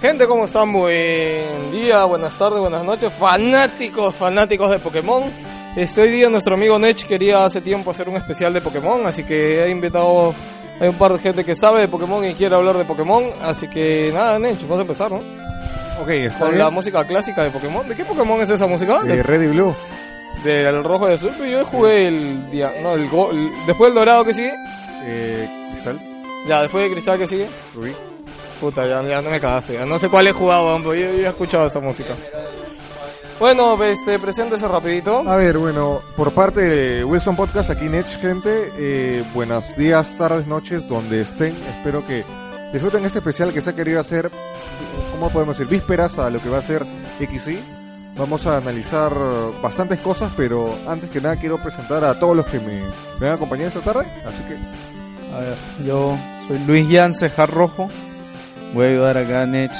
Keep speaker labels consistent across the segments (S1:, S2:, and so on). S1: gente, ¿cómo están? Buen día, buenas tardes, buenas noches, fanáticos, fanáticos de Pokémon. Este hoy día nuestro amigo Nech quería hace tiempo hacer un especial de Pokémon, así que ha invitado hay un par de gente que sabe de Pokémon y quiere hablar de Pokémon, así que nada, Nech, vamos a empezar, ¿no?
S2: Ok, está
S1: Con
S2: bien.
S1: la música clásica de Pokémon. ¿De qué Pokémon es esa música?
S2: Eh, Red y Blue.
S1: Del rojo y azul, pero yo jugué el, dia- no, el, go- el- después del dorado que sigue,
S2: Eh, Cristal.
S1: ya, después de cristal que sigue.
S2: Rubí.
S1: Puta, ya, ya no me cagaste. ya No sé cuál he jugado, weón, pero yo, yo he escuchado esa música. Bueno, pues, este, preséntese rapidito.
S2: A ver, bueno, por parte de Wilson Podcast, aquí Nech, gente, eh, buenos días, tardes, noches, donde estén. Espero que disfruten este especial que se ha querido hacer, ¿cómo podemos decir? Vísperas a lo que va a ser XY. Vamos a analizar bastantes cosas, pero antes que nada quiero presentar a todos los que me, me han acompañado esta tarde. Así que,
S3: A ver, yo soy Luis Jan Cejar Rojo. Voy a ayudar acá a Nech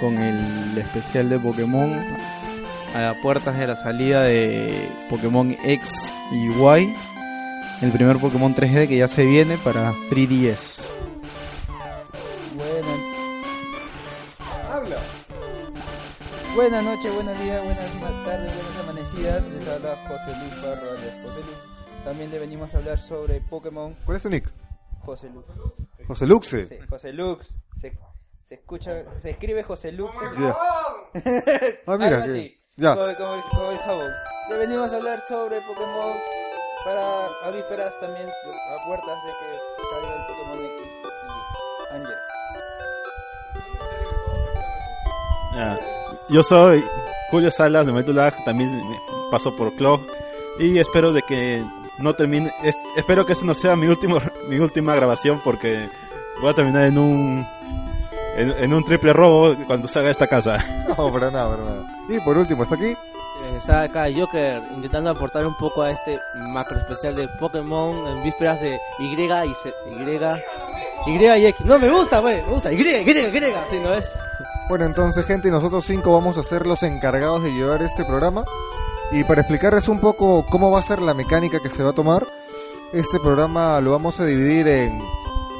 S3: con el especial de Pokémon a las puertas de la salida de Pokémon X y Y. El primer Pokémon 3D que ya se viene para 3DS.
S4: Buena- Buenas noches, buenos días, buenas buenas tardes, buenas amanecidas. Les habla José Luis Barro, alias José Luis. También le venimos a hablar sobre Pokémon
S2: ¿cuál es tu nick?
S4: José Lux.
S2: José Luxe.
S4: Sí, José Lux. Se, se escucha, se escribe José Lux.
S2: Ya. Ah, mira,
S4: Algo
S2: que-
S4: así,
S2: ya.
S4: Como, como el, como el jabón. Le venimos a hablar sobre Pokémon para a vísperas también, a puertas de que salga el Pokémon X y Angel.
S5: Ah, yo soy Julio Salas de Metal Lag, también me- paso por Clog y espero de que no termine, es- espero que esta no sea mi último mi última grabación porque voy a terminar en un en, en un triple robo cuando salga de esta casa.
S2: No, para nada, para nada. Y por último, está aquí.
S6: Eh, Está acá Joker intentando aportar un poco a este macro especial de Pokémon en vísperas de Y y Z- Y, y X. No, me gusta, güey, me gusta. Y, Y, Y, sí, ¿no es?
S2: Bueno, entonces, gente, nosotros cinco vamos a ser los encargados de llevar este programa. Y para explicarles un poco cómo va a ser la mecánica que se va a tomar, este programa lo vamos a dividir en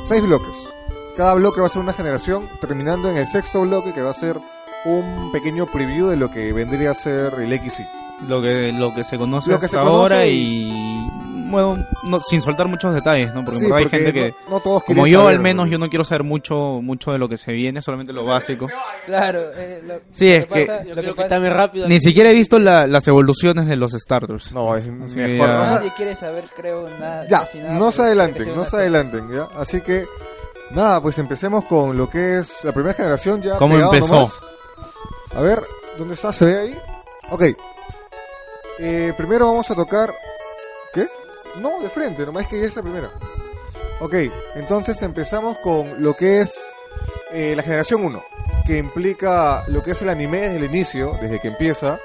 S2: seis bloques. Cada bloque va a ser una generación, terminando en el sexto bloque que va a ser un pequeño preview de lo que vendría a ser el XY.
S3: Lo que, lo que se conoce
S2: Lo que
S3: hasta
S2: se conoce
S3: ahora
S2: y-
S3: y... bueno, no- sin soltar muchos detalles, ¿no? Porque
S2: Sí,
S3: en verdad hay
S2: porque
S3: gente que...
S2: no- no todos
S3: Como
S2: quieren
S3: yo
S2: saber,
S3: al menos,
S2: ¿no?
S3: yo no quiero saber mucho, mucho de lo que se viene, solamente lo básico.
S4: Claro, eh, lo,
S3: Sí,
S4: lo
S3: es que-
S4: pasa- lo
S6: Yo creo que
S4: pasa-
S6: está muy rápido.
S3: Ni siquiera he visto la- las evoluciones de los starters.
S2: No, es
S3: Así que
S2: mejor.
S3: ya-
S2: no-
S4: Nadie quiere saber, creo, nada.
S2: Ah. Ya,
S4: casi nada,
S2: no se
S4: porque
S2: adelanten,
S4: es
S2: no
S4: una
S2: se
S4: serie.
S2: adelanten, ¿ya? Así que, nada, pues empecemos con lo que es la primera generación ya.
S3: ¿Cómo
S2: pegado
S3: empezó?
S2: nomás. A ver, ¿dónde está? ¿Se ve ahí? Ok. Eh, primero vamos a tocar... ¿Qué? No, de frente, nomás que ya es la primera. Ok, entonces empezamos con lo que es eh, la generación 1, que implica lo que es el anime desde el inicio, desde que empieza,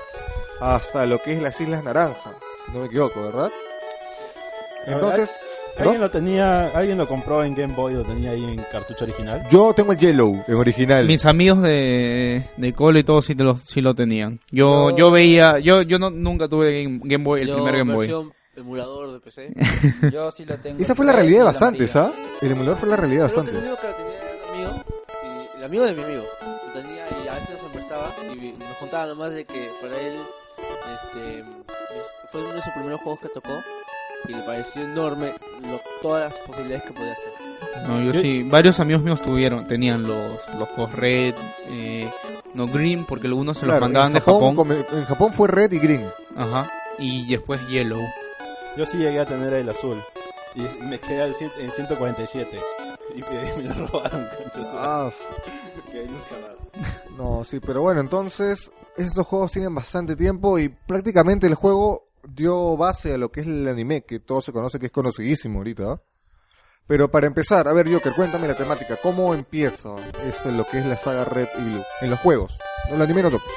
S2: hasta lo que es las Islas Naranja, si no me equivoco, ¿verdad?
S5: La verdad,
S2: Entonces... ¿no?
S5: Alguien lo tenía, alguien lo compró en Game Boy, lo tenía ahí en cartucho original.
S2: Yo tengo el Yellow, en original.
S3: Mis amigos de, de cole y todo sí, te lo, sí lo tenían. Yo, yo veía, yo, yo no, nunca tuve Game, Game Boy, el
S6: Yo,
S3: primer Game Boy.
S6: versión emulador de PC.
S4: Yo sí lo tengo.
S2: Esa fue la realidad de
S4: Y
S2: bastantes,
S4: amarilla.
S2: ¿ah? El emulador fue la realidad de
S6: Creo que el
S2: bastantes.
S6: único que lo tenía era un amigo, y el amigo de mi amigo. Lo tenía y a veces nos prestaba y vi- nos contaba nomás de que para él este, es- fue uno de sus primeros juegos que tocó y le pareció enorme lo- todas las posibilidades que podía hacer.
S3: No, yo sí, varios amigos míos tuvieron, tenían los, los juegos Red, eh, no Green, porque algunos se los
S2: Claro,
S3: mandaban
S2: en
S3: de Japón.
S2: come- En Japón fue Red y Green.
S3: Ajá. Y después Yellow.
S5: Yo sí llegué a tener el azul y me quedé al cien- en 147 y me lo robaron. concha su madre,
S2: Ah,
S5: que nunca más.
S2: no, sí, pero bueno, entonces estos juegos tienen bastante tiempo y prácticamente el juego dio base a lo que es el anime, que todo se conoce, que es conocidísimo ahorita. ¿ah? Pero para empezar, a ver, Joker, cuéntame la temática. ¿Cómo empieza esto en lo que es la saga Red y Blue? En los juegos. No, el anime no toques.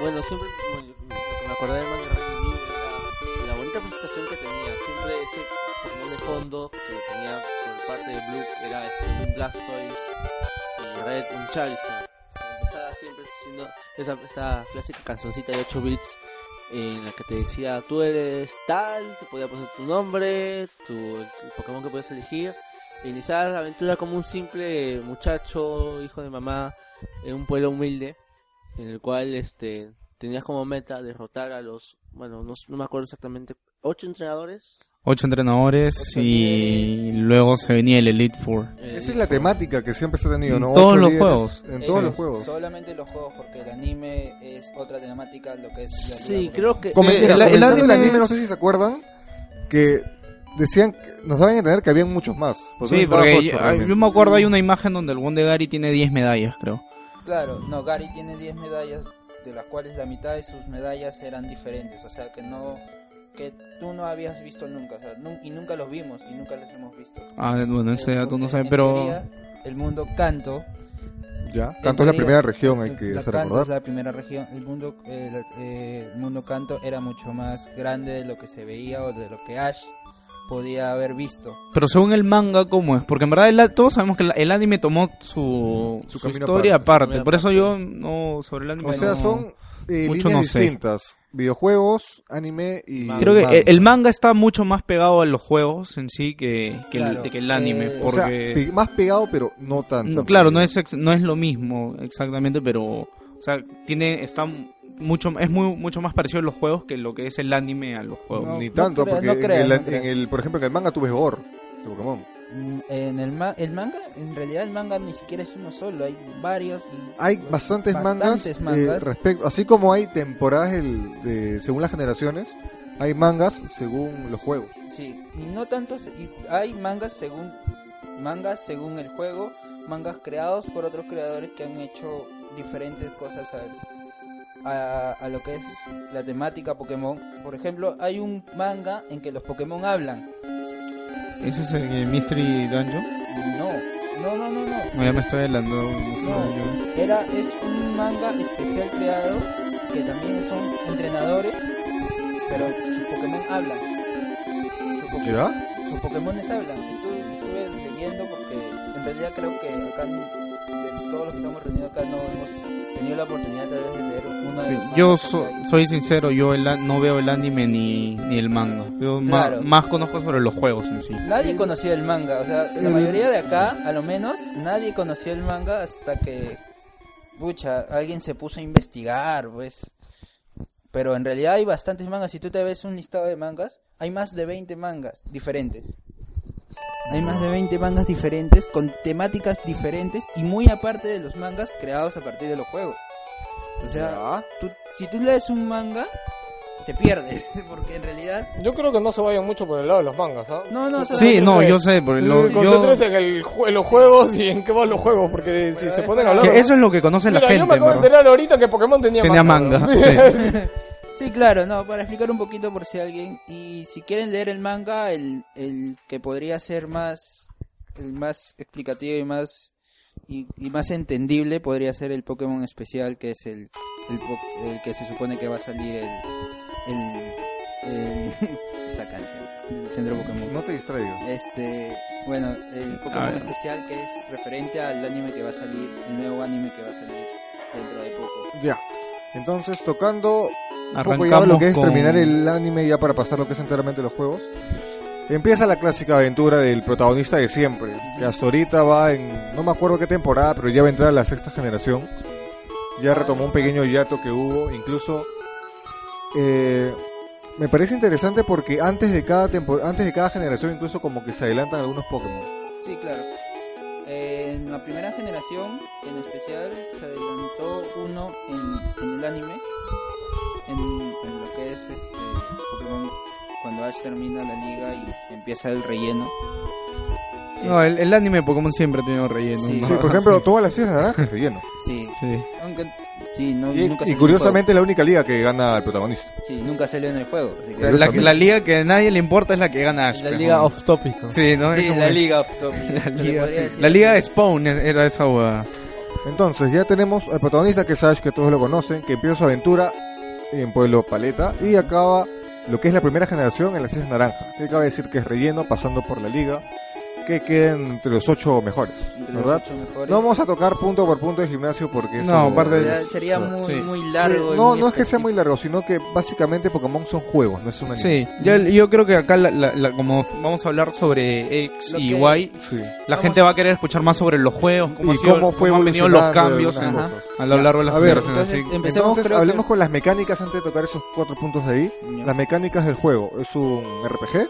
S6: Bueno, siempre bueno, yo- lo que me acordé de Man de Red Blue era la bonita presentación que tenía. Siempre ese Pokémon de fondo que tenía por parte de Blue era este, un Blastoise y Red un Charizard. Empezaba siempre siendo esa, esa clásica cancioncita de 8 bits en la que te decía tú eres tal, te podía poner tu nombre, tu el Pokémon que puedes elegir. E Iniciar la aventura como un simple muchacho, hijo de mamá, en un pueblo humilde en el cual este tenías como meta derrotar a los, bueno, no, s- no me acuerdo exactamente, ocho entrenadores.
S3: Ocho entrenadores
S6: Ocho
S3: y
S6: líderes.
S3: luego se venía el Elite Four.
S6: Eh,
S2: Esa es la temática que siempre se ha tenido,
S3: En
S2: ¿no?
S3: todos
S2: Ocho
S3: los
S2: líderes,
S3: juegos.
S2: En
S4: Eh,
S2: todos
S3: Sí.
S2: los juegos.
S4: Solamente los juegos, porque el anime es otra temática, lo que es... la
S6: Sí,
S4: liga
S6: creo
S4: Pokémon.
S6: que...
S2: Come-
S3: Sí,
S2: mira,
S3: el- el
S2: comenzando el
S3: anime
S2: anime,
S3: es-
S2: no sé si se acuerdan, que decían, que- nos daban a entender que habían muchos más.
S3: Sí,
S2: no
S3: porque
S2: estabas
S3: yo,
S2: ocho,
S3: ay,
S2: Pues realmente.
S3: yo me acuerdo hay una imagen donde el Won de Gary tiene 10 medallas, creo.
S4: Claro, no, Gary tiene 10 medallas, de las cuales la mitad de sus medallas eran diferentes, o sea que no... Que tú no habías visto nunca, o sea, nun- y nunca los vimos, y nunca los hemos visto.
S3: Ah, bueno, ese
S4: Eh,
S3: dato no
S4: porque
S3: sé,
S4: en
S3: pero...
S4: teoría, El mundo canto,
S2: Ya, tanto es la
S4: teoría,
S2: primera región, hay que
S4: la
S2: hacer
S4: canto es
S2: recordar.
S4: la primera región, el mundo, eh, la- eh, el mundo canto era mucho más grande de lo que se veía o de lo que Ash podía haber visto.
S3: Pero según el manga, ¿cómo es? Porque en verdad el a- todos sabemos que la- el anime tomó su,
S2: Su
S3: su,
S2: camino
S3: historia
S6: aparte.
S3: aparte.
S6: Su camino
S3: Por eso
S6: aparte.
S3: yo no... Sobre el anime
S2: O sea,
S3: no-
S2: son eh,
S3: mucho
S2: líneas
S3: no sé.
S2: distintas. Videojuegos, anime y...
S6: Creo
S3: Creo que
S2: manga.
S3: el- el manga está mucho más pegado a los juegos en sí que, que,
S4: Claro.
S3: el, que el anime.
S4: Eh,
S2: O sea,
S3: porque...
S2: pe- más pegado, pero no tanto.
S3: No, claro, no es, ex- no es lo mismo exactamente, pero o sea, tiene está m- mucho es muy mucho más parecido a los juegos que lo que es el anime a los juegos.
S2: Ni
S4: no
S2: tanto,
S4: creas,
S2: porque
S4: no
S2: en,
S4: creas,
S2: el,
S4: no
S2: en
S4: creas.
S2: el- por ejemplo, en el manga tú ves gore de Pokémon.
S4: Mm, En el, ma- el manga, en realidad el manga ni siquiera es uno solo, hay varios. y-
S2: Hay bastantes,
S4: Bastantes
S2: mangas, eh,
S4: mangas.
S2: respecto, así como hay temporadas el- de- según las generaciones, hay mangas según los juegos.
S4: Sí, y no tanto, se- y hay mangas según mangas según el juego, mangas creados por otros creadores que han hecho diferentes cosas a, a, a lo que es la temática Pokémon. Por ejemplo, hay un manga en que los Pokémon hablan.
S3: ¿Ese es el eh, Mystery Dungeon?
S4: No, no, no, no, no.
S3: No, ya me estoy adelantando. no sé,
S4: No.
S3: yo-
S4: Era, es un manga especial creado que también son entrenadores, pero sus Pokémon hablan. Sus Pokémon-
S2: ¿Ya?
S4: Los Pokémones hablan. Estuve, estuve leyendo porque en realidad creo que acá, de todos los que estamos reunidos acá, no hemos tenido la oportunidad tal vez de leer uno de los
S3: Yo
S4: mangas
S3: so-
S4: que hay.
S3: soy sincero, yo el an- no veo el anime ni, ni el manga. Yo ma-
S4: Claro.
S3: más conozco sobre los juegos en sí.
S4: Nadie conocía el manga, o sea, la
S2: el-
S4: mayoría de acá, a lo menos, nadie conocía el manga hasta que, pucha, alguien se puso a investigar, pues. Pero en realidad hay bastantes mangas, si tú te ves un listado de mangas, hay más de 20 mangas diferentes. Hay más de 20 mangas diferentes, con temáticas diferentes y muy aparte de los mangas creados a partir de los juegos. O sea,
S2: Ya.
S4: tú- si tú lees un manga, te pierdes, porque en realidad...
S1: Yo creo que no se vayan mucho por el lado de los mangas, ¿ah?
S4: No, no, solamente-
S3: Sí, no, yo sé, porque lo- yo,
S1: Concéntrense en, el jue- en los juegos y en qué van los juegos, porque si
S4: Bueno,
S1: se
S4: es
S1: ponen a
S4: para-
S1: hablar...
S3: que eso es lo que conoce la
S1: Mira,
S3: gente.
S1: yo me acabo de
S3: en verdad.
S1: enterar ahorita que Pokémon tenía,
S3: Tenía
S1: manga.
S3: manga,
S1: ¿no?
S4: Sí, claro, no, para explicar un poquito por si alguien. Y si quieren leer el manga, el, el que podría ser más, el más explicativo y más y, y más entendible podría ser el Pokémon especial, que es el, el, po- el que se supone que va a salir el, el, el- esa canción, el centro Pokémon.
S2: No te distraigas.
S4: Este, bueno, el Pokémon
S3: ver.
S4: especial que es referente al anime que va a salir, el nuevo anime que va a salir dentro de poco.
S2: Ya. Entonces, tocando un poco ya
S3: Arrancamos
S2: lo que es
S3: con-
S2: terminar el anime ya para pasar lo que es enteramente los juegos. Empieza la clásica aventura del protagonista de siempre, que hasta ahorita va en, no me acuerdo qué temporada, pero ya va a entrar a la sexta generación. Ya retomó un pequeño hiato que hubo, incluso eh, me parece interesante porque antes de cada tempor- antes de cada generación incluso como que se adelantan algunos Pokémon.
S4: Sí, claro. En la primera generación, en especial, se adelantó uno en, en el anime, en, en lo que es este, Pokémon, cuando Ash termina la liga y empieza el relleno.
S3: No,
S2: eh.
S3: el, el anime de Pokémon siempre ha tenido relleno.
S4: Sí.
S3: ¿no?
S2: Sí, por ejemplo, todas las islas naranjas relleno.
S4: Eh, Sí,
S3: Sí.
S4: aunque sí, no,
S2: Y,
S4: nunca
S2: y
S4: salió
S2: curiosamente la única liga que gana el protagonista.
S4: en el juego. Sí, nunca salió en el juego. así que-
S2: Pero
S3: La,
S2: Curiosamente.
S3: la liga que a nadie le importa es la que gana Ash.
S1: La
S3: pero-
S1: liga off topic. ¿no?
S3: Sí, ¿no? Es
S4: Sí,
S3: como
S4: la
S3: el-
S4: liga of Top. se le
S3: La liga,
S4: podría
S3: sí.
S4: decir.
S3: La liga de Spawn e-, era esa hueá.
S2: Entonces, ya tenemos al protagonista que es Ash, que todos lo conocen, que empieza su aventura en Pueblo Paleta y acaba lo que es la primera generación en las Islas Naranjas. Que cabe decir que es relleno, pasando por la liga, que queden entre los ocho mejores.
S4: Entre los
S2: ¿Verdad?
S4: ocho mejores.
S2: No vamos a tocar punto por punto de gimnasio porque eso-
S3: No, aparte-
S4: Ya Sería muy,
S3: Sí.
S4: muy
S2: Sí,
S4: largo. y
S2: no,
S4: muy
S2: no es que sea
S4: específico.
S2: muy largo, sino que básicamente Pokémon son juegos, no es un anime.
S3: Sí, yo, yo creo que acá, la- la- la- como vamos a hablar sobre X
S4: Lo
S3: y
S4: que-
S3: Y,
S2: Sí.
S3: la
S4: Vamos-
S3: gente va a querer escuchar más sobre los juegos, cómo,
S2: Y
S3: ha sido-
S2: cómo fue
S3: han venido los
S2: evolucionando
S3: cambios
S2: algunas
S3: ajá,
S2: cosas.
S3: a eh, lo largo de las
S2: A ver,
S3: generaciones,
S4: Entonces,
S3: así.
S4: empecemos
S2: Entonces,
S4: creo
S2: hablemos
S4: que...
S2: con las mecánicas antes de tocar esos cuatro puntos de ahí. Las mecánicas del juego es un RPG,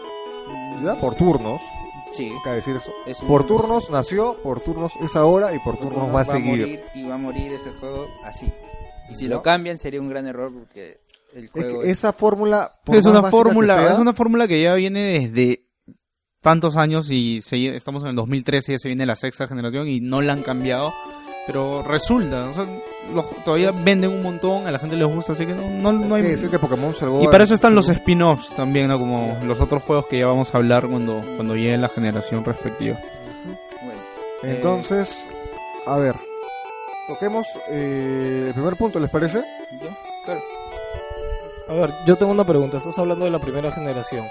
S2: ¿ya? por turnos,
S4: Sí.
S2: hay que decir eso.
S4: es un-
S2: Por turnos nació, por turnos es ahora y por
S4: por
S2: turnos va a seguir.
S4: morir y va a morir ese juego así. Y si
S2: ¿No?
S4: lo cambian sería un gran error porque el
S2: Es
S4: juego
S2: que esa fórmula por
S3: es
S2: más
S3: una
S2: básica que
S3: fórmula,
S2: sea,
S3: es una fórmula que ya viene desde tantos años y se- estamos en el 2013, ya se viene la sexta generación y no la han cambiado, pero resulta, o sea, los- todavía venden un montón, a la gente les gusta, así que no, no, no
S2: hay que
S3: hay...
S2: decir que eh, este Pokémon salvó
S3: Y
S2: a-
S3: para eso están los E. spin-offs también, ¿no? Como los otros juegos que ya vamos a hablar cuando, cuando llegue la generación respectiva.
S4: bueno,
S2: Entonces, a ver, toquemos eh, el primer punto, ¿les parece?
S4: ¿ya?
S1: A ver, yo tengo una pregunta. Estás hablando de la primera generación.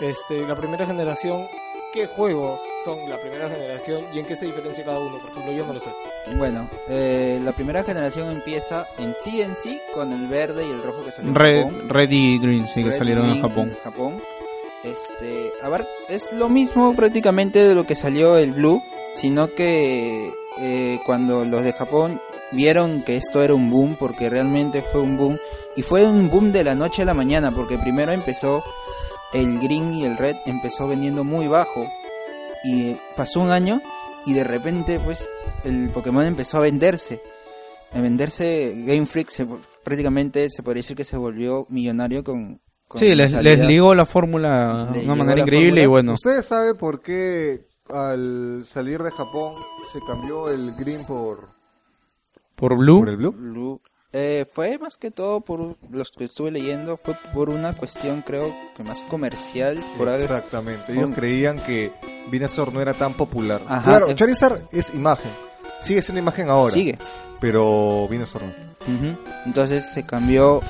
S1: Este, la primera generación, ¿qué juegos son la primera generación y en qué se diferencia cada uno? Por ejemplo, yo no lo sé.
S4: Bueno, eh, la primera generación empieza en sí en sí con el verde y el rojo que salió en
S3: Red,
S4: Japón.
S3: Red y Green, sí, que
S4: Red
S3: salieron en
S4: Link
S3: Japón.
S4: Japón. Este, a ver, es lo mismo prácticamente de lo que salió el Blue, sino que eh, cuando los de Japón vieron que esto era un boom, porque realmente fue un boom, y fue un boom de la noche a la mañana, porque primero empezó el Green y el Red, empezó vendiendo muy bajo, y pasó un año, y de repente, pues, el Pokémon empezó a venderse. A venderse, Game Freak se, vol- prácticamente se podría decir que se volvió millonario con. con
S3: Sí,
S4: la
S3: les,
S4: salida.
S3: les ligó la fórmula
S4: Les
S3: de
S4: ligó
S3: una manera
S4: la
S3: increíble
S4: fórmula.
S3: y bueno.
S2: ¿Ustedes saben por qué al salir de Japón se cambió el green por,
S3: Por Blue,
S2: por el blue?
S4: Lu- eh, fue más que todo por los que estuve leyendo, fue por una cuestión creo que más comercial, por algo.
S2: Exactamente, ellos
S4: Mm.
S2: creían que Venusaur no era tan popular.
S4: Ajá,
S2: claro,
S4: es-
S2: Charizard es imagen, sigue siendo imagen ahora,
S4: Sigue.
S2: pero Venusaur no.
S4: Ujú. Entonces se cambió,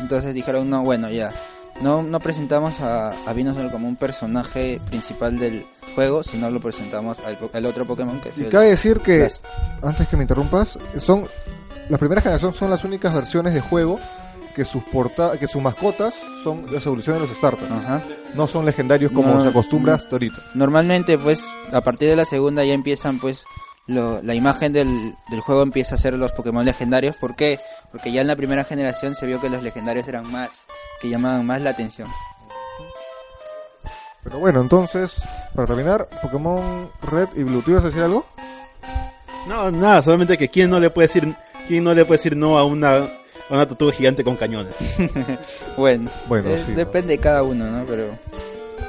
S4: entonces dijeron, no, bueno, ya, no, no presentamos a, a Venusaur como un personaje principal del juego, sino lo presentamos al, po- al otro Pokémon que es
S2: Y
S4: el-
S2: cabe decir que,
S4: las-
S2: antes que me interrumpas, son las primeras generaciones son las únicas versiones de juego que sus porta que sus mascotas son las evoluciones de los starters.
S4: Ajá.
S2: No son legendarios como
S4: Ah. No.
S2: se acostumbra hasta ahorita.
S4: Normalmente, pues, a partir de la segunda ya empiezan, pues, lo- la imagen del, del juego empieza a ser los Pokémon legendarios. ¿Por qué? Porque ya en la primera generación se vio que los legendarios eran más, que llamaban más la atención.
S2: Pero bueno, entonces, para terminar, Pokémon Red y Blue, ¿tú ibas a decir algo?
S5: No, nada, solamente que quién no le puede decir, quién no le puede decir no a una, a una tortuga gigante con cañones.
S4: Bueno,
S2: Bueno,
S4: eh,
S2: sí,
S4: depende de cada uno, ¿no? Pero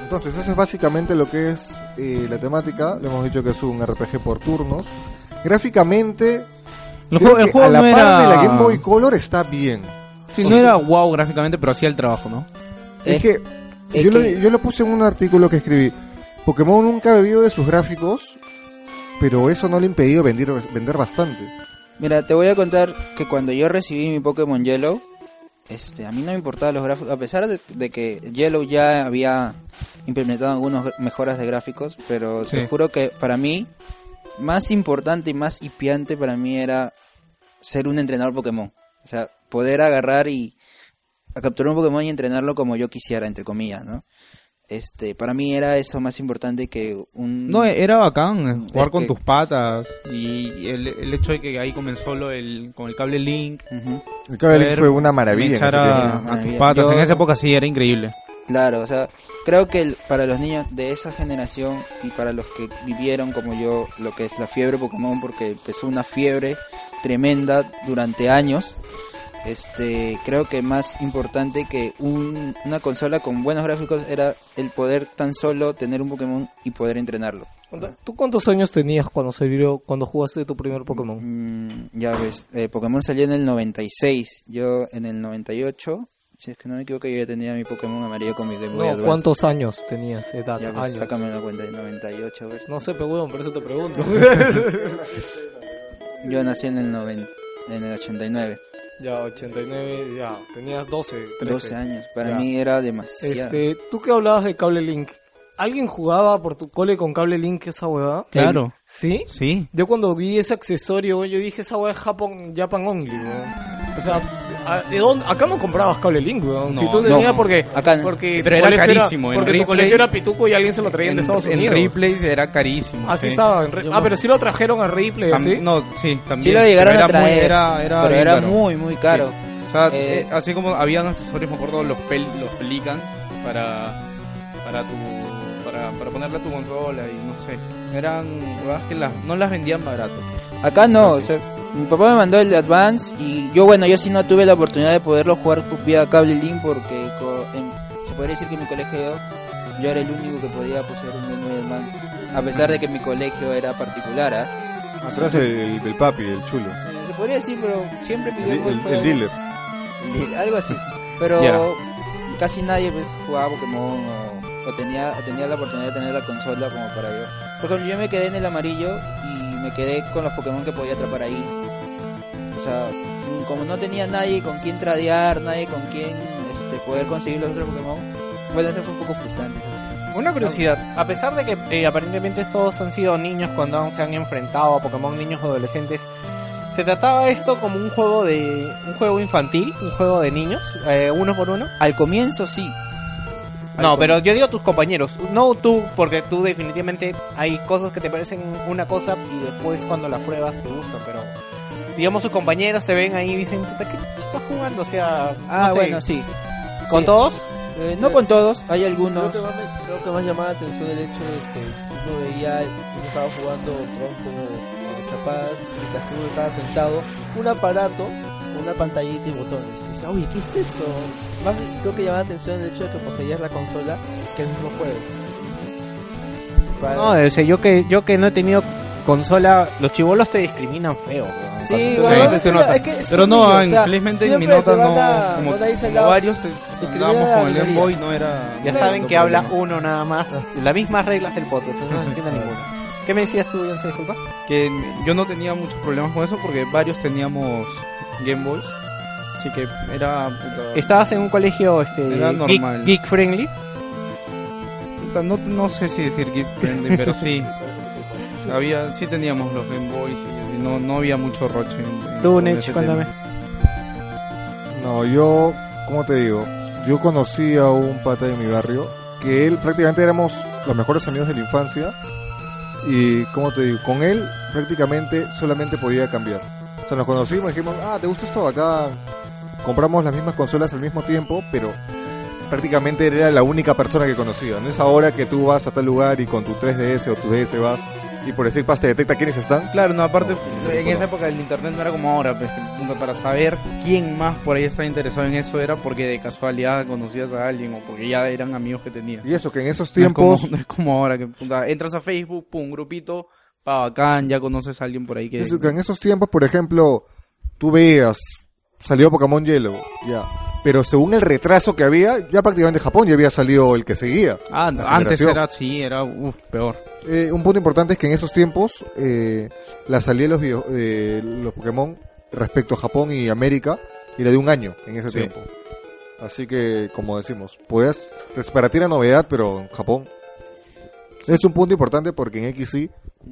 S2: Entonces, eso es básicamente lo que es eh, la temática. Le hemos dicho que es un RPG por turnos. Gráficamente,
S3: el
S2: creo
S3: juego, el
S2: que
S3: juego
S2: a la
S3: no,
S2: par de
S3: era...
S2: la Game Boy Color está bien.
S3: sí, no era wow gráficamente, pero hacía el trabajo, ¿no?
S2: Es
S4: Eh,
S2: que,
S4: es
S2: yo, lo,
S4: que-
S2: yo lo puse en un artículo que escribí. Pokémon nunca ha bebido de sus gráficos, pero eso no le ha impedido vender, vender bastante.
S4: mira, te voy a contar que cuando yo recibí mi Pokémon Yellow, este, a mí no me importaban los gráficos, a pesar de, de que Yellow ya había implementado algunas gra- mejoras de gráficos, pero
S3: Sí.
S4: te juro que para mí, más importante y más hipiante para mí era ser un entrenador Pokémon. O sea, poder agarrar y a capturar un Pokémon y entrenarlo como yo quisiera, entre comillas, ¿no? Este, para mí era eso más importante que un...
S3: No, eh, era bacán jugar
S4: Mm. Es
S3: con
S4: que-
S3: tus patas y el, el hecho de que ahí comenzó lo del- con el cable Link.
S4: Ujú.
S2: El Cable Link
S3: Ver,
S2: fue una maravilla. en
S3: echar
S2: ese
S3: a,
S2: tiempo.
S4: tiempo.
S3: a tus patas.
S4: Yo-
S3: En esa época sí, era increíble.
S4: Claro, o sea, creo que el- para los niños de esa generación y para los que vivieron como yo lo que es la fiebre Pokémon, porque empezó una fiebre tremenda durante años, este, creo que más importante que un- una consola con buenos gráficos era el poder tan solo tener un Pokémon y poder entrenarlo.
S1: Anda, ¿Tú cuántos años tenías cuando salió, cuando jugaste tu primer Pokémon?
S4: Mm, ya ves, eh, Pokémon salió en el 96, yo en el 98, si es que no me equivoco, yo ya tenía mi Pokémon amarillo con mi Game Boy
S1: No,
S4: Advance.
S1: ¿cuántos años tenías? Edad,
S4: Ya ves,
S1: años.
S4: sácame la cuenta, 98, ¿ves?
S1: No sé, pero por eso te pregunto.
S4: Yo nací en el 90, en el 89,
S1: ya, 89, ya, tenías 12, 13.
S4: 12 años. Para
S1: Ya.
S4: mí era demasiado.
S1: Este, tú que hablabas de cable link, ¿Alguien jugaba por tu cole con cable link esa huevada?
S3: Claro.
S1: ¿Sí?
S3: Sí.
S1: Yo cuando vi ese accesorio, yo dije, esa hueá es Japón, Japan only, weón. O sea, ¿a- de dónde- acá no comprabas cable link, weón. si tú tenías porque...
S4: Acá no.
S1: porque tu
S3: Pero era
S1: colegio
S3: carísimo, en
S1: Porque tu
S3: Ripley-
S1: colegio era pituco y alguien se lo traía de Estados Unidos.
S3: replays era carísimo.
S1: Así
S3: sí.
S1: estaba. en Ri- ah, pero sí lo trajeron a Ripley,
S3: Tam-
S1: así.
S3: No, sí, también.
S4: Sí lo llegaron
S3: Pero
S4: a
S3: era muy-
S4: traer,
S3: era- era
S1: ah,
S4: pero
S3: bien
S4: era
S3: caro.
S4: muy, muy caro.
S3: O sea,
S4: Eh,
S3: eh, así como habían accesorios, me acuerdo, los, pel los Pelican para, para, tu, para, para ponerle a tu consola y no sé. Eran huevadas que las, no las vendían barato.
S4: Acá no, o sea, mi papá me mandó el Advance y yo, bueno, yo sí no tuve la oportunidad de poderlo jugar cu- vía cable link porque co- en- se podría decir que en mi colegio yo era el único que podía poseer un Game Boy Advance, a pesar de que mi colegio era particular, ¿ah?
S2: Atrás el, el, el papi, el chulo.
S4: Eh, Se podría decir, pero siempre mi
S2: El,
S4: Game Boy
S2: el-
S4: fue
S2: el dealer.
S4: de- algo así. Pero
S3: Ya.
S4: casi nadie pues, jugaba Pokémon o, o tenía, o tenía la oportunidad de tener la consola como para yo. Por ejemplo, yo me quedé en el amarillo y me quedé con los Pokémon que podía atrapar ahí. O sea, mm, como no tenía nadie con quien tradear, nadie con quien este, poder conseguir los otros Pokémon, bueno, eso fue un poco frustrante.
S7: Una curiosidad, a pesar de que eh, aparentemente todos han sido niños cuando aún se han enfrentado a Pokémon niños o adolescentes, ¿se trataba esto como un juego de un juego infantil, un juego de niños, eh, uno por uno?
S4: Al comienzo sí. Al
S7: No,
S4: com-
S7: pero yo digo tus compañeros, no tú, porque tú definitivamente hay cosas que te parecen una cosa y después cuando las pruebas te gustan, pero digamos sus compañeros se ven ahí y dicen, "Puta, ¿qué estás jugando? O sea, no
S4: Ah,
S7: sé,
S4: bueno, sí.
S7: ¿con
S4: Sí.
S7: todos?
S2: Ah.
S4: Eh, no con todos, hay algunos.
S6: Creo que, más me- creo que más llamaba la atención el hecho de que uno veía, uno estaba jugando tronco o chapadas, mientras que uno estaba sentado, un aparato, con una pantallita y botones. Y decía, oye, ¿qué es eso? Más me- creo que llamaba la atención el hecho de que poseías la consola que el mismo juego. Para-
S7: No, o sea, yo que, yo que no he tenido consola, los chivolos te discriminan feo. weón.
S4: Sí,
S7: Cuando-
S4: bueno,
S3: Sí,
S7: Entonces,
S3: sí,
S7: se
S6: es
S7: nota.
S6: una- es que es
S3: Pero
S6: un
S3: no,
S6: niño, o sea,
S3: infelizmente en mi
S6: siempre
S3: nota
S6: se van
S3: no.
S6: a-
S3: como
S6: van a irse al
S3: como
S6: lado.
S3: varios te- andábamos
S6: la
S3: con el Game
S6: minoría.
S3: Boy, no era.
S7: Ya
S3: no
S7: saben
S3: era
S7: que
S3: problema.
S7: habla uno nada más.
S4: Ah.
S7: Las mismas reglas del podcast, entonces no se entiende ninguna. ¿Qué me decías tú, Yance, disculpa?
S3: que yo no tenía muchos problemas con eso porque varios teníamos Game Boys. Así que era puta,
S7: ¿Estabas en un colegio este,
S3: Era normal.
S7: geek, geek friendly?
S3: puta, no, no sé si decir Kid friendly, pero sí. Había, sí teníamos los Game Boys y, y no, no había mucho roche. en- en-
S7: Tú,
S3: con
S7: Nech,
S3: ese
S7: cuéntame.
S3: tema.
S2: No, yo, ¿cómo te digo? Yo conocí a un pata de mi barrio que él prácticamente éramos los mejores amigos de la infancia y, ¿cómo te digo? Con él prácticamente solamente podía cambiar. O sea, nos conocimos y dijimos, ah, ¿te gusta esto acá? Compramos las mismas consolas al mismo tiempo, pero prácticamente él era la única persona que conocía. No es ahora que tú vas a tal lugar y con tu 3DS o tu DS vas y por decir pas te detecta quiénes están.
S3: Claro, no, aparte
S2: No,
S3: en
S2: no.
S3: esa época el internet no era como ahora, pues, que, puta, para saber quién más por ahí estaba interesado en eso era porque de casualidad conocías a alguien o porque ya eran amigos que tenías.
S2: Y eso, que en esos
S3: No es como-
S2: tiempos...
S3: No es como ahora que puta, entras a Facebook, pum, grupito, pa, bacán, ya conoces a alguien por ahí que...
S2: Eso, que en esos tiempos, por ejemplo, tú veías, salió Pokémon Yellow, ya. Pero según el retraso que había, ya prácticamente en Japón ya había salido el que seguía.
S3: Ah,
S2: La
S3: antes
S2: generación.
S3: era así, era uf, peor.
S2: Eh, un punto importante es que en esos tiempos, eh, la salida de los, video- de los Pokémon respecto a Japón y América era de un año en ese
S5: Sí.
S2: tiempo. Así que, como decimos, podías, pues, para ti era novedad, pero en Japón. Es un punto importante porque en XY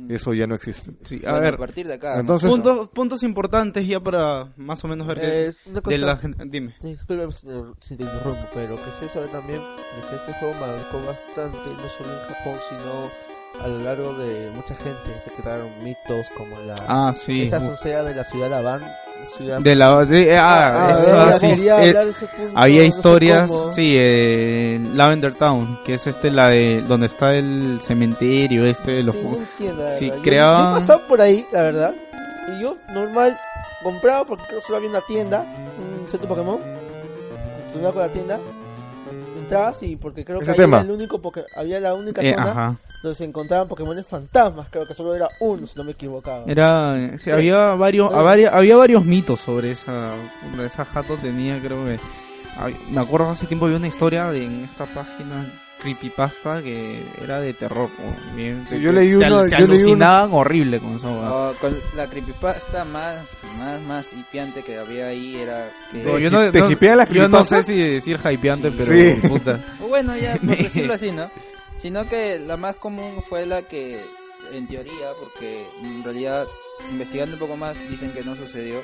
S2: eso ya no existe.
S3: Sí, a
S4: Bueno,
S3: ver,
S4: a partir de acá. ¿no?
S2: Entonces,
S3: puntos, puntos importantes ya para más o menos ver qué-
S6: Eh, una cosa-
S3: de la gen- Dime.
S6: Disculpe señor, si te interrumpo, pero quisiera saber también de que este juego marcó bastante, no solo en Japón, sino a lo largo de mucha gente. Se crearon mitos como la.
S3: Ah, sí.
S6: esa azotea de la ciudad Labán. Ciudad...
S3: De la... de- ah,
S6: Ah,
S3: eso
S6: ya
S3: así,
S6: quería
S3: eh,
S6: hablar de ese punto,
S3: había
S6: no sé
S3: historias,
S6: cómo.
S3: sí, eh, Lavender Town, que es este, la de donde está el cementerio, este de los...
S6: Sí, no entiendo, la
S3: sí,
S6: verdad. Yo-
S3: creaba-
S6: Yo he pasado por ahí, la verdad. Y yo, normal, compraba porque creo que solo había una tienda, un centro Pokémon. Funcionaba con la tienda. Entrabas y porque creo
S2: Ese
S6: que ahí
S2: tema.
S6: era el único Poké- había la única
S3: Eh,
S6: zona
S3: ajá.
S6: donde se encontraban Pokémones fantasmas. Creo que solo era uno, si no me equivocaba.
S3: Era, sí,
S6: Tres.
S3: había varios,
S6: Tres.
S3: a vari- había varios mitos sobre esa, sobre esa jato tenía, creo que. hab- Me acuerdo hace tiempo había una historia de, en esta página creepypasta que era de terror. o bien,
S2: Sí,
S3: te-
S2: yo
S3: te-
S2: leí
S3: te
S2: una-
S3: al- se
S2: yo leí una-
S3: alucinaban horrible con esa hueá.
S4: Ah, con la creepypasta más, más, más hipiante que había ahí era que...
S3: No, Eh, yo no,
S2: ¿Te
S3: no-
S2: hipean las
S3: yo no sé
S2: creepypastas?
S3: si decir hypeante, pero
S2: Ah, Sí.
S4: Oh,
S3: puta.
S4: Bueno, ya, por decirlo así, ¿no? Sino que la más común fue la que, en teoría, porque en realidad, investigando un poco más, dicen que no sucedió.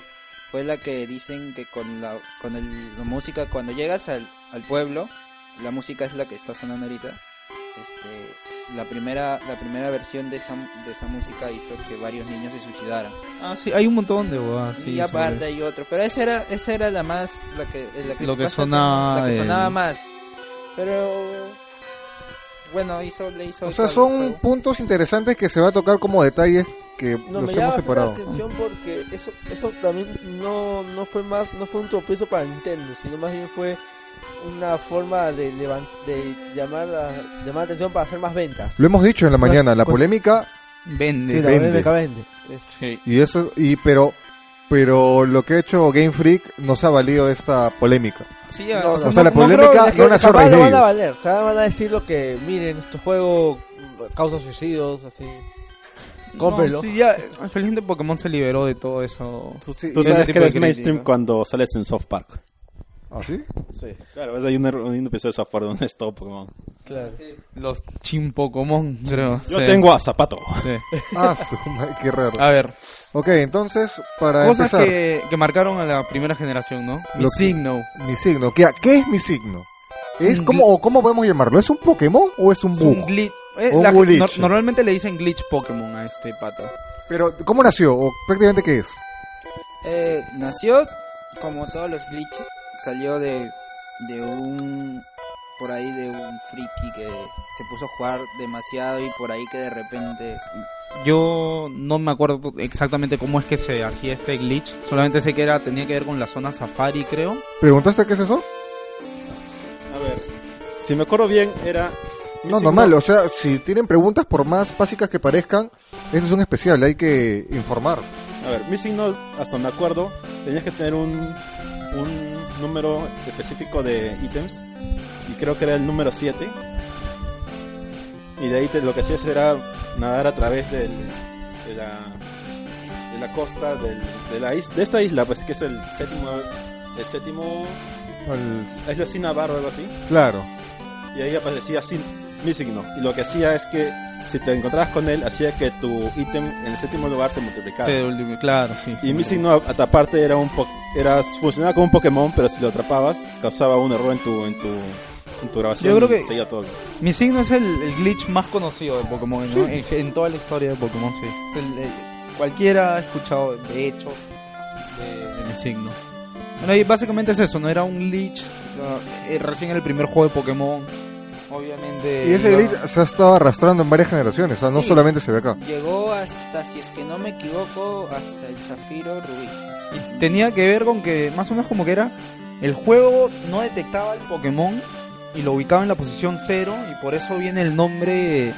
S4: Fue la que dicen que con la, con el- la música, cuando llegas al, al pueblo, la música es la que está sonando ahorita. Este, la primera, la primera versión de esa, de esa música hizo que varios niños se suicidaran.
S3: Ah, sí, hay un montón de huevadas. sí,
S4: y aparte hay otro, pero esa era, esa era la más, la que, la que,
S3: Lo que
S4: pasa-
S3: sonaba
S4: la que
S3: el-
S4: sonaba más. Pero bueno, hizo, le hizo.
S2: O sea,
S4: hizo algo al
S2: son
S4: juego.
S2: puntos interesantes que se va a tocar como detalles que
S6: No,
S2: los
S6: me
S2: hemos
S6: llama bastante la
S2: separado.
S6: atención porque eso, eso también no, no fue más, no fue un tropiezo para Nintendo, sino más bien fue una forma de, levan- de llamar la, llamar la atención para hacer más ventas.
S2: Lo hemos dicho en la mañana, la
S6: Pues-
S2: polémica
S3: Vende.
S6: Sí, la
S2: vende.
S6: polémica vende. Es-
S3: Sí.
S2: y eso y pero pero lo que ha hecho Game Freak nos ha valido esta polémica.
S3: Sí,
S6: No,
S3: ah,
S6: no,
S3: o sea,
S2: O sea, la
S6: creo que
S2: polémica
S6: la
S2: no
S6: gente-
S2: nació a
S6: jamás
S2: raíz
S6: lo
S2: de
S6: van a
S2: ellos.
S6: valer, jamás van a decir lo que, miren, este juego causa suicidios, así. Cómprelo.
S3: no, sí, ya, eh, felizmente Pokémon se liberó de todo eso.
S5: Tú
S3: Ese
S5: sabes
S3: tipo
S5: que
S3: de
S5: eres mainstream
S3: crítica.
S5: cuando sales en Soft Park.
S2: ¿Ah, sí?
S6: Sí,
S5: Claro, hay un, un episodio de Soft Park donde es todo Pokémon.
S6: claro.
S3: Los chimpocomón, creo.
S5: Yo
S3: Sí,
S5: tengo a Zapato.
S3: sí.
S2: Ah, su madre, qué raro.
S3: A ver,
S2: Ok, entonces para
S3: cosas
S2: empezar,
S3: que, que marcaron a la primera generación, ¿no? Mi
S2: Lo que-
S3: signo.
S2: mi signo, ¿qué, qué es mi signo? ¿Es
S3: Un
S2: como o cómo podemos llamarlo? ¿Es un Pokémon o es un
S3: Es un
S2: bug?
S3: glitch. eh,
S2: Un
S3: la-
S2: glitch.
S3: nor- normalmente le dicen glitch Pokémon a este pata.
S2: Pero ¿cómo nació o prácticamente qué es?
S4: Eh, nació como todos los glitches, salió de, de un por ahí de un friki que se puso a jugar demasiado y por ahí que de repente
S3: Yo no me acuerdo exactamente cómo es que se hacía este glitch. Solamente sé que era tenía que ver con la zona safari, creo.
S2: ¿Preguntaste qué es eso?
S5: A ver, si me acuerdo bien, era. mi
S2: No,
S5: signo-
S2: normal, o sea, si tienen preguntas por más básicas que parezcan, este es un especial, hay que informar.
S5: A ver, mi signo, hasta me acuerdo, tenías que tener un, un número específico de ítems. Y creo que era el número 7. Y de ahí te- lo que hacías era nadar a través del, de, la, de la costa del- de, la is- de esta isla, pues que es el séptimo. El séptimo.
S2: Al-
S5: Isla Sinabar o algo así.
S2: Claro.
S5: y ahí aparecía así mi signo. Y lo que hacía es que si te encontrabas con él, hacía que tu ítem en el séptimo lugar se multiplicara.
S3: Se- claro, sí.
S5: Y mi signo, a- aparte, era un po- era, funcionaba como un Pokémon, pero si lo atrapabas, causaba un error en tu, en tu, en tu grabación.
S3: Yo creo
S5: y
S3: que-
S5: seguía todo.
S3: Mi signo es el, el glitch más conocido de Pokémon, ¿no? En, en toda la historia de Pokémon, sí. Es el- el- cualquiera ha escuchado, de hecho, de, de mi signo. Bueno, y básicamente es eso, ¿no? Era un glitch. o sea, eh, recién era el primer juego de Pokémon. Obviamente.
S2: Y ese
S3: iba-
S2: glitch se ha estado arrastrando en varias generaciones, o sea, no
S4: Sí.
S2: solamente se ve acá.
S4: llegó hasta si es que no me equivoco hasta el zafiro rubí.
S3: y tenía que ver con que, más o menos como que era, el juego no detectaba el Pokémon y lo ubicaba en la posición cero y por eso viene el nombre eh,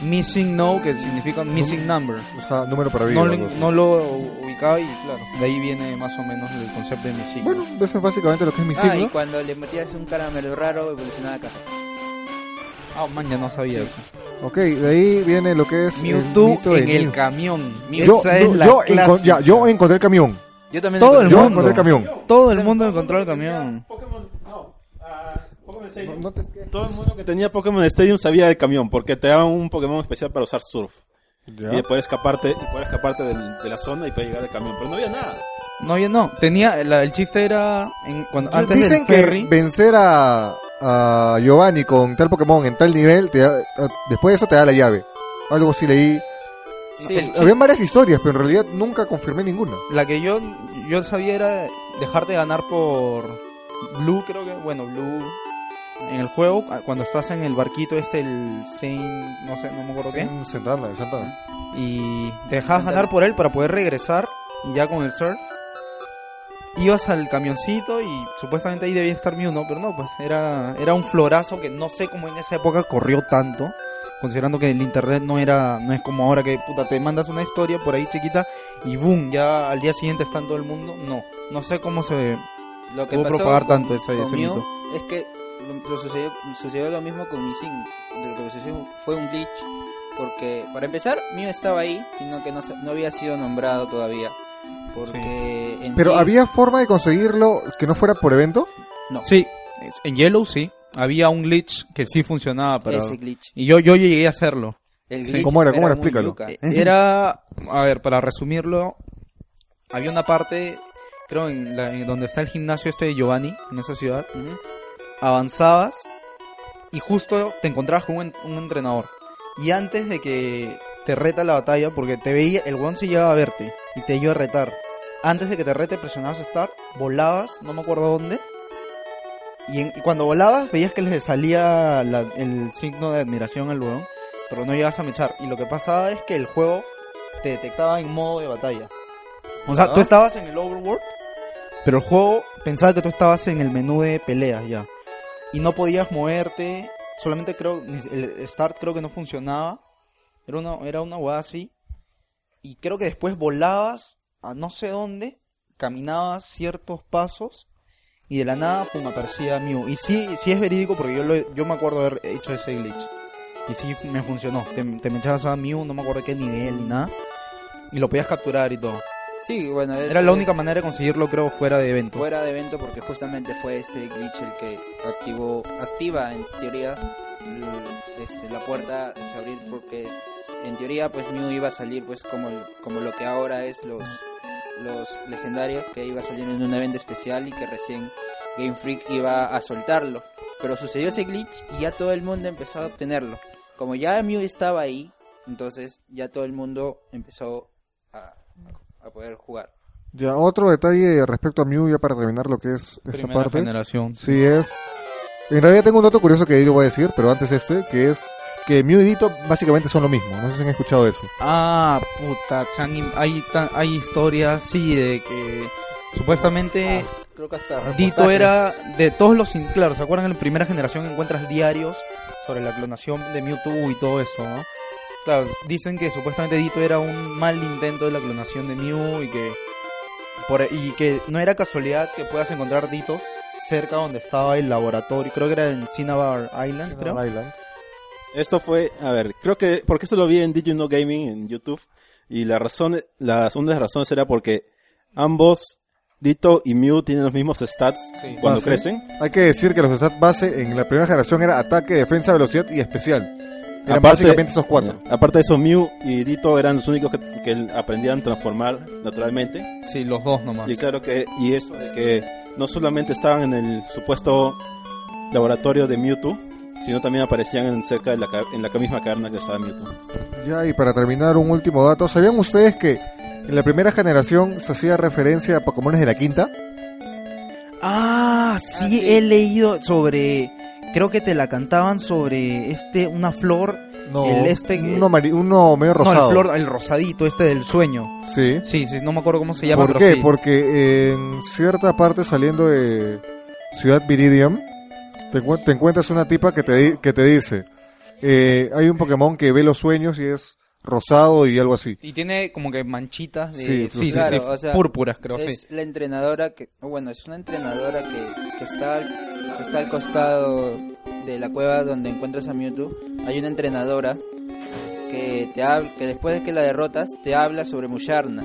S3: Missing No, que significa Missing Number.
S2: O sea, número perdido.
S3: no, lo-
S2: algo así.
S3: no lo ubicaba y claro, de ahí viene más o menos el concepto de mi signo.
S2: Bueno, eso es básicamente lo que es mi
S4: Ah, y
S2: signo.
S4: cuando le metías un caramelo raro evolucionaba a café.
S3: ah, man, ya no sabía eso.
S2: Ok, de ahí viene lo que es el
S3: Mewtwo
S2: mito de
S3: en el
S2: Mew.
S3: camión.
S2: Yo,
S3: Esa
S2: yo-
S3: es la
S2: yo encon-
S3: clásica.
S2: ya, yo encontré el camión.
S4: Yo también
S3: Todo el
S2: Yo
S3: mundo.
S2: encontré el camión.
S3: Todo el mundo encontró el camión.
S5: Pokémon, no. ah, Pokémon
S2: No te-
S5: Todo el mundo que tenía Pokémon Stadium sabía del camión, porque te daban un Pokémon especial para usar surf. Y de poder escaparte, y poder escaparte del- de la zona y poder llegar al camión. Pero no había nada.
S3: No, yo no. Tenía, la- el chiste era en- cuando, antes
S2: Dicen
S3: del ferry.
S2: que vencer a, a Giovanni con tal Pokémon en tal nivel, te da- eh, después de eso te da la llave. Algo así leí.
S4: Sí, el
S2: Habían varias historias, pero en realidad nunca confirmé ninguna.
S3: La que yo, yo sabía era dejar de ganar por Blue, creo que, bueno, Blue en el juego, ah, cuando estás en el barquito este, el Saint, no sé, no me acuerdo qué,
S2: Sentarla, sentarla.
S3: y te dejabas ganar por él para poder regresar, y ya con el surf, ibas al camioncito y supuestamente ahí debía estar Mew, ¿no? Pero no, pues era, era un florazo que no sé cómo en esa época corrió tanto, considerando que el internet no era, no es como ahora que puta te mandas una historia por ahí chiquita y boom, ya al día siguiente está en todo el mundo. No, no sé cómo se
S4: Lo que
S3: pudo
S4: pasó
S3: propagar
S4: con-
S3: tanto ese,
S4: con
S3: ese
S4: Mew
S3: mito.
S4: es que lo, lo sucedió, sucedió lo mismo con mi signo. Lo que sucedió fue un glitch. Porque, para empezar, Mew estaba ahí, sino que no, se- no había sido nombrado todavía. Porque en
S2: Pero
S4: sí-
S2: había forma de conseguirlo que no fuera por evento.
S4: No.
S3: Sí, es- en Yellow sí. había un glitch que sí funcionaba para...
S4: Ese glitch.
S3: Y yo, yo llegué a hacerlo.
S4: El
S2: Sí,
S4: glitch
S2: ¿cómo era? ¿Cómo era?
S4: muy
S2: Explícalo.
S4: yuca.
S3: Eh, Era, a ver, para resumirlo, había una parte, creo, en, la- en donde está el gimnasio este de Giovanni, en esa ciudad,
S4: Ujú.
S3: avanzabas y justo te encontrabas con un, en- un entrenador. Y antes de que te reta la batalla, porque te veía, el weón se llegaba a verte y te iba a retar. Antes de que te rete, presionabas estar, volabas, no me acuerdo dónde. Y, en- y cuando volabas, veías que le salía la- el signo de admiración al weón, pero no llegabas a mechar. Y lo que pasaba es que el juego te detectaba en modo de batalla. O sea, tú estabas en el overworld, pero el juego pensaba que tú estabas en el menú de peleas ya y no podías moverte. Solamente creo, ni- el start creo que no funcionaba. Era una, era una hueá así. Y creo que después volabas a no sé dónde, caminabas ciertos pasos y de la nada, pum, aparecía Mew. Y sí, sí es verídico porque yo, lo- yo me acuerdo haber hecho ese glitch. Y sí me funcionó. Te, te metías a Mew, no me acuerdo qué nivel ni nada. Y lo podías capturar y todo.
S4: Sí, bueno, es-
S3: Era la
S4: es-
S3: única manera de conseguirlo, creo, fuera de evento.
S4: fuera de evento porque justamente fue ese glitch el que activó, activa en teoría l- este, la puerta se abrir porque es- en teoría pues Mew iba a salir pues como, el- como lo que ahora es los, los legendarios que iba a salir en un evento especial y que recién Game Freak iba a soltarlo. Pero sucedió ese glitch y ya todo el mundo empezó a obtenerlo. Como ya Mew estaba ahí, entonces ya todo el mundo empezó a, a poder jugar.
S2: Ya, otro detalle respecto a Mew, ya para terminar lo que es esta
S3: Primera
S2: parte.
S3: generación.
S2: Sí, es. En realidad tengo un dato curioso que ahí lo voy a decir, pero antes este, que es que Mew y Ditto básicamente son lo mismo. No sé si han escuchado eso.
S3: Ah, puta, se han im- hay, tan- hay historias, sí, de que supuestamente
S6: Creo que hasta.
S3: Dito era de todos los... in- Claro, ¿se acuerdan? En la primera generación encuentras diarios sobre la clonación de Mewtwo y todo eso, ¿no? Claro, dicen que supuestamente Dito era un mal intento de la clonación de Mew y que, por, e, y que no era casualidad que puedas encontrar Ditos cerca donde estaba el laboratorio, creo que era en Cinnabar Island, creo.
S2: Island.
S5: Esto fue, a ver, creo que, porque esto lo vi en Did You Know Gaming en YouTube, y la razón, las una de las razones era porque ambos, Dito y Mew, tienen los mismos stats cuando
S2: Ah, sí.
S5: crecen.
S2: Hay que decir que los stats base en la primera generación era ataque, defensa, velocidad y especial. Eran
S5: Aparte-
S2: básicamente esos cuatro.
S5: Ya, Aparte de eso, Mew y Dito eran los únicos que, que aprendían a transformar naturalmente.
S3: Sí, los dos nomás.
S5: Y claro que, y eso de que no solamente estaban en el supuesto laboratorio de Mewtwo, sino también aparecían en cerca de la, ca- en la misma caverna que estaba Mewtwo.
S2: Ya, y para terminar, un último dato. ¿Sabían ustedes que en la primera generación se hacía referencia a Pokémon de la quinta?
S3: Ah, sí, he leído sobre. Creo que te la cantaban sobre este, una flor.
S2: No,
S3: El este-
S2: uno, amari- uno medio
S3: No,
S2: rosado.
S3: el flor, el rosadito este del sueño.
S2: Sí.
S3: Sí, sí, no me acuerdo cómo se llama.
S2: ¿Por
S3: pero
S2: qué?
S3: sí.
S2: Porque en cierta parte saliendo de Ciudad Viridium, te, encuent- te encuentras una tipa que te, di- que te dice, eh, hay un Pokémon que ve los sueños y es rosado y algo así.
S3: Y tiene como que manchitas de.
S2: Sí,
S3: Eh, Sí, sí, sí,
S4: claro, o sea,
S3: púrpuras, creo,
S4: es
S3: sí.
S4: la entrenadora que bueno es una entrenadora que, que está al- que está al costado de la cueva donde encuentras a Mewtwo hay una entrenadora que te hab- que después de que la derrotas te habla sobre Musharna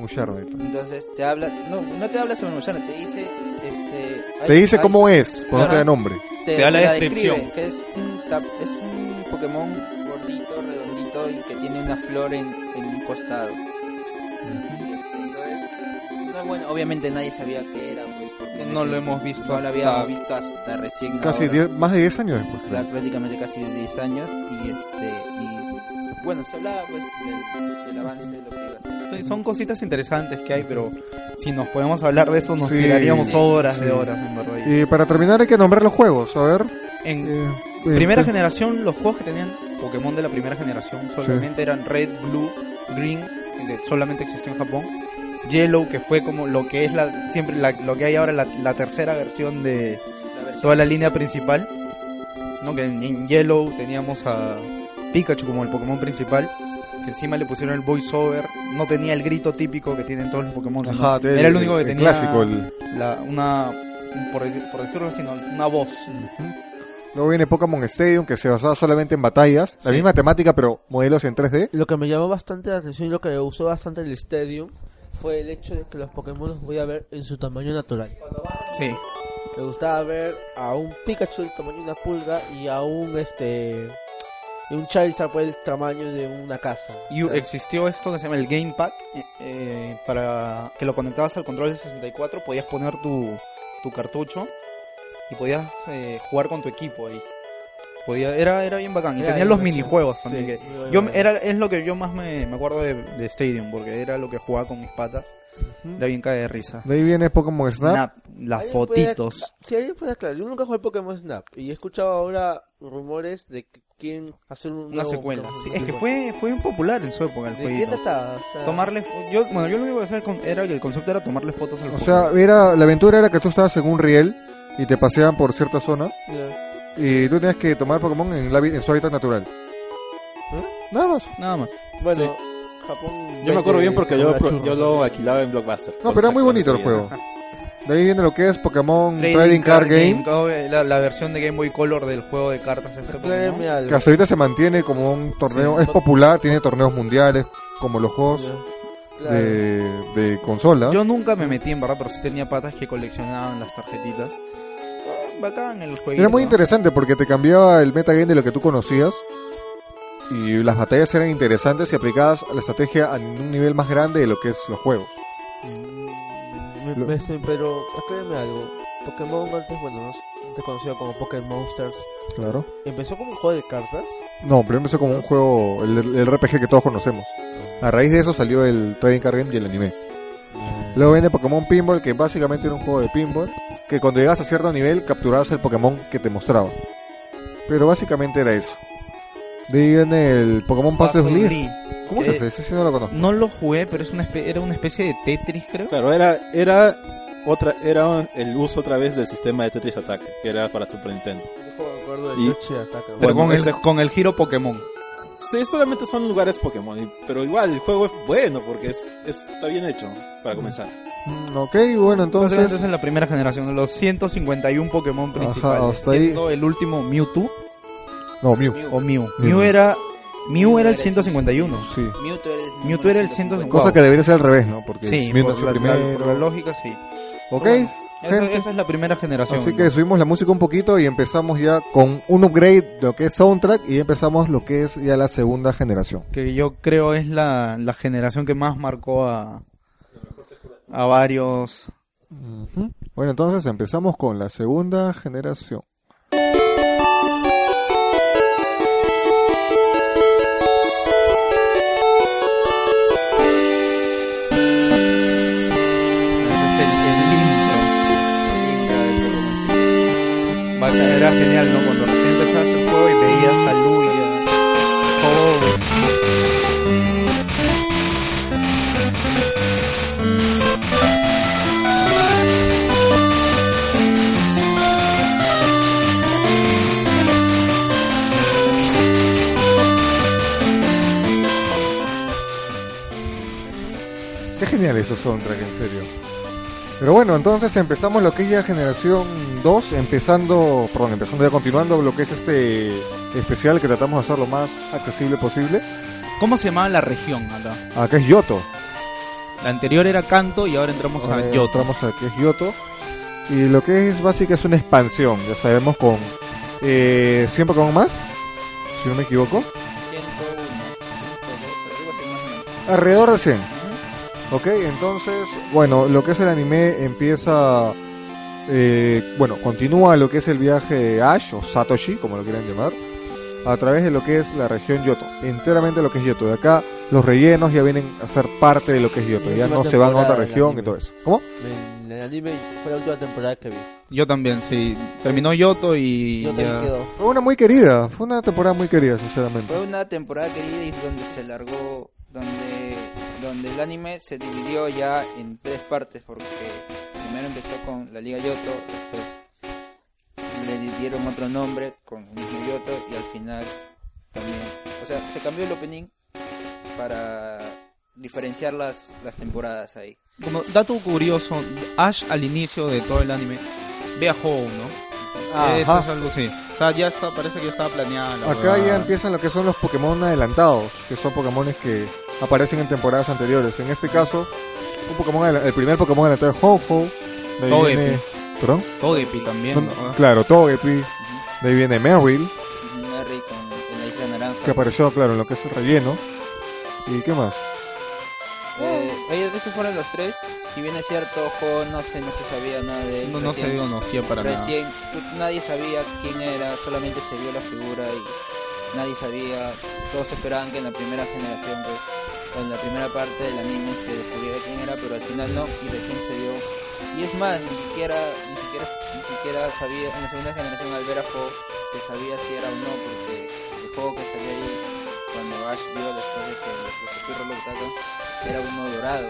S2: Musharna y tal.
S4: entonces te habla no no te habla sobre Musharna te dice este
S2: Te
S4: hay-
S2: dice
S4: hay-
S2: cómo es, por no te
S4: Ajá.
S2: da nombre.
S4: te,
S7: Te da la
S4: la
S7: descripción.
S4: describe, que es un, tap- es un Pokémon gordito, redondito y que tiene una flor en, en un costado. Este, entonces, no, bueno, obviamente nadie sabía qué era, pues, porque en
S3: No
S4: ese-
S3: lo hemos visto
S4: No lo
S3: hasta-
S4: habíamos visto hasta recién.
S2: Casi
S4: ahora.
S2: diez- más de 10 años después. creo.
S4: Claro, prácticamente casi 10 años y este y bueno, se hablaba pues del, del avance de lo que iba a ser.
S3: Sí, Son cositas interesantes que hay, pero si nos podemos hablar de eso, nos
S2: Sí,
S3: tiraríamos
S2: sí,
S3: horas de
S2: sí.
S3: horas, en verdad.
S2: Y para terminar hay que nombrar los juegos, a ver.
S3: En
S2: eh, eh,
S3: primera
S2: eh,
S3: generación, los juegos que tenían Pokémon de la primera generación solamente eran Red, Blue, Green, que solamente existió en Japón. Yellow, que fue como lo que es la, siempre la- lo que hay ahora, la, la tercera versión de
S4: La versión
S3: toda la
S4: que
S3: línea principal. ¿no? Que en, en Yellow teníamos a Pikachu como el Pokémon principal, que encima le pusieron el voiceover, no tenía el grito típico que tienen todos los Pokémon. sino
S2: ajá, del-
S3: era el único que tenía
S2: clásico. el-
S3: la- una, por, decir- por decirlo así, no, una voz.
S2: Luego viene Pokémon Stadium, que se basaba solamente en batallas. La
S3: Sí.
S2: misma temática, pero modelos en 3D.
S6: Lo que me llamó bastante la atención y lo que me gustó bastante el Stadium fue el hecho de que los Pokémon los voy a ver en su tamaño natural.
S3: Sí.
S6: me gustaba ver a un Pikachu del tamaño de una pulga y a un este y un Charizard por el tamaño de una casa.
S3: Y
S6: O sea,
S3: existió esto que se llama el Gamepad, eh, eh, para que lo conectabas al control del 64, podías poner tu, tu cartucho y podías eh, jugar con tu equipo ahí. Podía, era, era bien bacán. Y
S6: Era
S3: tenían
S6: bien
S3: los
S6: bacán.
S3: minijuegos
S6: Sí,
S3: también. que-
S6: muy
S3: yo,
S6: bacán.
S3: era, es lo que yo más me, me acuerdo de, de Stadium, porque era lo que jugaba con mis patas.
S6: Ujú. Pues
S3: Era bien cae de risa.
S2: De ahí viene Pokémon Snap.
S3: Snap, las
S6: ¿Alguien puede
S3: fotitos.
S6: acla- Si alguien puede aclarar, yo nunca jugué al Pokémon Snap y he escuchado ahora rumores de que quieren hacer un
S3: Una
S6: nuevo
S3: secuela.
S6: Pokémon
S3: Sí,
S6: Snap.
S3: es que fue, fue bien popular en su época el
S6: ¿De qué
S3: jueguito.
S6: trataba? O sea,
S3: Tomarle, yo, bueno, yo lo único que hacía con- era que el concepto era tomarle fotos al
S2: O
S3: juego.
S2: sea, era, la aventura era que tú estabas en un riel y te paseaban por cierta zona
S6: ya.
S2: y tú tenías que tomar Pokémon en, la, en su hábitat natural.
S3: ¿Eh?
S2: Nada más.
S3: nada más.
S6: Bueno, Japón.
S5: Yo me acuerdo bien porque yo,
S6: la churra.
S5: yo lo alquilaba en Blockbuster.
S2: No, pero era muy bonito el juego. De ahí viene lo que es Pokémon Trading, Card, Game,
S3: Card Game, la, la versión de Game Boy Color del juego de cartas ese Pokémon.
S6: Acláreme algo.
S2: que hasta ahorita se mantiene como un torneo,
S6: Sí.
S2: es popular, tiene torneos mundiales, como los juegos
S6: Ya. Claro.
S2: de, de consola.
S3: Yo nunca me metí en verdad, pero sí tenía patas que coleccionaban las tarjetitas. Ah, Bacán el juego.
S2: Era muy interesante porque te cambiaba el metagame de lo que tú conocías y las batallas eran interesantes y aplicadas a la estrategia a un nivel más grande de lo que es los juegos.
S6: Mm, me-
S2: Lo-
S6: me- sí, pero acláreme algo. Pokémon antes, bueno, no sé, antes conocido como Pokémon Monsters,
S2: Claro.
S6: empezó como un juego de cartas.
S2: No, pero empezó como un juego, el, el RPG que todos conocemos.
S6: Ah.
S2: A raíz de eso salió el Trading Card Game y el anime.
S6: Mm.
S2: Luego viene Pokémon Pinball, que básicamente era un juego de pinball, que cuando llegabas a cierto nivel capturabas el Pokémon que te mostraba. Pero básicamente era eso. De ahí viene el Pokémon Puzzle League. ¿Cómo se
S3: que-
S2: hace? Ese sí no lo conozco.
S3: No lo jugué, pero es una espe- era una especie de Tetris, creo.
S5: Claro, era, era, otra, era el uso otra vez del sistema de Tetris Attack, que era para Super Nintendo.
S6: Un juego, me acuerdo de
S5: Y-
S6: Yoshi Ataca.
S3: Pero
S5: Bueno,
S3: con,
S5: ese-
S3: el, con el giro Pokémon.
S5: Sí, solamente son lugares Pokémon, y- pero igual el juego es bueno porque es, es- está bien hecho para comenzar.
S2: Mm, Ok, bueno,
S3: Entonces,
S2: entonces...
S3: en la primera generación, los 151 Pokémon
S2: Ajá,
S3: principales.
S2: hasta ahí.
S3: siendo el último Mewtwo
S2: No, Mew.
S3: o Mew.
S2: Mew.
S3: Mew era, Mew
S4: Mew
S3: era el
S4: era el
S3: 151.
S2: Sí.
S4: Mewtwo era el
S3: Mewtwo era el
S4: 150.
S2: Cosa
S3: Wow.
S2: que debería ser al revés, ¿no? Porque
S3: Sí,
S2: Mew
S3: por
S2: nació
S3: la, la-
S2: primero.
S3: por la lógica, sí.
S2: ok,
S3: Bueno, esa,
S2: gente.
S3: esa es la primera generación.
S2: así que subimos la música un poquito y empezamos ya con un upgrade de lo que es soundtrack y empezamos lo que es ya la segunda generación.
S3: que yo creo es la, la generación que más marcó a, a varios.
S2: Bueno, entonces empezamos con la segunda generación.
S3: Ese es el, el intro. Bacha, era genial, ¿no? Cuando recién empezabas el juego y veías a Luya.
S2: Qué genial esos soundtrack, en serio. Pero bueno, entonces empezamos lo que es ya generación 2, empezando, perdón, empezando ya continuando lo que es este especial que tratamos de hacer lo más accesible posible.
S3: ¿Cómo se llamaba la región acá?
S2: Acá es Yoto.
S3: La anterior era Kanto y ahora entramos a
S2: Eh,
S3: Yoto.
S2: Entramos a que es Yoto. Y lo que es básica es una expansión, ya sabemos, con eh, 100 Pokémon más, si no me equivoco.
S4: 101, 102, algo así más o menos.
S2: Alrededor de 100. Ok, entonces, bueno, lo que es el anime empieza, eh, bueno, continúa lo que es el viaje de Ash o Satoshi, como lo quieran llamar, a través de lo que es la región Yoto, enteramente lo que es Yoto. De acá, los rellenos ya vienen a ser parte de lo que es Yoto,
S6: Y
S2: ya
S6: última
S2: no se van a otra
S6: temporada del
S2: región y
S6: anime.
S2: todo eso. ¿Cómo?
S6: En el anime fue la última temporada que vi.
S3: Yo también, sí. Terminó Yoto y.
S4: Yo
S3: ya-
S4: también quedo.
S2: Fue una muy querida, fue una temporada muy querida, sinceramente.
S4: Fue una temporada querida y donde se largó, donde, donde el anime se dividió ya en tres partes, porque primero empezó con la Liga Yoto, después le dieron otro nombre con el mismo Yoto y al final también, o sea, se cambió el opening para diferenciar las, las temporadas ahí.
S3: Como dato curioso, Ash al inicio de todo el anime ve a Home, ¿no? Eso es algo así. O sea, ya está, parece que ya estaba planeada la
S2: Acá
S3: huevada.
S2: ya empiezan lo que son los Pokémon adelantados, que son Pokémon que aparecen en temporadas anteriores. En este caso, un Pokémon adela- el primer Pokémon adelantado es Ho-Ho, de ahí
S3: Togepi.
S2: viene perdón.
S3: Togepi también.
S2: Son-
S3: ¿no?
S2: Claro, Togepi. De ahí viene Merrill,
S4: Merry con en la isla
S2: que
S4: naranja.
S2: apareció, claro, en lo que es el relleno. ¿Y qué más?
S4: Eh, ellos, esos fueron los tres. Si bien es cierto, Ojo no se, no se sabía nada de él.
S3: No, no
S4: Recién-
S3: se conocía para nada.
S4: Recién pues, nadie sabía quién era, solamente se vio la figura y nadie sabía. Todos esperaban que en la primera generación, pues, o en la primera parte del anime se descubriera quién era, pero al final no, y recién se vio. Y es más, ni siquiera, ni siquiera, ni siquiera sabía, en la segunda generación al ver a Ho, se sabía si era o no, porque el juego que salió ahí, cuando Ash vio después de que los los esbirros lo atacan, era uno dorado,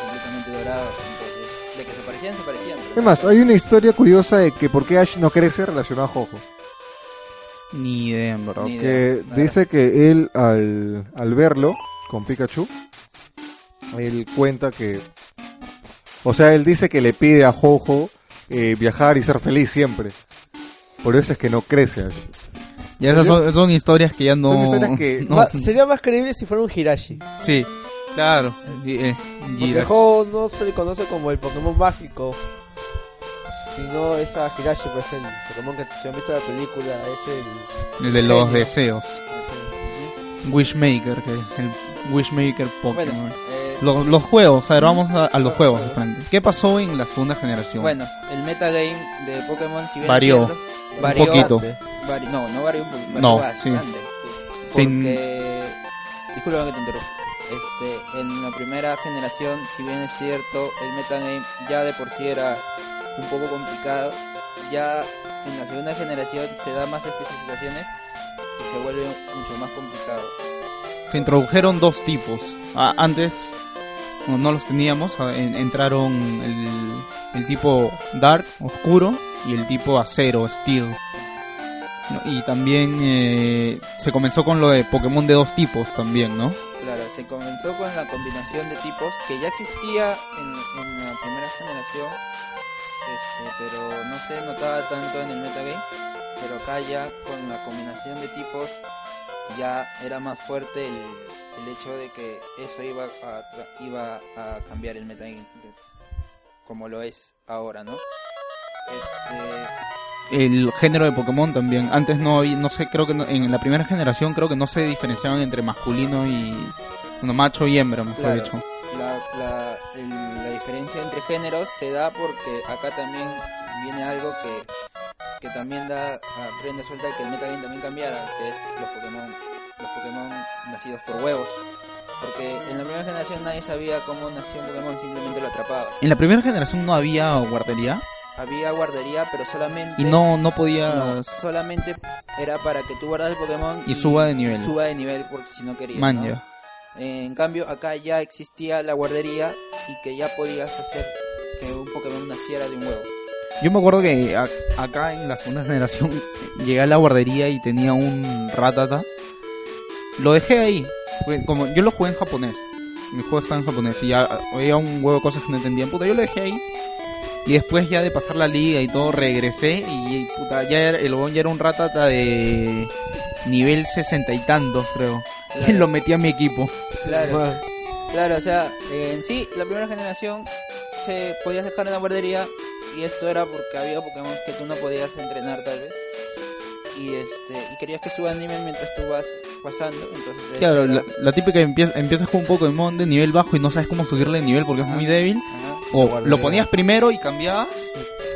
S4: completamente dorado, entonces, de que se parecían, se parecían. pero-
S2: Es más, hay una historia curiosa de que por qué Ash no crece relacionado a Jojo.
S3: Ni idea, en verdad.
S4: Ni idea.
S2: Que
S4: claro.
S2: dice que él, al, al verlo con Pikachu, él cuenta que. O sea, él dice que le pide a Jojo eh, viajar y ser feliz siempre. Por eso es que no crece Ash.
S3: Y esas son, son historias que ya no.
S2: Son historias que-
S3: no-
S8: Ma- sería más creíble si fuera un Hirashi.
S3: Sí, claro. Y- eh,
S8: Porque
S3: Jirachi.
S8: Ho no se le conoce como el Pokémon mágico, sino es a Hirashi, pues el Pokémon que se han visto en la película, es el...
S3: El de los
S8: Genio.
S3: deseos. Wishmaker, que es el Wishmaker
S4: Bueno,
S3: Pokémon.
S4: eh,
S3: Los, los juegos, a ver, vamos a, a los
S8: Los
S3: juegos,
S8: juegos.
S3: Frank. ¿Qué pasó en la segunda generación?
S4: bueno, el metagame de Pokémon si bien
S3: Varió.
S4: es cierto,
S8: Un
S3: un
S4: varió
S3: poquito.
S4: vari- no, pues, no varió un poquito. varió
S3: No,
S4: bastante,
S3: sí.
S4: Porque,
S3: Sin-
S4: disculpa que te interrumpa. Este, en la primera generación, si bien es cierto, el metagame ya de por sí era un poco complicado, ya en la segunda generación se da más especificaciones y se vuelve mucho más complicado.
S3: Se introdujeron dos tipos. Ah, antes no, no los teníamos, ah, en- entraron el, el tipo Dark, oscuro, y el tipo acero, Steel. No, Y también eh, se comenzó con lo de Pokémon de dos tipos también, ¿no?
S4: Claro, se comenzó con la combinación de tipos que ya existía en, en la primera generación, este, pero no se notaba tanto en el metagame, pero acá ya con la combinación de tipos ya era más fuerte el, el hecho de que eso iba a, tra- iba a cambiar el metagame de- como lo es ahora, ¿no? Este,
S3: el género de Pokémon también. Antes no había- no sé, creo que no- en la primera generación creo que no se diferenciaban entre masculino y bueno, macho y hembra, mejor
S4: Claro.
S3: dicho.
S4: la, la- el- la diferencia entre géneros se da porque acá también viene algo que, que también da a rienda suelta que el metagame también cambiara, que es los Pokémon, los Pokémon nacidos por huevos. Porque en la primera generación nadie sabía cómo nació un Pokémon, simplemente lo atrapaba.
S3: En la primera generación no había guardería
S4: Había guardería, pero solamente...
S3: y no no podías
S4: no, solamente era para que tú guardas el Pokémon
S3: y suba de nivel.
S4: suba de nivel porque si no querías. ¿no?
S3: Manja.
S4: En cambio, acá ya existía la guardería y que ya podías hacer que un Pokémon naciera de un huevo.
S3: Yo me acuerdo que a- acá en la segunda generación llegué a la guardería y tenía un ratata. Lo dejé ahí. porque Como yo lo jugué en japonés. Mi juego estaba en japonés y ya había un huevo de cosas que no entendía. Puta, yo lo dejé ahí. Y después ya de pasar la liga y todo, regresé y puta, ya era- el huevón ya era un ratata de nivel sesenta y tantos, creo. Y
S4: Claro.
S3: lo metí a mi equipo.
S4: Claro, claro, o sea, eh, en sí, la primera generación se podías dejar en la guardería y esto era porque había Pokémon que tú no podías entrenar tal vez. Y, este, y querías que suban nivel mientras tú vas pasando, entonces... eso
S3: Claro,
S4: era-
S3: la, la típica empieza, empiezas con un Pokémon de nivel bajo y no sabes cómo subirle de nivel porque es muy débil.
S4: Ajá.
S3: O lo ponías primero y cambiabas,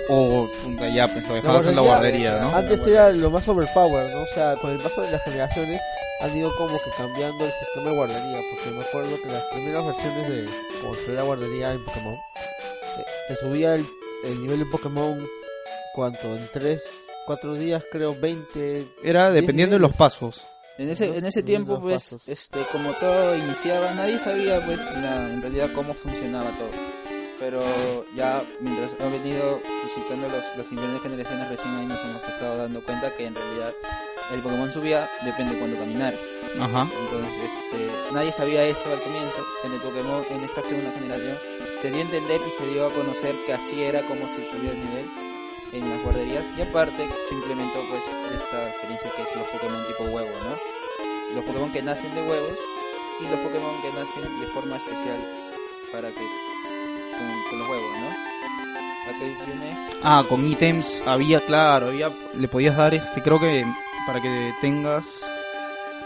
S3: o punta ya, pues lo dejabas en la guardería, ¿no?
S8: Antes era lo más overpower, ¿no? O sea, con el paso de las generaciones han ido como que cambiando el sistema de guardería, porque me acuerdo que las primeras versiones de cuando salió la guardería en Pokémon, eh, te subía el, el nivel de Pokémon, ¿cuánto? En 3, 4 días, creo, 20...
S3: Era dependiendo de los pasos.
S4: En ese, en ese
S8: Unos
S4: tiempo, pues,
S8: pasos.
S4: este, como todo iniciaba, nadie sabía, pues, la- en realidad cómo funcionaba todo. Pero ya, mientras han venido visitando los, las siguientes generaciones, recién ahí nos hemos estado dando cuenta que en realidad el Pokémon subía depende de cuando caminaras.
S3: Ajá.
S4: Entonces, este, nadie sabía eso al comienzo. En el Pokémon, en esta segunda generación, se dio a entender y se dio a conocer que así era como se subió el nivel en las guarderías. Y aparte, se implementó pues esta experiencia que es los Pokémon tipo huevo, ¿no? Los Pokémon que nacen de huevos y los Pokémon que nacen de forma especial para que con, con los huevos, ¿no? La que tiene.
S3: Ah, con ítems había, claro, había, le podías dar este, creo que para que tengas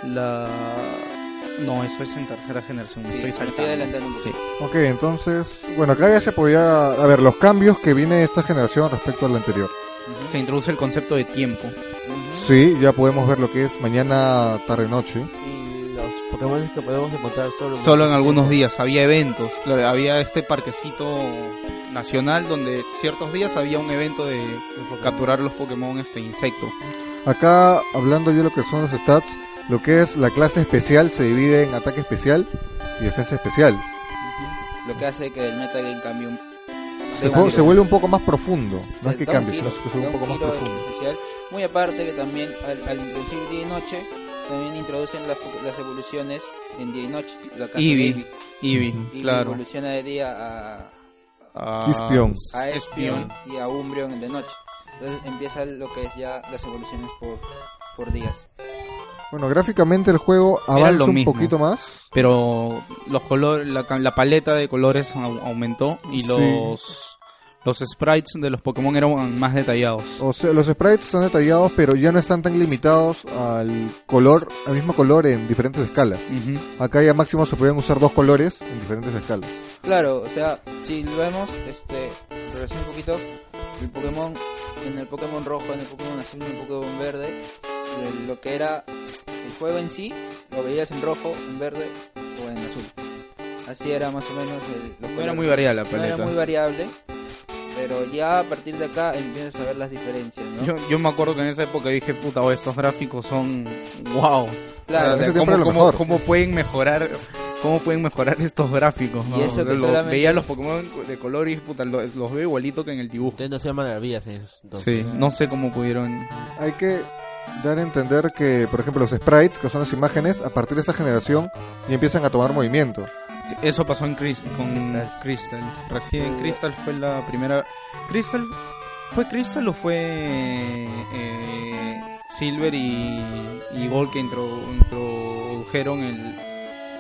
S3: la... No, eso es en tercera generación,
S4: Sí,
S3: estoy
S4: me
S3: saltando.
S4: estoy adelantando un poco.
S3: Sí.
S2: Ok, entonces, bueno, acá ya se podía, a ver, los cambios que viene de esta generación respecto a la anterior.
S3: Se introduce el concepto de tiempo.
S2: Sí, ya podemos ver lo que es mañana, tarde, noche.
S8: Y los Pokémon que podemos encontrar solo en
S3: Solo en algunos días había eventos. Claro, Había este parquecito nacional donde ciertos días había un evento de capturar los Pokémon este insecto.
S2: Acá, hablando yo lo que son los stats, lo que es la clase especial se divide en ataque especial y defensa especial.
S4: Lo que hace que el metagame cambie un
S2: Se,
S4: Según-
S2: vu- se vuelve un poco más profundo,
S4: O
S2: no
S4: sea,
S2: es que
S4: da un
S2: cambie, sino
S4: giro,
S2: que se vuelve
S4: da
S2: un poco más
S4: giro
S2: profundo.
S4: especial. Muy aparte que también al, al introducir día y noche, también introducen las, fo- las evoluciones en día y noche. La casa de
S3: Eevee,
S4: Eevee.
S3: Eevee,
S4: Eevee
S3: claro.
S4: evoluciona de día a,
S3: Ah,
S2: Ispión.
S4: a Espion
S3: Espion.
S4: y a Umbreon de noche. Entonces empieza lo que es ya las evoluciones por, por días.
S2: Bueno, gráficamente el juego avanza
S3: lo
S2: un
S3: mismo.
S2: poquito más.
S3: Pero los colores, la, ca- la paleta de colores au- aumentó y
S2: Sí.
S3: los los sprites de los Pokémon eran más detallados.
S2: O sea, los sprites son detallados, pero ya no están tan limitados al color, al mismo color en diferentes escalas.
S3: Ujú.
S2: Acá ya máximo se pueden usar dos colores en diferentes escalas.
S4: Claro, o sea, si lo vemos, este, regresando un poquito, el Pokémon, en el Pokémon rojo, en el Pokémon azul, en el Pokémon verde, de lo que era el juego en sí, lo veías en rojo, en verde o en azul. Así era más o menos el, los
S3: No era
S4: colores.
S3: muy variada la
S4: No era
S3: paleta.
S4: muy variable, pero ya a partir de acá empiezas a ver las diferencias, ¿no?
S3: Yo, yo me acuerdo que en esa época dije, puta, oh, estos gráficos son wow.
S4: claro,
S2: en ese tiempo
S3: ¿cómo,
S2: era lo
S3: cómo-
S2: mejor.
S3: cómo pueden mejorar cómo pueden mejorar estos gráficos?
S4: Y
S3: ¿no?
S4: eso que
S3: Lo-
S4: solamente-
S3: Veía los Pokémon de color y puta, lo- los, veo igualito que en el dibujo.
S8: Ustedes no hacían maravillas en esos
S3: Sí,
S8: entonces.
S3: no sé cómo pudieron.
S2: Hay que dar a entender que, por ejemplo, los sprites, que son las imágenes, a partir de esta generación ya empiezan a tomar movimiento.
S3: Sí, Eso pasó en Cris- con Crystal. Recién
S4: Eh,
S3: Crystal fue la primera. Crystal fue Crystal o fue eh, Silver y, y Gold que intro- introdujeron el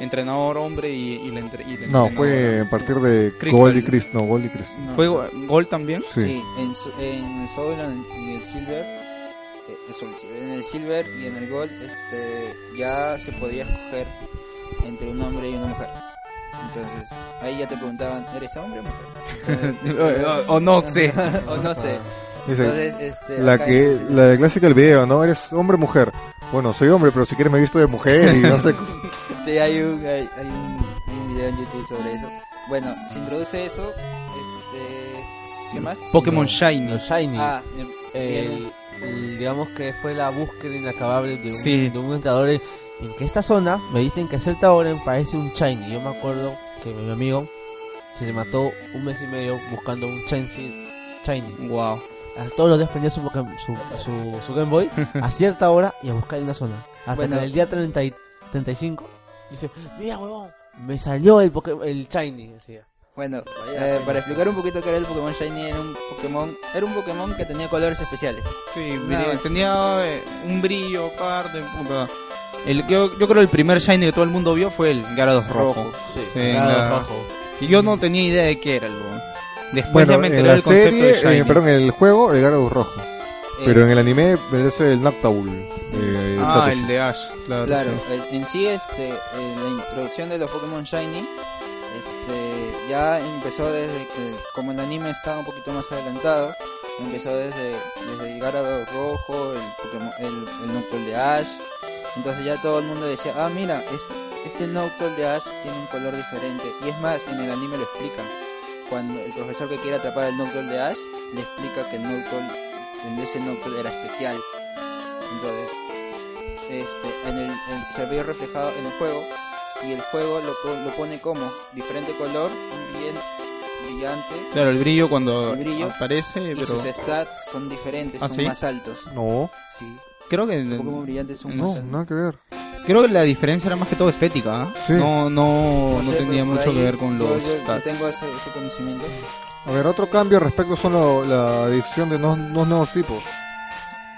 S3: entrenador hombre y, y la entre- y la
S2: No,
S3: entrenadora?
S2: fue a partir de
S3: Crystal.
S2: Gold y Chris, no, Gold y Chris.
S3: fue Go- Gold también.
S2: Sí.
S4: Sí, en, su- en Soul y el Silver, eh, en Soul- en el Silver y en el Gold, este, ya se podía escoger entre un hombre y una mujer. Entonces, ahí ya te preguntaban, ¿eres hombre o mujer? Entonces,
S3: o, o no sé.
S4: o no sé.
S2: Dice,
S4: Entonces, este,
S2: la
S4: acá
S2: que
S4: en el-
S2: la clásica del video, ¿no? Eres hombre o mujer. Bueno, soy hombre, pero si quieres me he visto de mujer y no sé.
S4: Sí, hay un, hay, hay un, hay un video en YouTube sobre eso. Bueno, se introduce eso, este, ¿qué más?
S3: Pokémon
S8: No.
S3: Shiny.
S8: Los Shiny.
S4: Ah, el,
S8: el, el- digamos que fue la búsqueda inacabable de un,
S3: Sí.
S8: de un entrenador en, en que esta zona me dicen que cierta hora me parece un shiny yo me acuerdo que mi amigo se le mató un mes y medio buscando un shiny shiny
S3: Wow.
S8: a todos los días prendía su, Pokémon- su, su, su Game Boy a cierta hora y a buscar en una zona hasta
S4: Bueno.
S8: que el día 30 y 35 dice mira huevón me salió el Poké- el shiny decía
S4: Bueno, eh, para explicar un poquito qué era el Pokémon Shiny, era un Pokémon, era un Pokémon que tenía colores especiales.
S3: Sí,
S4: Nada.
S3: brilla- tenía eh, un brillo aparte, puta. El, yo, yo creo el primer Shiny que todo el mundo vio fue el Gyarados rojo.
S8: sí,
S3: Sí,
S8: claro,
S7: Ah,
S3: claro.
S4: Ah.
S8: rojo.
S3: Y yo no tenía idea de qué era el huevón. Después
S2: Bueno,
S3: ya me
S2: en
S3: enteré
S2: la
S3: del concepto
S2: serie,
S3: de Shiny.
S2: eh, perdón, en el juego, el Gyarados rojo.
S4: Eh,
S2: Pero en el anime es el Noctowl. eh,
S3: ah,
S2: Satoshi.
S3: el de Ash, claro.
S4: Claro,
S3: sí.
S4: eh, en sí este, eh, la introducción de los Pokémon Shiny este, ya empezó desde que, como el anime estaba un poquito más adelantado, empezó desde, desde el Gyarados Rojo, el, Pokémon, el, el Noctowl de Ash, entonces ya todo el mundo decía, ah mira, este, este Noctowl de Ash tiene un color diferente, y es más, en el anime lo explican, cuando el profesor que quiere atrapar el Noctowl de Ash, le explica que el Noctowl, el de ese Noctowl era especial, entonces este, en el, en- se ve reflejado en el juego y el juego lo, co- lo pone como diferente color, un bien brillante
S3: Claro, el brillo cuando
S4: El brillo.
S3: aparece,
S4: y
S3: pero
S4: sus stats son diferentes,
S3: ¿Ah,
S4: son
S3: sí?
S4: más altos.
S2: No,
S4: Sí,
S3: creo que
S4: los Pokémon brillantes son
S3: No,
S2: no,
S4: más altos.
S2: nada que ver.
S3: creo que la diferencia era más que todo estética. ¿ah?
S2: Sí.
S3: No, no, no
S4: sé,
S3: tenía
S4: pero por
S3: mucho
S4: ahí
S3: que ver con
S4: yo-
S3: los
S4: yo, yo
S3: stats.
S4: tengo ese, ese conocimiento.
S2: A ver, otro cambio al respecto son lo- la edición de no- dos nuevos tipos.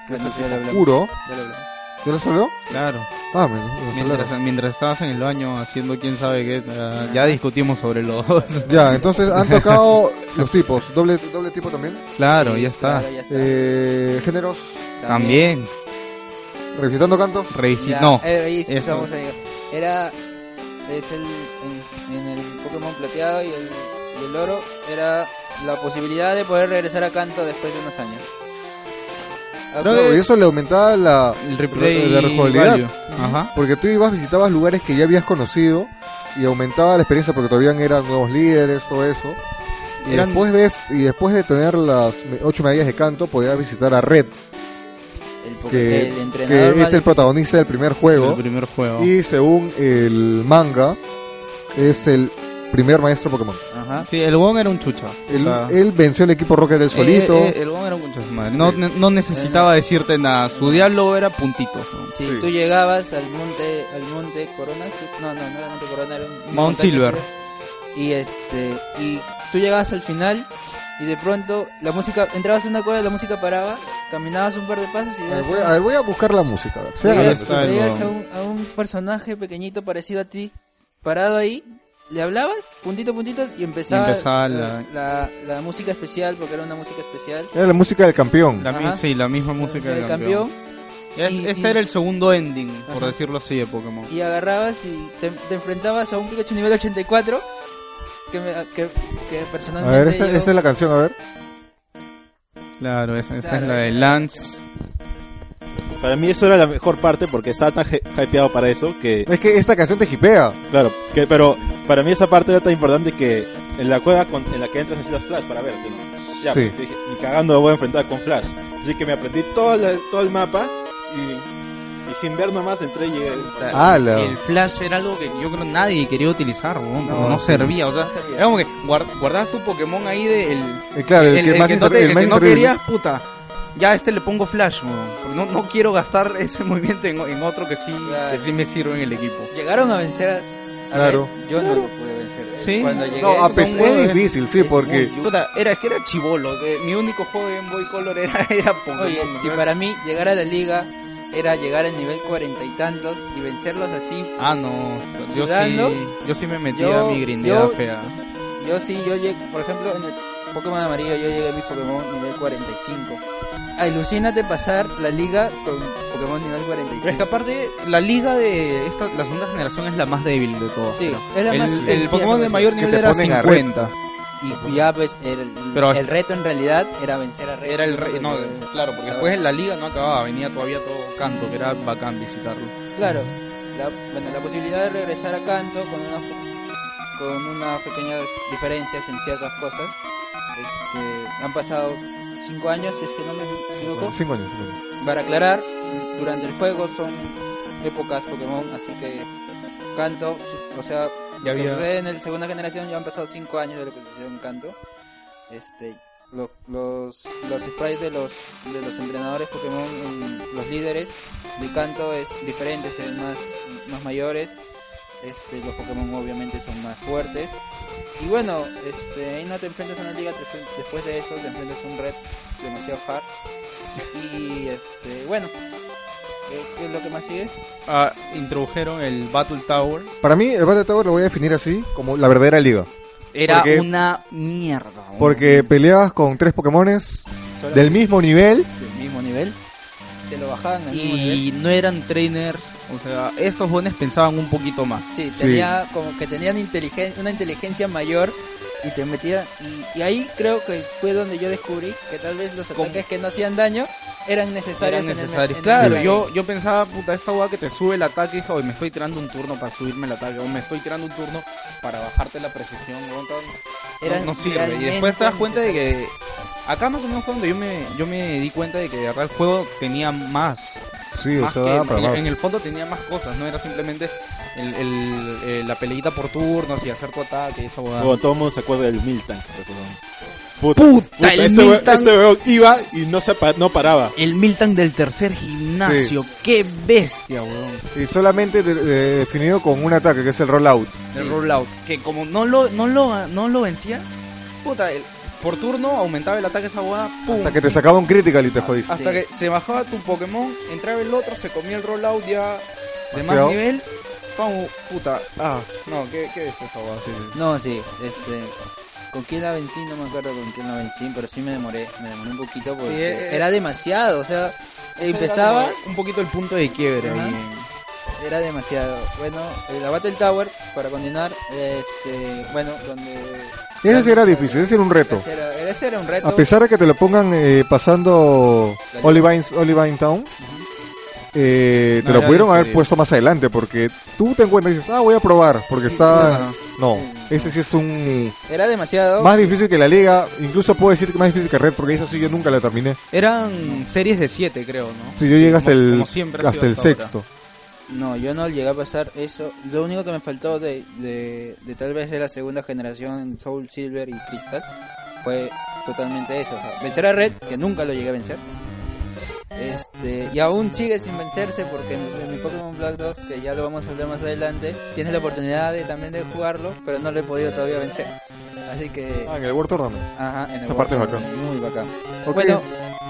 S4: Bueno, ya lo hablamos,
S2: Puro,
S4: ya lo hablamos.
S2: ¿ya lo salió?
S3: Claro.
S2: Ah, bueno, vamos a hablar.
S3: Mientras, mientras estabas en el baño haciendo quién sabe qué, ah, ya discutimos sobre los...
S2: Ya, entonces han tocado los tipos. Doble, doble tipo también.
S3: claro, ya está.
S4: Claro, ya está.
S2: Eh, géneros.
S3: También,
S2: Revisitando canto.
S3: revisi-
S4: Ya,
S3: No,
S4: eh, ahí sí
S3: eso.
S4: estamos ahí. Era. Es el. En, en el Pokémon plateado y el, y el oro era la posibilidad de poder regresar a Kanto después de unos años. Ah,
S2: Claro, y eso le aumentaba la.
S3: el replay
S2: la rejugabilidad.
S3: value. Ajá.
S2: Porque tú ibas, visitabas lugares que ya habías conocido y aumentaba la experiencia porque todavía eran nuevos líderes, todo eso. Y,
S3: Eran-
S2: después, de, y después de tener las me- ocho medallas de canto, podías visitar a Red,
S4: el, Poké-
S2: que,
S4: el
S2: que
S4: entrenador.
S2: es el
S4: mal-
S2: protagonista del primer
S3: El
S2: juego.
S3: primer juego.
S2: Y según el manga, es el primer maestro Pokémon.
S4: Ajá.
S3: Sí, el Wong era un chucha.
S2: Él,
S3: O sea,
S2: él venció el equipo Rocket del solito.
S3: Ah. eh, eh, el Wong era un chucha. su madre. No, ne- no necesitaba decirte nada. Su diálogo era puntito. ¿no?
S4: Si
S2: Sí.
S4: tú llegabas al monte, al monte Corona, sí, no, no, no era monte Corona, era un una
S3: Mount
S4: montaña,
S3: Silver.
S4: creo. Y este, y tú llegabas al final y de pronto la música, entrabas en una cueva, la música paraba, caminabas un par de pasos y
S2: A ver,
S4: veías
S2: voy, a, a ver, voy a buscar la música. a ver. Sí,
S4: Veías-
S2: adelante.
S3: está el
S4: veías a,
S3: huevón.
S4: un, a un personaje pequeñito parecido a ti, parado ahí, le hablabas, puntito, puntito, y empezaba,
S3: Y empezaba la-
S4: la- la música especial, porque era una música especial.
S2: Era la música del campeón.
S3: La mi-
S4: Ajá.
S3: sí, la misma música
S4: del
S3: del campeón. Es-
S4: Y-
S3: este
S4: y-
S3: era el segundo ending, por
S4: Ajá.
S3: decirlo así, de Pokémon.
S4: y agarrabas y te, te enfrentabas a un Pikachu nivel 84 que, me, que, que
S2: A ver,
S4: personalmente
S2: esa,
S4: yo-
S2: esa es la canción, a ver.
S3: Claro, esa, esa
S4: Claro,
S3: es la
S4: esa
S3: de
S4: era la
S3: Lance.
S5: Para mí eso era la mejor parte porque estaba tan hy- hypeado para eso que,
S2: Es que esta canción te hipea.
S5: claro, que, pero para mí esa parte era tan importante que en la cueva con- en la que entras necesitas Flash para vérselo. Ya,
S2: Sí.
S5: pues, dije, ni cagando me voy a enfrentar con Flash. Así que me aprendí todo, la- todo el mapa y, y sin ver nomás entré y llegué.
S2: Ah, la-
S3: El flash era algo que yo creo nadie quería utilizar, weón, porque
S2: No,
S3: no,
S2: sí.
S3: servía. O sea,
S4: servía.
S3: era como que guard- guardabas tu Pokémon ahí de el,
S2: Eh, claro, el,
S3: el,
S2: que
S3: el
S2: más
S3: que no,
S2: inserri-
S3: te-
S2: el
S3: el
S2: más
S3: que no
S2: inserrible.
S3: querías, puta. Ya a este le pongo flash, weón, porque no, no quiero gastar ese movimiento en, en otro que sí,
S4: Claro.
S3: que sí me sirve en el equipo.
S4: llegaron a vencer a- a
S2: Claro.
S4: Red. yo no lo pude vencer
S3: Sí.
S4: cuando llegué
S2: No, a
S3: pe-
S2: pesar
S3: eh, un huevo
S2: es
S3: de-
S2: difícil, sí,
S4: es
S2: porque
S4: muy-
S3: Puta, era, es que era chivolo. Mi único juego de Game Boy Color era, era Pokémon.
S4: oye
S3: ¿no?
S4: si para mí llegar a la liga era llegar al nivel cuarenta y tantos y vencerlos así
S3: Ah, no. Yo
S4: Sudando.
S3: sí, yo sí me metí
S4: Yo-
S3: a mi grindeada
S4: yo-
S3: fea.
S4: yo sí yo llegué por ejemplo en el Pokémon amarillo yo llegué a mi Pokémon nivel 45 alucínate pasar la liga con Pokémon
S3: Es
S4: nivel
S3: que
S4: 45
S3: aparte, la liga de esta, la segunda generación es la más débil de todas.
S4: Sí,
S3: creo.
S4: es la
S3: el,
S4: más
S3: el
S4: sencilla,
S3: Pokémon de
S4: ¿no?
S3: mayor
S2: Que
S3: nivel
S2: te
S3: era
S2: ponen a red.
S3: 50.
S4: Y ya pues el,
S3: Pero-
S4: el reto en realidad era vencer a Red.
S3: Era el rey. No, claro, porque después la liga no acababa, venía todavía todo canto, que era bacán visitarlo.
S4: Claro, la, bueno, la posibilidad de regresar a Canto con unas con unas pequeñas diferencias en ciertas cosas. Este, han pasado cinco años, si es que no me equivoco.
S2: Bueno, cinco años. cinco años.
S4: Para aclarar, durante el juego son épocas Pokémon, así que Canto, o sea,
S3: Ya
S4: lo que
S3: había-
S4: sucede en la segunda generación ya han pasado 5 años de lo que sucedió en Canto. Este, lo- los, los sprites de los, de los entrenadores Pokémon, en- los líderes de Canto es diferente, se ven más, más mayores. Este, los Pokémon obviamente son más fuertes. Y bueno, este, ahí no te enfrentas a una liga, te enfren- después de eso te enfrentas a un red demasiado hard. Y este, bueno, eh, ¿qué es lo que más sigue?
S3: Ah, introdujeron el Battle Tower.
S2: Para mí, el Battle Tower lo voy a definir así, como la verdadera liga.
S3: Ah, Era
S2: Porque-
S3: una mierda. weón.
S2: Porque peleabas con tres Pokémones del mismo nivel.
S4: del mismo nivel. Te lo bajaban al mismo nivel.
S3: Y no eran trainers, o sea, estos jóvenes pensaban un poquito más.
S4: Sí, tenía como que tenían inteligen- una inteligencia mayor y te metían. Y, y ahí creo que fue donde yo descubrí que tal vez los
S3: ¿Cómo?
S4: ataques que no hacían daño eran necesarios.
S3: eran
S4: en el-
S3: necesarios.
S4: en el
S3: Claro,
S4: game.
S3: yo, yo pensaba, puta, esta hueá que te sube el ataque, dije, "Oye, me estoy tirando un turno para subirme el ataque, o me estoy tirando un turno para bajarte la precisión, weón, cabrón". No-
S4: Eran
S3: no, sirve. Y
S4: realmente
S3: después te das cuenta de que acá más o menos fue donde yo me, yo me di cuenta de que de verdad el juego tenía más.
S2: Sí, o
S3: más
S2: sea,
S3: que-
S2: daba
S3: en-
S2: para
S3: en,
S2: más.
S3: el fondo tenía más cosas, no era simplemente el- el- eh, la peleita por turnos y hacer tu ataque y esa hueá.
S5: Bueno, todo el mundo se acuerda del Miltank. recuerdo. Puta, puta,
S3: el
S5: ese, hue-
S3: Miltank.
S5: ese huevón iba y no, se pa- no paraba.
S3: El Miltank del tercer gimnasio, qué bestia, weón.
S2: Y solamente de- de- definido con un ataque, que es el rollout.
S3: el rollout. Que como no lo, no lo, no lo vencía, puta, el- por turno aumentaba el ataque esa boda, pum.
S2: Hasta que te sacaba
S3: Ah,
S2: un critical y te jodiste.
S3: Hasta que se bajaba tu Pokémon, entraba el otro, se comía el rollout, ya De
S2: Demasiado.
S3: más nivel, vamos, puta. Ah, no, ¿qué, qué es eso? weón? Sí, sí.
S4: No, sí, este. ¿Con quién la vencí? No me acuerdo con quién la vencí, pero sí me demoré, me demoré un poquito porque
S3: Sí, eh,
S4: era demasiado, o sea, empezaba,
S3: Un poquito el punto de quiebre.
S4: Ajá.
S3: ahí.
S4: era demasiado. Bueno, eh, la Battle Tower, para continuar, este, bueno, donde...
S2: Ese sí era difícil, ese era un reto.
S4: Ese era, ese era un reto.
S2: A pesar de que te lo pongan eh, pasando Olivine, Olivine Town, eh, te
S3: No,
S2: lo
S3: era
S2: pudieron haber
S3: difícil.
S2: puesto más adelante porque tú te encuentras y dices, ah, voy a probar porque está...
S3: claro.
S2: No, este sí es un...
S4: Era demasiado.
S2: Más difícil que la liga, incluso puedo decir que más difícil que Red porque esa sí yo nunca la terminé.
S3: Eran series de 7, creo, ¿no?
S2: Si yo llegué hasta
S3: Como-
S2: el,
S3: como siempre ha
S2: hasta
S3: sido
S2: el
S3: hasta ahora.
S2: sexto.
S4: No, yo no llegué a pasar eso. Lo único que me faltó de, de, de tal vez de la segunda generación Soul Silver y Crystal fue totalmente eso. O sea, vencer a Red, que nunca lo llegué a vencer. Este, y aún sigue sin vencerse porque en, en mi Pokémon Black 2, que ya lo vamos a hablar más adelante, tienes la oportunidad de también de jugarlo, pero no lo he podido todavía vencer. Así que,
S2: Ah, en el World Tournament.
S4: ajá, en el
S2: esa parte es
S4: World
S2: bacán.
S4: Cup, Muy bacán.
S2: Ok.
S4: Bueno,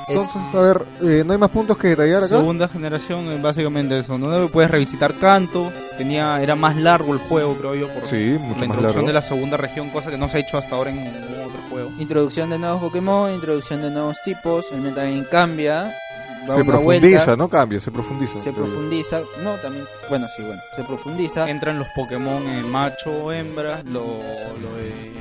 S4: este, es-
S2: Entonces, a ver, eh, ¿no hay más puntos que detallar acá?
S3: Segunda generación, eh, básicamente eso. No puedes revisitar canto. Tenía, era más largo el juego, creo yo, por
S2: Sí,
S3: por
S2: mucho
S3: la
S2: más
S3: introducción
S2: largo.
S3: de la segunda región, cosa que no se ha hecho hasta ahora en ningún otro juego.
S4: Introducción de nuevos Pokémon, introducción de nuevos tipos, el metagame cambia, da
S2: Se
S4: una
S2: profundiza,
S4: vuelta,
S2: no cambia, se profundiza.
S4: se profundiza, no también, bueno sí bueno, se profundiza,
S3: Entran los Pokémon eh, macho o hembra, lo, lo de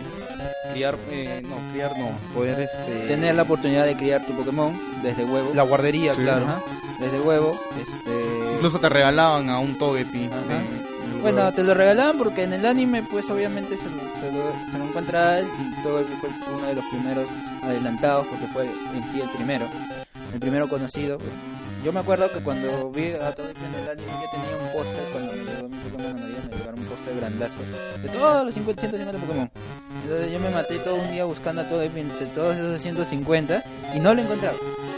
S3: criar, eh, no, criar no, poder este,
S4: tener la oportunidad de criar tu Pokémon desde huevo,
S3: la guardería,
S2: Sí,
S3: claro.
S4: Ajá, desde huevo, este
S3: Incluso te regalaban a un Togepi.
S4: Ajá.
S3: eh, el
S4: bueno
S3: huevo.
S4: te lo regalaban porque en el anime pues obviamente se lo, se lo- se lo encuentra él y todo el fue uno de los primeros adelantados porque fue en sí el primero, el primero conocido yo me acuerdo que cuando vi a todo en el anime, yo tenía un póster, cuando me llegó mi Pokémon a Navidad, me llegaron un póster grandazo de todos los 50, 150 Pokémon. Entonces yo me maté todo un día buscando a todo entre todos esos 150 y no lo encontraba.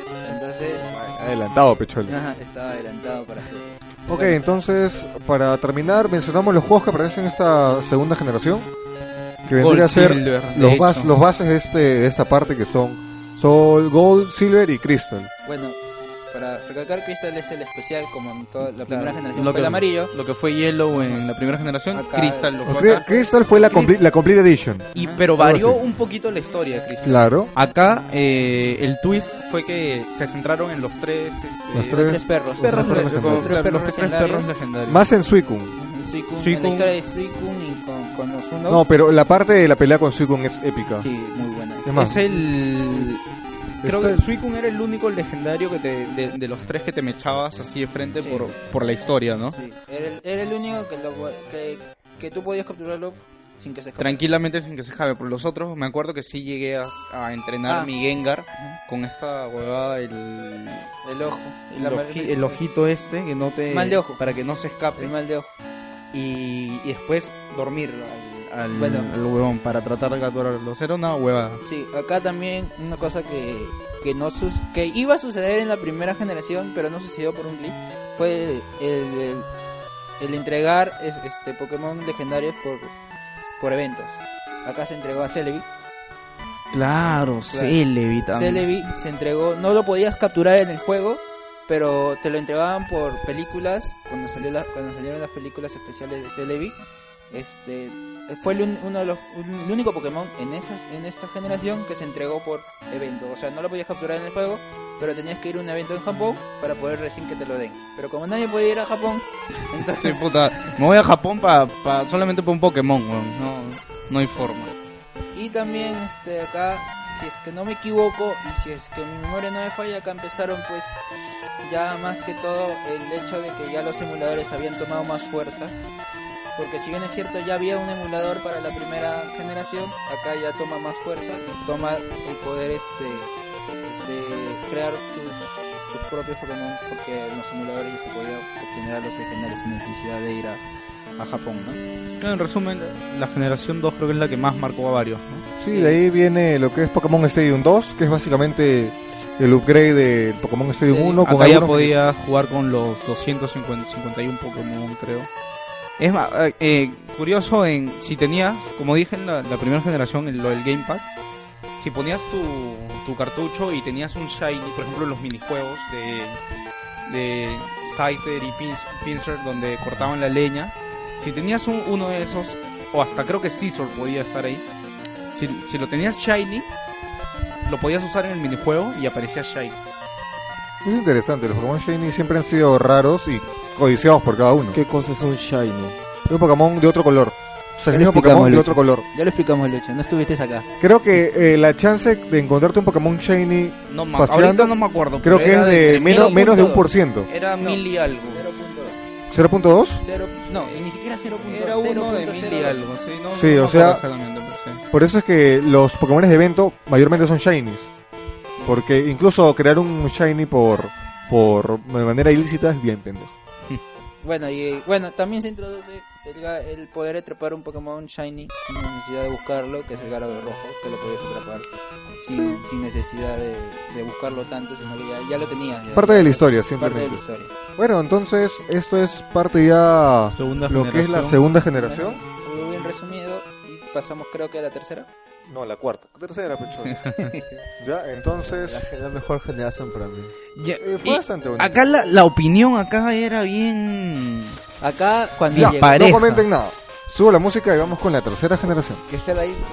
S4: Entonces,
S2: Adelantado, Pechol.
S4: ajá, estaba adelantado para hacer.
S2: Ok, entonces, para terminar, mencionamos los juegos que aparecen en esta segunda generación. Que vendría a ser
S3: Gold, Silver, de
S2: los,
S3: hecho.
S2: bas- los bases de, este, de esta parte que son Sol, Gold, Silver y Crystal.
S4: Bueno, para recalcar, Crystal es el especial, como en toda la primera
S3: Claro.
S4: generación
S3: Lo
S4: fue
S3: que-
S4: el amarillo.
S3: Lo que fue Yellow en la primera generación,
S4: Acá,
S3: Crystal lo
S2: O
S3: fue
S2: sea,
S3: acá.
S2: Crystal fue la, compli- la Complete Edition.
S3: Y, pero
S2: Algo
S3: varió
S2: así.
S3: un poquito la historia de Crystal.
S2: Claro.
S3: Acá eh, el twist fue que se centraron en los tres, este,
S2: Los
S4: Los tres,
S2: tres-
S4: perros.
S2: perros
S3: los tres
S2: legendarios.
S3: perros-
S4: Tres
S3: los
S4: perros
S3: tres
S4: legendarios.
S3: perros legendarios.
S2: Más en Suicune.
S4: Suicune, en la
S3: Suicune.
S4: historia de Suicune y con, con los unos.
S2: No, pero la parte de la pelea con Suicune es épica.
S4: sí, muy buena.
S2: Es más,
S3: Es el. Creo
S2: Este-
S3: que Suicune era el único legendario que te, de, de los tres que te mechabas así de frente
S4: Sí.
S3: por, por la historia, ¿no?
S4: Sí, era el, era el único que, lo, que, que tú podías capturarlo sin que se escape.
S3: Tranquilamente sin que se jabe. Por los otros, me acuerdo que sí llegué a, a entrenar
S4: Ah.
S3: mi Gengar con esta huevada, el.
S4: El ojo.
S3: El,
S4: La
S3: oji-
S4: madre-
S3: el ojito este que no te.
S4: Mal de ojo.
S3: Para que no se escape.
S4: El mal de ojo.
S3: Y, y después dormir al, al,
S4: Bueno.
S3: al huevón para tratar de capturarlos. Era una huevada.
S4: Sí, acá también una cosa que, que no sus que iba a suceder en la primera generación, pero no sucedió por un glitch, fue el, el- el entregar es- este Pokémon legendarios por, por eventos. Acá se entregó a Celebi.
S3: Claro, Celebi
S4: Celebi se entregó, no lo podías capturar en el juego, pero te lo entregaban por películas, cuando salió la- cuando salieron las películas especiales de Celebi. Este fue el, un- uno de los, un- el único Pokémon en esas en esta generación que se entregó por evento, o sea, no lo podías capturar en el juego, pero tenías que ir a un evento en Japón para poder recién que te lo den. Pero como nadie podía ir a Japón,
S3: Sí,
S4: entonces
S3: puta. Me voy a Japón pa, pa- solamente para un Pokémon, weón. No, no hay forma.
S4: Y también este, acá, si es que no me equivoco y si es que mi memoria no me falla, acá empezaron pues ya más que todo el hecho de que ya los emuladores habían tomado más fuerza. Porque si bien es cierto ya había un emulador para la primera generación, acá ya toma más fuerza, toma el poder este, este crear tus, tus propios Pokémon porque en los emuladores ya se podía obtener a los legendarios sin necesidad de ir a, a Japón, ¿no?
S3: En resumen, la generación 2 creo que es la que más marcó a varios. ¿no?
S2: sí, de ahí viene lo que es Pokémon Stadium 2, que es básicamente el upgrade de Pokémon Stadium
S4: Sí.
S2: 1. Con
S3: Acá ya
S2: algunos-
S3: podía jugar con los 251 Pokémon, creo. Es más, eh, eh, curioso, en si tenías, como dije en la, la primera generación, en lo del Gamepad, si ponías tu, tu cartucho y tenías un Shiny, por ejemplo, los minijuegos de, de Scyther y Pins- Pinsir donde cortaban la leña. Si tenías un- uno de esos, o hasta creo que Scissor podía estar ahí, si, si lo tenías Shiny, lo podías usar en el minijuego y aparecía Shiny.
S2: Es interesante, los Pokémon Shiny siempre han sido raros y codiciados por cada uno.
S8: ¿Qué cosa es un shiny?
S2: Un Pokémon de otro color. O sea, el
S4: Ya
S2: mismo Pokémon
S4: le explicamos,
S2: de
S4: Lucho.
S2: otro color.
S4: Ya lo explicamos, Lucho, no estuviste acá.
S2: Creo que eh, la chance de encontrarte un Pokémon Shiny
S3: No me
S2: Paseando,
S3: ahorita no me acuerdo.
S2: creo
S3: pero
S2: que
S3: era
S2: es de
S3: entre
S2: menos,
S3: mil-
S2: menos de un por ciento.
S3: Era mil y algo.
S2: 0.2.
S4: Cero- no, y ni siquiera 0.0.
S3: Era uno de mil y algo. Sí, no,
S2: Sí,
S3: no me
S2: o sea-
S3: acuerdo exactamente, pero sí.
S2: Por eso es que los Pokémon de evento mayormente son Shinies. Porque incluso crear un Shiny por, por de manera ilícita es bien pendejo.
S4: Bueno, y bueno, también se introduce el, ga- el poder atrapar un Pokémon Shiny sin necesidad de buscarlo, que es el Garabe Rojo, que lo podías atrapar sin, sin necesidad de, de buscarlo tanto, sino que ya, ya lo tenías. ya.
S2: Parte de la historia,
S4: Parte de la
S2: simplemente.
S4: historia.
S2: Bueno, entonces esto es parte ya
S5: Segunda
S2: lo que es la segunda generación.
S4: Muy bien resumido, y pasamos creo que a la tercera.
S2: No, la cuarta. Tercera, pechón. ya, entonces...
S8: La mejor generación para mí.
S3: Ya,
S2: eh,
S3: y
S2: fue bastante bonito.
S3: acá la, la opinión acá era bien...
S4: Acá, cuando
S2: Ya,
S4: llegó-
S3: pareja.
S2: no comenten nada. Subo la música y vamos con la tercera generación.
S8: Que esté la intro.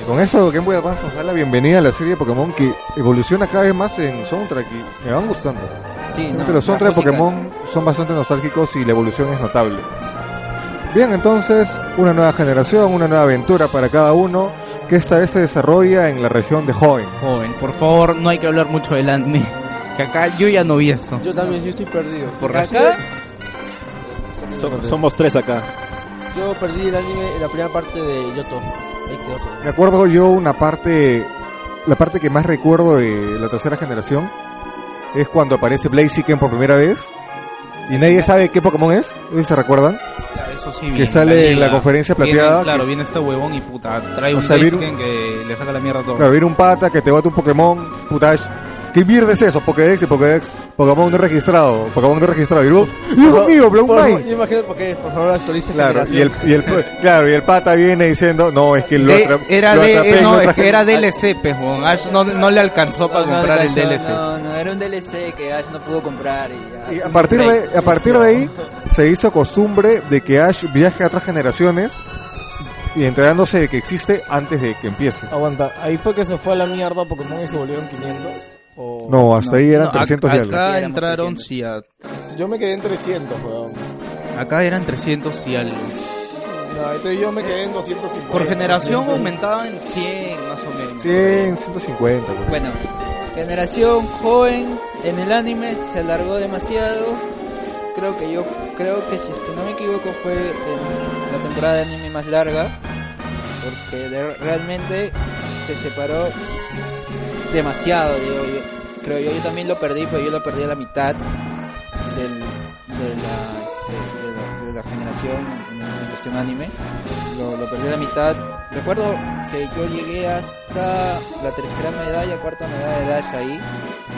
S2: Y con eso Game Boy Advance nos da la bienvenida a la serie de Pokémon que evoluciona cada vez más en soundtrack y me van gustando.
S4: Sí, no,
S2: Realmente los soundtracks de
S4: las músicas.
S2: Pokémon son bastante nostálgicos y la evolución es notable. Bien, entonces, una nueva generación, una nueva aventura para cada uno, que esta vez se desarrolla en la región de Hoenn.
S3: Joven, por favor, no hay que hablar mucho del anime. Que acá yo ya no vi esto.
S8: Yo también, yo estoy perdido.
S3: Por
S4: Acá,
S5: So- somos tres acá.
S8: Yo perdí el anime en la primera parte de Yoto. Ahí quedó.
S2: Me acuerdo yo una parte, la parte que más recuerdo de la tercera generación, es cuando aparece Blaziken por primera vez, y nadie sabe qué Pokémon es, ¿ustedes se recuerdan?
S3: Eso sí,
S2: Que
S3: bien,
S2: sale en la
S3: liga.
S2: conferencia
S3: Viene-
S2: plateada,
S3: claro,
S2: que-
S3: viene este huevón y puta. Trae un
S2: sea, viene-
S3: Blaziken que le saca la mierda a todo.
S2: Claro, viene un pata que te bate un Pokémon, puta, ¿qué mierda es eso? Pokédex y Pokédex, Pokémon no registrado, Pokémon no registrado, y uf, Dios mío, Blown
S8: Por-
S2: Mind.
S8: Yo imagino porque, por favor, actualice
S2: Claro, y el, y el, claro, y el pata viene diciendo, no, es que lo
S3: De-
S2: atra-
S3: era,
S2: lo
S3: de- eh,
S2: atrapé en
S3: no,
S2: otra
S3: es que
S2: gen-
S3: era DLC, pues, huevón. Ash no, no le alcanzó para
S4: No, no,
S3: comprar el
S4: alcanzó,
S3: DLC.
S4: No, no, era un DLC que Ash no pudo comprar. Y, ah, ya.
S2: Y a partir de, a partir de ahí se hizo costumbre de que Ash viaje a otras generaciones y entregándose de que existe antes de que empiece.
S1: Aguanta, ahí fue que se fue a la mierda Pokémon y se volvieron 500. O...
S2: No, hasta ahí eran
S3: No, ac-
S2: 300 y algo.
S3: acá
S4: Éramos
S3: entraron,
S4: 300.
S3: sí, a-
S1: Yo me quedé en 300, weón.
S3: acá eran 300 y algo.
S1: No, entonces yo me quedé en 250.
S3: Por generación aumentaban 100 más o menos.
S2: 100, 150. pues.
S4: Bueno, generación joven en el anime se alargó demasiado. Creo que yo, creo que si es que no me equivoco fue en la temporada de anime más larga, porque de- realmente se separó demasiado. Digo, yo, creo yo, yo también lo perdí, pero yo lo perdí a la mitad del, de, la, este, de, la, de la generación en, en cuestión anime. Lo, lo perdí a la mitad. Recuerdo que yo llegué hasta la tercera medalla, cuarta medalla de Dash ahí,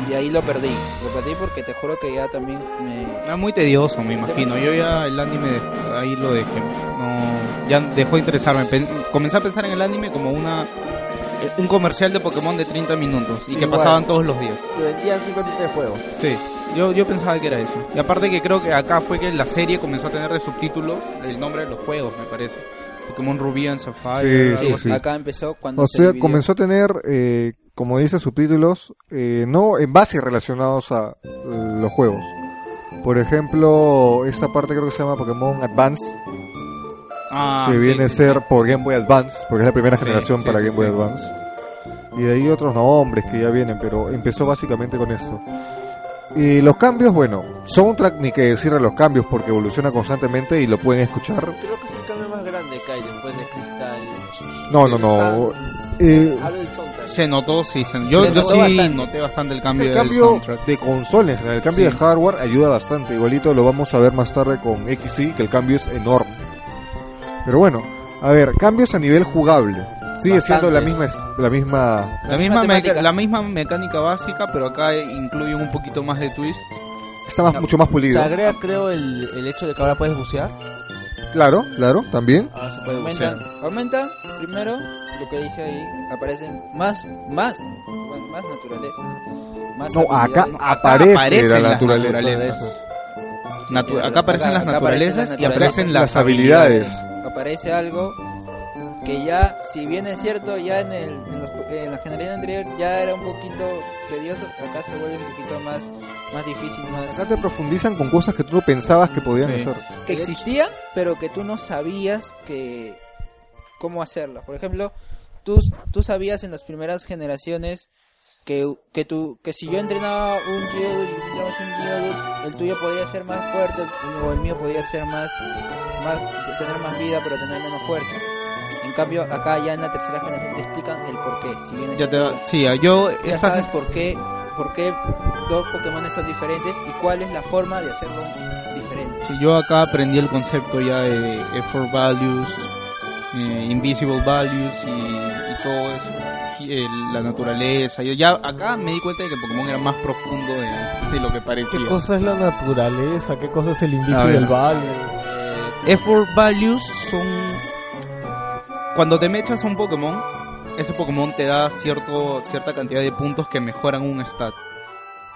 S4: y de ahí lo perdí. Lo perdí porque te juro que ya también me...
S3: Era Ah, muy tedioso, me imagino. Yo ya el anime de- ahí lo dejé. No, ya dejó de interesarme. Pen- comencé a pensar en el anime como una eh, un comercial de Pokémon de 30 minutos y que
S8: Igual.
S3: pasaban todos los días.
S8: Te vendían 5 minutos de juego.
S3: Sí, yo, yo pensaba que era eso. Y aparte que creo que acá fue que la serie comenzó a tener de subtítulos el nombre de los juegos, me parece. Pokémon Ruby and Sapphire.
S2: Sí,
S3: algo
S4: Sí,
S3: así.
S2: sí.
S4: acá empezó cuando
S2: O
S4: se
S2: sea,
S4: dividió.
S2: comenzó a tener, eh, como dice subtítulos, eh, no en base relacionados a eh, los juegos. Por ejemplo, esta parte creo que se llama Pokémon Advance,
S3: Ah,
S2: que
S3: sí,
S2: viene a
S3: sí, sí.
S2: ser por Game Boy Advance, porque es la primera
S3: Sí,
S2: generación
S3: sí,
S2: para
S3: sí,
S2: Game Boy
S3: sí.
S2: Advance. Y de ahí otros nombres que ya vienen, pero empezó básicamente con esto. Y los cambios, bueno, soundtrack ni que decir a los cambios porque evoluciona constantemente y lo pueden escuchar.
S6: Creo que es el cambio más grande que hay después de Cristal.
S2: No, no, no. eh,
S6: Hablo del soundtrack.
S3: Se notó, sí. se- yo
S4: Se
S3: yo
S4: notó
S3: sí
S4: bastante.
S3: noté bastante el cambio,
S2: el
S3: del
S2: cambio
S3: soundtrack.
S2: de consolas, el cambio
S3: Sí.
S2: de hardware ayuda bastante. Igualito lo vamos a ver más tarde con XY, que el cambio es enorme. Pero bueno, a ver, cambios a nivel jugable. Sigue siendo la misma, es- la misma
S3: La misma,
S4: Matemática.
S3: meca- la misma mecánica básica, pero acá incluyen un poquito más de twist.
S2: está más,
S3: No.
S2: mucho más
S8: Se
S2: pulido.
S8: agrega, creo, el, el hecho de que ahora puedes bucear.
S2: Claro, claro, también.
S3: Ah,
S8: Ahora se puede bucear.
S4: Aumentan, aumentan primero lo que dice ahí, aparecen más, más, bueno, más naturaleza. Más
S2: No, acá
S4: habilidades.
S2: aparece, la
S3: aparecen las
S2: naturaleza.
S3: naturalezas. Natu-
S4: Sí,
S3: acá aparecen las
S4: acá aparecen
S3: naturalezas
S4: las
S3: y aparecen las,
S2: Las habilidades.
S4: Aparece algo que ya, si bien es cierto, ya en, el, en, los- en la generación anterior ya era un poquito tedioso, acá se vuelve un poquito más, más difícil, más...
S2: Acá te profundizan con cosas que tú no pensabas que podían
S3: Sí.
S2: hacer.
S4: que existía, pero que tú no sabías que cómo hacerla. Por ejemplo, tú, tú sabías en las primeras generaciones que, que, tú, que si yo entrenaba un Geodude y entrenamos un Geodude, el tuyo podría ser más fuerte el- o el mío podría ser más, más tener más vida pero tener menos fuerza. En cambio, acá ya en la tercera generación te explican el por qué. Si bien es
S3: Ya te va- sí, ah, yo
S4: ya
S3: esas-
S4: sabes por qué, por qué dos Pokémon son diferentes y cuál es la forma de hacerlo diferente.
S3: sí, yo acá aprendí el concepto ya de effort values, eh, invisible values y, y todo eso, Y el- la naturaleza. Yo ya acá me di cuenta de que Pokémon era más profundo de, de lo que
S1: ¿Qué
S3: parecía.
S1: cosa es la naturaleza? ¿Qué cosa es el indicio
S3: A ver.
S1: del valle?
S3: Eh, Effort values son cuando te mechas a un Pokémon, ese Pokémon te da cierto cierta cantidad de puntos que mejoran un stat,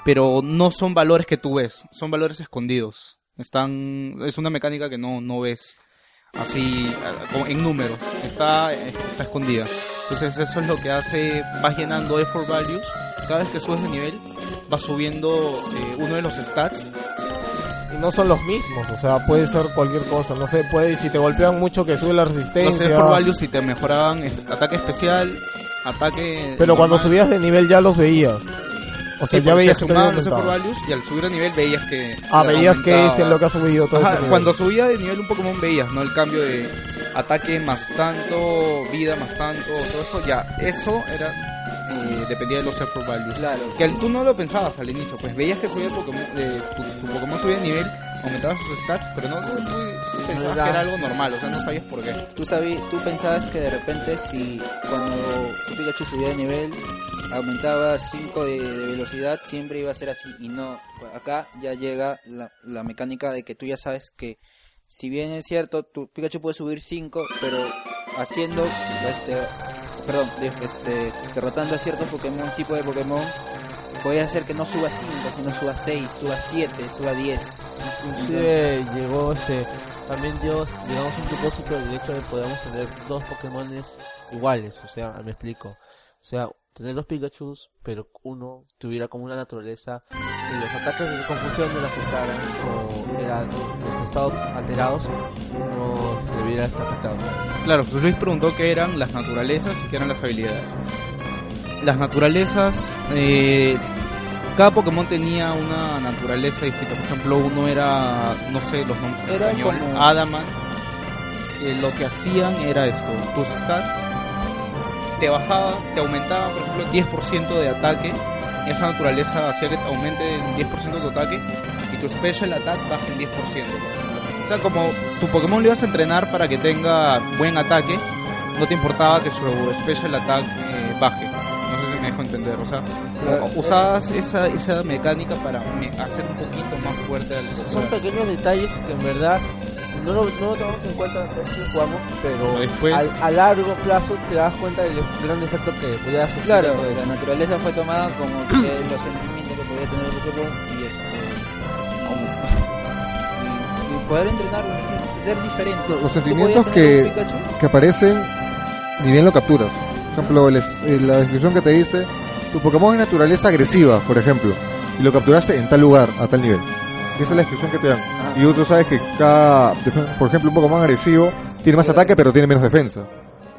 S3: pero no son valores que tú ves, son valores escondidos. Están es una mecánica que no no ves así a- como en números, está está escondida. Entonces eso es lo que hace vas llenando effort values, cada vez que subes de nivel vas subiendo eh, uno de los stats
S1: Y no son los mismos, o sea, puede ser cualquier cosa. No sé, puede, si te golpean mucho, que sube la
S3: Los
S1: resistencia.
S3: effort values si te mejoraban es- ataque especial, ataque.
S1: pero cuando
S3: normal.
S1: subías de nivel ya los veías. O sea,
S3: Sí,
S1: ya
S3: pues,
S1: veías
S3: se
S1: que te
S3: sumaban
S1: habían
S3: los effort
S1: aumentado.
S3: values y al subir de nivel veías que.
S1: Ah, veías que
S3: aumentaba.
S1: es lo que ha subido todo
S3: Ajá,
S1: ese nivel.
S3: cuando subía de nivel un Pokémon veías, ¿no? El cambio de ataque más tanto, vida más tanto, todo eso, ya. Eso era. eh, dependía de los effort values.
S4: Claro.
S3: Que el- tú no lo pensabas al inicio, pues veías que subía el Pokémon, eh, tu, tu Pokémon subía de nivel, aumentaba sus stats, pero no tú, tú pensabas
S4: da.
S3: que era algo normal, o sea, no sabías por qué.
S4: Tú, sabí, tú pensabas que de repente si cuando tu Pikachu subía de nivel aumentaba 5 de, de velocidad siempre iba a ser así y no. Acá ya llega la, la mecánica de que tú ya sabes que si bien es cierto tu Pikachu puede subir 5 pero haciendo este perdón de- este derrotando a ciertos Pokémon tipo de Pokémon puede hacer que no suba 5 sino suba 6 suba 7 suba 10
S8: Inclusive llegó este. También dio, digamos, un propósito el hecho de que podamos tener dos Pokémones iguales. O sea, me explico. O sea, tener dos Pikachu, pero uno tuviera como una naturaleza. Y los ataques de confusión no le afectaran. O eran los estados alterados. No se le viera hasta afectado.
S3: Claro, José Luis preguntó qué eran las naturalezas y qué eran las habilidades. Las naturalezas, eh, cada Pokémon tenía una naturaleza distinta. Por ejemplo, uno era, no sé, los nombres en
S4: Era
S3: español,
S4: como-
S3: Adamant. Eh, lo que hacían era esto: tus stats te bajaban, te aumentaban, por ejemplo, 10% de ataque. Esa naturaleza hacía que te aumente en 10% tu ataque y tu special attack baja en 10%. O sea, como tu Pokémon lo ibas a entrenar para que tenga buen ataque, no te importaba que su special attack eh, baje. No sé si me dejo entender. O sea,
S4: Claro.
S3: usabas esa, esa mecánica para me- hacer un poquito más fuerte al
S8: Son
S3: Pokémon.
S8: pequeños detalles que en verdad no lo, no lo tomamos en cuenta después que jugamos, pero
S3: Pero después-
S8: al- a largo plazo te das cuenta del gran efecto que podía hacer.
S4: Claro,
S8: todo
S4: la
S8: eso.
S4: naturaleza fue tomada como que los sentimientos que podía tener el Pokémon y este. Y, y poder entrenarlo, ser diferente.
S2: Los
S4: Tú
S2: sentimientos
S4: podías tener
S2: que-
S4: un Pikachu,
S2: que aparecen ni bien lo capturas. Por ejemplo, el es- eh, la descripción que te dice, tu Pokémon es naturaleza agresiva, por ejemplo, y lo capturaste en tal lugar, a tal nivel. Esa es la descripción que te dan.
S3: Ah.
S2: Y tú sabes que cada, por ejemplo, un Pokémon agresivo tiene más ataque pero tiene menos defensa.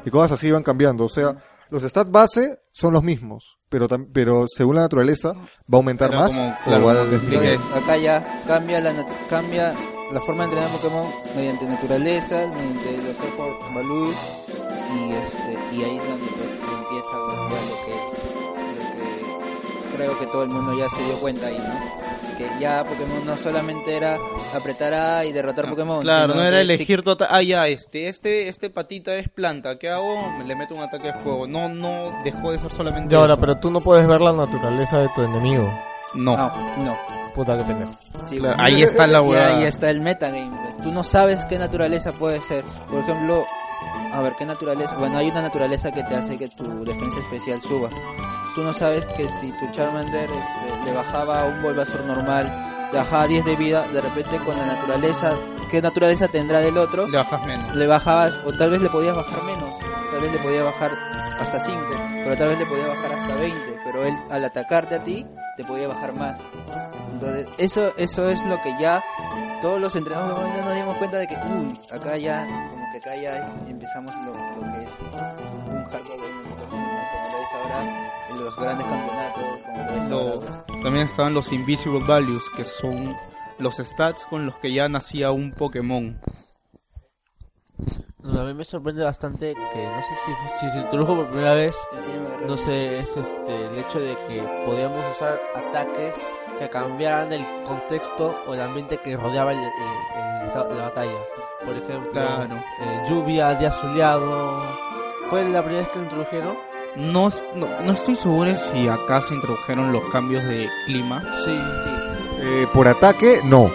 S2: Y cosas así van cambiando. O sea, los stats base son los mismos, pero, tam- pero según la naturaleza va a aumentar
S3: Era
S2: más
S3: como-
S2: o
S3: claro,
S2: va a
S3: como te
S2: disminuir.
S3: expliqué.
S4: entonces, acá ya cambia la, natu- cambia la forma de entrenar Pokémon mediante naturaleza, mediante los Effort Values y, este, y ahí es donde pues, empieza esa no es lo que es lo que creo que todo el mundo ya se dio cuenta ahí, ¿no? Que ya Pokémon no solamente era apretar A y derrotar Pokémon.
S3: Claro,
S4: sino
S3: no era
S4: que
S3: elegir total. Ah, ya, este, este, este patita es planta. ¿Qué hago? Me le meto un ataque de fuego. No, no dejó de ser solamente.
S1: Ya ahora,
S3: eso.
S1: pero tú no puedes ver la naturaleza de tu enemigo.
S3: No.
S4: No, no.
S1: Puta que pendejo.
S4: Sí,
S3: Claro,
S4: bueno.
S3: ahí está la
S4: Y
S3: huevada.
S4: ahí está el metagame. pues. Tú no sabes qué naturaleza puede ser. Por ejemplo, a ver, ¿qué naturaleza? Bueno, hay una naturaleza que te hace que tu defensa especial suba. Tú no sabes que si tu Charmander este, le bajaba a un Bulbasaur normal, le bajaba 10 de vida, de repente con la naturaleza, ¿qué naturaleza tendrá del otro?
S3: Le bajas menos.
S4: le bajabas, o tal vez le podías bajar menos, tal vez le podías bajar hasta 5, pero tal vez le podías bajar hasta 20, pero él al atacarte a ti te podía bajar más. Entonces, eso, eso es lo que ya todos los entrenadores de momento nos dimos cuenta de que, uy, acá ya, como que acá ya empezamos lo, lo que es un hardcore gaming, como lo es ahora en los grandes campeonatos, como lo es ahora, pues.
S3: También estaban los Invisible Values, que son los stats con los que ya nacía un Pokémon.
S6: No, a mí me sorprende bastante que, no sé si, si se introdujo por primera vez,
S4: Enséñame la
S6: no sé, es este, el hecho de que podíamos usar ataques que cambiaran el contexto o el ambiente que rodeaba el- el- el- la batalla. Por ejemplo,
S3: Claro.
S6: eh, lluvia, día soleado. Fue la primera vez que lo introdujeron.
S3: No, es- no, no estoy seguro si acá se introdujeron los cambios de clima.
S6: Sí,
S2: Eh, por ataque, no.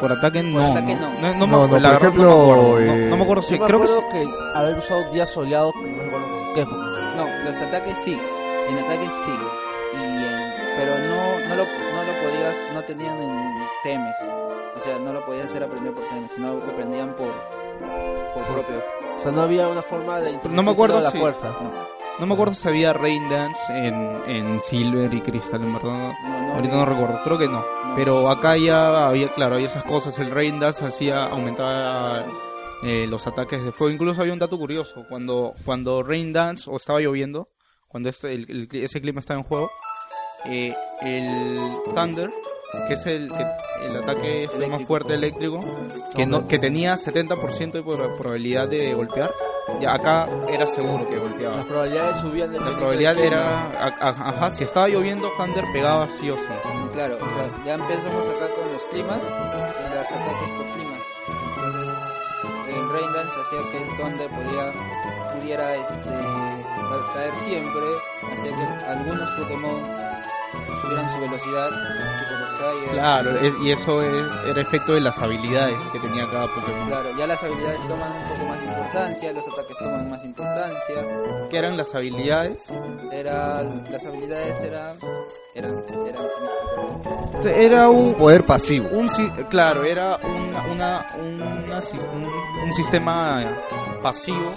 S3: Por ataque no.
S4: ataque,
S3: no.
S4: no.
S3: No,
S2: No, no,
S3: no me acuerdo,
S2: por
S3: la verdad
S2: ejemplo,
S3: no me acuerdo. No-
S2: eh,
S3: no me acuerdo si.
S6: Yo me
S3: Creo que sí.
S6: acuerdo que, haber usado día soleado, pero no recuerdo con qué Pokémon.
S4: No, los ataques sí. En ataques sí. Y en- pero no, no, lo, no lo podías, no tenían en temes. O sea, no lo podías hacer aprender por temes, sino lo aprendían por, por propio.
S6: O sea, no había una forma de
S3: No me acuerdo
S6: introducirlo a
S3: si-
S6: la fuerza.
S3: No me acuerdo si había Rain Dance en, en Silver y Crystal, en verdad. no-
S4: No, no,
S3: Ahorita no recuerdo, creo que no.
S4: No.
S3: Pero acá ya había, claro, había esas cosas. El Rain Dance hacía, aumentaba eh, los ataques de fuego. Incluso había un dato curioso. Cuando, cuando Rain Dance, o estaba lloviendo, cuando este, el- el- ese clima estaba en juego, eh, el Thunder, que es el, que- el ataque fue más
S4: Eléctrico.
S3: fuerte eléctrico, que, no, que tenía 70% de proba- probabilidad de golpear, ya acá era seguro que golpeaba.
S6: Las probabilidades subían de
S3: La probabilidad era, a- a- ajá, si estaba lloviendo, Thunder pegaba sí o sí.
S4: Claro, o sea, ya empezamos acá con los climas, con los ataques por climas. Entonces, el Rain Dance hacía que el Thunder podía, pudiera este, al caer siempre, hacía que algunos Pokémon subieran su velocidad, tipo los Saiyans,
S3: Claro, es- y eso es, era efecto de las habilidades que tenía cada Pokémon.
S4: Claro, ya las habilidades toman un poco más de importancia, los ataques toman más importancia.
S3: ¿Qué eran las habilidades?
S4: Era, las habilidades eran. eran.
S3: Ah,
S4: eran.
S3: Era un,
S2: Poder pasivo.
S3: un si- claro, era una, una- una si- un, un sistema pasivo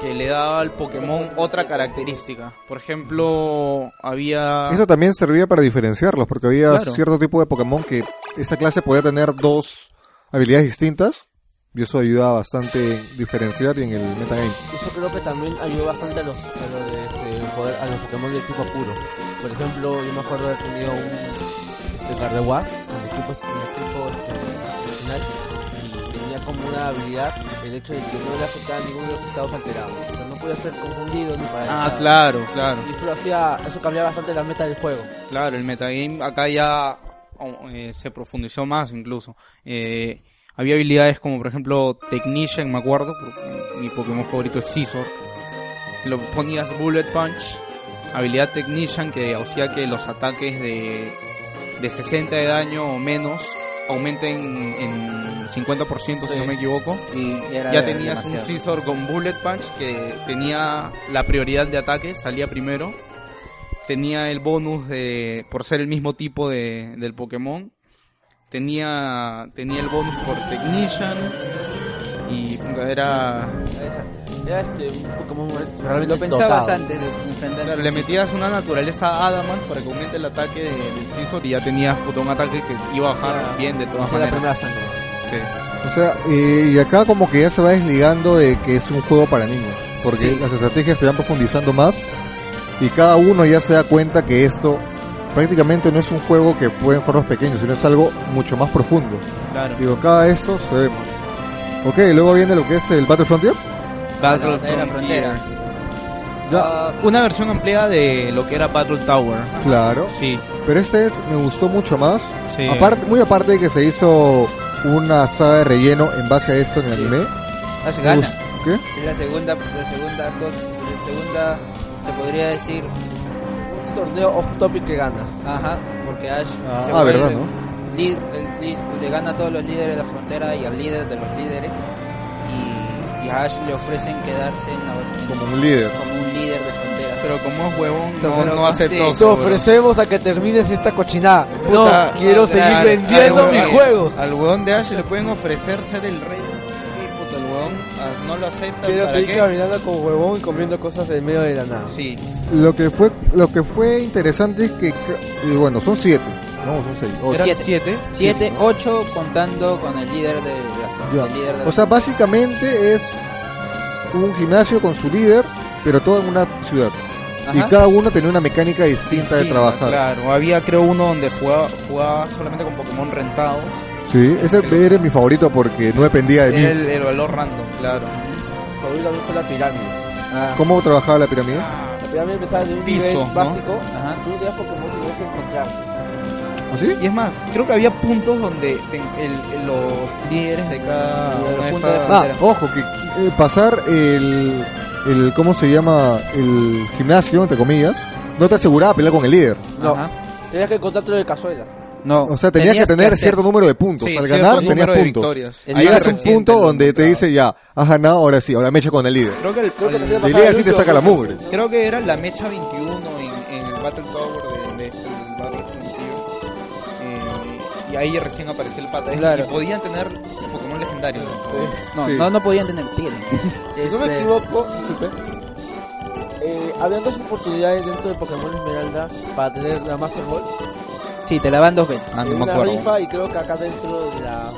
S3: que le daba al Pokémon otra característica. Por ejemplo, había...
S2: Eso también servía para diferenciarlos, porque había
S3: Claro.
S2: cierto tipo de Pokémon que esta clase podía tener dos habilidades distintas, y eso ayudaba bastante en diferenciar y en el metagame.
S8: Eso creo que también ayudó bastante a los, a los, de, este, poder- a los Pokémon de tipo puro. Por ejemplo, yo me acuerdo haber tenido un este, Gardevoir en el equipo, en el equipo este, original y tenía como una habilidad el hecho de que no le afectaba ninguno de los estados alterados. O sea, no podía ser confundido ni para
S3: Ah,
S8: nada.
S3: claro, claro.
S8: Y eso lo hacía, eso cambiaba bastante la meta del juego.
S3: Claro, el metagame acá ya oh, eh, se profundizó más incluso. Eh, había habilidades como por ejemplo Technician, me acuerdo, porque mi Pokémon favorito es Scizor. Lo ponías Bullet Punch, habilidad Technician que hacía que los ataques de, de 60 de daño o menos aumenten en 50% si no me equivoco.
S4: Y era
S3: Ya tenías un
S4: demasiado.
S3: Scizor con Bullet Punch que tenía la prioridad de ataque, salía primero. Tenía el bonus de por ser el mismo tipo de, del Pokémon. Tenía, tenía el bonus por Technician. Y puta, era.
S6: Era este, un Pokémon
S4: Lo
S6: realmente
S4: pensabas
S6: dotado.
S4: antes de enfrentar.
S3: claro, le metías una naturaleza a Adamant para que aumente el ataque del Scizor y ya tenías puta, un ataque que iba a bajar
S6: Claro.
S3: bien de todas
S6: Esa era la
S3: maneras.
S6: primera sangre.
S3: Sí.
S2: O sea, eh, y acá como que ya se va desligando de que es un juego para niños, porque las estrategias se van profundizando más y cada uno ya se da cuenta que esto prácticamente no es un juego que pueden jugar los pequeños, sino es algo mucho más profundo.
S3: Claro.
S2: Digo, cada de estos se ve. Ok, luego viene lo que es el Battle Frontier.
S4: Battle de la frontera.
S2: Ya.
S3: Una versión ampliada de lo que era Battle Tower.
S2: Claro.
S3: Sí,
S2: Pero este es, me gustó mucho más.
S3: sí.
S2: Aparte, muy aparte de que se hizo una saga de relleno en base a esto en el anime.
S4: Ah, se
S2: me
S4: gana.
S2: gust- ¿Qué?
S4: Es la segunda, la segunda cosa, la segunda, se podría decir,
S8: Un torneo off topic que gana.
S4: ajá, porque Ash
S2: Ah,
S4: se
S2: ah,
S4: vuelve
S2: verdad, ¿no?
S4: líder- el lí- le gana a todos los líderes de la frontera y al líder de los líderes. Y, y a Ash le ofrecen quedarse en la- en-
S2: Como un líder.
S4: como un líder de frontera.
S7: Pero como es huevón, no,
S4: Pero-
S7: no aceptó.
S4: sí.
S8: Te
S7: seguro.
S8: ofrecemos a que termines esta cochinada.
S7: Puta,
S8: no, quiero
S7: al-
S8: seguir
S7: al-
S8: vendiendo
S7: al-
S8: mis
S7: al-
S8: juegos.
S7: Al huevón de Ash le pueden ofrecer ser el rey. Y puta, el huevón ah, no lo acepta.
S8: Quiero
S7: ¿Para
S8: seguir
S7: qué?
S8: caminando como huevón y comiendo cosas en medio de la nada.
S7: Sí.
S2: Lo que fue, lo que fue interesante es que, ca- y bueno, son siete. No, son seis. ocho.
S4: Era-
S3: Eran
S4: Siete.
S3: siete.
S4: 7, 8 contando con el líder de la
S2: Ya.
S4: frontera. el líder de la
S2: O sea, básicamente es un gimnasio con su líder, pero todo en una ciudad.
S4: Ajá.
S2: Y cada uno tenía una mecánica distinta de
S3: Sí,
S2: trabajar.
S3: Claro, había creo uno donde jugaba, jugaba solamente con Pokémon rentados.
S2: Sí, ese era mi favorito porque no dependía de mí.
S3: Era el, el valor random, claro.
S8: favorito también fue la pirámide.
S4: Ah,
S2: ¿Cómo trabajaba la pirámide?
S8: La pirámide empezaba de un
S3: Piso,
S8: nivel
S3: ¿no?
S8: básico.
S4: Ajá.
S8: Tú tenías Pokémon y tenías que encontrarlos.
S2: ¿Así?
S3: Y es más, creo que había puntos donde te- el- el- los líderes de cada
S8: Los
S3: una de
S8: puntos de
S3: estas-
S2: Ah, ojo, que eh, pasar el, el. ¿Cómo se llama? El gimnasio, entre comillas. No te aseguraba pelear con el líder.
S8: No.
S4: Ajá.
S8: Tenías que encontrártelo de cazuela.
S4: No.
S2: O sea, tenías, que tener cierto número de puntos.
S3: Sí,
S2: Al
S3: cierto
S2: ganar,
S3: número
S2: tenías
S3: de
S2: puntos.
S3: victorias.
S4: Es
S2: Ahí
S4: más
S2: llegas a un
S4: reciente
S2: punto
S3: lo
S2: donde te
S3: encontraba.
S2: dice ya, has ganado, ahora sí, ahora mecha con el líder.
S3: Creo que, el-
S8: Creo que
S3: el-
S8: tenías
S2: De
S8: pasar
S2: líder
S8: el
S2: sí te
S8: último
S2: saca la
S8: punto.
S2: mugre.
S3: creo que era la mecha 21 en, en el Battle Tower de, de este Battle Frontier. Eh, y ahí recién apareció el pata.
S4: Claro.
S3: Y podían tener Pokémon legendarios.
S4: No,
S2: Sí.
S4: no, no podían tener piel.
S8: Si no me
S4: Este,
S8: equivoco, disculpe. Eh, habían dos oportunidades dentro de Pokémon Esmeralda para tener la Master Ball.
S4: Sí, te la van dos veces.
S3: Ah,
S8: Eh, una rifa y creo que acá dentro de la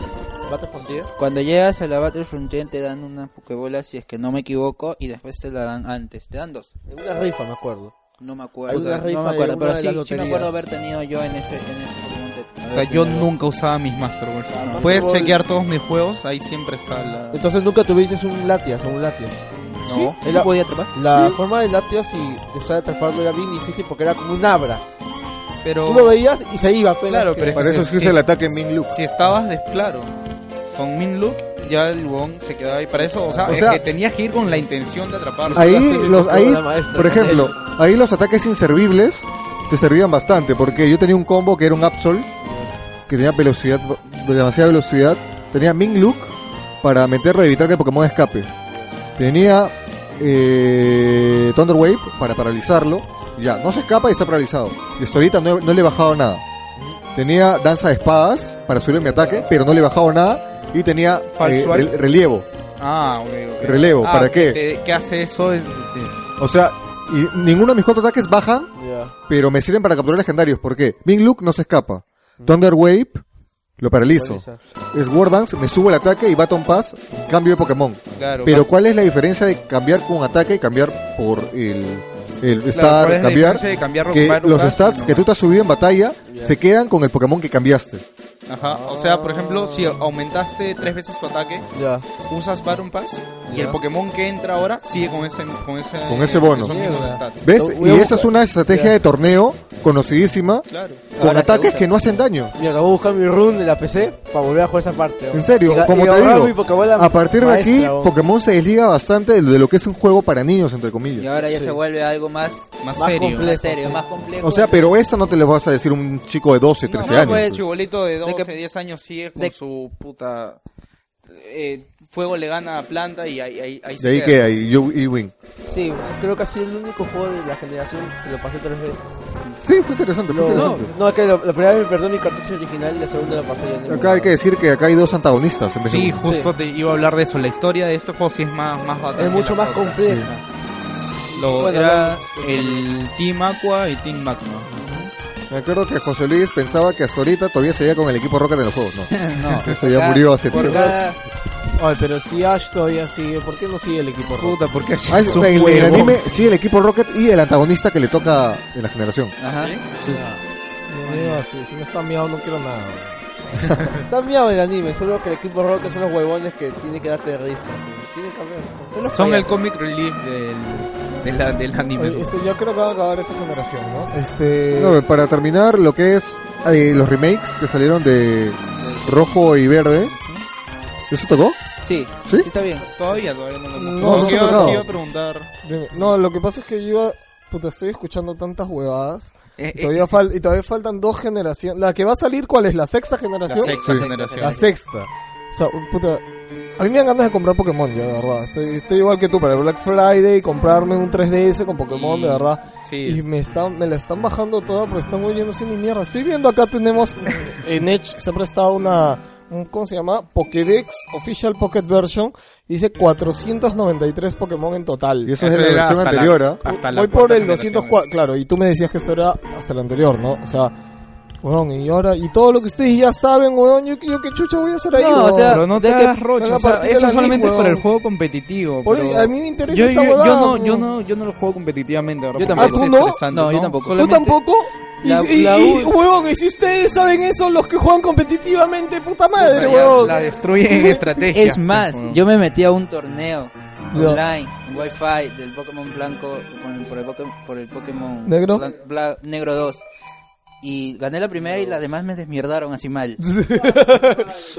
S8: Battle Frontier.
S4: Cuando llegas a la Battle Frontier te dan una Pokébola, si es que no me equivoco, y después te la dan antes. Te dan dos.
S8: En una rifa, me acuerdo.
S4: No me
S8: Hay
S4: acuerdo.
S8: una rifa
S4: No me
S8: de
S4: acuerdo,
S8: una
S4: pero
S8: de
S4: sí,
S8: las
S4: sí me acuerdo
S8: loterías.
S4: haber tenido yo en ese, en ese Pokémon de-
S3: O sea, yo nunca usaba mis Master Balls.
S8: Master
S3: Puedes
S8: Ball-
S3: chequear todos mis juegos, ahí siempre está la...
S8: Entonces nunca tuviste un Latias o un Latias.
S4: No,
S8: Sí.
S4: ¿Sí podía atrapar?
S8: La forma de Latias y de usar atraparlo era bien difícil porque era como un abra.
S3: Pero...
S8: Tú lo veías y se iba, apenas
S3: Claro,
S8: que-
S3: pero es
S2: Para eso se
S3: Sí.
S2: usa el ataque en Min Lu.
S3: Si estabas de claro con Min Look, ya el huevón se quedaba ahí para eso. O sea,
S2: O
S3: es
S2: sea,
S3: que tenías que ir con la intención de atraparlo.
S2: Ahí, los, ahí
S8: la maestra,
S2: por
S8: ¿no?
S2: ejemplo, ahí los ataques inservibles te servían bastante, porque yo tenía un combo que era un Absol, que tenía velocidad, demasiada velocidad, tenía Ming Look para meterlo y evitar que el Pokémon escape, tenía eh, Thunder Wave para paralizarlo, ya, no se escapa y está paralizado, y hasta ahorita no, he- no le he bajado nada, tenía Danza de Espadas para subir mi ataque, pero no le he bajado nada, y tenía
S3: False
S2: eh,
S3: Swipe.
S2: rel- relievo,
S3: Ah, ok, ok.
S2: Relevo,
S3: Ah,
S2: ¿para qué?
S3: te- ¿Qué hace eso? Es- sí.
S2: o sea, y ninguno de mis cuatro ataques bajan
S8: Ya.
S2: pero me sirven para capturar legendarios. ¿Por qué? Big Luke no se escapa. Thunder Wave lo paralizo.
S8: Paraliza.
S2: El War Dance me subo el ataque y Baton Pass cambio de Pokémon.
S3: Claro,
S2: Pero ¿cuál es la diferencia de cambiar con ataque y cambiar por el, el
S3: claro,
S2: stat,
S3: ¿cuál es la
S2: cambiar?
S3: diferencia de cambiarlo
S2: Que
S3: con Baruch
S2: los
S3: Cast?
S2: stats
S3: No.
S2: que tú te has subido en batalla se quedan con el Pokémon que cambiaste.
S3: Ajá, o sea, por ejemplo, si aumentaste tres veces tu ataque,
S8: Ya.
S3: usas Baron Pass y
S2: Ya.
S3: el Pokémon que entra ahora sigue con ese con ese,
S2: Con ese bono.
S3: esos mismos
S8: Mierda.
S3: stats.
S2: ¿Ves?
S8: Lo voy
S2: Y
S8: a
S2: esa es una estrategia
S8: Ya.
S2: de torneo conocidísima
S3: Claro.
S2: con
S4: Ahora se
S2: ataques
S4: usa.
S2: que no hacen daño.
S8: Mira, voy a buscar mi run de la PC para volver a jugar esa parte. ¿no?
S2: En serio,
S8: Y ga-
S2: como
S8: y
S2: te
S8: ahorrar
S2: digo,
S8: mi Pokébola
S2: A partir de aquí,
S8: maestra, ¿no?
S2: Pokémon se desliga bastante de lo que es un juego para niños, entre comillas.
S4: Y ahora ya
S8: Sí.
S4: se vuelve algo más,
S3: Más,
S8: Más
S3: serio.
S8: complejo.
S4: más serio, más complejo.
S2: O sea, pero eso no te lo vas a decir un chico de 12, 13
S3: No,
S2: años.
S3: pues
S2: pues.
S3: chibolito de 12,
S4: que-
S3: 10 años sigue con
S4: de-
S3: su puta... eh, fuego le gana a planta y ahí, ahí, ahí
S2: de ahí que hay Yu- Ewing.
S4: Sí,
S8: Creo que ha sido el único juego de la generación que lo pasé tres veces.
S2: Sí, fue interesante. Fue
S8: Lo- no,
S2: interesante.
S8: no, es que lo- la primera vez me perdí mi cartucho original y la segunda la pasé en el
S2: Acá hay que decir que acá hay dos antagonistas. En vez de
S3: Sí,
S2: uno.
S3: justo te iba a hablar de eso. La historia de este juego sí es más, más batalla
S8: Es
S3: que
S8: mucho
S3: las
S8: más
S3: otras.
S8: compleja.
S3: Lo,
S8: Bueno,
S3: era el Team Aqua y Team Magma.
S2: Me acuerdo que José Luis pensaba que hasta ahorita todavía seguía con el equipo Rocket en los juegos. No,
S4: no.
S2: esto ya murió hace
S4: Por
S2: tiempo.
S4: cada,
S1: Ay, pero si Ash todavía sigue, ¿por qué no sigue el equipo rojo?
S3: Puta, porque
S2: Ah, es- en el, en el anime sí el equipo Rocket y el antagonista que le
S3: ¿Ah,
S2: toca en la generación.
S4: ajá.
S1: Dios mío, si, si no está miado no quiero nada.
S8: Está miado el anime, solo que el equipo rock son los huevones que tienen que darte risa. sí. Tienen que cambiar.
S1: Son los
S3: Son el
S1: payasos.
S3: comic relief del, de la- del anime.
S1: Oye, este, yo creo que va a acabar esta generación, ¿no? Este...
S2: No, para terminar, lo que es eh, los remakes que salieron de rojo y verde. ¿Eso tocó?
S4: Sí,
S2: ¿Sí?
S4: sí está bien.
S3: Todavía, todavía no lo
S1: No, no
S3: te
S2: se ha
S3: iba,
S2: tocado.
S3: te iba a preguntar.
S1: Dime. No, lo que pasa es que yo iba- puta, estoy escuchando tantas huevadas.
S3: Eh,
S1: Y todavía, fal- y todavía faltan dos generaciones. La que va a salir, ¿cuál es? ¿La sexta
S3: la
S1: generación?
S3: sexta
S2: Sí.
S3: generación.
S1: La sexta. O sea, puta. A mí me dan ganas de comprar Pokémon, ya, de verdad. Estoy, estoy igual que tú, para el Black Friday, comprarme un 3DS con Pokémon,
S3: Y-
S1: de verdad. Y
S3: Sí.
S1: me, están, me la están bajando toda porque están oyendo sin ni mierda. Estoy viendo acá, tenemos en Edge, se ha prestado una, un, ¿cómo se llama? Pokédex Official Pocket Version. Dice 493 Pokémon en total.
S2: Y eso, es de
S3: Eso
S2: la
S3: era
S2: versión
S3: hasta la-
S2: anterior, ¿ah?
S3: Hasta la
S1: Voy por
S3: cuarta
S1: el
S3: generación.
S1: 204, claro, y tú me decías que esto era hasta el anterior, ¿no? O sea, weón, y ahora, y todo lo que ustedes ya saben, weón, yo, yo qué chucha voy a hacer ahí,
S4: No, o
S1: weón?
S4: sea,
S3: Pero no te
S4: de que-
S3: hagas rocho.
S1: Pero
S3: o sea,
S1: aparte de
S3: eso
S1: la
S3: solamente
S1: Nick,
S3: para el
S1: weón.
S3: juego competitivo.
S1: Por-
S3: pero-
S1: a mí me interesa
S3: yo,
S1: esa
S3: yo- yo
S1: huevada,
S3: no,
S1: weón.
S3: yo, no, yo no lo juego competitivamente.
S4: Yo
S3: porque
S1: tampoco.
S3: es
S1: ¿Ah, tú no?
S3: estresante,
S4: No, yo tampoco.
S1: ¿Tú
S3: Solamente-
S1: tampoco? Y,
S4: La-
S1: y-
S4: la
S1: y,
S4: u-
S1: weón, y si ustedes saben eso, los que juegan competitivamente, puta madre,
S3: Ya
S1: weón.
S3: La destruyen en estrategia.
S4: Es más, yo me metí a un torneo
S1: No.
S4: online, en Wi-Fi, del Pokémon blanco con el- por, el Poké- por el Pokémon
S1: ¿Negro?
S4: blan- bla- negro 2. Y gané la primera y las demás me desmierdaron así mal.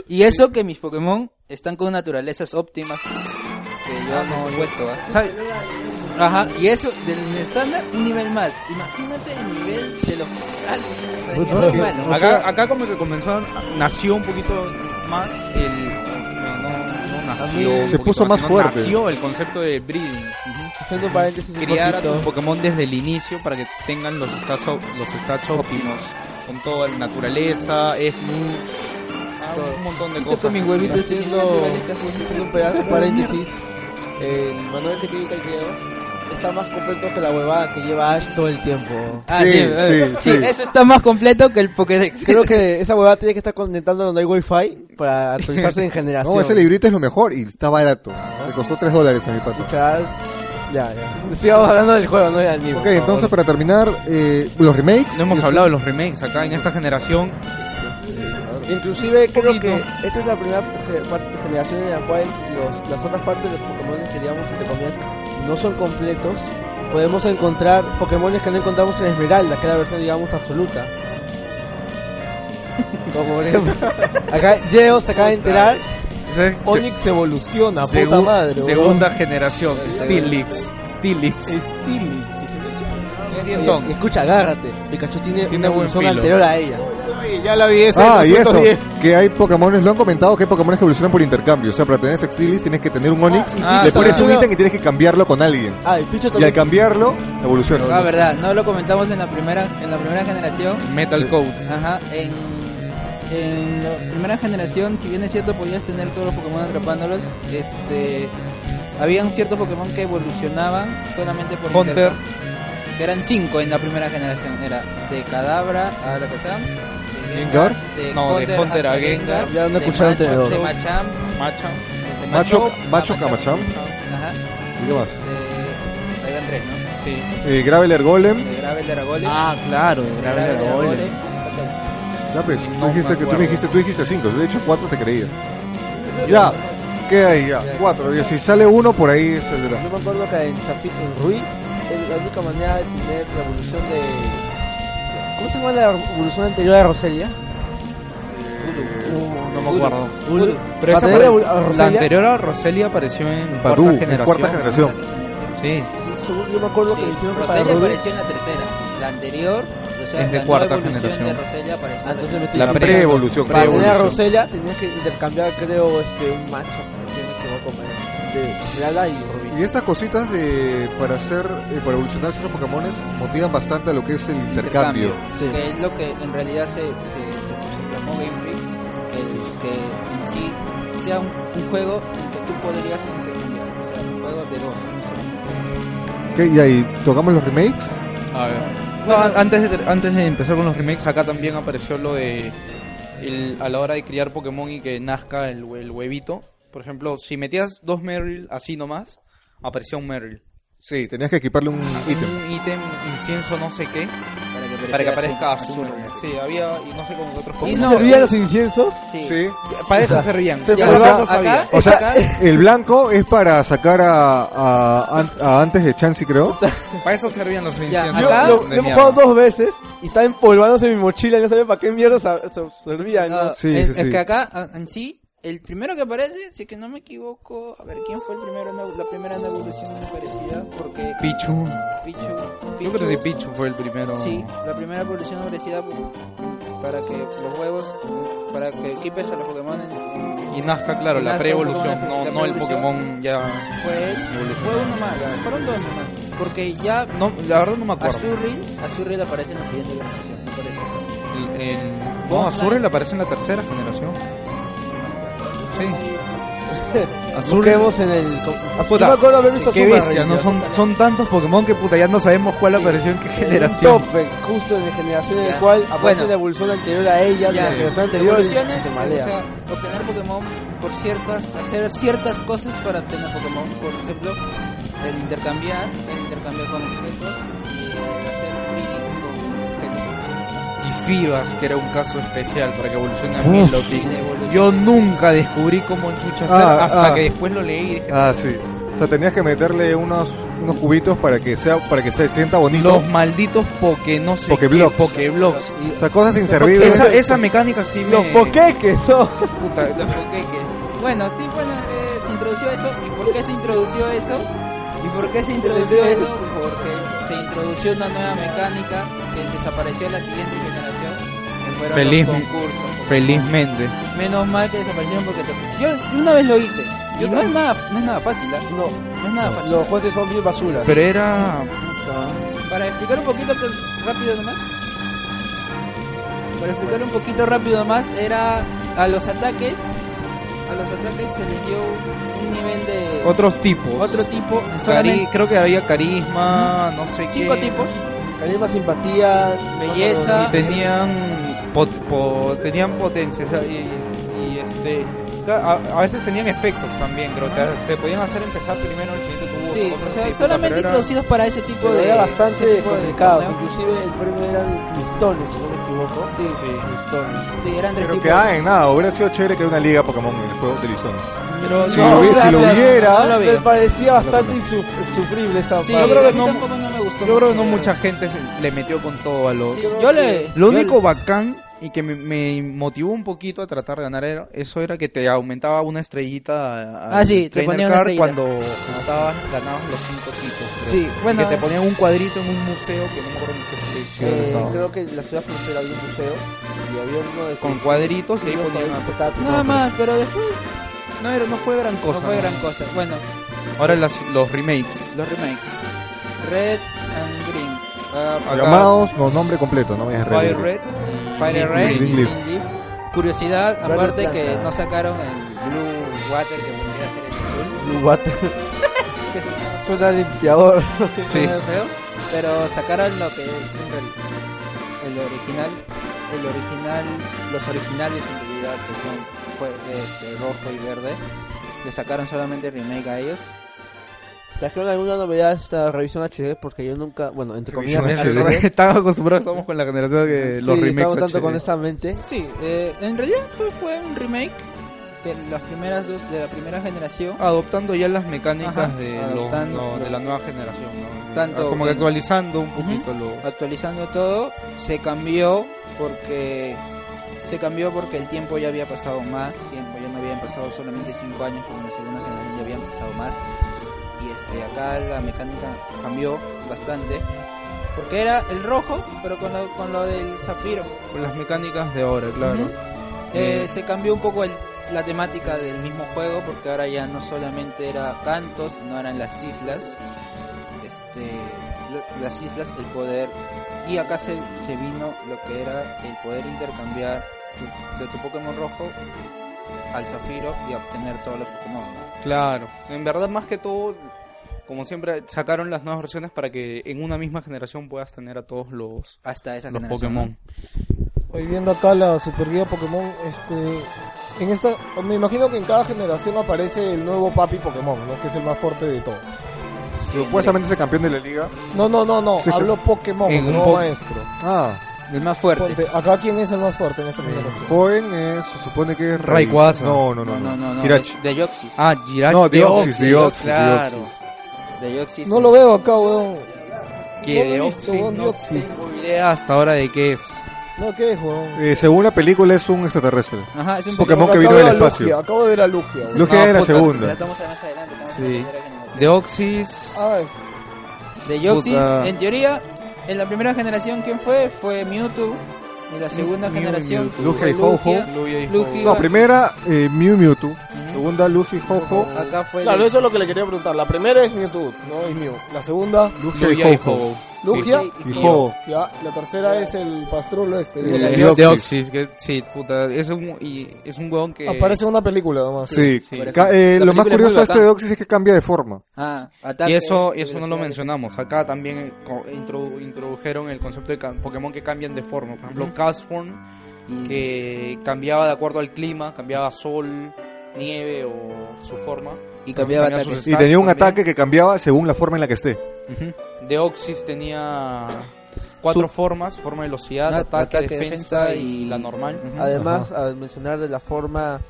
S4: y eso que mis Pokémon están con naturalezas óptimas que yo no he puesto, ¿ah? ¿Sabes? Ajá, y eso del estándar un nivel más. Imagínate el nivel de los
S1: Puta,
S8: Pues
S4: Pokémon malos.
S3: Acá, acá como que comenzó, nació un poquito más el... No, no, no nació.
S2: Se
S3: un poquito
S2: puso más
S3: sino
S2: fuerte.
S3: Nació el concepto de breeding.
S8: Haciendo un paréntesis un
S3: Criar a tus
S8: poquito.
S3: Pokémon desde el inicio para que tengan los stats, op- los stats óptimos. Con toda la naturaleza, es ah, un montón de
S4: Hice
S3: cosas.
S4: con mis huevitos
S3: Mira.
S8: Haciendo haciendo un pedazo de paréntesis. El manual que tiene Taikedos está más completo que la huevada que lleva Ash todo el tiempo.
S4: Ah,
S2: Sí,
S4: sí, eh,
S2: sí,
S4: sí,
S2: sí.
S4: eso está más completo que el Pokédex.
S8: Creo que esa huevada tiene que estar conectando donde hay wifi para actualizarse en generación.
S2: No, ese librito es lo mejor y está barato. Me costó 3 dólares a mi pato.
S8: Chal. Ya, ya. Sigamos hablando del juego, no del anime.
S2: Ok,
S8: por
S2: entonces
S8: favor.
S2: para terminar, eh, los remakes.
S3: No hemos
S2: Yo
S3: hablado de los remakes acá en esta generación.
S8: Inclusive creo
S3: poquito.
S8: que esta es la primera ge- parte- generación en la cual los- las otras partes de los Pokémon que digamos entre comillas no son completos. Podemos encontrar Pokémon que no encontramos en Esmeralda, que es la versión digamos absoluta. Como por ejemplo, acá Geo se acaba de enterar,
S3: Ese es-
S1: Onix evoluciona,
S3: segu-
S1: puta madre, weón.
S3: segunda generación, Steelix. Steelix.
S1: Steelix.
S3: Es
S8: oye,
S3: dientón.
S8: escucha, agárrate, Pikachu tiene,
S3: Tiene
S8: una
S3: buen
S8: evolución
S3: filo.
S8: anterior a ella.
S1: Oye, ya la vi esa.
S2: Ah, y eso,
S1: 310.
S2: que hay Pokémones, lo han comentado, que hay Pokémones que evolucionan por intercambio. O sea, para tener Sextilis tienes que tener un Onix,
S3: Ah,
S2: le pones
S8: claro.
S2: un ítem y tienes que cambiarlo con alguien.
S8: Ah, el Pichu
S2: Y al
S8: también.
S2: cambiarlo, evoluciona.
S4: Ah, verdad, no lo comentamos en la primera en la primera generación.
S3: Metal Code.
S4: Ajá, en, en la primera generación, si bien es cierto podías tener todos los Pokémon atrapándolos, este habían ciertos Pokémon que evolucionaban solamente por
S3: Hunter.
S4: intercambio, que eran cinco en la primera generación, era de Cadabra a Alakazam, de
S2: Gengar?
S4: de
S3: No, de
S4: Hunter,
S3: Hunter a Gengar.
S8: Ya una
S4: de
S8: cuchara
S4: Macho-
S8: tenedor.
S4: de Machamp,
S3: Macha.
S4: de
S2: Macho- Macho a Machamp.
S4: Ajá.
S2: ¿Y qué más?
S4: Este, ahí van tres, ¿no?
S3: Sí.
S2: Eh, Graveler Golem,
S4: De Gravel de Aragole.
S3: Ah, claro, de
S4: Gravel de Aragole. Ok.
S2: ya pues,
S3: No
S2: tú, dijiste que,
S3: me
S2: tú,
S3: acuerdo.
S2: me dijiste, tú dijiste cinco, de hecho cuatro te creía. Ya, ¿qué hay ya? Cuatro, y si sale uno por ahí saldrá.
S8: Yo me acuerdo que en Zafir, en Rui, es la única manera de tener la evolución de. ¿Cómo se llama la evolución anterior a Roselia?
S3: Eh, No me acuerdo.
S8: Ulu.
S3: Pero
S8: Para
S3: esa
S8: tener
S3: apare-
S8: a- a
S3: la
S8: Roselia,
S3: anterior a Roselia apareció en
S2: Padu,
S3: cuarta
S2: en
S3: generación.
S2: cuarta generación.
S3: Sí.
S8: sí, según yo me acuerdo que
S4: Sí,
S8: dijeron que para
S4: Roselia
S8: Rui.
S4: apareció en la tercera. La anterior, o sea,
S3: Es de
S4: la
S3: cuarta
S4: nueva evolución
S3: generación.
S4: de Roselia apareció. en
S8: entonces me estoy-
S4: tercera.
S2: La
S3: pre-
S2: pre-evolución,
S8: Para tener a
S2: pre-evolución.
S8: Roselia tenías que intercambiar, creo, este, un macho, si no me equivoco, me- de Esmeralda y
S2: Y
S8: Rubí.
S2: estas cositas de, para hacer, eh, para evolucionar ciertos Pokémones motivan bastante a lo que es el intercambio.
S8: Sí.
S4: Que es lo que en realidad se, se, se- se plasmó Game Freak. Que, el- que en sí sea un, un juego en que tú podrías intercambiar. O sea, un juego de dos. no solamente-
S2: Ok, y ahí tocamos los remakes.
S3: A ver. No, an- antes, de, antes de empezar con los remakes, acá también apareció lo de. el- a la hora de criar Pokémon y que nazca el, hue- el huevito. Por ejemplo, si metías dos Merrill así nomás, aparecía un Merrill. Ah.
S2: Sí, tenías que equiparle un ítem.
S3: Un ítem incienso no sé qué.
S4: para que
S3: para que aparezca
S4: azul.
S3: azul. Sí, había, y no sé cómo otros
S4: Y
S8: ¿Y
S4: no,
S8: servían
S4: no.
S8: los inciensos?
S4: Sí.
S2: Sí.
S3: Para eso servían.
S8: Se
S4: Ya,
S8: o sea,
S4: acá, acá,
S2: O sea,
S4: acá,
S2: el blanco es para sacar a, a- an- a antes de Chansey, creo.
S3: Para eso servían los
S4: inciensos.
S8: Yo
S4: Acá-
S8: lo, lo he jugado dos veces y está empolvándose mi mochila y no sabía para qué mierda sa- sa- servía. ¿no?
S3: Ah,
S4: no,
S2: Sí,
S4: es,
S2: sí,
S4: es
S2: sí.
S4: que acá a- en sí, el primero que aparece, si que no me equivoco, a ver quién fue el primero, en evo- la primera en evolución parecida, porque
S3: Pichu.
S4: Pichu,
S3: Yo
S4: Pichu-
S3: creo que Pichu fue el primero.
S4: sí, la primera evolución obrecidad para que los huevos, para que equipes a los Pokémon en- en-
S3: Y Nazca, claro,
S4: Y
S3: la
S4: Nazca
S3: pre-evolución,
S4: fue
S3: no,
S4: una
S3: no el
S4: pre-evolución.
S3: Pokémon ya
S4: fue él, fue
S3: evolucionado.
S4: uno más, fueron dos nomás, porque ya
S3: No, la verdad no me acuerdo.
S4: Azurril, Azurril aparece en la siguiente generación, me parece.
S3: El, el...
S4: Bonsai.
S3: No, Azuril aparece en la tercera generación. Sí. Azuril.
S8: Busquemos en el. com-
S3: Puta,
S8: Yo me acuerdo haber visto
S3: Qué
S8: Super
S3: bestia, no
S8: Ranger.
S3: son, son tantos Pokémon que puta, ya no sabemos cuál apareció en qué
S8: En un
S3: generación.
S8: tope, justo en la generación en
S4: Ya. ah,
S8: la cual aparece
S4: Bueno.
S8: la evolución anterior a ella,
S4: Ya.
S8: la generación anterior y
S4: Evoluciones,
S8: se
S4: o
S8: malea.
S4: sea, obtener Pokémon por ciertas, hacer ciertas cosas para obtener Pokémon, por ejemplo, el intercambiar, el intercambiar con objetos y el hacer breeding con objetos.
S3: Y Fibas, que era un caso especial para que evolucione a
S2: Uf.
S4: Y la
S3: Milotic.
S4: evolución.
S3: Yo nunca descubrí cómo chucha hacer
S2: Ah,
S3: hasta
S2: ah.
S3: que después lo leí y dije,
S2: Ah, sí. O sea, tenías que meterle unos unos cubitos para que sea para que se sienta bonito.
S3: los malditos Poké no sé
S2: Pokéblocks.
S3: qué, Pokéblocks.
S2: O sea, cosas inservibles.
S3: Esa, esa mecánica sí me...
S8: Los poqueques son.
S3: puta,
S4: Los Pokéque. Bueno, sí, bueno, eh, se introdució eso. ¿Y por qué se introdució eso? ¿Y por qué se introdució eso? Porque se introdució una nueva mecánica que desapareció en la siguiente generación, que fueron
S3: Feliz-
S4: los concursos. Pokémon.
S3: Felizmente.
S4: Menos mal que desaparecieron porque te... Yo una vez lo hice. Y no es nada, no es nada fácil, ¿ah?
S8: No,
S4: No es nada fácil.
S8: los jueces son bien basura.
S3: Pero era...
S4: Para explicar un poquito que- rápido nomás. Para explicar un poquito rápido nomás, era a los ataques. A los ataques se les dio un nivel de
S3: Otros tipos.
S4: otro tipo. en
S3: Cari-
S4: solamente
S3: creo que había carisma, no sé
S4: cinco
S3: qué.
S4: tipos.
S8: Carisma, simpatía,
S4: Belleza.
S3: Y tenían, pot- po- tenían potencia. o sea, Y, y este... A, a veces tenían efectos también, creo. Te, te podían hacer empezar primero el chinito tubo.
S4: Sí,
S3: cosas
S4: o sea,
S3: así, puta,
S4: solamente
S3: pero era-
S4: introducidos para ese tipo
S8: Pero
S4: de.
S8: era
S4: ese
S8: bastante
S4: tipo de
S8: complicado.
S4: torneo.
S8: Inclusive el premio eran listones, si no me equivoco.
S4: Sí,
S3: Sí.
S8: Listones.
S4: sí, eran tres
S2: Pero
S4: tipos.
S2: quedaba en nada. Hubiera sido chévere que haya una liga Pokémon en el juego de Lizón.
S4: Pero
S2: Si lo hubiera- si lo
S4: gracias,
S2: hubiera,
S4: no lo
S8: Me
S4: veía.
S8: parecía bastante insufrible esa
S4: Sí,
S8: parte.
S3: creo que
S4: a mí
S3: no-
S4: tampoco no me gustó.
S3: Yo creo que
S4: mucho,
S3: no
S4: la
S3: mucha
S4: verdad.
S3: gente se- le metió con todo a los...
S4: Sí, yo le.
S3: Lo
S4: yo le-
S3: único bacán y que me, me motivó un poquito a tratar de ganar era, eso era que te aumentaba una estrellita al
S4: Ah, sí, te
S3: trainer
S4: ponía una
S3: card
S4: estrellita.
S3: cuando matabas, ganabas los cinco tipos. creo.
S4: Sí, bueno.
S3: Y que te ponían un cuadrito en un museo que no me acuerdo en qué ciudad
S8: Eh,
S3: estaba.
S8: creo que en la ciudad frontera había un museo y había uno de
S3: Con cuadritos y ahí ponían
S8: unos
S3: a-
S8: cuadritos.
S4: Nada más, pero después
S3: No, era, no fue gran cosa.
S4: no fue
S3: ¿no?
S4: gran cosa. Bueno,
S3: Ahora las- los remakes.
S4: los remakes. Red and Green. Ah,
S3: Acá-
S2: Llamados, no, nombre completo, no me digas
S3: Fire
S2: realmente.
S3: Red. y
S4: Fire
S3: Green
S4: Red y
S2: Green Leaf.
S4: Green Leaf. Curiosidad,
S8: Verde
S4: aparte que
S8: plata.
S4: no sacaron el Blue Water que vendría a ser el azul.
S8: Blue Water. Suena a limpiador.
S3: Sí.
S4: Medio feo, pero sacaron lo que es en realidad el original. El original, los originales en realidad que son pues, este, rojo y verde. Le sacaron solamente remake a ellos.
S8: ¿Trajeron alguna novedad esta revisión HD? Porque yo nunca, bueno, entre
S2: Revisión
S8: comillas,
S2: HD.
S8: al revés.
S3: Estaba acostumbrado, estamos con la generación que los
S8: Sí,
S3: remakes.
S8: estamos tanto
S3: HD.
S8: con esa mente.
S4: Sí, eh, en realidad fue, fue un remake de las primeras dos, de la primera generación.
S3: adoptando ya las mecánicas
S4: Ajá,
S3: de, lo-
S4: adoptando.
S3: lo- de la nueva generación. ¿no?
S4: Tanto
S3: como que
S4: que-
S3: actualizando un poquito lo-
S4: Actualizando todo, se cambió porque se cambió porque el tiempo ya había pasado más tiempo, ya no habían pasado solamente 5 años como en la segunda generación, ya habían pasado más. Y este, acá la mecánica cambió bastante. Porque era el rojo, pero con lo, con lo del zafiro.
S3: con las mecánicas de ahora, claro.
S4: Ujú. Eh,
S3: Eh,
S4: se cambió un poco el- la temática del mismo juego porque ahora ya no solamente era canto, sino eran las islas. Este, la- las islas, el poder. Y acá se, se vino lo que era el poder intercambiar tu- de tu Pokémon rojo al zafiro y obtener todos los Pokémon.
S3: Claro. En verdad, más que todo, como siempre, sacaron las nuevas versiones para que en una misma generación puedas tener a todos los,
S4: Hasta esa
S3: los
S4: generación.
S3: Pokémon.
S1: Hoy viendo acá la super guía Pokémon, este. En esta, me imagino que en cada generación aparece el nuevo papi Pokémon, ¿no? Que es el más fuerte de todos.
S2: Supuestamente es el campeón de la liga.
S1: No, no, no, no.
S2: Sí, sí.
S1: Habló Pokémon,
S7: En
S1: no
S7: po-
S1: maestro.
S2: Ah,
S4: El más fuerte.
S1: Ponte, acá quién es el más fuerte en esta generación.
S2: joven es, se supone que es
S3: Rayquaza.
S2: No, no, no.
S4: No, no, no. no,
S2: Hirachi.
S4: De de Yoxis.
S3: Ah, Jirachi.
S2: No, Deoxys, Deoxys,
S3: claro.
S4: De Yoxis.
S1: No lo veo acá, weón.
S3: Que
S1: No lo he
S3: Deoxys,
S1: visto, weón,
S3: no
S1: Deoxys.
S3: tengo idea hasta ahora de qué es.
S1: No, ¿qué es, weón?
S2: Eh, según la película es un extraterrestre.
S4: Ajá, es un
S2: Pokémon
S1: Porque
S2: que vino
S1: acabo
S2: del
S1: de ver a
S2: espacio.
S1: Lugia, Acabo de ver a Lugia, weón.
S2: Lu- Lugia
S4: No,
S2: era
S4: puta,
S2: segunda.
S4: La estamos a más adelante. estamos
S3: Sí.
S4: en la tercera generación.
S3: Deoxys.
S1: Ah, es...
S4: De Yoxis,
S3: Puta.
S4: en teoría, en la primera generación, ¿quién fue? Fue Mewtwo. En la segunda
S3: Mew y
S4: generación,
S3: Mewtwo.
S2: Lugia y
S4: fue
S2: Ho-Ho.
S7: Lugia y
S4: Lugia.
S2: No, primera eh, Mew Mewtwo.
S4: Ujú.
S2: Segunda Luigi Jojo.
S4: Acá fue.
S1: Claro,
S4: de-
S1: eso es lo que le quería preguntar. La primera es Mewtwo, no es Mew. La segunda,
S2: Lugia y Jojo.
S1: Lugia.
S2: Y Jojo.
S1: Ya, la tercera es el pastrulo este.
S2: Y
S1: el-
S2: la-
S3: Deoxys. Deoxys, que sí, puta. Es un, y, es un huevón que.
S1: Aparece en una película, nomás.
S2: Sí.
S3: sí.
S2: Ca- eh,
S4: La
S2: lo más
S4: película es
S2: curioso de
S4: muy
S2: este
S4: bacán.
S2: Deoxys es que cambia de forma.
S4: Ah, ataque.
S3: Y eso, y eso
S4: velocidad,
S3: no lo mencionamos. Acá también eh, co- introdu- introdujeron el concepto de ca- Pokémon que cambian de forma. Por ejemplo,
S4: Ujú.
S3: Castform,
S4: y-
S3: que cambiaba de acuerdo al clima, cambiaba a sol, nieve o su forma.
S4: Y cambiaba
S3: cambiaba
S4: ataque.
S3: sus-
S2: Y tenía un
S3: también.
S2: ataque que cambiaba según la forma en la que esté.
S3: Deoxys tenía cuatro
S4: Su-
S3: formas, forma de velocidad,
S4: Ah,
S3: ataque,
S4: ataque,
S3: defensa,
S4: defensa
S3: y
S4: y-
S3: la normal.
S4: Ujú.
S8: Además, al mencionar de la forma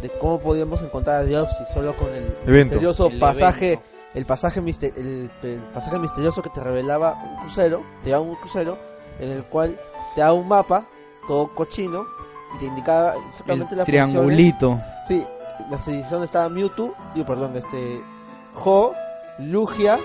S8: de cómo podíamos encontrar a Deoxys solo con el
S2: Evento.
S8: misterioso
S3: El
S8: pasaje,
S3: evento.
S8: el pasaje mister- el, el pasaje misterioso que te revelaba un crucero, te daba un crucero en el cual te daba un mapa todo cochino y te indicaba exactamente
S3: El
S8: las
S3: triangulito.
S8: funciones. Sí, la edición estaba Mewtwo, digo perdón, este Ho, Lugia,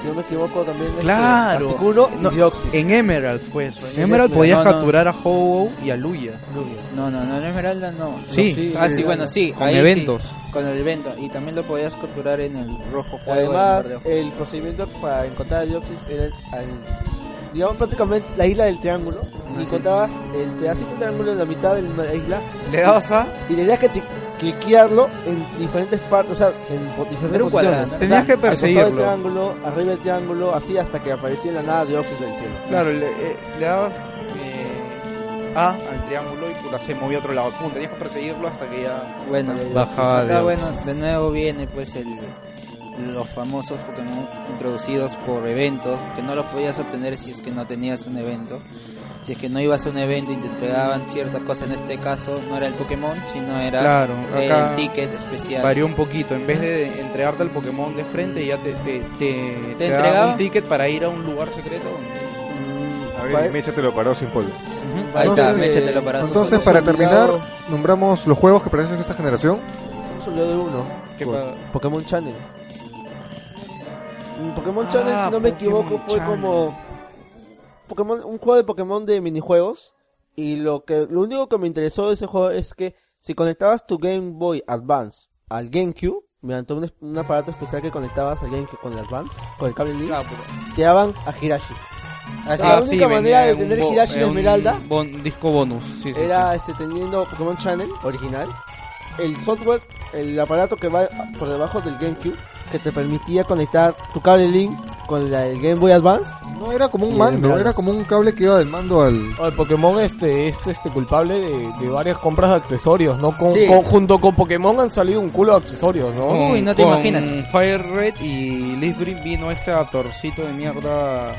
S8: si no me equivoco también este,
S3: Claro.
S8: Articuno y
S3: No,
S8: Deoxys.
S3: En Emerald, pues. En
S8: En
S3: Emerald
S8: Esmeralda.
S3: podías
S4: No, no.
S3: capturar a Ho-Oh y a Luya.
S8: Lugia.
S4: No, no, no, en Esmeralda no.
S3: Sí.
S4: No, Ah, sí, bueno, sí.
S3: Con
S4: ahí sí,
S3: eventos.
S4: con el evento. Y también lo podías capturar en el rojo fuego.
S8: Además,
S4: en el verde.
S8: el procedimiento para encontrar a Deoxys era al- digamos prácticamente la isla del triángulo. Y encontrabas el pedacito de triángulo en la mitad de la isla
S3: Le dabas a.
S8: y tenías que te- cliquearlo en diferentes partes, o sea, en po- diferentes
S4: Era un cuadrado, ¿no?
S8: posiciones. O sea,
S3: Tenías que
S8: al costado
S3: perseguirlo.
S8: del triángulo, arriba del triángulo, así hasta que aparecía en la nada Deoxys del cielo.
S3: Claro, le, eh, le dabas eh, A al triángulo y puta se movía a otro lado. Pum, tenías que perseguirlo hasta que ya.
S4: Bueno,
S3: Bajaba
S4: acá
S3: de
S4: bueno, de nuevo viene pues el los famosos Pokémon introducidos por eventos, que no los podías obtener si es que no tenías un evento. Si es que no ibas a un evento y te entregaban cierta cosa, en este caso no era el Pokémon, sino era
S3: Claro,
S4: el
S3: acá
S4: ticket especial.
S3: varió un poquito. En vez de entregarte al Pokémon de frente, ya te, te, te, te daban
S4: entregaba?
S3: un ticket para ir a un lugar secreto.
S2: A
S8: Vale.
S2: ver, Mecha te lo paró sin polvo.
S4: Ujú, Ahí
S2: Entonces,
S4: está,
S8: eh,
S4: méchatelo para su
S2: Entonces,
S4: foto.
S2: para terminar,
S8: obligado.
S2: nombramos los juegos que aparecen en esta generación.
S8: Un solo de uno.
S3: ¿Qué
S8: Por-
S3: pa-
S8: Pokémon Channel. Mm, Pokémon
S3: Ah,
S8: Channel, si no me
S3: Pokémon
S8: equivoco, fue
S3: Channel.
S8: como Pokémon, un juego de Pokémon de minijuegos. Y lo que, lo único que me interesó de ese juego es que si conectabas tu Game Boy Advance al GameCube, mediante un, es- un aparato especial que conectabas al GameCube con el Advance, con el cable link,
S3: Ah,
S4: pues,
S3: puta.
S8: te daban a Hirashi.
S4: Ah, sí,
S8: la única
S3: venía
S8: manera de
S3: en un
S8: tener
S3: bo-
S8: Hirashi
S3: en
S8: la
S3: un
S8: Esmeralda
S3: bon- disco bonus. Sí, sí,
S8: Era
S3: sí.
S8: este teniendo Pokémon Channel original, el software, el aparato que va por debajo del GameCube que te permitía conectar tu cable Link con la del Game Boy Advance.
S2: No era como
S8: Y
S2: un
S8: el
S2: mando,
S8: Esmeralda.
S2: era como un cable que iba del mando al.
S1: Oh, el Pokémon este es este culpable de, de varias compras de accesorios, ¿no? Con,
S4: Sí.
S1: con- junto con Pokémon han salido un culo de accesorios, ¿no?
S3: Con-
S4: Uy, no te
S3: con
S4: imaginas.
S3: Fire Red y Leaf Green vino este adaptorcito de mierda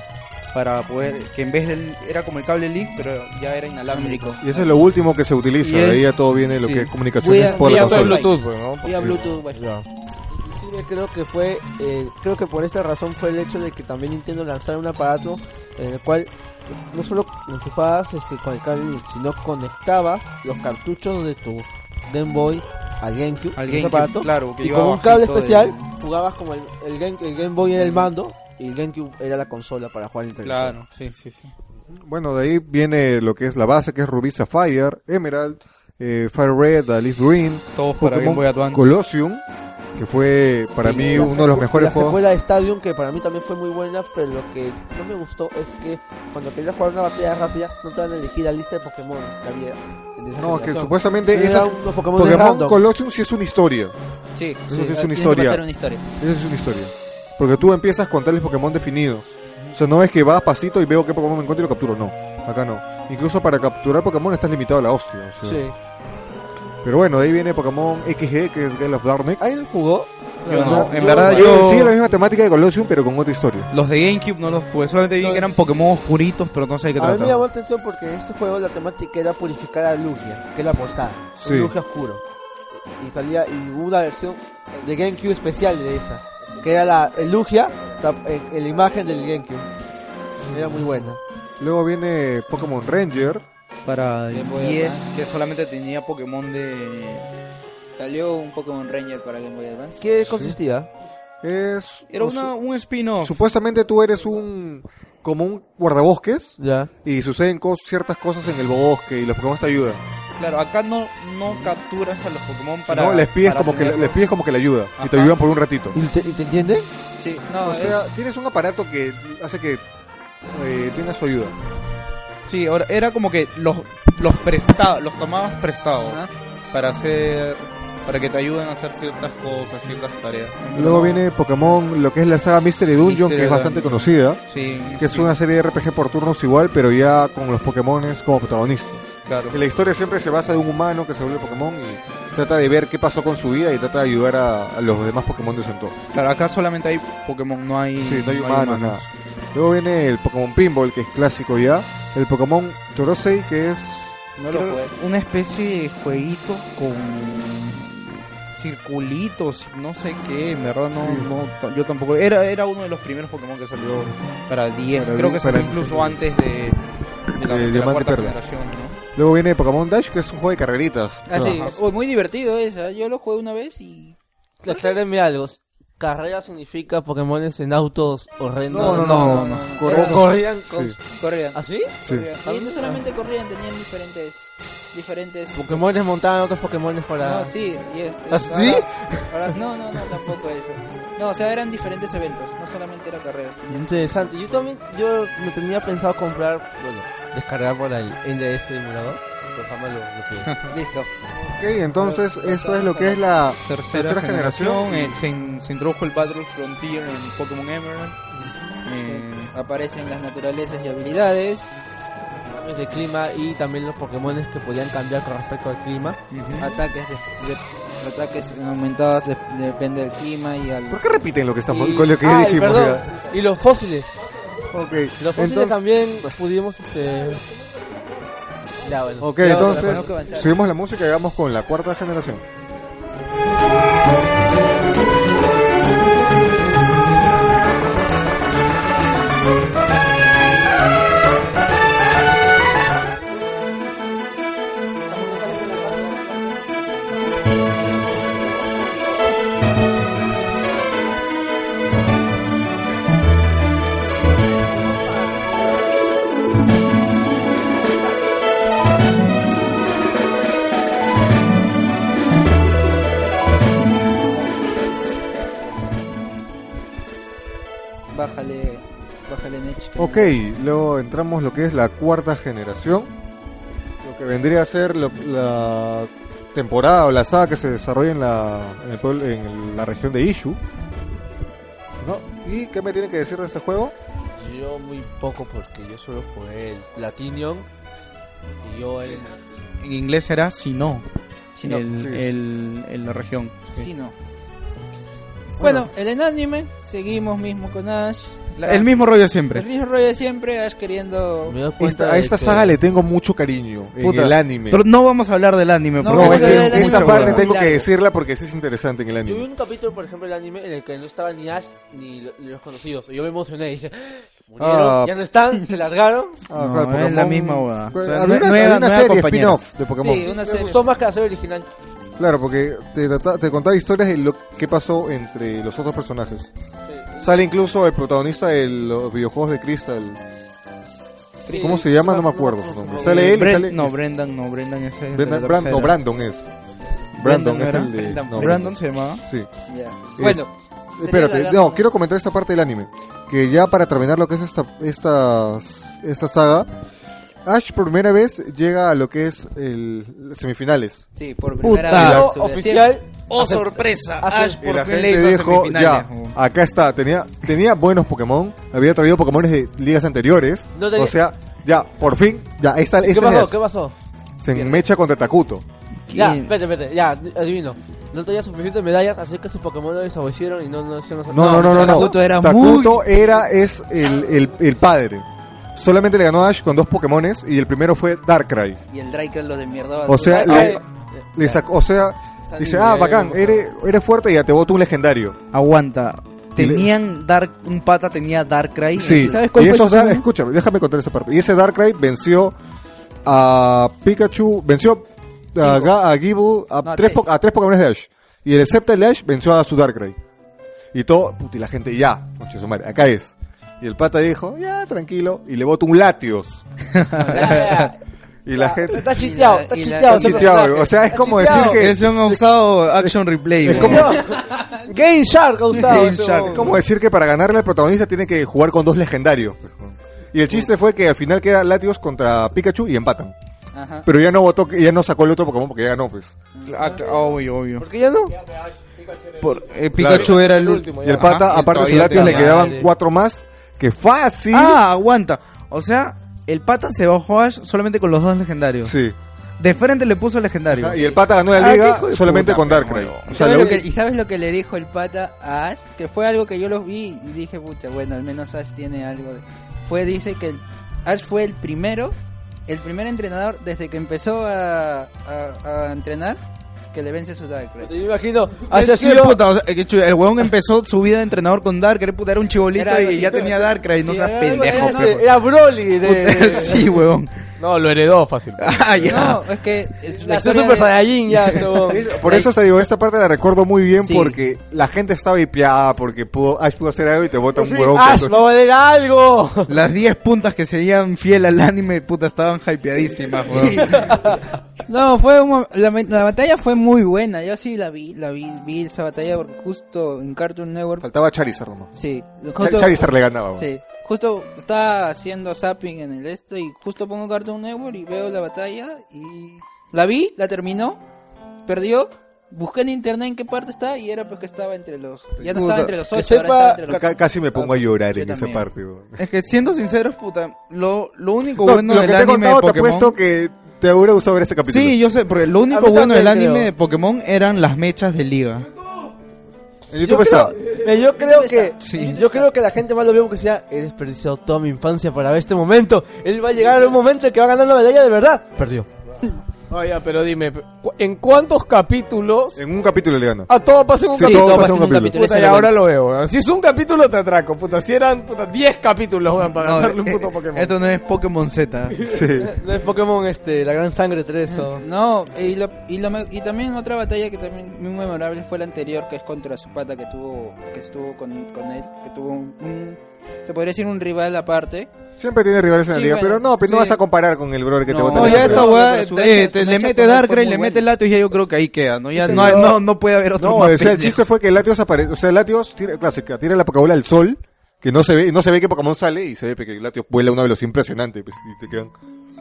S3: para poder. que en vez del. era como el cable Leaf, pero ya era inalámbrico.
S2: Y eso es lo último que se utiliza.
S3: Y
S2: De
S3: es-
S2: ahí ya todo viene lo
S3: sí.
S2: que es comunicaciones
S4: Voy a-
S2: por
S4: voy
S2: la
S4: a
S1: Por
S2: consola.
S1: Bluetooth, pues, ¿no?
S4: Vía Bluetooth, bueno.
S1: Ya.
S8: Inclusive creo que fue, eh, creo que por esta razón fue el hecho de que también Nintendo lanzara un aparato en el cual no solo enchufabas este, con el cable Link, sino conectabas los cartuchos de tu Game Boy al GameCube,
S3: Al
S8: ese
S3: GameCube,
S8: aparato,
S3: claro, que
S8: y
S3: iba
S8: con un
S3: bajito
S8: cable
S3: del-
S8: especial jugabas como el, el Game, el Game Boy era el mando y el GameCube era la consola para jugar en televisión.
S3: Claro, sí, sí, sí.
S2: Bueno, de ahí viene lo que es la base, que es Ruby Sapphire, Emerald, eh, Fire Red, a Leaf Green,
S3: Todos para Game Boy
S2: Pokémon
S3: Advance.
S2: Colosseum, que fue para
S8: Y
S2: mí
S8: la
S2: uno de los
S8: secu-
S2: mejores
S8: La
S2: juegos.
S8: secuela de Stadium, que para mí también fue muy buena, pero lo que no me gustó es que cuando querías jugar una batalla rápida, no te van a elegir la lista de Pokémon que había. en esa
S2: No, que
S8: generación.
S2: supuestamente
S8: Entonces
S2: esas-
S8: eran unos Pokémon,
S2: Pokémon
S8: random.
S2: Colosseum sí es una historia.
S4: Sí,
S2: Eso sí
S4: sí,
S2: es una
S4: tienes que
S2: historia.
S4: pasar una historia.
S2: Esa es una historia. Porque tú empiezas con tales Pokémon definidos. O sea, no es que va a pasito y veo qué Pokémon me encuentro y lo capturo. No, acá no. Incluso para capturar Pokémon estás limitado a la hostia. o sea.
S8: Sí.
S2: Pero bueno, de ahí viene Pokémon XG, que es Gale of Darkness.
S8: ¿Alguien jugó?
S3: Yo no. En
S2: Yo-
S3: verdad
S2: yo-
S3: yo...
S2: Sigue la misma temática de Colosseum, pero con otra historia.
S3: Los de GameCube no los jugué. Solamente vi que eran Pokémon oscuritos, pero no sé de qué
S8: A mí me llamó
S3: trataban.
S8: la atención porque en este juego la temática era purificar a Lugia, que es la portada.
S2: Sí.
S8: Un Lugia oscuro. Y salía y hubo una versión de GameCube especial de esa, que era la el Lugia, tap- en, en la imagen del GameCube. Era muy buena.
S2: Luego viene Pokémon Ranger.
S3: Para
S4: Game Boy
S3: 10,
S4: Advance.
S3: que solamente tenía Pokémon de...
S4: Salió un Pokémon Ranger para Game Boy Advance.
S8: ¿Qué consistía?
S2: Es.
S3: Era
S2: no sé,
S3: una, un spin-off.
S2: Supuestamente tú eres un. como un guardabosques.
S8: Ya.
S2: Y suceden cos- ciertas cosas en el bosque y los Pokémon te ayudan.
S3: Claro, acá no, no capturas a los Pokémon para.
S2: No, les pides
S3: para
S2: como que
S3: tenerlos.
S2: les pides como que la ayuda y te
S3: Ajá.
S2: ayudan por un ratito.
S8: ¿Y te, y te entiendes?
S4: Sí, no,
S2: O
S4: es-
S2: sea, tienes un aparato que hace que eh, tengas su ayuda.
S3: Sí, ahora era como que los, los prestaba- los tomabas prestados
S4: Ajá.
S3: para hacer. para que te ayuden a hacer ciertas cosas, ciertas tareas.
S2: Luego viene Pokémon, lo que es la saga Mystery Dungeon, que
S3: Mystery
S2: es bastante
S3: Dungeon.
S2: conocida,
S3: Sí,
S2: que es
S3: sí,
S2: una serie de RPG por turnos igual, pero ya con los Pokémones como protagonistas.
S3: Claro.
S2: Que la historia siempre se basa de un humano que se vuelve Pokémon y trata de ver qué pasó con su vida y trata de ayudar a, a los demás Pokémon de su entorno.
S3: Claro, acá solamente hay Pokémon, no hay.
S2: Sí, no hay humanos, nada. Luego viene el Pokémon Pinball, que es clásico ya, el Pokémon Torosei, que es...
S4: no lo
S3: Creo-
S4: jugué.
S3: Una especie de jueguito con circulitos, no sé qué, en verdad no,
S2: Sí.
S3: no t- yo tampoco. Era, era uno de los primeros Pokémon que salió para 10,
S2: Para
S3: creo
S2: di-
S3: que salió
S2: para-
S3: incluso antes de, de la,
S2: De
S3: de la
S2: Diamante y
S3: cuarta
S2: Perla.
S3: generación, ¿no?
S2: Luego viene Pokémon Dash, que es un juego de carreritas.
S4: Ah, sí.
S3: Ajá.
S4: Uy, muy divertido esa.
S3: ¿eh?
S4: Yo lo jugué una vez y.
S8: Aclárenme algo. ¿Carrera significa Pokémones en autos horrendos?
S2: No, no, no, no.
S4: Correcto.
S8: corrían
S2: con-
S4: Corrían.
S8: ¿Así?
S2: Sí. Ah.
S4: corrían. Y no solamente corrían, tenían diferentes. diferentes.
S8: Pokémones montaban otros Pokémones para...
S2: Ah.
S4: No, sí. y es- es-
S8: ¿Así?
S4: ahora- ahora- no, no, no, tampoco eso. No, o sea, eran diferentes eventos, no solamente era carrera.
S8: Interesante. Yo también, yo me tenía pensado comprar, bueno, descargar por ahí NDS emulador, pero jamás lo, lo tuve.
S4: Listo.
S2: Ok, entonces esto es lo que es la
S3: Tercera,
S2: Tercera
S3: generación,
S2: generación.
S3: eh, se, in- se introdujo el Battle Frontier en Pokémon Emerald. eh,
S4: Aparecen las naturalezas y habilidades.
S8: Cambios de clima y también los Pokémones que podían cambiar con respecto al clima.
S3: ¿Eh?
S4: ataques de- de- ataques aumentados de- depende del clima y al
S2: ¿Por qué repiten lo que estamos
S4: Y-
S2: con lo que
S8: Ay,
S2: dijimos?
S8: Ah, perdón.
S2: ya?
S8: Y los fósiles.
S2: Ok,
S8: Los fósiles
S2: entonces,
S8: también pudimos, este... Ya, bueno.
S2: ok,
S4: Ya,
S2: entonces,
S4: tenemos que avanzar.
S2: subimos la música y vamos con la cuarta generación.
S4: bájale bájale Nech que-
S2: Ok, luego entramos lo que es la cuarta generación, lo que vendría a ser lo- la temporada o la saga que se desarrolla en la, en el pueblo- en la región de Ishu. ¿No? ¿Y qué me tienen que decir de este juego?
S8: Yo muy poco porque yo solo jugué el Platinum y yo el...
S3: en inglés será si no,
S4: si no,
S3: el,
S2: Sí.
S3: el- el- la región.
S4: si no. Bueno, el en anime, seguimos mismo con Ash.
S3: La- el mismo rollo siempre.
S4: El mismo rollo de siempre, Ash queriendo.
S8: Me doy cuenta
S2: Esta- a
S8: de
S2: esta
S8: que-
S2: saga le tengo mucho cariño
S3: Puta.
S2: en el anime.
S3: Pero no vamos a hablar del anime.
S4: No,
S3: porque
S2: No,
S4: vamos
S2: es
S4: a hablar
S2: que
S4: del anime
S2: esta
S4: porque
S2: parte
S4: es muy
S2: tengo que
S4: largo.
S2: decirla porque sí es interesante en el
S8: Yo vi
S2: anime.
S8: un capítulo, por ejemplo, del anime en el que no estaba ni Ash ni lo- ni los conocidos. Y yo me emocioné y dije, murieron,
S2: Ah.
S8: ya no están, se largaron.
S2: Ah,
S3: No,
S2: claro,
S3: es la misma huevada.
S2: Claro,
S3: O sea,
S2: había
S3: no-
S2: una,
S3: no era-
S2: había una
S3: no era
S2: serie
S3: compañera.
S2: spin-off de Pokémon.
S4: Sí, una
S8: Me
S4: serie.
S8: gustó más que la serie original.
S2: Claro, porque te, trata- te contaba historias de lo que pasó entre los otros personajes. Sale incluso el protagonista de los videojuegos de Crystal.
S8: Sí,
S2: ¿Cómo se llama? No me
S8: más-
S2: acuerdo
S8: más-
S2: su nombre.
S8: más-
S2: Sale él y
S3: Bren-
S2: sale...
S3: No, Brendan, no, Brendan es el. de
S2: Brendan-
S3: la
S2: Bran-
S3: tercera.
S2: no, Brandon es. Brandon, es
S3: ¿era?
S2: el de...
S3: Brandon,
S2: no,
S3: Brandon se llamaba.
S2: Sí.
S4: Ya.
S2: Es-
S4: Bueno, sería
S2: Espérate,
S4: alargar-
S2: no, quiero comentar esta parte del anime. Que ya para terminar lo que es esta, esta, esta saga, Ash por primera vez llega a lo que es el las semifinales.
S4: Sí, por primera
S3: Puta.
S4: vez.
S8: Yo,
S4: sube a
S8: Ah, oficial,
S7: Oh,
S8: hace-
S7: sorpresa.
S8: hace-
S7: Ash
S2: Y
S7: por
S2: la
S7: fin le
S2: gente
S7: hizo
S2: dijo, ya,
S7: semifinales. weón.
S2: acá está, tenía, tenía buenos Pokémon, había traído Pokémon de ligas anteriores.
S8: No tenía-
S2: O sea, ya, por fin, ya, ahí está.
S8: ¿Qué
S2: este es
S8: pasó?
S2: Ash.
S8: ¿Qué pasó?
S2: Se enmecha contra Takuto.
S8: Ya, vete, vete, ya, adivino. no tenía suficientes medallas, así que sus Pokémon lo desobedecieron y no no hicieron
S2: No, no, no, no, no.
S4: Takuto era
S2: Takuto era es el, el, el padre. Solamente le ganó a Ash con dos Pokémones y el primero fue Darkrai.
S4: Y el Raikou lo de mierda.
S2: O
S8: Eh,
S2: sea,
S4: Ay,
S2: le-
S4: ay,
S2: Le sacó, o sea,
S4: está
S2: dice,
S4: libre,
S2: ah,
S4: ya
S2: bacán,
S4: vemos".
S2: eres, eres fuerte y ya te voto un legendario.
S3: Aguanta.
S2: Y le-
S3: Tenían Dark, un pata tenía Darkrai.
S2: Sí,
S4: ¿Sabes cuál
S2: y
S4: fue
S2: esos
S4: su
S2: Dar-
S4: sueño?
S2: escúchame, déjame contar esa parte. Y ese Darkrai venció a Pikachu, venció a, Ga- a Gible, a,
S4: No, a
S2: tres
S4: tres.
S2: po- a tres Pokémon de Ash. Y el Sceptile de Ash venció a su Darkrai. Y todo, puta, y la gente, ya, conche su madre, acá es. Y el pata dijo, ya, tranquilo, y le botó un Latios. y
S4: Ah,
S2: la gente...
S8: Está chisteado, está
S4: Y la- y la-
S8: chisteado. ese
S2: Chiteado,
S8: personaje.
S2: o sea, es
S8: Está
S2: como
S8: chiteado.
S2: decir que...
S3: Es un usado Action Replay.
S8: eh,
S2: Es
S3: weón.
S2: como,
S8: Game Shark ha usado.
S3: Game
S8: ese
S3: Shark.
S8: huevón.
S2: como decir que para ganarle al protagonista tiene que jugar con dos legendarios. Y el chiste fue que al final queda Latios contra Pikachu y empatan.
S4: Ajá.
S2: Pero ya no votó, ya no sacó el otro Pokémon porque ya ganó, pues.
S3: Ah, cl- obvio, obvio.
S8: ¿Por qué ya no?
S3: Por- eh, Pikachu era el último.
S2: Y el pata,
S3: Ajá, y
S2: aparte de sus
S3: todavía
S2: Latios, le
S3: tenía-
S2: quedaban cuatro más. ¡Que fácil!
S3: Ah, aguanta. O sea, el pata se bajó a Ash solamente con los dos legendarios.
S2: Sí.
S3: De frente le puso legendario.
S2: Ajá, Y el pata ganó la
S3: Ah, qué
S2: liga
S3: hijo de
S2: solamente
S3: puta,
S2: con
S3: pe,
S2: Darkrai.
S3: huevón.
S2: O
S4: ¿Y
S2: sea,
S4: sabes,
S2: le-
S4: lo que, y sabes lo que le dijo el pata a Ash? Que fue algo que yo los vi y dije, pucha, bueno, al menos Ash tiene algo. de- Fue, dice que el- Ash fue el primero, el primer entrenador desde que empezó a, a- a entrenar que le vence su
S8: Yo
S4: Darkrai.
S8: me imagino,
S3: Qué-
S8: haya
S3: qué
S8: sido
S3: puta, o sea, eh, que chu- el huevón empezó su vida de entrenador con Darkrai, puta, era un chibolito
S4: Era algo
S3: y ya
S4: así.
S3: tenía Darkrai, no
S4: Sí,
S3: seas
S4: era algo así,
S3: pendejo.
S8: Era,
S4: no,
S3: pe,
S8: era- era Broly de.
S3: huevón. Puta, sí, huevón.
S1: No, lo heredó fácil.
S3: Ah, ya.
S4: No, es que
S8: La
S4: la
S8: está
S4: historia de-
S8: Super Saiyajin ya, ese huevón.
S2: Por eso te digo, esta parte la recuerdo muy bien
S4: Sí.
S2: porque la gente estaba hipeada porque pudo, Ash pudo hacer algo y te vota
S8: Por
S2: un
S8: fin,
S2: huevón.
S8: Ash, va a valer algo.
S3: Las 10 puntas que seguían fiel al anime, puta, estaban hypeadísimas, huevón.
S4: No, fue un mom- la, la batalla fue muy buena. Yo sí la vi, la vi, vi esa batalla porque justo en Cartoon Network.
S2: Faltaba Charizard nomás.
S4: Sí,
S2: Char-
S4: justo-
S2: Charizard le ganaba. huevón.
S4: Sí, justo estaba haciendo zapping en el este y justo pongo Cartoon Network y veo la batalla y la vi, la terminó, perdió, busqué en internet en qué parte está y era porque estaba entre los... Ya no estaba
S3: Puta,
S4: entre los
S8: que
S4: ocho, ahora
S8: sepa-
S4: estaba entre los...
S2: Ca- casi me pongo a llorar
S4: Yo
S2: en esa
S4: también.
S2: parte. huevón.
S3: Es que siendo sinceros, puta, lo, lo único
S2: No,
S3: bueno
S2: lo que
S3: del
S2: te he
S3: anime de
S2: contado, te
S3: Pokémon.
S2: apuesto que te hubiera gustado ver ese capítulo.
S3: Sí, yo sé, porque lo
S8: A
S3: único
S8: mí
S3: bueno del
S8: también
S3: anime
S8: creo.
S3: de Pokémon eran las mechas de liga.
S2: en YouTube está.
S8: creo, eh, yo creo que
S3: Sí.
S8: yo creo que la gente más lo vio porque decía he desperdiciado toda mi infancia para ver este momento. Él va a llegar a un momento en que va a ganar la medalla de verdad. Perdió.
S1: Oye, Ah, pero dime, ¿cu- ¿en cuántos capítulos?
S2: En un capítulo le ganó.
S1: Ah, todo pasa en un
S2: Sí,
S1: capítulo.
S2: todo
S4: todo
S2: pasa
S4: pasa en un capítulo.
S1: Puta, y
S4: Ese
S1: ahora lo veo, weón. Si es un capítulo te atraco, puta. Si eran puta, 10 capítulos, weón, para
S3: No,
S1: ganarle un
S3: eh,
S1: puto Pokémon.
S3: Esto no es Pokémon Z.
S2: Sí.
S8: Eh, No es Pokémon este, la gran sangre 3 o
S4: No, y, lo- y, lo me- y también otra batalla que también muy memorable fue la anterior, que es contra su pata que tuvo, que estuvo con, con él, que tuvo un, un- se podría decir un rival aparte.
S2: Siempre tiene rivales en la
S4: Sí,
S2: liga,
S4: bueno,
S2: pero no, pero no
S4: sí.
S2: vas a comparar con el brother que te
S4: No,
S2: vota. en
S3: No,
S2: la
S3: ya
S2: liga.
S3: esta
S4: pero-
S3: weá,
S4: pero su
S3: eh,
S4: mecha-
S3: te-
S4: su
S3: le
S4: mecha
S3: mete
S4: con él
S3: Darkrai,
S4: fue
S3: le
S4: muy
S3: mete
S4: buena.
S3: Latios y ya yo creo que ahí queda, ¿no? Ya
S8: Sí,
S3: no, hay-
S8: no.
S3: no, no puede haber otro
S2: No,
S3: más
S2: o sea, el
S3: pendejo.
S2: chiste fue que Latios aparece. O sea, Latios tira, clásica, tira la Pokébola al sol, que no se ve, y no se ve que Pokémon sale y se ve que Latios vuela a una velocidad impresionante. Pues, y te quedan.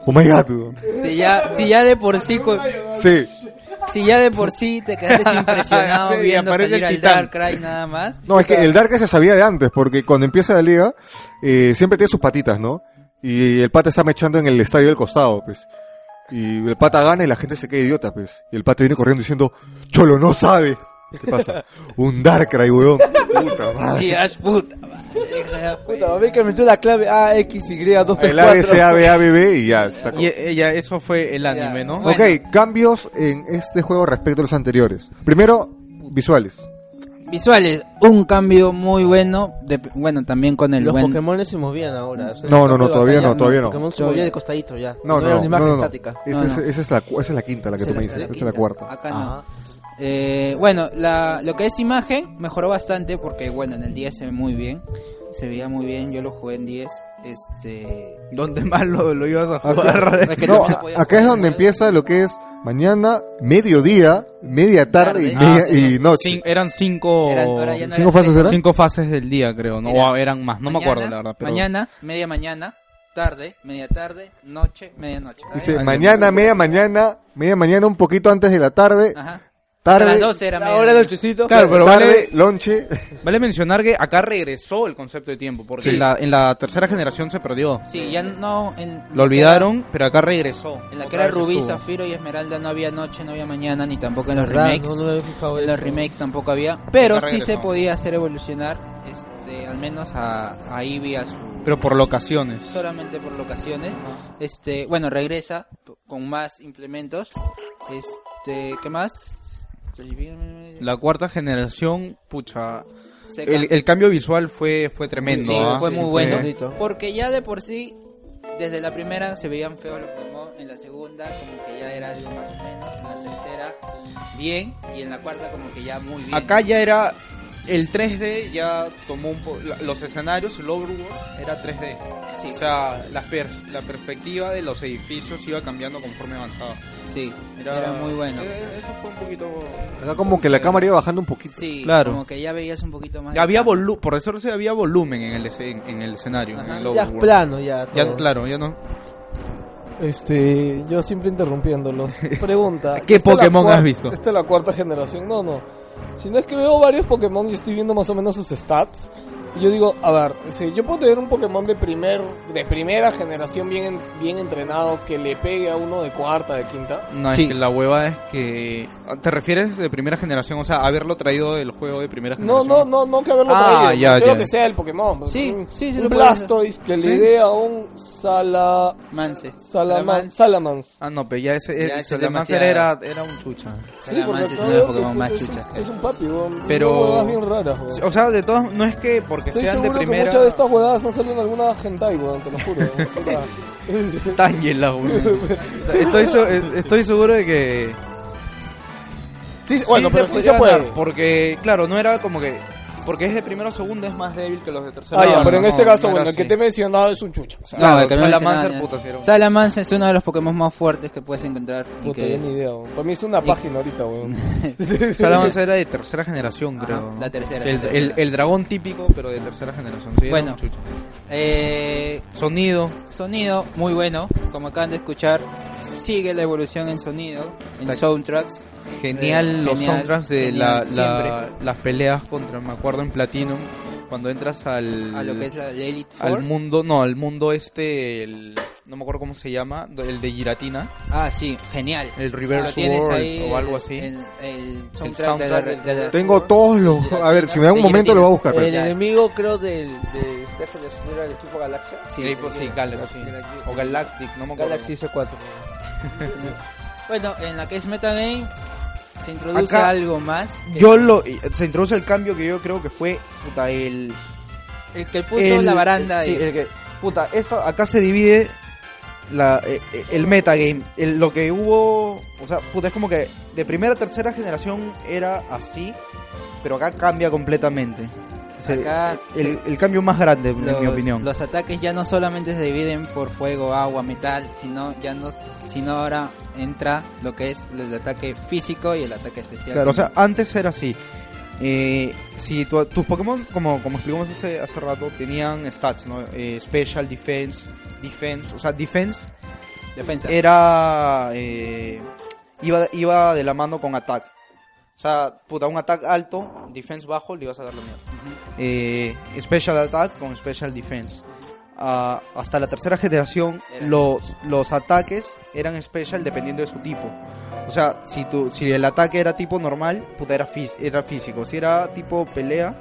S2: Oh my god. weón.
S4: Si ya, si ya de por sí, co-
S2: Sí.
S4: si ya de por sí te quedaste impresionado
S3: Sí,
S4: viendo
S3: aparece el
S4: salir al
S3: titán.
S4: Darkrai nada más.
S2: No, es que el Dark se sabía de antes, porque cuando empieza la liga, eh, siempre tiene sus patitas, ¿no? Y el pata está mechando en el estadio del costado, pues. Y el pata gana y la gente se queda idiota, pues. Y el pata viene corriendo diciendo, Cholo no sabe. ¿Qué pasa? Un Darkrai, weón. Puta madre.
S4: Y Ash, puta madre.
S8: Puta, a mí que metió la clave A X Y 2
S2: El ABCABABB y ya, se acabó.
S3: Y eh, ya, eso fue el anime,
S4: Ya.
S3: ¿no?
S4: Bueno.
S2: Ok, cambios en este juego respecto a los anteriores. Primero, visuales.
S4: Visuales, un cambio muy bueno. de- bueno, también con el
S8: Los
S4: buen.
S8: Pokémon se movían ahora. o sea,
S2: No,
S8: el
S2: no, no,
S8: campo de
S2: todavía
S8: batalla,
S2: no, todavía no.
S8: Pokémon se
S4: Todavía.
S8: movía de costadito ya.
S2: No, no, no.
S8: era una
S2: no,
S8: imagen
S2: no, no.
S8: estática.
S2: Esa
S4: No,
S2: es-
S4: no.
S2: esa es la cu- esa es la quinta, la que
S4: se
S2: tú
S4: la-
S2: me
S4: se
S2: dices.
S4: la
S2: Esa es la
S4: quita.
S2: cuarta. Ah.
S4: Acá no.
S8: Ajá.
S4: Eh, bueno, la, lo que es imagen mejoró bastante porque, bueno, en el 10 se ve muy bien. Se veía muy bien, yo lo jugué en 10. Este.
S3: ¿Dónde más lo, lo ibas a
S4: Es
S3: jugar?
S4: que
S2: No,
S4: también se
S2: a-
S4: podía
S2: acá Ah, es
S4: jugar.
S2: donde empieza lo que es mañana, mediodía, media tarde y,
S4: Tarde.
S2: media-
S4: Ah, sí.
S2: y noche.
S3: Cin- eran cinco,
S4: Eran- ahora ya no
S2: ¿Cinco
S4: eran
S2: fases
S4: tres,
S2: era?
S3: cinco fases del día, creo, ¿no?
S4: Era
S3: O eran más, no me
S4: mañana,
S3: acuerdo la verdad. Pero...
S4: Mañana, media mañana, tarde, media tarde, noche, medianoche.
S2: Dice
S4: Ajá. Ah,
S2: mañana, media mañana, media mañana, un poquito antes de la tarde,
S4: Ajá.
S2: Tarde,
S9: A las 12 era
S4: La
S9: media.
S4: hora del chocito.
S3: Claro, pero
S2: tarde,
S3: vale,
S2: lonche.
S3: vale mencionar que acá regresó el concepto de tiempo, porque
S9: Sí.
S3: en, la, en la tercera generación se perdió.
S4: Sí, ya no. En,
S3: Lo olvidaron, pero acá regresó.
S4: En la que
S3: Otra
S4: era
S3: vez
S4: Rubí,
S3: estuvo.
S4: Zafiro y Esmeralda no había noche, no había mañana, ni tampoco en los
S8: ¿Verdad?
S4: remakes.
S8: No, no había fijado
S4: en los
S8: eso.
S4: remakes tampoco había. Pero
S3: Nunca
S4: sí se
S3: regresó.
S4: podía hacer evolucionar, este, al menos a, a Ivy, a su.
S3: Pero por locaciones.
S4: solamente por locaciones. Este, bueno, regresa p- con más implementos. Este, ¿qué más?
S3: La cuarta generación, pucha.
S4: Se ca-
S3: El, el cambio visual fue, fue tremendo.
S4: Sí,
S3: ¿ah?
S4: fue muy
S3: Sí,
S4: bueno.
S8: bonito.
S4: Porque ya de por sí, desde la primera se veían feos los Pokémon, en la segunda como que ya era algo más o menos, en la tercera bien, y en la cuarta como que ya muy bien.
S3: Acá ya era el 3D, ya tomó un po- la- los escenarios, el overworld era 3D.
S4: sí,
S3: O sea, la, per- la perspectiva de los edificios iba cambiando conforme avanzaba.
S4: sí, era, muy bueno.
S3: Eh, Eso fue un poquito.
S2: Acá como que la cámara iba bajando un poquito.
S4: Sí,
S3: Claro.
S4: como que ya veías un poquito más. de
S3: Había
S4: campo.
S3: volu por eso sí había volumen en el, esce- en el escenario.
S4: Ajá.
S3: en el
S8: Ya es
S3: overworld.
S8: plano, ya.
S3: Ya,
S8: todo.
S3: claro, ya no.
S1: Este, yo siempre interrumpiéndolos. Pregunta.
S3: ¿Qué
S1: ¿esta es la
S3: Pokémon
S1: cuar-
S3: has visto?
S1: Esta es la cuarta generación. No, no. Si no es que veo varios Pokémon y estoy viendo más o menos sus stats. Y yo digo, a ver, si yo puedo tener un Pokémon de primer, de primera generación bien, en- bien entrenado que le pegue a uno de cuarta, de quinta.
S3: No,
S4: Sí.
S3: es que la hueva es que. ¿Te refieres de primera generación? O sea, haberlo traído del juego de primera
S1: No,
S3: generación.
S1: no, no, no que haberlo
S3: Ah,
S1: traído.
S3: ya,
S1: Quiero
S3: ya.
S1: que sea el Pokémon.
S4: Sí,
S1: un,
S4: sí, sí
S1: un
S4: lo puede hacer.
S1: Blastoise que
S3: Sí.
S1: le dé a un Sala,
S4: Manse.
S1: Salaman,
S4: Salamance.
S1: Salamans.
S3: Ah, no, pero ya ese.
S4: Ya
S3: el
S4: ese es
S3: Salamancera
S4: demasiado.
S3: era, era un chucha.
S4: Salamance
S1: porque
S4: es
S1: acá
S4: uno de
S1: veo
S4: los
S1: que
S4: Pokémon más
S1: es un-
S4: chucha.
S1: Es un papi, weón.
S3: Pero-
S1: Unas huevadas bien raras, weón.
S3: O sea, de todas. No es que porque
S1: Estoy
S3: sean de
S1: seguro
S3: primera.
S1: que muchas de estas huevadas han salido en alguna hentai, weón, te lo juro. o sea,
S3: Tangela, weón. estoy, so- estoy seguro de que.
S1: sí, bueno,
S3: le
S1: pero sí se
S3: podría
S1: puede.
S3: ganar, Porque, claro, no era como que. Porque es de primero a segundo, es más débil que los de tercero.
S1: Ah,
S3: No,
S1: ya,
S3: no,
S1: pero en
S3: no,
S1: este
S3: no
S1: caso,
S3: era
S1: bueno, el que
S3: así.
S1: te he mencionado es un chucho. O sea,
S3: Claro,
S4: el que me
S3: Salamancer,
S4: mencionaba,
S3: puta, sí era un-
S4: Salamance es uno de los Pokémon más fuertes que puedes encontrar. y
S1: puta,
S4: que-
S1: ya ni idea, weón. Para mí es una página ahorita, weón.
S3: Salamancer era de tercera generación,
S4: Ajá,
S3: creo.
S4: la tercera,
S3: El,
S4: la
S3: el-
S4: tercera.
S3: el dragón típico, pero de tercera generación. Sí, era
S4: Bueno.
S3: un chucho.
S4: Eh,
S3: Sonido.
S4: sonido muy bueno, como acaban de escuchar, sigue la evolución en sonido, en
S3: Tac.
S4: soundtracks.
S3: Genial
S4: Eh,
S3: los
S4: genial,
S3: soundtracks de la,
S4: genial,
S3: la- las peleas contra, me acuerdo, en Platinum. Cuando entras al.
S4: A lo que es la, la Elite Four.
S3: Al mundo, no, al mundo este, el- no me acuerdo cómo se llama, el de Giratina,
S4: Ah, sí, genial.
S3: el
S4: Si
S3: Reverse
S4: lo tienes
S3: World
S4: ahí,
S3: o algo así.
S4: El, el soundtrack, de la-
S3: soundtrack
S4: de la,
S2: Tengo todos los. A ver, si me da un momento lo voy a buscar.
S8: El enemigo, creo, del, de esta generación era el estufa Galaxia.
S4: Sí,
S3: Eh, pues,
S4: el-
S3: sí, Galaxy.
S4: Galaxy.
S3: O Galactic, no me acuerdo.
S8: Galaxy C4.
S4: Bueno, en la que es Metagame se introduce
S3: Acá-
S4: algo más. que-
S3: Yo lo. Se introduce el cambio que yo creo que fue. Puta, el.
S4: el que puso
S3: el-
S4: la baranda
S3: Sí,
S4: ahí.
S3: el que. Puta, esto. Acá se divide. La, eh, eh, el metagame. El- lo que hubo. O sea, puta, es como que. De primera a tercera generación era así. Pero acá cambia completamente. O sea,
S4: Acá-
S3: el, el cambio más grande, en
S4: los,
S3: mi opinión.
S4: los ataques ya no solamente se dividen por fuego, agua, metal, sino ya no, sino ahora entra lo que es el ataque físico y el ataque especial.
S3: Claro, o sea, antes era así. Eh, si tu- tus Pokémon, como, como explicamos hace, hace rato, tenían stats, ¿no? Eh, special, Defense, Defense. O sea, Defense
S4: defensa.
S3: era. eh, iba, iba de la mano con Attack. O sea, puta, un Attack alto, Defense bajo, le ibas a dar la mierda. Eh, special Attack con Special Defense. Ah, hasta la tercera generación,
S4: Era-
S3: los, los ataques eran Special dependiendo de su tipo. O sea, si, tu, si el ataque era tipo normal, puta, era, fis- era físico. Si era tipo pelea,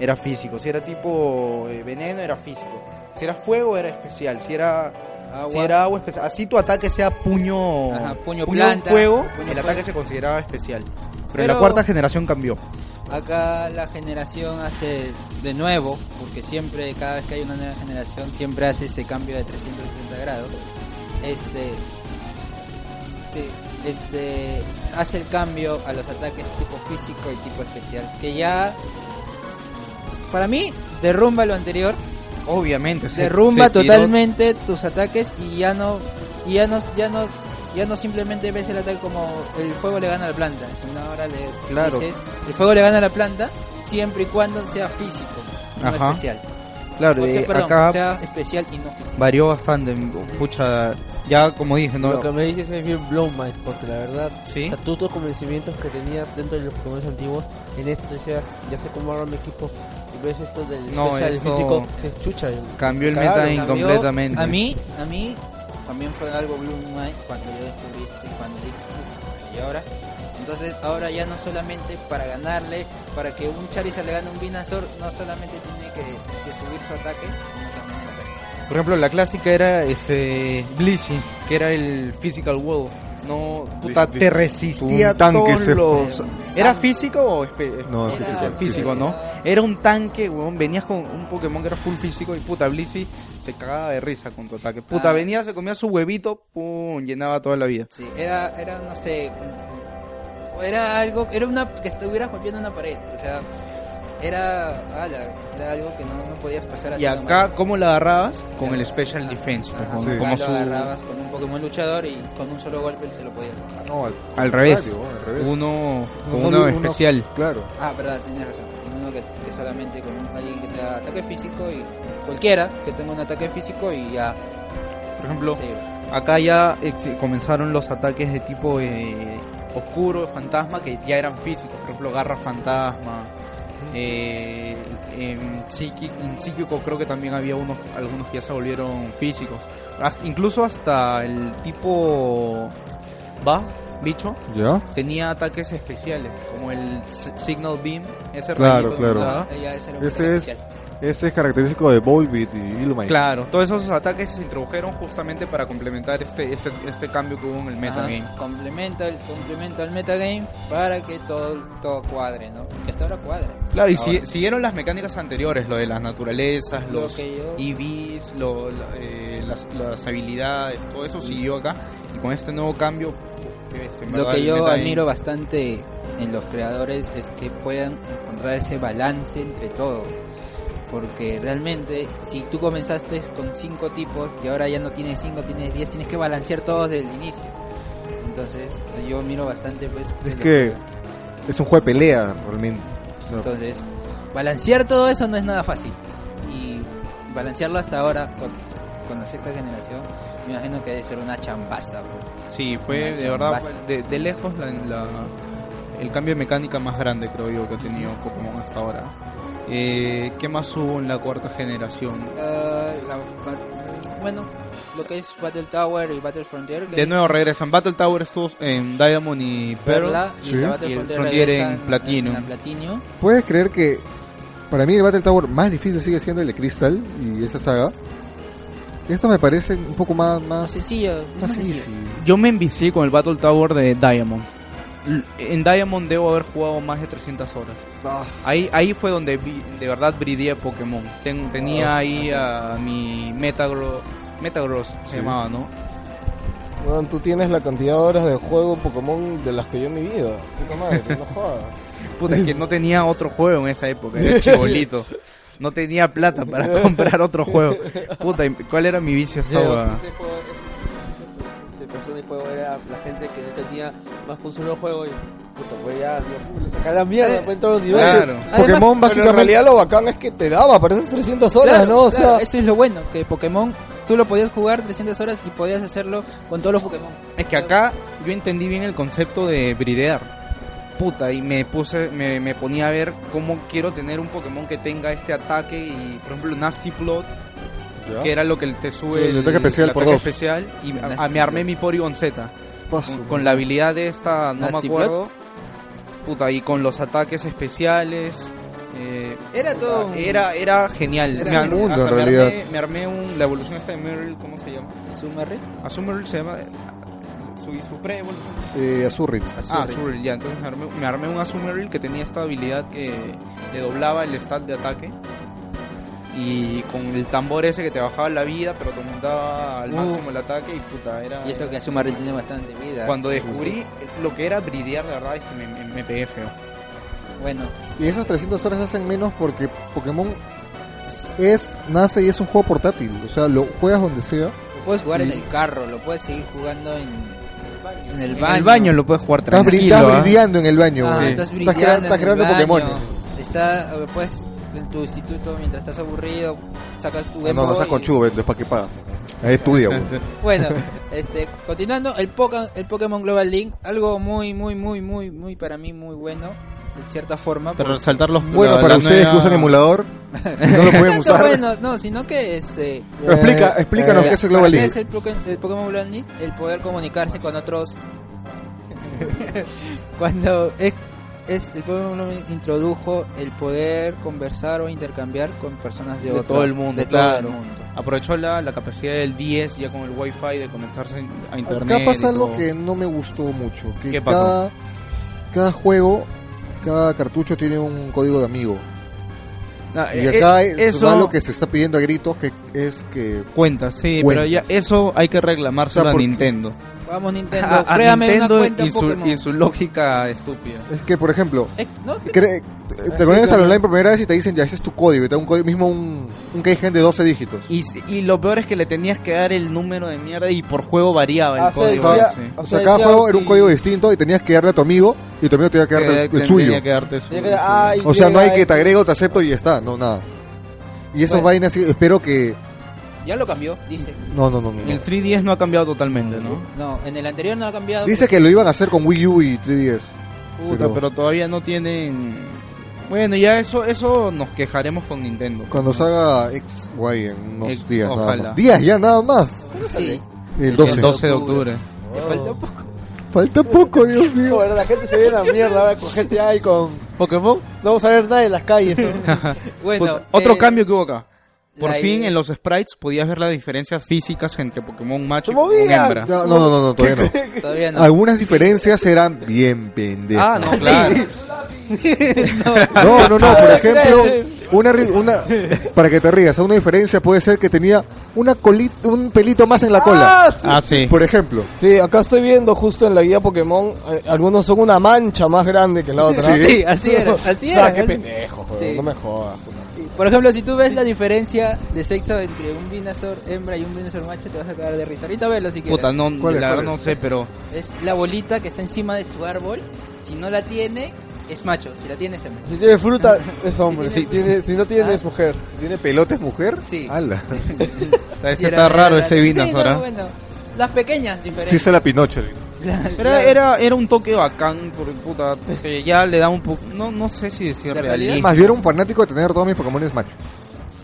S3: era físico. Si era tipo eh, veneno, era físico. Si era fuego, era especial. Si era
S4: agua,
S3: si era agua especial. Así tu ataque sea puño,
S4: Ajá, puño planta,
S3: fuego,
S4: puño
S3: el
S4: planta.
S3: ataque se consideraba especial. Pero, en
S4: Pero-
S3: la cuarta generación cambió.
S4: Acá la generación hace de nuevo, porque siempre, cada vez que hay una nueva generación, siempre hace ese cambio de 360 grados. Este. Sí, este. Hace el cambio a los ataques tipo físico y tipo especial. Que ya. Para mí, derrumba lo anterior.
S3: Obviamente. se-
S4: derrumba
S3: se tiró-
S4: totalmente tus ataques y ya no. Y ya no. Ya no ya no simplemente ves el ataque como el fuego le gana a la planta, sino ahora le
S3: Claro.
S4: dices, el fuego le gana a la planta siempre y cuando sea físico, y no
S3: Ajá.
S4: especial.
S3: Claro,
S4: O sea,
S3: eh,
S4: perdón,
S3: acá
S4: sea especial y no físico.
S3: varió bastante. Pucha, Ya, como dije, no.
S8: Lo que me dices es bien blow mind, porque la verdad,
S3: Sí.
S8: o sea, todos los convencimientos que tenía dentro de los Pokémon antiguos, en esto ya, ya sé cómo arma mi equipo, y ves esto del
S3: No,
S8: especial
S3: esto-
S8: físico, es chucha. yo-
S3: Cambió el
S8: Claro,
S3: meta
S8: cambió.
S3: incompletamente.
S4: A mí, a mí también fue algo Blue Mind cuando yo descubrí esto y cuando dije, "Puta, y ahora. Entonces ahora ya no solamente para ganarle, para que un Charizard le gane un Binazor, no solamente tiene que, que subir su ataque, sino también el ataque.
S3: Por ejemplo, la clásica era ese Bleaching, que era el Physical Wall. No, puta,
S2: Bleach-
S3: te resistía
S2: un tanque
S3: todos
S2: se-
S3: los... ¿Era físico o...? espe-
S2: No,
S3: era
S2: físico,
S3: Eh, físico, ¿no?
S4: eh, físico.
S3: Era un tanque, weón. Venías con un Pokémon que era full físico y puta, Blissey se cagaba de risa con tu ataque. Puta,
S4: Ah.
S3: venía, se comía su huevito, pum, llenaba toda la vida.
S4: Sí, era, era, no sé, era algo, era una, que estuvieras golpeando una pared, o sea, era, ala, era algo que no, no podías pasar así
S3: Y acá,
S4: nomás.
S3: ¿cómo la agarrabas? Con
S4: Ya.
S3: el Special Defense.
S4: Ajá,
S3: con-
S2: sí.
S3: como
S4: acá
S3: su-
S4: lo agarrabas con un Pokémon luchador y con un solo golpe se lo podías bajar.
S2: No, al,
S3: Al revés.
S2: contrario, al revés.
S3: Uno,
S2: No,
S3: con
S2: no,
S3: uno
S2: uno-
S3: especial.
S2: Claro.
S4: Ah, verdad, tienes razón. Tiene uno que, que solamente con un- alguien que te da ataque físico y cualquiera que tenga un ataque físico y ya.
S3: Por ejemplo,
S4: sí.
S3: acá ya ex- comenzaron los ataques de tipo eh, oscuro, fantasma, que ya eran físicos. Por ejemplo, garra fantasma. Eh, en, psíqui- en psíquico creo que también había unos algunos que ya se volvieron físicos. Has- incluso hasta el tipo... Va, bicho,
S2: ¿Ya?
S3: tenía ataques especiales, como el s- Signal Beam, ese
S2: Claro,
S3: rayito que
S2: claro.
S3: daba.
S4: Ah, ya, ese era un
S2: Ese
S4: ataque
S2: es-
S4: especial.
S2: Ese es característico de Volbeat y Illumite.
S3: Claro, todos esos ataques se introdujeron justamente para complementar este, este, este cambio que hubo en el
S4: Ajá,
S3: metagame.
S4: Complementa el complemento al metagame para que todo, todo cuadre, ¿no? Que hasta ahora cuadra.
S3: Claro, y
S4: Ahora.
S3: si- siguieron las mecánicas anteriores, lo de las naturalezas,
S4: Lo
S3: los
S4: que yo-
S3: EVs, lo- la- eh, las, las habilidades, todo eso siguió acá. Y con este nuevo cambio, eh, que es, en
S4: Lo
S3: verdad,
S4: que
S3: el
S4: yo
S3: metagame-
S4: admiro bastante en los creadores es que puedan encontrar ese balance entre todo. Porque realmente, si tú comenzaste con cinco tipos y ahora ya no tienes cinco, tienes 10, tienes que balancear todos desde el inicio. Entonces, yo miro bastante, pues. de
S2: Es
S4: lo
S2: que es un juego de pelea, realmente. O sea,
S4: Entonces, balancear todo eso no es nada fácil. Y balancearlo hasta ahora, con, con la sexta generación, me imagino que debe ser una chambaza. pues.
S3: Sí, fue
S4: Una
S3: de verdad,
S4: chambaza.
S3: de, de lejos la- la- el cambio de mecánica más grande, creo yo, que ha tenido Pokémon hasta ahora. Eh, ¿Qué más hubo en la cuarta generación?
S4: Ah, la bat- bueno, lo que es Battle Tower y Battle Frontier. que
S3: De nuevo regresan. Battle Tower estuvo en Diamond y
S4: es
S3: Pearl.
S4: Perla y
S2: sí.
S4: la Battle
S3: Y el
S4: Frontier,
S3: Frontier en
S4: regresan
S3: Platinum.
S4: la Platinum.
S2: ¿Puedes creer que para mí el Battle Tower más difícil sigue siendo el de Crystal y esa saga? Esto me parece un poco más...
S4: Más
S2: más,
S4: sencillo, es más
S2: más
S4: sencillo.
S2: easy.
S3: Yo me envicié con el Battle Tower de Diamond. L- En Diamond debo haber jugado más de 300 horas. Ahí, ahí fue donde vi- de verdad brideé Pokémon. Ten- tenía ahí a mi Metagross. Metagross se llamaba, ¿no?
S1: Weón, tú tienes la cantidad de horas de juego Pokémon de las que yo en mi vida. Puta madre, no jodas.
S3: Puta, es que no tenía otro juego en esa época, era chibolito. No tenía plata para comprar otro juego. Puta, ¿y ¿cuál era mi vicio esta huevada?
S8: Ese juego, ese- ese persona de juego era la gente que no tenía más que un solo juego y puta, voy a Dios, sacar la mierda, fue en todos los niveles.
S3: Claro.
S2: Pokémon
S1: Pero en
S2: básicamente...
S1: realidad lo bacán es que te daba para esas 300 horas,
S4: Claro,
S1: ¿no? O
S4: claro,
S1: sea,
S4: eso es lo bueno, que Pokémon tú lo podías jugar 300 horas y podías hacerlo con todos los Pokémon.
S3: Es que acá yo entendí bien el concepto de bridear. Puta, y me puse, me, me ponía a ver cómo quiero tener un Pokémon que tenga este ataque y, por ejemplo, Nasty Plot,
S2: Ya.
S3: que era lo que te sube
S2: Sí, el ataque especial
S3: el
S2: por
S3: ataque
S2: dos.
S3: especial, y a-
S4: Nasty
S3: me armé
S4: Plot.
S3: mi Porygon Z
S2: Paso,
S3: con, con la habilidad de esta, no
S4: Nasty
S3: me acuerdo. Puta, y con los ataques especiales. eh,
S4: Era todo. un-
S3: era, era genial.
S4: Era
S3: ar-
S4: un
S2: mundo,
S3: hasta
S2: en
S3: me
S2: realidad.
S3: armé- Me armé, un, la evolución esta de Meryl, ¿cómo se llama?
S4: Sumerri,
S3: A Summerl se llama. eh, Su, su pre-evolución.
S2: eh, Azurri.
S3: Ah, Azuril, ya, entonces me armé, me armé un Azumarill que tenía esta habilidad que le doblaba el stat de ataque. Y con el tambor ese que te bajaba la vida, pero te aumentaba al
S4: Uh.
S3: máximo el ataque y puta, era...
S4: Y eso que Sumerri tiene bastante vida.
S3: Cuando descubrí lo que era bridear de verdad, y se me, me- me pegué feo.
S4: Bueno,
S2: Y esas 300 horas hacen menos porque Pokémon es nace y es un juego portátil. O sea, lo juegas donde sea.
S4: Lo puedes jugar en
S2: Sí.
S4: el carro, lo puedes seguir jugando en, el baño. En el
S3: Mm. En el baño lo puedes jugar
S2: Estás, bri-
S3: tranquilo.
S2: estás
S3: ¿ah?
S2: brideando en el baño.
S4: Ah,
S2: güey.
S4: estás
S2: Estás
S4: brillando
S2: crea-
S4: en
S2: estás
S4: el
S2: creando
S4: baño.
S2: Pokémon.
S4: Está, eh, puedes en tu instituto mientras estás aburrido, sacas tu
S2: Ah,
S4: Game
S2: No, no
S4: Boy
S2: seas
S4: y-
S2: conchudo, ven, después que paga. Ahí estudia, güey.
S4: Bueno, este, continuando, el, Poca- el Pokémon Global Link, algo muy, muy, muy, muy, muy para mí muy bueno, de cierta forma.
S3: Para
S4: porque-
S3: resaltar los
S2: Bueno,
S3: la-
S2: para
S3: la
S2: ustedes que
S3: nueva-
S2: usan emulador, no lo pueden
S4: Tanto
S2: usar.
S4: bueno, no, sino que este...
S2: Pero explica, explícanos qué Eh, es el Global
S4: ¿qué
S2: Link.
S4: Eh, es el, Poké- el Pokémon Global Link? El poder comunicarse con otros... Cuando es, es- el Pokémon Global Link introdujo el poder conversar o intercambiar con personas de,
S3: De
S4: otro-
S3: todo el mundo,
S4: De todo
S3: claro.
S4: el mundo.
S3: Aprovechó la, la capacidad del 10 ya con el wifi de conectarse a internet.
S2: Acá pasa
S3: y
S2: algo
S3: todo.
S2: que no me gustó mucho. Que
S3: ¿Qué pasó?
S2: cada, cada juego, cada cartucho tiene un código de amigo.
S3: Ah,
S2: Y
S3: eh,
S2: acá
S3: eh,
S2: es
S3: eso
S2: lo que se está pidiendo a gritos, que es que...
S3: eh, cuenta, sí,
S2: Cuenta.
S3: pero ya eso hay que reclamárselo
S2: O sea,
S3: a
S2: porque-
S3: Nintendo.
S4: Vamos Nintendo,
S3: A, a
S4: créame
S3: Nintendo
S4: una cuenta
S3: y, su,
S4: Pokémon.
S3: y su lógica estúpida.
S2: Es que, por ejemplo,
S4: Eh, no, que-
S2: cre- te conectas al online por primera vez y te dicen, ya, ese es tu código. Y te da un código, mismo un, un Keygen de 12 dígitos.
S3: Y, s- y lo peor es que le tenías que dar el número de mierda y por juego variaba el
S8: Ah, sí,
S3: código
S8: sí,
S3: ese.
S8: O
S2: O sea,
S8: sea,
S2: cada
S8: ya
S2: juego era un
S8: sí.
S2: código distinto y tenías que darle a tu amigo y tu amigo tenía que darte
S3: Que
S2: el,
S3: ten-
S2: el suyo.
S3: Eh, Tenía que darte su-
S8: Tenía que- ah, y
S2: O sea, no hay
S8: llega
S2: que
S8: el-
S2: te agrego, te acepto y ya está. No, nada. Y esas
S4: Bueno.
S2: vainas, sí, espero que...
S4: ya lo cambió, dice.
S2: No, no, no, no.
S3: su-
S2: no.
S3: El 3DS no ha cambiado totalmente, ¿no?
S4: No, en el anterior no ha cambiado.
S2: Dice que lo iban a hacer con Wii U y 3DS.
S3: Puta, pero, todavía no tienen. Bueno, ya eso eso nos quejaremos con Nintendo.
S2: Cuando salga XY en unos
S3: Ex-
S2: días nada
S3: ojalá.
S2: más. Días ya nada más.
S4: Sí,
S2: El
S3: El
S2: 12.
S3: 12 de octubre.
S4: le faltó poco.
S2: Falta poco, Dios
S8: No,
S2: mío.
S8: verdad, la gente se ve la mierda ahora con GTA y con Pokémon. No vamos a ver nada en las calles. ¿no?
S4: Bueno,
S3: Puta, Oh. Pues, otro
S4: eh,
S3: cambio que hubo acá. Por
S4: la
S3: fin
S4: idea-
S3: en los sprites podías ver las diferencias físicas entre Pokémon macho
S8: ¡Se
S3: y Pokémon
S8: movían!
S3: hembra.
S2: Ya, No, no, no, no, todavía
S4: Todavía
S2: no.
S4: no.
S2: Algunas diferencias eran bien pendejas.
S3: Ah, no, claro.
S2: No, no, no, por ejemplo, una, ri- una, para que te rías, una diferencia puede ser que tenía una colita, un pelito más en la cola.
S3: Ah, sí.
S2: Por ejemplo.
S1: Sí, acá estoy viendo justo en la guía Pokémon, eh, algunos son una mancha más grande que la otra.
S4: Sí, así era, así
S1: Ah,
S4: era.
S1: qué pendejo, joder,
S4: Sí.
S1: no me jodas.
S4: Por ejemplo, si tú ves la diferencia de sexo entre un Venusaur hembra y un Venusaur macho, te vas a cagar de risa. Ahorita velo si quieres.
S3: Puta, no,
S2: ¿Cuál es,
S3: la
S2: cuál
S3: verdad
S2: es?
S3: no sé, pero
S4: Es la bolita que está encima de su árbol. Si no la tiene, es macho. Si la tiene, es hembra.
S8: Si tiene fruta, es hombre.
S4: Si
S8: Si,
S4: tiene-
S8: tiene, si no tiene,
S4: Ah.
S8: es mujer.
S2: ¿Tiene pelotas mujer?
S4: Sí.
S2: Ala.
S3: ese
S4: Y
S3: está
S4: era-
S3: raro
S4: era-
S3: ese ¿ah?
S4: sí,
S3: Vinas
S4: no,
S3: ahora.
S4: bueno, las pequeñas
S2: Sí,
S4: diferencias.
S2: se la Pinocho.
S4: La-
S3: Era,
S4: la-
S3: era, era un toque bacán, por puta, que ya le da un poco, no, no sé si decir
S4: ¿De realidad?
S3: realista.
S2: Más bien era un fanático de tener todos mis Pokémon macho.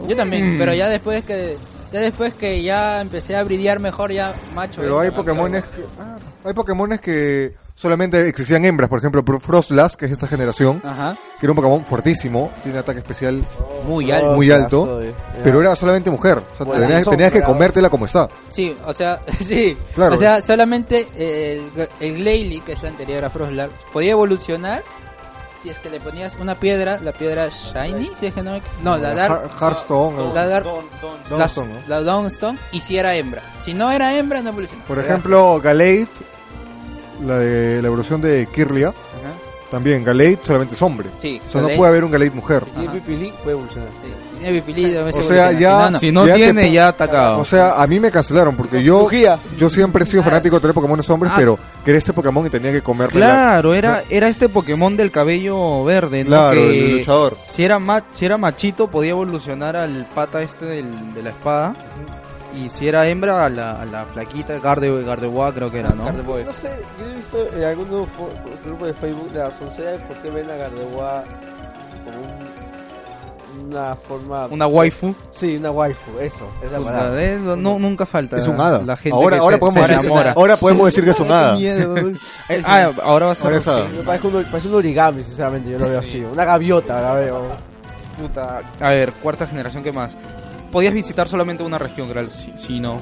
S4: Yo
S3: Mm.
S4: también, pero ya después que ya después que ya empecé a bridear mejor ya macho.
S2: Pero
S4: hembra,
S2: hay
S4: macho,
S2: Pokémones que, ah, hay Pokémones que solamente existían hembras, por ejemplo, Frostlass, que es esta generación,
S4: Ah.
S3: Ajá.
S2: que era un Pokémon fuertísimo, tiene ataque especial,
S4: muy alto.
S2: muy alto, pero era solamente mujer, o sea,
S8: Bueno,
S2: tenías,
S8: son
S2: tenías que
S8: bravos.
S2: comértela como está.
S4: Sí, o sea, sí.
S2: Claro.
S4: O sea, solamente eh, el, el Glalie, que es la anterior a Frostlar, podía evolucionar si es que le ponías una piedra, la piedra Shiny, si es que no me- No, la Dark...
S2: Har- Hearthstone, o-
S4: La Dark... la-
S2: Dawnstone, ¿no?
S4: La Dawnstone, y si era hembra. Si no era hembra, no evolucionaba.
S2: por ejemplo, Galate, la de la evolución de Kirlia, también Galate solamente es hombre,
S4: Sí.
S2: o sea, no
S4: Glalie,
S2: puede haber un Galate mujer.
S8: Y Pipili puede evolucionar.
S4: sí, tiene bipilido,
S2: O sea, ya-
S4: No, no.
S3: Si no
S2: Ya te
S3: tiene,
S2: po-
S3: ya atacado.
S2: O sea, a mí me cancelaron porque yo
S8: Lugia.
S2: yo siempre he sido fanático de tener Pokémon hombres,
S3: Ah.
S2: pero quería este Pokémon y tenía que comérmela.
S3: Claro, era, era este Pokémon del cabello verde, ¿no?
S2: Claro,
S3: que
S2: el luchador.
S3: Si era, ma- si era machito, podía evolucionar al pata este del- de la espada. Y si era hembra, a la, a la flaquita Garde, Gardevoir, creo que era, ¿no?
S4: Gardevoir.
S8: No sé, yo he visto en algún grupo, grupo de Facebook la soncera de por qué ven a Gardewa como un- una forma...
S3: Una waifu.
S8: Sí, una waifu, eso, es la
S3: Puta,
S8: palabra.
S3: de eso no, nunca falta.
S2: Es un hada.
S3: La gente
S2: ahora,
S3: que
S2: ahora,
S3: se,
S2: podemos
S3: se
S2: decir,
S3: enamora.
S2: ahora podemos decir que es un hada.
S8: Qué miedo.
S3: Eh, ah, ahora va a estar.
S2: Ahora es hada.
S8: Yo parezco un, parece un origami, sinceramente, yo lo veo así. Una gaviota, la veo.
S3: Puta. A ver, cuarta generación, ¿qué más? Podías visitar solamente una región, creo. Si, si no.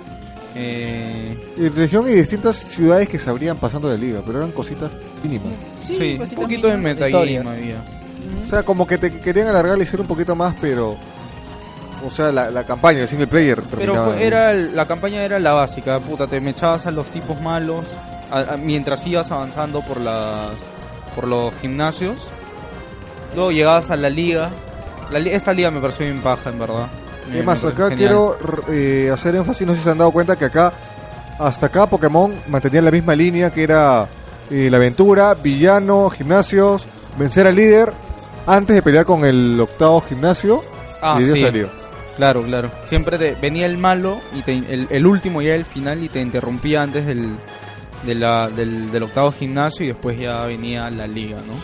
S3: Eh,
S2: Y región y distintas ciudades que se abrían pasando de liga, pero eran cositas mínimas.
S3: sí, un
S4: cositas
S3: poquito de
S4: mínimas.
S3: metagame había.
S2: O sea, como que te querían alargar, le hicieron un poquito más, pero. O sea, la, la campaña, el single player
S3: Pero
S2: terminaba.
S3: fue- era el- la campaña era la básica, puta, te mechabas a los tipos malos a- a- mientras ibas avanzando por las por los gimnasios. Luego llegabas a la liga. La li- esta liga me pareció bien paja, en verdad. Me-
S2: Es más,
S3: Eh, me pareció
S2: acá
S3: genial.
S2: quiero eh, hacer énfasis, no sé si se han dado cuenta que acá, hasta acá Pokémon mantenía la misma línea que era eh, la aventura, villano, gimnasios, vencer al líder, antes de pelear con el octavo gimnasio
S3: Ah,
S2: y Dios
S3: sí.
S2: salió.
S3: Claro, claro. Siempre te, venía el malo, y te- el, el último ya el final, y te interrumpía antes del, de la- del, del octavo gimnasio y después ya venía la liga, ¿no?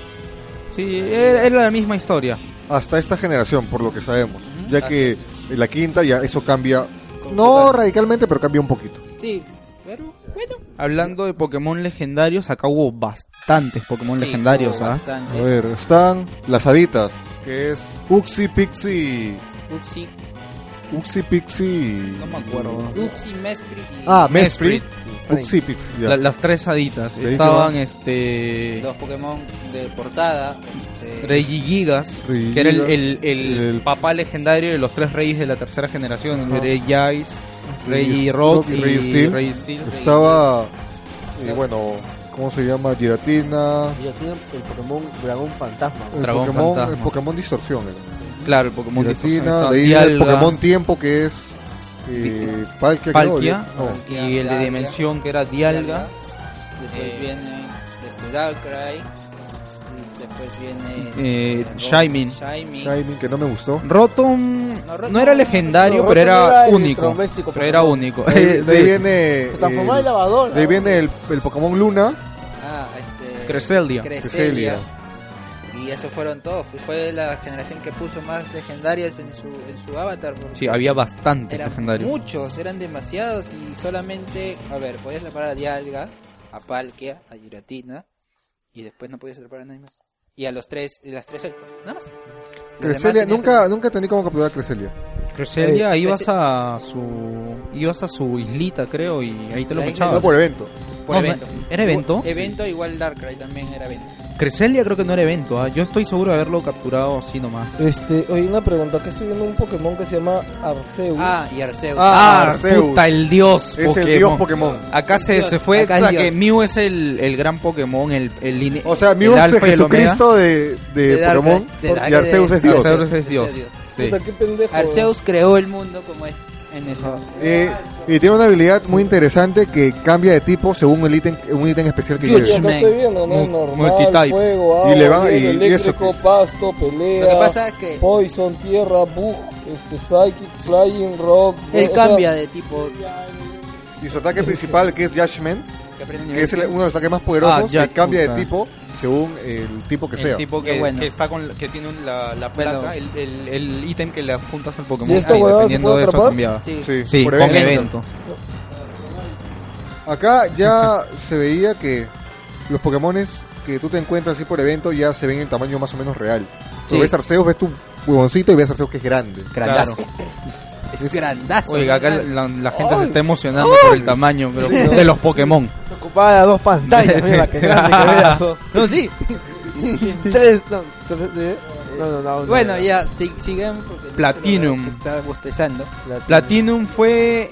S3: Sí, era, era la misma historia.
S2: Hasta esta generación, por lo que sabemos. Ya que en la quinta ya eso cambia. No radicalmente, pero cambia un poquito.
S4: Sí, pero bueno.
S3: Hablando de Pokémon legendarios, acá hubo bastantes Pokémon
S4: Sí,
S3: legendarios,
S4: hubo
S3: ¿ah?
S2: A
S4: bastantes.
S2: ver, están las haditas, que es Uxie Pixie.
S4: Uxie,
S2: Uxie Pixie.
S3: No me acuerdo.
S4: Uxie, Mesprit y
S2: Ah, Mesprit.
S3: Mesprit.
S2: Uxie Pixie. ya.
S3: La- las tres haditas.
S2: ¿De ahí qué más?
S3: Estaban este.
S4: los Pokémon de portada. este,
S3: Regigigas,
S2: Regigigas,
S3: que era el, el- el
S2: el-
S3: papá legendario de los tres reyes de la tercera generación,
S2: Ajá.
S3: Regigigas,
S2: Rey
S3: Regirock
S2: Rock y
S3: y
S2: Rey Steel.
S3: Registeel.
S2: Estaba, eh, bueno, ¿cómo se llama? Giratina.
S8: Y aquí el Pokémon Dragón Fantasma.
S2: El
S3: Dragón
S2: Pokémon,
S3: fantasma.
S2: el Pokémon Distorsión. era.
S3: Claro, el Pokémon
S2: Giratina,
S3: Distorsión,
S2: de ahí
S3: estaba
S2: el
S3: Dialga,
S2: Pokémon Tiempo que es eh, Palkia. creo,
S3: Palkia
S2: ¿no?
S4: Palkia,
S3: y el de
S4: Dialga.
S3: Dimensión que era Dialga.
S4: Después
S3: Eh,
S4: viene este Darkrai. y Después
S3: Eh,
S4: viene.
S3: Shaymin.
S4: Shaymin.
S2: Shining, que no me gustó.
S3: Rotom
S4: No,
S3: no,
S4: Rotom
S3: era
S4: no,
S3: legendario,
S8: no,
S3: pero
S8: Rotom
S3: era
S8: era el
S3: único.
S8: trombéstico
S3: Pero era
S8: Pokémon.
S3: único.
S2: De ahí, de ahí
S3: Eh, Sí.
S2: viene,
S4: Pues
S2: eh,
S8: Transformada en lavadora.
S2: de ahí viene el, el Pokémon Luna.
S4: Ah, este.
S3: Cresselia.
S4: Cresselia. Y esos fueron todos. pues, Fue la generación que puso más legendarias en su, en su avatar. porque
S3: Sí, había bastantes
S4: Eran
S3: legendarios.
S4: muchos, eran demasiados y solamente. A ver, podías atrapar a Dialga, a Palkia, a Giratina. Y después no podías atrapar a nadie más. Y a los tres, y las tres Elfos, nada más. Los demás
S2: Cresselia,
S4: tenías
S2: nunca, nunca tenía como capturar a Cresselia.
S3: Cresselia, ibas
S4: Cresse-
S3: a su ibas a su islita, creo, y ahí te lo
S4: La isla
S3: echabas.
S2: No por evento.
S4: por
S3: No,
S4: evento.
S3: ¿era evento?
S4: Hubo- Evento igual Darkrai también era evento.
S3: Cresselia creo que no era evento, ¿ah? yo estoy seguro de haberlo capturado así nomás.
S1: Este, oye, una pregunta, que estoy viendo un Pokémon que se llama Arceus.
S4: Ah, y Arceus.
S2: Uh. Ah, Arceus.
S3: puta, el dios
S2: Es
S3: Pokémon.
S2: el dios Pokémon.
S3: Acá
S4: El
S3: se,
S4: dios,
S3: se fue,
S4: acá el
S3: o sea,
S4: dios.
S3: que Mew es el, el gran Pokémon, el, el line-
S2: O sea, Mew
S3: el
S2: es
S3: alfa y el omega.
S2: Jesucristo de, de,
S4: De Darkrai,
S2: Pokémon
S4: de
S2: y
S4: Darkrai,
S2: Arceus
S4: de-
S2: es Dios.
S3: Arceus es dios.
S4: Arceus.
S3: sí.
S1: Puta, qué pendejo.
S4: Arceus creó el mundo como es en ese.
S2: Ajá. Eh, y tiene una habilidad muy interesante que cambia de tipo según el ítem, un ítem especial que
S1: Yo
S2: lleve.
S1: acá estoy viendo, ¿no?
S3: Mu-
S1: Normal,
S3: multitype.
S1: fuego, agua,
S2: Y le van-
S1: hielo,
S2: y- y eso
S1: eléctrico, pasto, pelea.
S4: Lo que pasa es
S1: Eh,
S4: que
S1: Poison, tierra, bug, este, psychic, flying, rock.
S4: él
S1: o sea,
S4: cambia de tipo.
S2: Y su ataque principal que es Judgment,
S4: Que aprende
S2: que es el-
S4: nivel
S2: uno de los ataques más poderosos,
S3: Ah, ya,
S2: que cambia
S3: puta.
S2: de tipo según el tipo que
S3: El
S2: sea.
S3: tipo
S4: Qué
S3: que,
S4: bueno.
S3: que está con la- que tiene un- la, la placa,
S4: Bueno.
S3: el- el el ítem que le apuntas al Pokémon,
S1: Si esta
S3: sí,
S1: huevada se
S3: dependiendo
S1: puede
S3: de eso
S1: atrapar,
S3: cambiaba.
S4: Sí.
S2: Sí,
S3: Sí,
S2: por
S3: con
S2: evento.
S3: evento.
S2: Acá ya se veía que los Pokémones que tú te encuentras así por evento ya se ven en tamaño más o menos real. Tú
S4: Sí.
S2: ves Arceus, ves tu huevoncito y ves Arceus que es grande.
S4: Grandazo.
S3: Claro.
S4: Es grandazo.
S3: Oiga, acá
S4: ¿verdad?
S3: la, la gente se está emocionando por el tamaño pero- de los Pokémon.
S8: Ocupaba las dos pantallas, mira, qué grande que era eso.
S4: No, sí.
S8: Tres, no, tres, eh, no, no, no, no.
S4: Bueno, ya, si- siguen porque...
S3: Platinum.
S4: que Está bostezando.
S3: Platinum fue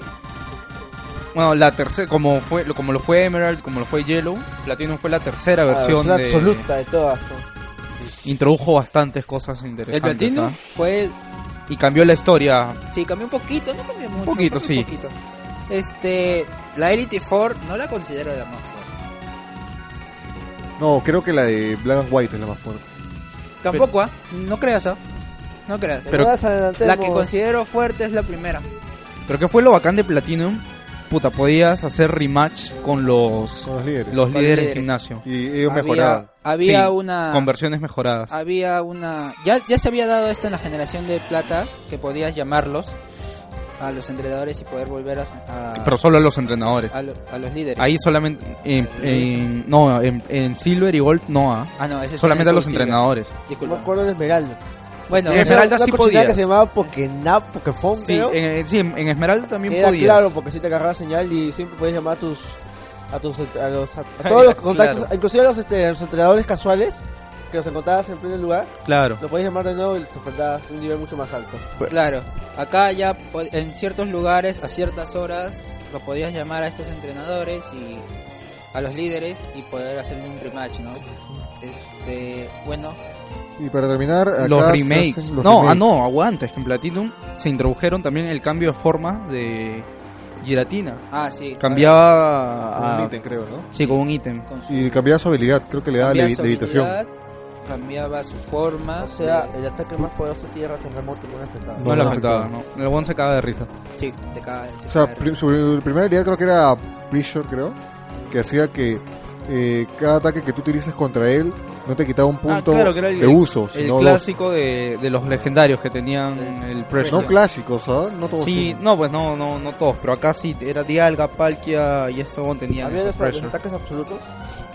S3: bueno, la tercera como fue como lo fue Emerald, como lo fue Yellow, Platinum fue la tercera
S8: Ah, La
S3: versión
S8: versión
S3: de-
S8: absoluta de todas. ¿no?
S3: introdujo bastantes cosas
S4: El
S3: interesantes
S4: Platinum
S3: ¿ah?
S4: fue...
S3: y cambió la historia.
S4: Sí, cambió un poquito, no cambió mucho.
S3: poquito,
S4: cambió
S3: sí.
S4: Un poquito. Este, la Elite Four no la considero la más fuerte.
S2: No, creo que la de Black and White es la más fuerte.
S4: Tampoco, ¿ah? No creas, ¿ah? No creas.
S8: Que
S3: Pero-
S8: no las adelantemos.
S4: La que considero fuerte es la primera.
S3: Pero que fue lo bacán de Platinum, puta, podías hacer rematch con los
S2: Son los líderes.
S3: los
S4: los
S3: líderes del
S4: líderes. Ah.
S3: gimnasio
S2: Y ellos
S4: había,
S2: mejoraban.
S4: Había
S3: Sí,
S4: una...
S3: con versiones mejoradas.
S4: había una ya, ya se había dado esto en la generación de plata que podías llamarlos a los entrenadores y poder volver a, a,
S3: Pero solo a los entrenadores.
S4: a lo- a los líderes
S3: Ahí solamente en, en- no, en, en Silver y Gold no, ah.
S4: ah, no, ese es
S3: solamente a
S4: en
S3: los
S4: Soul Silver.
S3: entrenadores. Eh,
S8: No me
S4: Disculpa.
S8: acuerdo de Esmeralda.
S4: bueno
S3: En
S8: Era
S3: Esmeralda
S8: una
S3: sí
S8: cochinada
S3: podías.
S8: que se llamaba Pokénap, Pokéfon,
S3: Sí,
S8: creo.
S3: en, sí, en- en Esmeralda también
S8: Era
S3: podías.
S8: claro, porque si te agarraba señal y siempre podías llamar a tus a tus a los a, a todos los contactos,
S3: Claro.
S8: inclusive a los, este, a los entrenadores casuales que los encontrabas en primer lugar,
S3: Claro.
S8: los podías llamar de nuevo y te faltabas un nivel mucho más alto.
S4: claro acá ya po- en ciertos lugares a ciertas horas lo podías llamar a estos entrenadores y a los líderes y poder hacer un rematch no este bueno
S2: Y para terminar, acá
S3: los
S2: se
S3: remakes.
S2: hacen los
S3: no, ah,
S2: remakes.
S3: no, aguanta. Es que en Platinum se introdujeron también el cambio de forma de Giratina.
S4: ah sí
S3: Cambiaba
S2: Un
S3: a-
S2: ítem, creo, ¿no?
S3: Sí, con un ítem.
S4: con su
S2: Ah, Y cambiaba su habilidad, creo que le daba
S4: cambia
S2: levi-
S4: su
S2: Ah, levitación.
S4: habilidad
S9: cambiaba su forma.
S8: O sea, el ataque más poderoso tierra terremoto no le afectaba.
S3: No le afectaba, ¿no? El one se caga de risa.
S9: Sí, te cagas.
S2: O sea, pri- su primera habilidad creo que era Pressure, creo, que hacía que eh, cada ataque que tú utilices contra él no te quitaba un punto
S3: Ah, claro, que era el-
S2: de uso,
S3: El
S2: sino dos.
S3: clásico de, de los legendarios que tenían el
S2: No
S3: pressure.
S2: clásicos, ¿sabes? No todos.
S3: Sí, no, pues no, no, no todos, pero acá sí era Dialga, Palkia y este one tenían
S8: Había
S3: esos
S8: los, los
S3: pressure.
S8: ataques absolutos,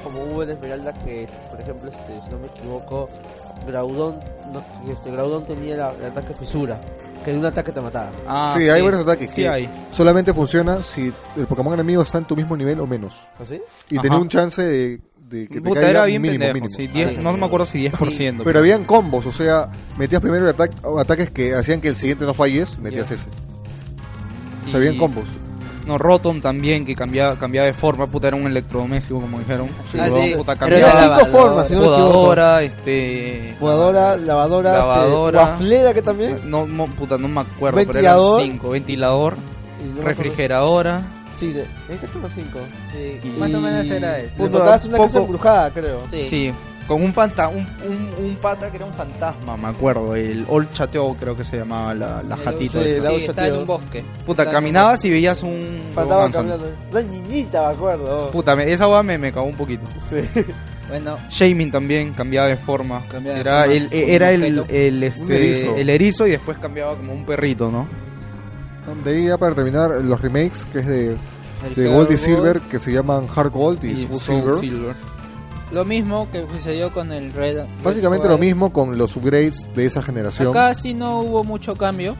S8: como hubo en Esmeralda, que por ejemplo, este, si no me equivoco, Graudón, no, este, Graudón tenía la- el ataque fisura, que de un ataque te mataba.
S3: Ah,
S2: Sí, hay varios ataques
S3: Sí,
S2: que-
S3: hay.
S2: Solamente funciona si el Pokémon enemigo está en tu mismo nivel o menos.
S8: ¿Así?
S2: Y
S3: Ajá.
S2: tenía un chance de, de que te
S3: Puta,
S2: caiga
S3: era bien
S2: mínimo,
S3: pendejo.
S2: mínimo. Ah,
S3: sí, 10, no me acuerdo si 10%.
S2: Pero habían combos, o sea, metías primero el ataque- ataques que hacían que el siguiente no falles, metías ese. O sea, habían
S3: Y-
S2: combos.
S3: No, Rotom también, que cambiaba, cambiaba de forma. Puta, era un electrodoméstico, como dijeron.
S8: Sí.
S9: Ah,
S3: Huevón,
S9: sí.
S3: puta,
S9: Pero
S8: Había
S9: era
S3: cambiaba.
S9: la-
S8: cinco
S9: lavadora,
S8: formas, si no me equivoco.
S3: Podadora, este...
S8: Podadora, lavadora, este,
S3: Lavadora.
S8: waflera que también.
S3: No, no, puta, no me acuerdo,
S8: Ventilador.
S3: pero eran 5. Ventilador,
S8: y no me acuerdo-
S3: refrigeradora.
S8: Sí, de- este como cinco.
S9: Sí, más o menos era eso.
S8: Puto,
S3: Puta,
S8: dabas una
S3: poco-
S8: casa embrujada, creo.
S9: Sí.
S3: Sí, con un, fanta, un, un, un pata que era un fantasma, me acuerdo. El Old Chateo, creo que se llamaba la, la
S9: El-
S3: jatita.
S8: sí,
S9: Sí,
S8: la bolsa,
S9: estaba en
S8: tío.
S9: un bosque.
S3: Puta,
S9: Estaba en un
S3: caminabas y veías un.
S8: Faltaba
S3: Robinson.
S8: cambiarlo. Una niñita, me acuerdo.
S3: Puta, me- esa hueá me, me cagó un poquito.
S9: bosque. Bueno,
S3: Shaming también cambiaba de forma.
S9: Cambiaba de
S3: era
S9: forma,
S3: el,
S9: como
S3: era
S9: un
S3: el,
S9: pelo.
S3: el, este,
S2: Un erizo.
S3: el erizo y después cambiaba como un perrito, ¿no?
S2: De ahí ya para terminar, los remakes, que es de,
S9: el
S2: de Gold y
S9: Powerball.
S2: Silver, que se llaman Hard Gold y, Soul
S3: Soul
S2: Silver.
S3: Silver.
S9: Lo mismo que sucedió con el Red. Red
S2: Básicamente lo
S9: Wild.
S2: mismo con los upgrades de esa generación.
S9: Acá sí no hubo mucho cambio.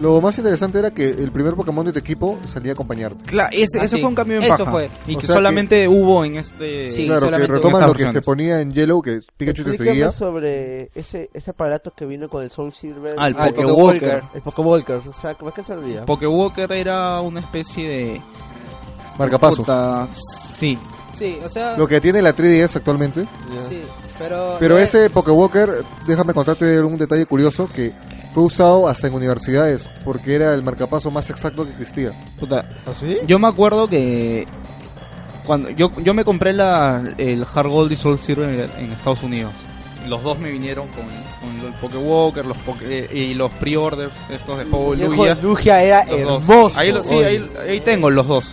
S2: Lo más interesante era que el primer Pokémon de tu equipo salía a acompañarte.
S3: Claro, ese,
S9: Ah,
S3: ese
S9: sí.
S3: fue un cambio en
S9: Eso
S3: paja.
S9: fue.
S3: Y
S2: O
S3: que
S2: sea
S3: solamente hubo en este.
S9: Sí,
S2: claro, que
S9: solamente
S2: retoman
S3: esas
S2: lo que se
S3: versiones.
S2: ponía en Yellow, que Pikachu te
S8: Explícame
S2: seguía.
S8: sobre ese, ese aparato que vino con el Soul Silver.
S3: Ah, el
S9: Ah, el
S3: Poké
S9: Poké
S3: Walker.
S9: Walker.
S8: El Pokéwalker, o sea, ¿cómo es que servía?
S3: Pokewalker era una especie de.
S2: Marcapasos.
S3: puta- Sí,
S9: Sí, o sea.
S2: Lo que tiene la 3DS actualmente.
S9: Sí, pero.
S2: Pero
S9: eh,
S2: ese Pokewalker, déjame contarte un detalle curioso que fue usado hasta en universidades porque era el marcapaso más exacto que existía.
S3: puta.
S8: ¿Así?
S3: Yo me acuerdo que. Cuando yo, yo me compré la, el Hard Gold y Soul Silver en, en Estados Unidos. Los dos me vinieron con, con el Pokewalker los Poké- eh, y los pre-orders estos de juego Lugia.
S8: Lugia era
S3: Los dos.
S8: hermoso.
S3: Ahí lo- sí,
S8: oye.
S3: ahí, ahí tengo los dos.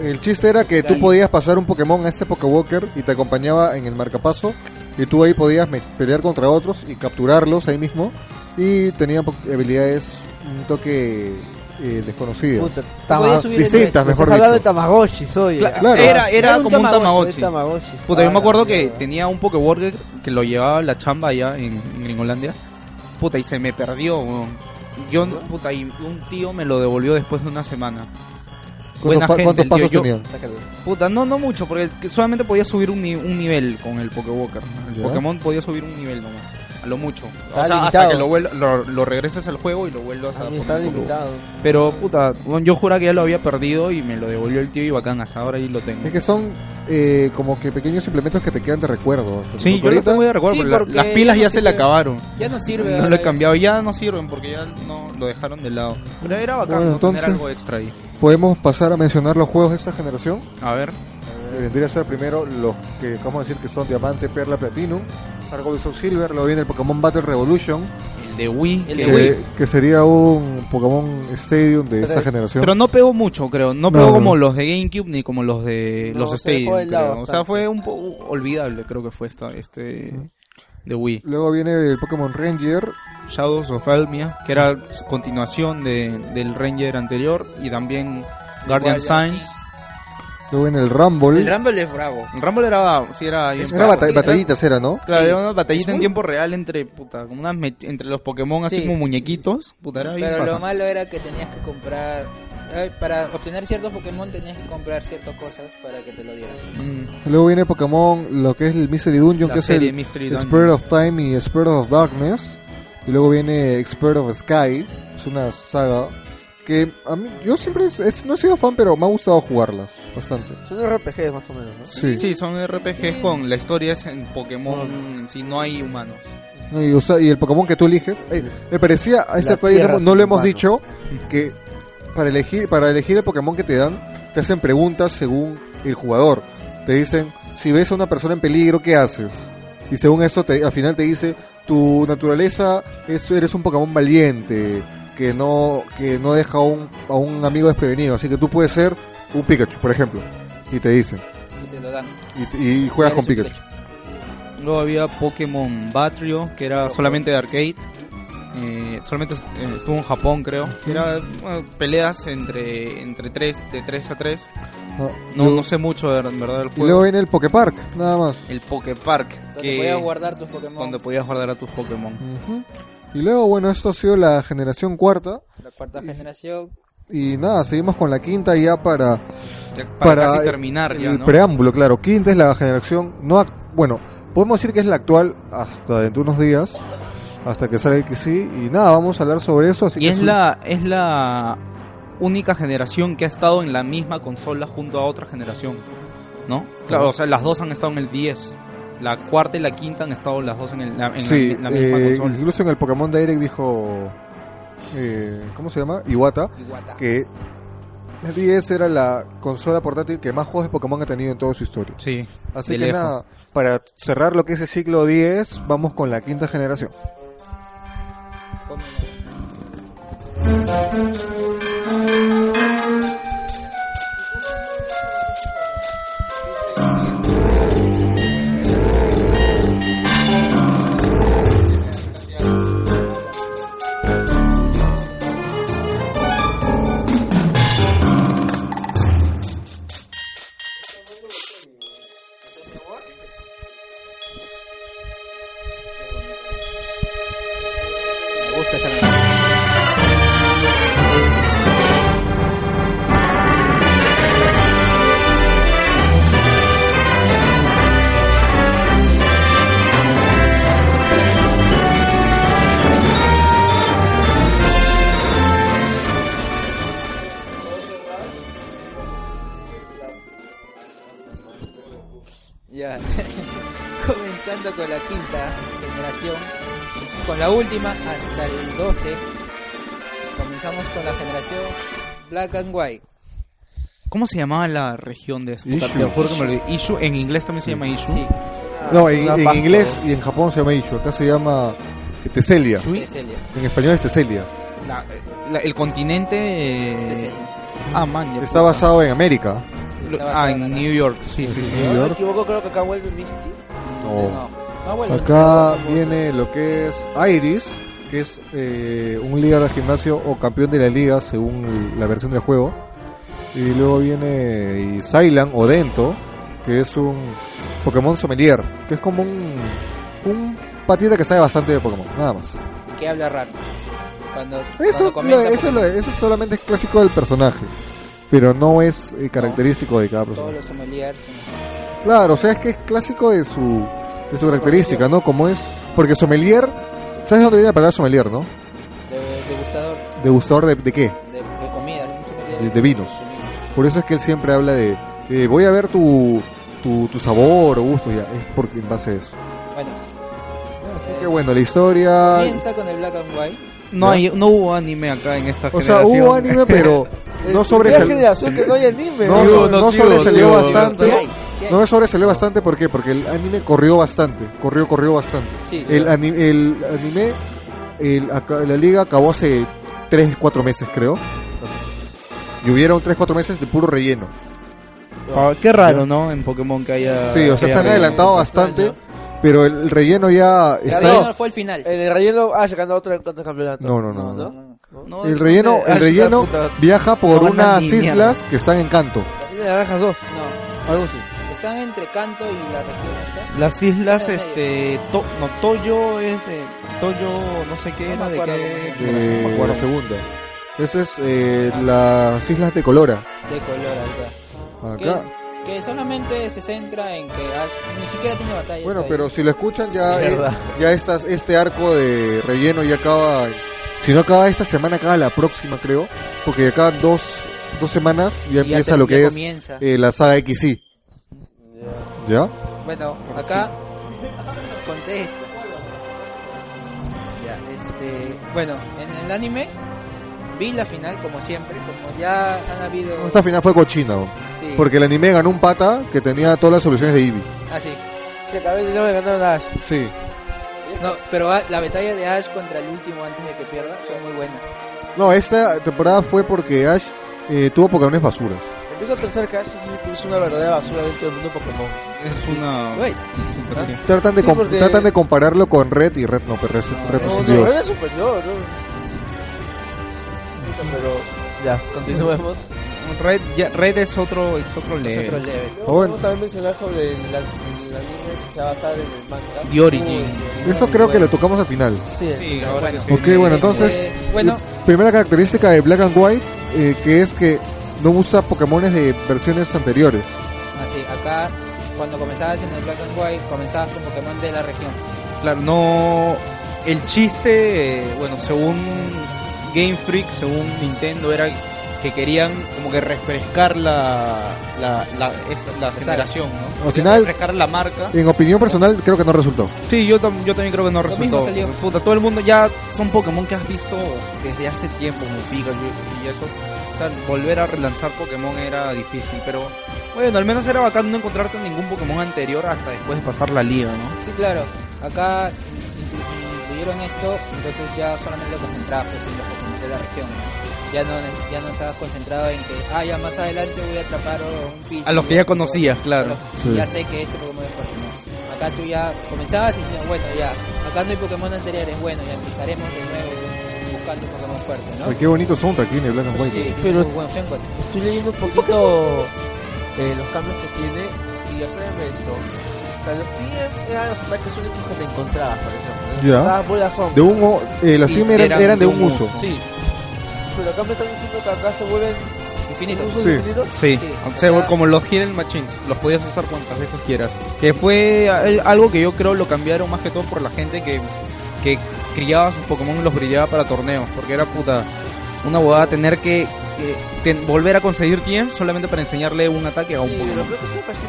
S2: El chiste era que tú
S9: Dale.
S2: podías pasar un Pokémon a este Pokewalker y te acompañaba en el marcapaso y tú ahí podías me- pelear contra otros y capturarlos ahí mismo y tenían po- habilidades un toque eh, desconocido.
S8: Puta,
S9: podías
S8: Tama-
S9: subir el
S2: Distintas,
S9: nivel.
S8: Estás
S2: mejor
S8: hablando de
S2: dicho.
S8: Tamagotchis, oye.
S3: Cla-
S2: Claro.
S3: Era, era,
S9: Era un
S3: como un
S9: Tamagotchi.
S3: Tamagotchi.
S8: De Tamagotchi.
S3: Puta, yo
S8: Ah,
S3: me acuerdo
S8: la
S3: que
S8: mierda.
S3: tenía un Pokéwalker que lo llevaba a la chamba allá en, en Gringolandia. Puta, y se me perdió, weón. Yo, puta, y un tío me lo devolvió después de una semana. Buena
S2: ¿Cuántos, pa-
S3: gente,
S2: cuántos
S3: el tío,
S2: pasos
S3: yo-
S2: tenían?
S3: Puta, no, no mucho, porque que solamente podía subir un, ni- un nivel con el Pokéwalker. El
S2: Ya.
S3: Pokémon podía subir un nivel nomás, a lo mucho. O
S8: Ah,
S3: sea, hasta
S8: limitado.
S3: que lo, vuel- lo, lo regreses al juego y lo vuelvas a
S8: Ah,
S3: poner
S8: Está
S3: en tu Pokémon.
S8: limitado.
S3: Pero, puta, weón, yo juraba que ya lo había perdido y me lo devolvió el tío y bacán, hasta ahora ahí lo tengo.
S2: Es que son eh, como que pequeños implementos que te quedan de recuerdo.
S3: Sí, yo lo
S2: Ahorita-
S3: tengo de recuerdo,
S9: Sí,
S3: pero la-
S9: porque
S3: las pilas
S9: ya no
S3: ya se le
S9: sirve.
S3: acabaron.
S9: Ya no sirve.
S3: No
S9: ahora
S3: lo he
S9: ya.
S3: cambiado, ya no sirven porque ya no lo dejaron de lado. Pero era bacán
S2: Bueno,
S3: ¿no? tener
S2: entonces-
S3: algo extra ahí.
S2: Podemos pasar a mencionar los juegos de esta generación.
S3: A ver,
S2: Eh, vendría a ser primero los que vamos a decir que son Diamante, Perla, Platinum, Argo y Soul Silver, luego viene el Pokémon Battle Revolution,
S3: el de Wii.
S9: El
S3: que-
S9: de Wii.
S2: que, que sería un Pokémon Stadium de esa
S8: Tres.
S2: generación.
S3: Pero no pegó mucho, creo. No
S2: No,
S3: pegó
S2: no.
S3: como los de GameCube ni como los de
S8: No,
S3: los
S8: se
S3: Stadium.
S8: dejó de lado
S3: creo. O sea,
S8: bastante.
S3: fue un poco olvidable, creo que fue esta, este de Wii.
S2: Luego viene el Pokémon Ranger,
S3: Shadows of Almia, que era continuación de, del Ranger anterior y también Guardian
S9: Igual,
S3: Signs.
S2: luego viene el Rumble.
S9: El Rumble es bravo.
S3: El Rumble era, sí, era, bien
S2: Era
S3: bravo.
S2: bata-
S9: sí,
S2: batallitas, era, ¿no?
S3: Claro,
S9: Sí.
S3: era una batallita
S9: Es
S3: en
S9: muy-
S3: tiempo real entre puta, como unas mech- entre los Pokémon así
S9: Sí.
S3: como muñequitos. Puta, era bien
S9: Pero lo
S3: paja.
S9: malo era que tenías que comprar. ay, Para obtener ciertos Pokémon tenías que comprar ciertas cosas para que te lo dieran.
S3: Mm,
S2: Luego viene Pokémon, lo que es el Mystery Dungeon,
S3: la
S2: que es
S3: serie
S2: el
S3: Mystery Dungeon.
S2: Spirit of Time y Spirit of Darkness. Y luego viene Expert of Sky, es una saga que a mí, yo siempre es- es- no he sido fan, pero me ha gustado jugarlas bastante.
S8: Son RPGs más o menos, ¿no?
S2: Sí.
S3: Sí, son RPGs con la historia es en Pokémon, si no hay humanos.
S2: No, Y, usa- y el Pokémon que tú eliges. Ey, me parecía, a ese
S8: La
S2: detalle no,
S8: tierra
S2: no
S8: sin
S2: lo hemos
S8: manos.
S2: dicho, que para elegir, para elegir el Pokémon que te dan, te hacen preguntas según el jugador. Te dicen, si ves a una persona en peligro, ¿qué haces? Y según eso, te- al final te dice, tu naturaleza es, eres un Pokémon valiente, que no, que no deja a un, a un amigo desprevenido. Así que tú puedes ser un Pikachu, por ejemplo. Y te dicen,
S4: y te lo dan.
S2: y, y juegas con
S4: Eres un
S2: Pikachu.
S3: Luego había Pokémon Batrio, que era solamente de arcade. Eh, solamente eh, estuvo en Japón, creo. Era bueno, peleas entre entre tres, de 3 a 3.
S2: Ah,
S3: No, no sé mucho de en verdad del
S2: Y luego
S3: juego.
S2: viene el Poképark, nada más.
S3: El Poképark,
S4: Donde podías
S3: que
S4: guardar tus Pokémon.
S3: donde podías guardar a tus Pokémon.
S2: Ujú. Y luego, bueno, esto ha sido la generación cuarta.
S4: La cuarta generación.
S2: Y nada, seguimos con la quinta ya para,
S3: Ya para,
S2: para
S3: casi terminar
S2: el,
S3: Ah, ya, ¿no?
S2: preámbulo, claro. Quinta es la generación no ac- bueno, podemos decir que es la actual hasta dentro de unos días, hasta que salga el XY y nada, vamos a hablar sobre eso, así
S3: Y
S2: que
S3: es
S2: su-
S3: la es la única generación que ha estado en la misma consola junto a otra generación, ¿no? Claro, o sea, las dos han estado en el 10. La cuarta y la quinta han estado las dos en, el- la, en la-
S2: sí,
S3: la, misma
S2: eh,
S3: consola.
S2: incluso en el Pokémon Direct dijo eh, ¿cómo se llama? Iwata
S4: Iguata.
S2: que el 10 era la consola portátil que más juegos de Pokémon ha tenido en toda su historia.
S3: Sí.
S2: Así
S3: de
S2: que
S3: lejos.
S2: nada, para cerrar lo que es el ciclo 10, vamos con la quinta generación.
S4: Me gusta esa canción. Ya. Comenzando con la quinta generación. Con la última hasta el 12. Comenzamos con la generación Black and White.
S3: ¿Cómo se llamaba la región de eso?
S2: Issue.
S3: Te lo juro que me olvidé. Issue, en inglés también se llama Issue.
S4: Sí,
S2: No, en,
S8: una
S2: en
S8: pasta.
S2: inglés y en Japón se llama Ishu, acá se llama Teselia.
S4: es Celia.
S2: En español es Teselia.
S3: La- la- el continente. eh,
S4: Este es Celia.
S3: Ah, man. ya
S2: Está
S3: puta.
S2: basado en América.
S4: Está
S3: Ah,
S4: basado
S3: en
S4: la-
S3: New York. Sí, sí, sí.
S8: Si no me
S2: York.
S8: equivoco, creo que acá vuelve Misty.
S4: No, no vuelve.
S2: Acá viene lo que es Iris, que es eh, un líder de gimnasio o campeón de la liga según la versión del juego. Y luego viene Sylan o Dento, que es un Pokémon sommelier, que es como un, un patita que sabe bastante de Pokémon, nada más.
S4: Que habla raro. Cuando,
S2: Eso,
S4: cuando comenta,
S2: lo- eso,
S4: porque
S2: lo- eso solamente es clásico del personaje, pero no es eh, característico de cada
S4: todos
S2: personaje.
S4: los sommeliers son así.
S2: Claro, o sea, es que es clásico de su, de su característica, ¿no? Como es. Porque sommelier. ¿Sabes de dónde viene la palabra sommelier, no?
S4: de, degustador
S2: Degustador de, de qué?
S4: de, de comidas, un sommelier
S2: De- de vinos.
S4: de
S2: Por eso es que él siempre habla de. eh, voy a ver tu, tu, tu sabor o gusto, ya. Es porque en base a eso.
S4: Bueno,
S2: Ah,
S4: Eh,
S2: Qué bueno, la historia.
S4: comienza con el Black and White.
S3: No, hay, no hubo anime acá en esta
S2: O sea,
S3: generación.
S2: hubo anime, pero. No
S8: Es
S2: sobresalió.
S8: generación que no hay anime.
S2: No,
S8: ¿no?
S2: no,
S10: hubo, no,
S2: no
S10: sí hubo,
S2: sobresalió
S10: sí hubo.
S4: Sí,
S2: bastante.
S4: hay, sí hay.
S2: No me sobresalió bastante, ¿por qué? Porque el anime corrió bastante. Corrió, corrió bastante.
S4: Sí,
S2: El, ani- el anime, el, aca- la liga acabó hace 3, 4 meses, creo. Y hubieron 3, 4 meses de puro relleno.
S3: Ah, Qué raro, ¿no? En Pokémon que haya.
S2: Sí, o sea, se
S3: que
S2: han
S3: haya-
S2: adelantado bastante, pero el, el relleno ya
S4: el
S2: está... Eh,
S4: relleno fue el final.
S8: En el relleno Ash ganó otro contra campeonato.
S2: No, no, no.
S8: No,
S2: no.
S8: no.
S3: No,
S2: El
S3: es-
S2: relleno,
S8: Ah,
S2: el
S8: sí,
S2: relleno
S8: puta.
S2: viaja por
S3: No ganan
S2: unas
S3: ni
S2: islas que están en canto.
S8: Tiene naranjas dos.
S4: No,
S8: Algo así.
S4: están entre Canto y la región esta.
S3: Las islas,
S4: Ah,
S3: este. To- no, Toyo es de. Toyo, no sé qué
S4: No
S3: era,
S4: me
S3: de
S4: acuerdo
S3: qué.
S4: cómo
S2: Eh,
S3: No me acuerdo.
S2: la segunda. Eso es eh, las islas de Colora.
S4: De color acá.
S2: Acá.
S4: Que, que solamente se centra en que Ash ni siquiera tiene batallas.
S2: Bueno,
S4: ahí.
S2: pero si lo escuchan ya,
S8: Es
S2: eh,
S8: verdad.
S2: ya estas, este arco de relleno ya acaba. Si no acaba esta semana, acaba la próxima, creo. Porque de acá dos, dos semanas ya
S4: Y ya
S2: empieza
S4: te-
S2: lo
S4: ya
S2: que es
S4: comienza.
S2: eh, la saga XY. ¿Ya?
S4: Bueno, acá contesta. Ya, este, bueno, en el anime vi la final como siempre, como ya han habido
S2: Esta final fue cochina, ¿no?
S4: sí, ah,
S2: porque el anime ganó un pata que tenía todas las soluciones de Eevee.
S4: así.
S8: Que también no me ganaron Ash.
S2: Sí.
S4: No, pero a- la batalla de Ash contra el último antes de que pierda fue muy buena.
S2: No, esta temporada fue porque Ash eh, tuvo Pokémones basuras.
S8: Empiezo a pensar que Ash es- es una verdadera basura dentro del mundo Pokémon.
S3: Es una.
S4: ¿Lo es?
S2: Tratan de,
S8: Sí,
S2: com-
S8: porque-
S2: tratan de compararlo con Red y Red no, pero Red, Red no es
S8: No,
S2: un
S8: no,
S2: dios.
S8: era superior, ¿no? Puta, Pero ya, continuemos.
S3: Red, ya- Red es otro, ¿ah? es otro
S4: Es
S3: level.
S4: otro level.
S8: Luego
S2: Ah, bueno.
S8: Podemos también mencionar sobre el, la- el anime que se va a basar en el manga.
S11: The Origin.
S8: Uy,
S2: Eso
S8: muy
S2: creo que
S8: bueno.
S2: lo tocamos al final.
S8: Sí,
S3: Sí, ahora
S4: bueno.
S3: que se
S2: Ok,
S3: viene-
S2: bueno, entonces,
S4: Este, bueno,
S2: Primera característica de Black and White, eh, que es que no usa Pokémones de versiones anteriores.
S4: así, acá cuando comenzabas en el Black and White, comenzabas con Pokémon de la región.
S3: Claro, no. El chiste, eh, bueno, según Game Freak, según Nintendo, era que querían como que refrescar la, la, la, es- la generación, ¿no?
S2: Al
S3: Querían
S2: final-
S3: Refrescar la marca.
S2: En opinión personal, creo que no resultó.
S3: Sí, yo, tam- yo también creo que no resultó.
S4: mismo salió.
S3: Puta, todo el mundo ya son Pokémon que has visto desde hace tiempo, como Pikachu y eso. O sea, volver a relanzar Pokémon era difícil, pero bueno, al menos era bacán no encontrarte ningún Pokémon anterior hasta después de pasar la liga, ¿no?
S4: Sí, claro. Acá inclu- incluyeron esto, entonces ya solamente lo concentrabas pues, en los Pokémon de la región. ¿no? Ya no, ya no estabas concentrado en que, ah, ya más adelante voy a atrapar a un Pikachu.
S3: A los que ya conocías, claro.
S4: Pero Ya sé que este Pokémon es Pokémon. Acá tú ya comenzabas y decías, bueno, ya, acá no hay Pokémon anteriores, bueno, ya empezaremos de nuevo pues, buscando un Pokémon fuerte, ¿no?
S2: Ay, qué bonito soundtrack tiene Black and White.
S4: Sí,
S8: Pero-
S4: pero bueno, Shengot.
S8: Estoy leyendo un poquito eh, los cambios que tiene y ya créeme esto. O sea, los Piem eran los ataques únicos que te encontrabas, por ejemplo. Ah,
S2: Ya.
S8: Estabas muy a sombra.
S2: De un, o- eh, los
S3: Y
S2: Steam eran, eran de un uso.
S3: Sí,
S8: Pero acá me están diciendo que acá se vuelven
S4: Infinitos.
S8: usos
S2: Sí.
S8: infinitos.
S3: Sí,
S4: Sí,
S3: o sea,
S4: acá-
S3: como los Hidden Machines, los podías usar cuantas veces quieras. Que fue al- algo que yo creo lo cambiaron más que todo por la gente que, que criaba sus Pokémon y los brillaba para torneos. Porque era puta, una huevada tener que, que ten- volver a conseguir tiempo solamente para enseñarle un ataque a un
S8: Sí, pero
S3: Pokémon.
S8: creo que eso me parece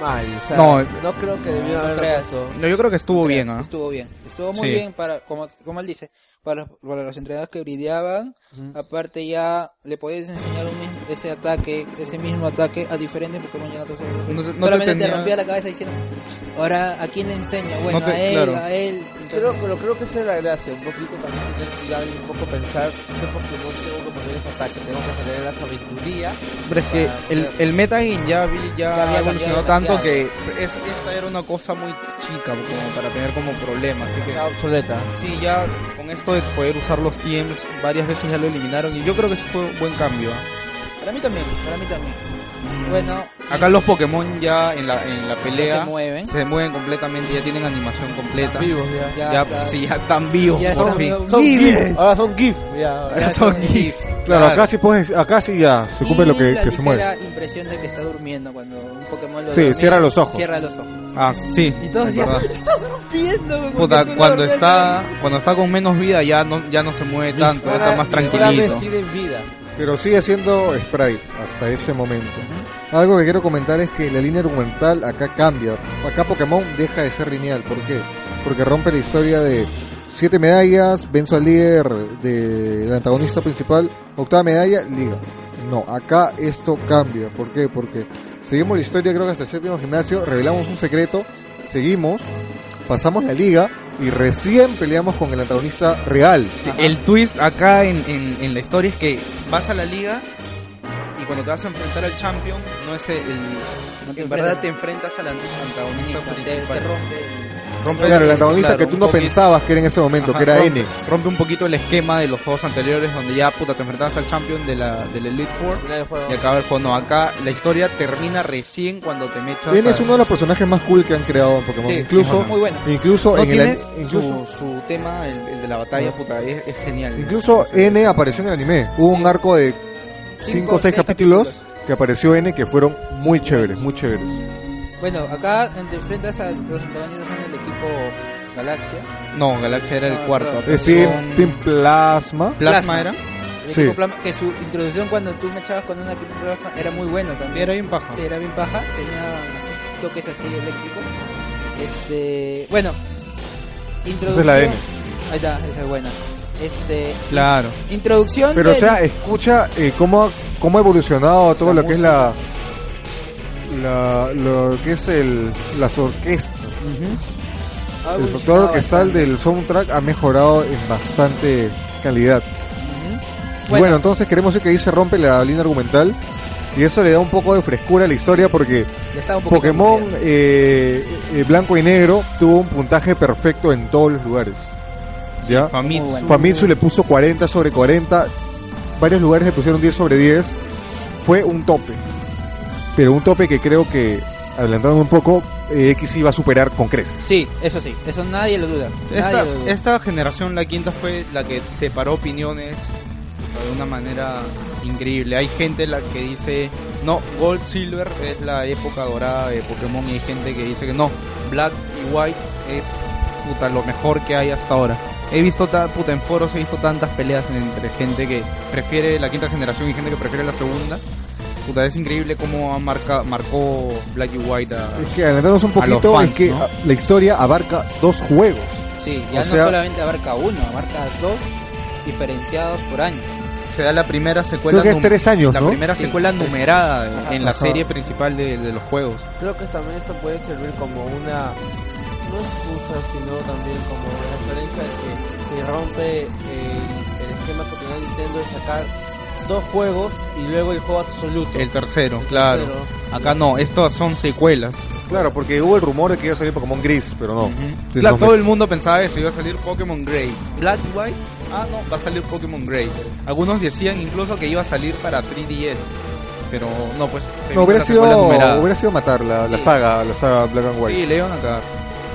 S8: mal. O sea,
S3: No.
S8: no, creo que debiera
S4: No
S8: haberlo
S4: creas.
S8: puesto.
S3: No, yo creo que estuvo bien, ¿ah?
S4: Estuvo bien. Estuvo muy
S3: Sí.
S4: bien para, como, como él dice, para los, para los entrenadores que brillaban. Aparte ya le podías enseñar un mismo- ese ataque, ese mismo ataque a diferentes Pokémon ya no te solo-
S3: No te- no te
S4: Solamente te,
S3: tenía-
S4: rompía la cabeza diciendo, ahora a quién le enseño. Bueno,
S3: No te-
S4: a él,
S3: claro.
S4: a él.
S8: Pero,
S4: Entonces,
S8: pero creo que esa es la gracia, un poquito también tener que ya un poco pensar qué Pokémon tengo que poner ese ataque, tengo que poner la sabiduría.
S3: Pero es que el, el metagame ya, vi- ya,
S4: Ya había
S3: evolucionó
S4: cambiado
S3: tanto que
S4: demasiado.
S3: es, esta era una cosa muy chica como para tener como problema. Así que
S8: Está obsoleta.
S3: Sí, ya con esto de poder usar los TMs varias veces ya lo eliminaron y yo creo que ese fue un buen cambio. ¿ah?
S4: para mí también, para mí también. Bueno,
S3: Acá los Pokémon ya en la, en la pelea
S4: se mueven.
S3: se mueven completamente, ya tienen animación completa.
S8: Vivos, ya.
S4: ya,
S3: Ya,
S4: está-
S3: sí, ya están vivos.
S4: ya
S3: por
S4: están
S3: fin.
S4: medio-
S8: Son
S4: ¡Vives!
S8: GIF. Ahora son GIF. Ya, ahora.
S4: Ya
S3: Son
S4: están en
S3: GIFs.
S2: Claro, acá sí, puedes, acá sí ya se cumple lo que,
S4: la
S2: que se mueve.
S4: ligera impresión de que está durmiendo cuando un Pokémon lo
S2: Sí,
S4: dormía,
S2: cierra los ojos.
S4: Cierra los ojos.
S3: Ah, sí.
S4: Y todos
S3: es
S4: decían,
S3: verdad.
S4: estás rompiendo, güey, ¿por
S3: Puta,
S4: qué tú
S3: cuando
S4: duermes?"
S3: está cuando está con menos vida ya no ya no se mueve tanto, ya está más
S8: Ahora
S3: tranquilito.
S8: tienen vida.
S2: Pero sigue siendo sprite hasta ese momento. Algo que quiero comentar es que la línea argumental acá cambia. Acá Pokémon deja de ser lineal. ¿Por qué? Porque rompe la historia de siete medallas, venzo al líder del antagonista principal, octava medalla, liga. No, acá esto cambia. ¿Por qué? Porque seguimos la historia, creo que hasta el séptimo gimnasio, revelamos un secreto, seguimos, pasamos la liga y recién peleamos con el antagonista real.
S3: Sí, el twist acá en, en- en la historia es que vas a la liga y cuando te vas a enfrentar al champion no es el,
S4: No te
S3: en verdad
S4: enfrentas.
S3: te enfrentas al antagonista
S4: Te- te
S3: principal.
S4: rompe
S3: Rompe
S2: Claro, el
S3: el-
S2: antagonista
S3: claro,
S2: que
S3: un
S2: tú no
S3: poquito-
S2: pensabas que era en ese momento,
S3: Ajá,
S2: que era
S3: rompe,
S2: N.
S3: Rompe un poquito el esquema de los juegos anteriores donde ya puta te enfrentabas al champion de la del Elite Four
S8: Final del juego.
S3: y acaba el juego. No, acá la historia termina recién cuando te mechas.
S2: N es
S3: al-
S2: uno de los personajes más cool que han creado en Pokémon.
S3: Sí,
S2: incluso
S3: es
S4: muy bueno.
S2: incluso
S3: ¿No
S2: en el
S3: tienes
S2: an-
S3: su,
S2: incluso,
S3: su tema, el, el de la batalla, puta, es, es genial.
S2: incluso N apareció en el anime. Hubo un
S4: Sí.
S2: arco de
S4: Cinco
S2: 5 o 6
S4: seis
S2: capítulos,
S4: capítulos.
S2: que apareció N que fueron muy chéveres, muy chéveres.
S4: Bueno, acá te enfrentas a los antagonistas son el equipo Galaxia.
S3: No, Galaxia era el
S4: Ah,
S3: cuarto.
S4: claro.
S2: Es
S3: Son-
S2: Team, Team Plasma.
S3: Plasma
S4: Plasma.
S3: era.
S4: El
S2: Sí.
S4: equipo Plasma, que su introducción cuando tú me echabas con un equipo Plasma era muy bueno
S3: Sí,
S4: también.
S3: era bien paja.
S4: Sí, era bien paja, tenía así toques así eléctricos. Este, bueno, introducción.
S2: Esa es la M.
S4: Ahí está, esa es buena. Este,
S3: Claro.
S4: introducción
S2: Pero o
S4: del-
S2: sea, escucha eh, cómo, ha- cómo ha evolucionado todo
S3: La
S2: lo que es la, la lo que es el las orquestas,
S4: Ha
S2: El
S4: evolucionado
S2: factor orquestal del soundtrack ha mejorado en bastante calidad. Y Bueno, entonces queremos decir que ahí se rompe la línea argumental y eso le da un poco de frescura a la historia porque
S4: bastante. Ya estaba un poquito
S2: Pokémon
S4: aburrido.
S2: eh, eh, Blanco y Negro tuvo un puntaje perfecto en todos los lugares. ¿Ya?
S3: Famitsu.
S4: Muy bueno.
S2: Famitsu le puso 40 sobre 40. Varios lugares le pusieron 10 sobre 10. Fue un tope. Pero un tope que creo que, adelantando un poco, eh, X iba a superar con creces.
S4: Sí, eso sí, eso nadie lo duda.
S3: Esta,
S4: nadie lo duda.
S3: esta generación, la quinta, fue la que separó opiniones de una manera increíble. Hay gente la que dice, no, Gold Silver es la época dorada de Pokémon y hay gente que dice que no, Black y White es puta, lo mejor que hay hasta ahora. He visto ta- puta, en foros he visto tantas peleas entre gente que prefiere la quinta generación y gente que prefiere la segunda. Puta, es increíble cómo ha marca, marcó Black y White a...
S2: Es que adelantarnos un
S3: A los
S2: poquito,
S3: fans,
S2: es que
S3: ¿no?
S2: a- la historia abarca dos juegos.
S4: Sí, ya
S2: o
S4: no
S2: sea-
S4: solamente abarca uno, abarca dos diferenciados por año.
S3: se da la primera secuela
S2: Creo que es
S3: num-
S2: tres años,
S3: la
S2: ¿no?
S3: primera
S4: Sí.
S3: secuela numerada en- en, la
S2: Ajá.
S3: serie principal de, de los juegos
S8: Creo que también esto puede servir como una, no excusa, sino también como una referencia de que, que rompe eh, el, esquema que tenía Nintendo de sacar dos juegos y luego el juego absoluto.
S3: el tercero claro acá no estas son secuelas
S2: Claro, porque hubo el rumor de que iba a salir Pokémon Gris, pero no. Sí,
S3: claro
S2: no me-
S3: todo el mundo pensaba eso iba a salir Pokémon Gray Black y White ah no va a salir Pokémon Gray algunos decían incluso que iba a salir para 3DS pero no pues se
S2: No,
S3: vino
S2: hubiera
S3: la secuela
S2: sido,
S3: numerada.
S2: hubiera sido matar la, la
S4: Sí.
S2: saga, la saga Black and White.
S3: sí le iban a cagar.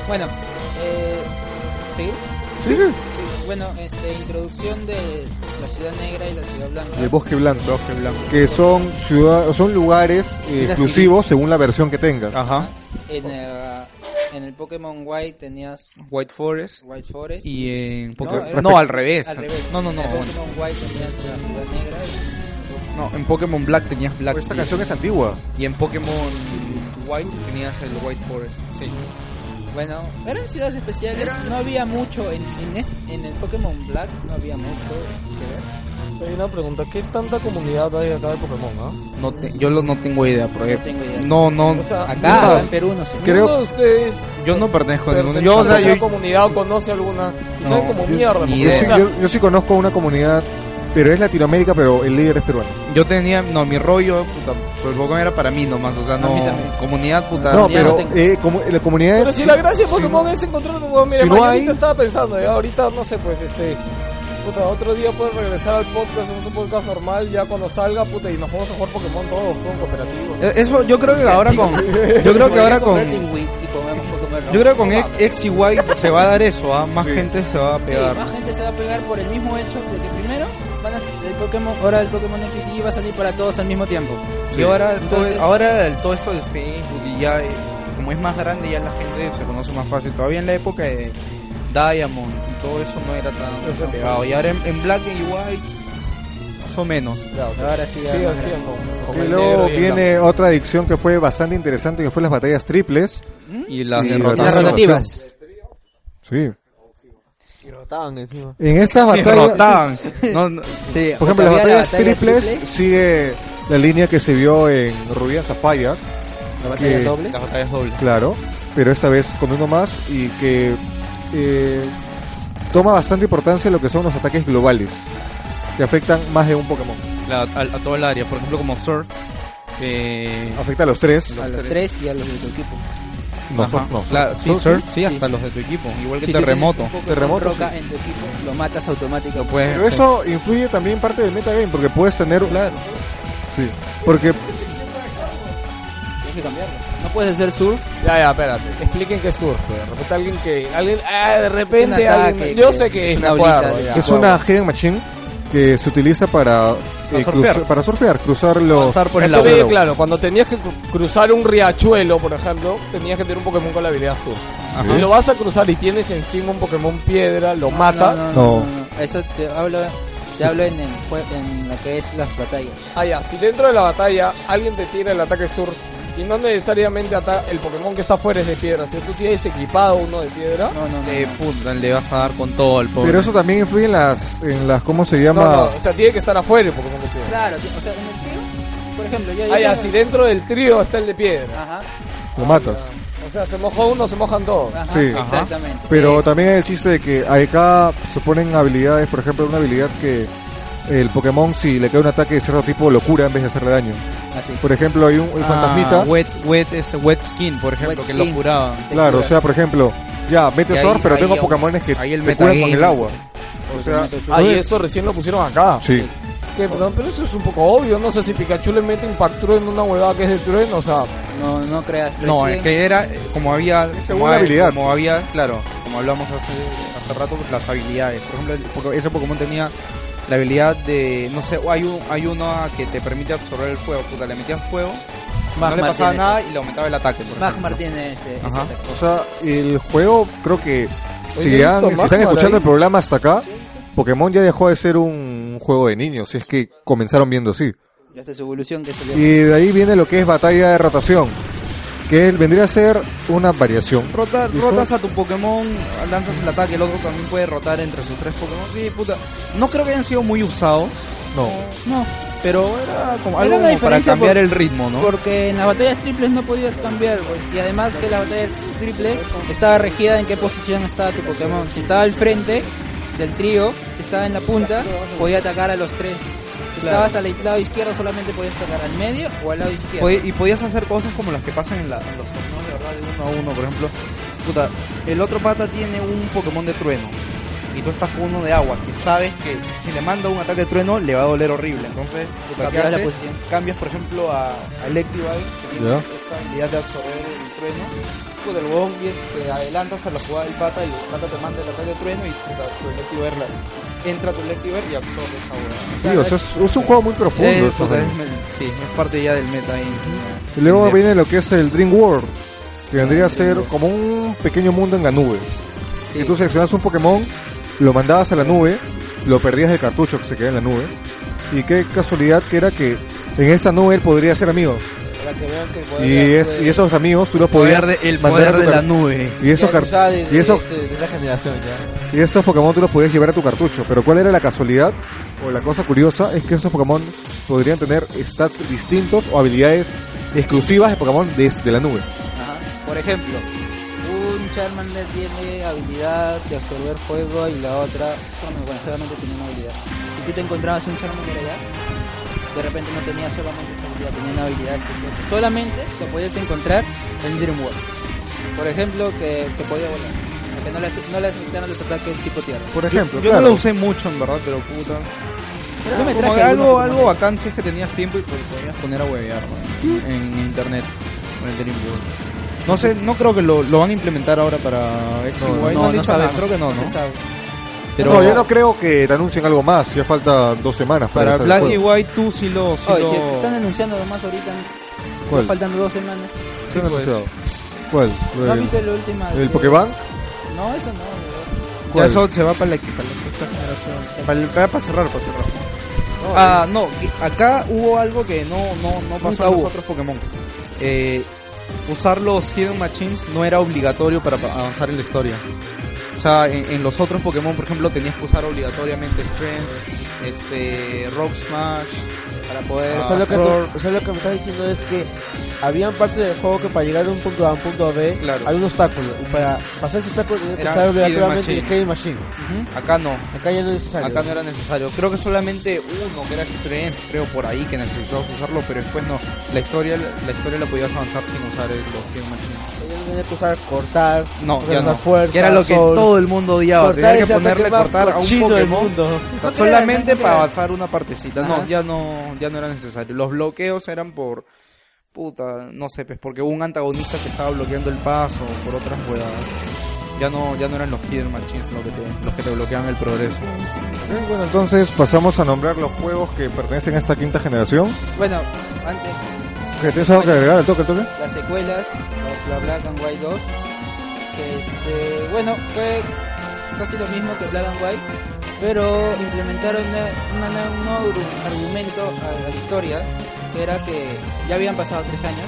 S4: Bueno, eh, ¿seguir?
S2: Sí, sí.
S4: Bueno, este, introducción de la ciudad negra y la ciudad blanca.
S2: Y el Bosque Blanco. Que son ciudad, son lugares eh, exclusivos según la versión que tengas.
S3: ajá
S4: En el, en el Pokémon White tenías
S3: White Forest
S4: White Forest.
S3: y en Pokémon
S4: No,
S3: no, al, revés.
S4: al revés.
S3: no no no
S4: En el Pokémon White tenías la ciudad negra y...
S3: no en Pokémon Black tenías Black
S2: Pues esta
S3: Sea.
S2: canción es antigua.
S3: Y en Pokémon White tenías el White Forest. Sí.
S4: Bueno, eran ciudades especiales, no había mucho, en, en, est- en el Pokémon Black no había mucho que ver.
S1: Hay una pregunta, ¿qué tanta comunidad hay acá de Pokémon, ah?
S3: No te- yo lo- no tengo idea, porque
S4: No tengo idea.
S3: no, no,
S1: O sea,
S4: Acá,
S2: Nunca-
S4: en Perú, no sé.
S2: Creo-
S1: ¿Ninguno de ustedes
S3: yo no pertenezco a ninguno.
S1: pertenece
S3: Yo, o sea,
S1: a
S3: yo,
S1: alguna comunidad o conoce alguna? Y
S3: No,
S1: saben como
S2: yo-
S1: mierda,
S3: ni
S1: porque,
S2: Yo
S3: idea.
S1: o
S2: sí,
S1: sea,
S2: yo, yo sí conozco una comunidad, pero es Latinoamérica, pero el líder es peruano.
S3: yo tenía, no, mi rollo, puta, pues Pokémon era para mí nomás, o sea, no,
S4: mí también.
S3: comunidad, puta.
S2: No,
S4: ya
S2: pero
S4: no tengo.
S2: eh, como, la comunidad
S1: Pero
S2: es...
S1: si la gracia de Pokémon
S2: si-
S1: es encontrar un Pokémon, mira,
S2: si no
S1: mañana
S2: hay-
S1: yo estaba pensando, ya ahorita no sé, pues este. Puta, otro día puedes regresar al podcast, hacemos un podcast normal, ya cuando salga, puta, y nos vamos a jugar Pokémon todos, con cooperativo.
S3: Eh, Eso, yo creo que ahora con, yo creo que ahora con, yo
S4: Y comemos Pokémon rojo.
S3: creo que con X- X y Y se va a dar eso, ¿ah? más
S2: Sí.
S3: gente se va a
S4: Sí,
S3: pegar.
S4: más gente se va a pegar por el mismo hecho de que primero van a, el Pokémon, ahora el Pokémon X y Y va a salir para todos al mismo tiempo.
S3: Y ahora,
S4: Entonces-
S3: todo, ahora el- todo esto de Facebook y ya, eh, como es más grande, ya la gente se conoce más fácil. Todavía en la época de Diamond y todo eso no era tan tan pegado. Y ahora en, en Black y White, más o menos.
S4: Ahora sí,
S1: Sí,
S4: ya
S1: al cien, con- con
S2: Y
S1: el
S2: luego
S1: negro y el blanco.
S2: viene otra adicción que fue bastante interesante, que fue las batallas triples.
S3: Y las
S2: Sí,
S3: derrotas.
S4: las
S2: rotación.
S4: rotativas.
S2: Sí.
S8: Y rotaban encima.
S2: En estas
S3: Que
S2: batallas...
S3: rotaban. No, no,
S4: Sí,
S2: Por ejemplo, las
S4: todavía la
S2: batallas
S4: batalla
S2: triples
S4: triple,
S2: sigue la línea que se vio en Rubí and Sapphire,
S4: la batalla
S2: que-
S4: doble.
S3: las batallas dobles.
S2: claro, pero esta vez con uno más y que eh, toma bastante importancia lo que son los ataques globales, que afectan más de un Pokémon.
S3: La- a, a todo el área, por ejemplo, como Surf. eh,
S2: Afecta a los tres.
S4: A los tres y a los de tu equipo.
S2: No,
S3: ajá.
S2: son- no.
S3: Claro, sí,
S2: Surf,
S3: Surf, sí, hasta
S4: Sí.
S3: los de tu equipo. Igual que
S4: Si tú tienes
S3: Terremoto.
S4: un Pokémon
S2: Terremoto,
S4: roca
S2: sí.
S4: en tu equipo, lo matas automáticamente.
S3: Pues,
S2: Pero eso influye también parte del metagame, porque puedes tener...
S3: Claro.
S2: Sí, porque
S4: Tienes que cambiarlo. No puedes hacer surf.
S1: Ya, ya, espérate, expliquen qué surge. De repente alguien que. Alguien, ah, de repente
S4: Es un ataque
S1: alguien- Yo
S4: que-
S1: sé que
S4: es
S1: es, me
S4: una bolita
S1: acuerdo,
S4: de-
S1: ya.
S2: es una hidden machine que se utiliza para... eh,
S3: surfear.
S2: cruzar- para surfear, cruzar los...
S3: Avanzar por el
S2: los
S3: agua.
S1: Sí,
S2: lagos.
S1: claro, cuando tenías que cru- cruzar un riachuelo, por ejemplo, tenías que tener un Pokémon con la habilidad sur. Si lo vas a cruzar y tienes encima un Pokémon piedra, lo mata.
S4: No,
S2: No.
S4: no, no, no, no. Eso te hablo, te hablo en, el, jue- en lo que es las batallas.
S1: Ah, ya, si dentro de la batalla alguien te tira el ataque sur y no necesariamente ata- el Pokémon que está afuera es de piedra, si tú tienes equipado uno de piedra,
S4: No, no, no.
S3: Eh,
S4: no.
S3: puta, le vas a dar con todo el pobre.
S2: Pero eso también influye en las, en las ¿cómo se llama?
S1: no, no, o sea, tiene que estar afuera el Pokémon de piedra.
S4: Claro, o sea, en el trío, por ejemplo, yo... yo
S1: Ah, ya,
S4: tengo-
S1: si dentro del trío está el de piedra.
S4: Ajá.
S2: Lo matas.
S1: Ah, ya. O sea, se mojó uno, se mojan todos.
S4: Ajá,
S2: Sí.
S4: exactamente.
S2: Pero
S4: Eso.
S2: también hay el chiste de que acá se ponen habilidades, por ejemplo, una habilidad que el Pokémon si le cae un ataque de cierto tipo lo cura en vez de hacerle daño.
S4: Así.
S2: Por ejemplo, hay un el
S3: Ah,
S2: fantasmita,
S3: wet, wet, este, wet skin, por ejemplo,
S4: Wet
S3: que
S4: skin.
S3: lo curaban.
S2: claro, o sea, por ejemplo, ya, mete
S3: Y ahí-
S2: Thor, pero
S3: ahí
S2: tengo
S3: el-
S2: Pokémones que
S3: ahí el
S2: se curan con
S3: metagame.
S2: el agua. O sea,
S1: Ah, y eso recién lo pusieron
S3: Ah,
S1: acá.
S2: sí.
S1: Que, perdón, pero eso es un poco obvio. No sé si Pikachu le mete impacto en una huevada que es de trueno. O sea,
S4: No, no creas.
S3: No, es
S4: recién-
S3: que era eh, como había,
S2: según
S3: como,
S2: la
S3: hab-
S2: habilidad.
S3: como había, claro, como hablamos hace, hace rato, pues, las habilidades. Por ejemplo, el Poké- ese Pokémon tenía la habilidad de, no sé, hay, un, hay una que te permite absorber el fuego. Puta, le metías fuego, no
S4: Magmar
S3: le pasaba
S4: tiene- eh,
S3: nada y le aumentaba el ataque. Por
S4: Magmar
S3: ejemplo.
S4: tiene ese, ese
S3: Ajá.
S4: ataque.
S2: O sea, el juego creo que
S1: Oye,
S2: si,
S1: he
S2: han-
S1: visto
S2: si
S1: más
S2: están
S1: por
S2: escuchando
S1: ahí.
S2: el programa hasta acá, Pokémon ya dejó de ser un juego de niños, si es que comenzaron viendo así.
S4: Ya está su evolución que salió.
S2: Y de ahí viene lo que es batalla de rotación, que él vendría a ser una variación.
S3: Rota-
S2: ¿Listo?
S3: rotas a tu Pokémon, lanzas el ataque, el otro también puede rotar entre sus tres Pokémon. Sí, puta. No creo que hayan sido muy usados,
S2: No.
S3: no, pero era como algo
S4: Era una
S3: como para
S4: diferencia
S3: cambiar
S4: por-
S3: el ritmo, ¿no?
S4: Porque en las batallas triples no podías cambiar, pues, y además que la batalla triple estaba regida en qué posición estaba tu Pokémon. Si estaba al frente del trío, si estaba en la punta, podía atacar a los tres. Si
S3: Claro.
S4: estabas al lado izquierdo, solamente podías atacar al medio o al lado izquierdo.
S3: Podí- y podías hacer cosas como las que pasan en, la- en los torneos de verdad de uno a uno, por ejemplo. Puta, el otro pata tiene un Pokémon de trueno y tú estás con uno de agua que sabes que si le manda un ataque de trueno le va a doler horrible. Entonces, puta, ¿qué
S4: Cambias la
S3: haces?
S4: posición.
S3: Cambias, por ejemplo, a, a Electivire, que tiene
S2: Ya.
S3: esta habilidad de absorber el trueno. Puta, el huevón bien, te adelantas a la jugada del pata y el pata te manda el ataque de trueno y puta, tu Electivire la- entra tu Electivire y absorbe esa huevada. O
S2: Sí,
S3: sea,
S2: o sea, es, es un juego muy profundo.
S3: eh,
S2: eso,
S3: puta,
S2: ¿no?
S3: es me- sí, es parte ya del meta ahí.
S2: Y Luego
S3: De-
S2: viene lo que es el Dream World, que vendría a ser como un pequeño mundo en la nube.
S4: Sí.
S2: Y tú seleccionas un Pokémon, lo mandabas a la nube, lo perdías el cartucho que se queda en la nube. Y qué casualidad que era que en esta nube él podría ser amigos.
S8: Para que vean que el poder
S2: Y,
S8: de-
S2: es, y esos amigos tú los
S3: El poder
S2: podías
S3: de, el
S2: mandar a
S3: poder
S2: tu
S3: de la
S2: car-
S3: nube.
S2: Y esos,
S8: ya
S2: car-
S8: tú sabes de-
S2: y esos
S8: de, de esa generación ya.
S2: Y esos Pokémon tú los podías llevar a tu cartucho, pero ¿cuál era la casualidad o la cosa curiosa? Es que esos Pokémon podrían tener stats distintos o habilidades exclusivas de Pokémon desde la nube.
S4: Ajá. Por ejemplo, un Charmander tiene habilidad de absorber fuego y la otra, bueno, bueno, solamente tenía una habilidad. Si tú te encontrabas un Charmander allá, de repente no tenía solamente esa habilidad, tenía una habilidad que solamente lo podías encontrar en Dream World. Por ejemplo, que, que podía volar, que no le, ace- no le afectaron los ataques tipo tierra.
S2: Por ejemplo,
S3: Yo no
S2: claro,
S3: lo usé mucho en verdad, pero puta.
S4: Yo me
S3: Como
S4: traje
S3: algo,
S4: algunos
S3: algo
S4: Pokémon.
S3: bacán si es que tenías tiempo y pues, podías poner a huevear ¿no? en internet con el Dream World. No sé, no creo que lo, lo van a implementar ahora para X y
S2: No,
S3: Y.
S4: no,
S3: han
S4: no
S3: dicho nada,
S4: sabemos.
S3: creo que no,
S4: No se
S3: ¿no?
S4: sabe.
S3: Pero
S2: No, yo no creo que te anuncien algo más, ya falta dos semanas
S3: para
S2: que salga
S3: Black
S2: el
S3: y
S2: juego.
S3: White tú sí lo... sí
S4: Oye,
S3: lo-
S4: si están anunciando nomás ahorita,
S2: ¿Cuál?
S4: faltando dos semanas.
S2: ¿Qué han anunciado? ¿Cuál?
S4: ¿No has
S2: ¿El-
S4: visto la última?
S2: ¿El
S4: de-
S2: Pokébank?
S4: No, eso no, weón.
S3: Ya
S2: ¿Cuál?
S3: eso se va para la, para la sexta generación. Para, el- para- para cerrar, para cerrar. ah, no, que acá hubo algo que no, no, no pasó
S4: Nunca
S3: en los
S4: hubo.
S3: otros Pokémon. Eh, usar los Hidden Machines no era obligatorio para pa- avanzar en la historia. O sea, en, en los otros Pokémon, por ejemplo, tenías que usar obligatoriamente Strength, este, Rock Smash, para poder...
S8: o, sea, lo que
S3: absorb-
S8: tú- o sea, lo que me estás diciendo es que habían partes del juego que para llegar de un punto A a un punto B
S3: Claro.
S8: hay un obstáculo. Y para pasar ese obstáculo tenía que
S3: Era
S8: estar
S3: Hidden
S8: obligatoriamente en
S3: Machine.
S8: Game Machine.
S3: Acá no.
S8: Acá ya no es necesario.
S3: Acá no era necesario. Creo que solamente uno, que era Strength, creo por ahí, que necesitabas usarlo, pero después no. La historia la historia la podías avanzar sin usar el- los Hidden Machines.
S8: Ya no tenía que usar cortar,
S3: No,
S8: usar
S3: ya
S8: la
S3: no.
S8: fuerza,
S3: que era lo que
S8: sol.
S3: todo el mundo odiaba.
S8: Cortar
S3: Tener
S8: es
S3: que
S8: la
S3: ponerle
S8: parte más
S3: cortar a un
S8: cochino del
S3: Pokémon
S4: No creas,
S3: solamente
S4: no
S3: para
S4: creas.
S3: avanzar una partecita. No,
S4: Ajá.
S3: ya no, ya no era necesario. Los bloqueos eran por puta, no sé, pues porque un antagonista te estaba bloqueando el paso por otras jugadas. Ya no, ya no eran los Hidden Machines los que te, los que te bloqueaban el progreso.
S2: Eh, Bueno, entonces pasamos a nombrar los juegos que pertenecen a esta quinta generación.
S4: Bueno, antes,
S2: ¿Que ¿Tienes algo que agregar al toque, al toque?
S4: las secuelas, la, la Black and White 2, que este, bueno, fue casi lo mismo que Black and White, pero implementaron una, una nueva- un nuevo argu- argumento a, a la historia, que era que ya habían pasado tres años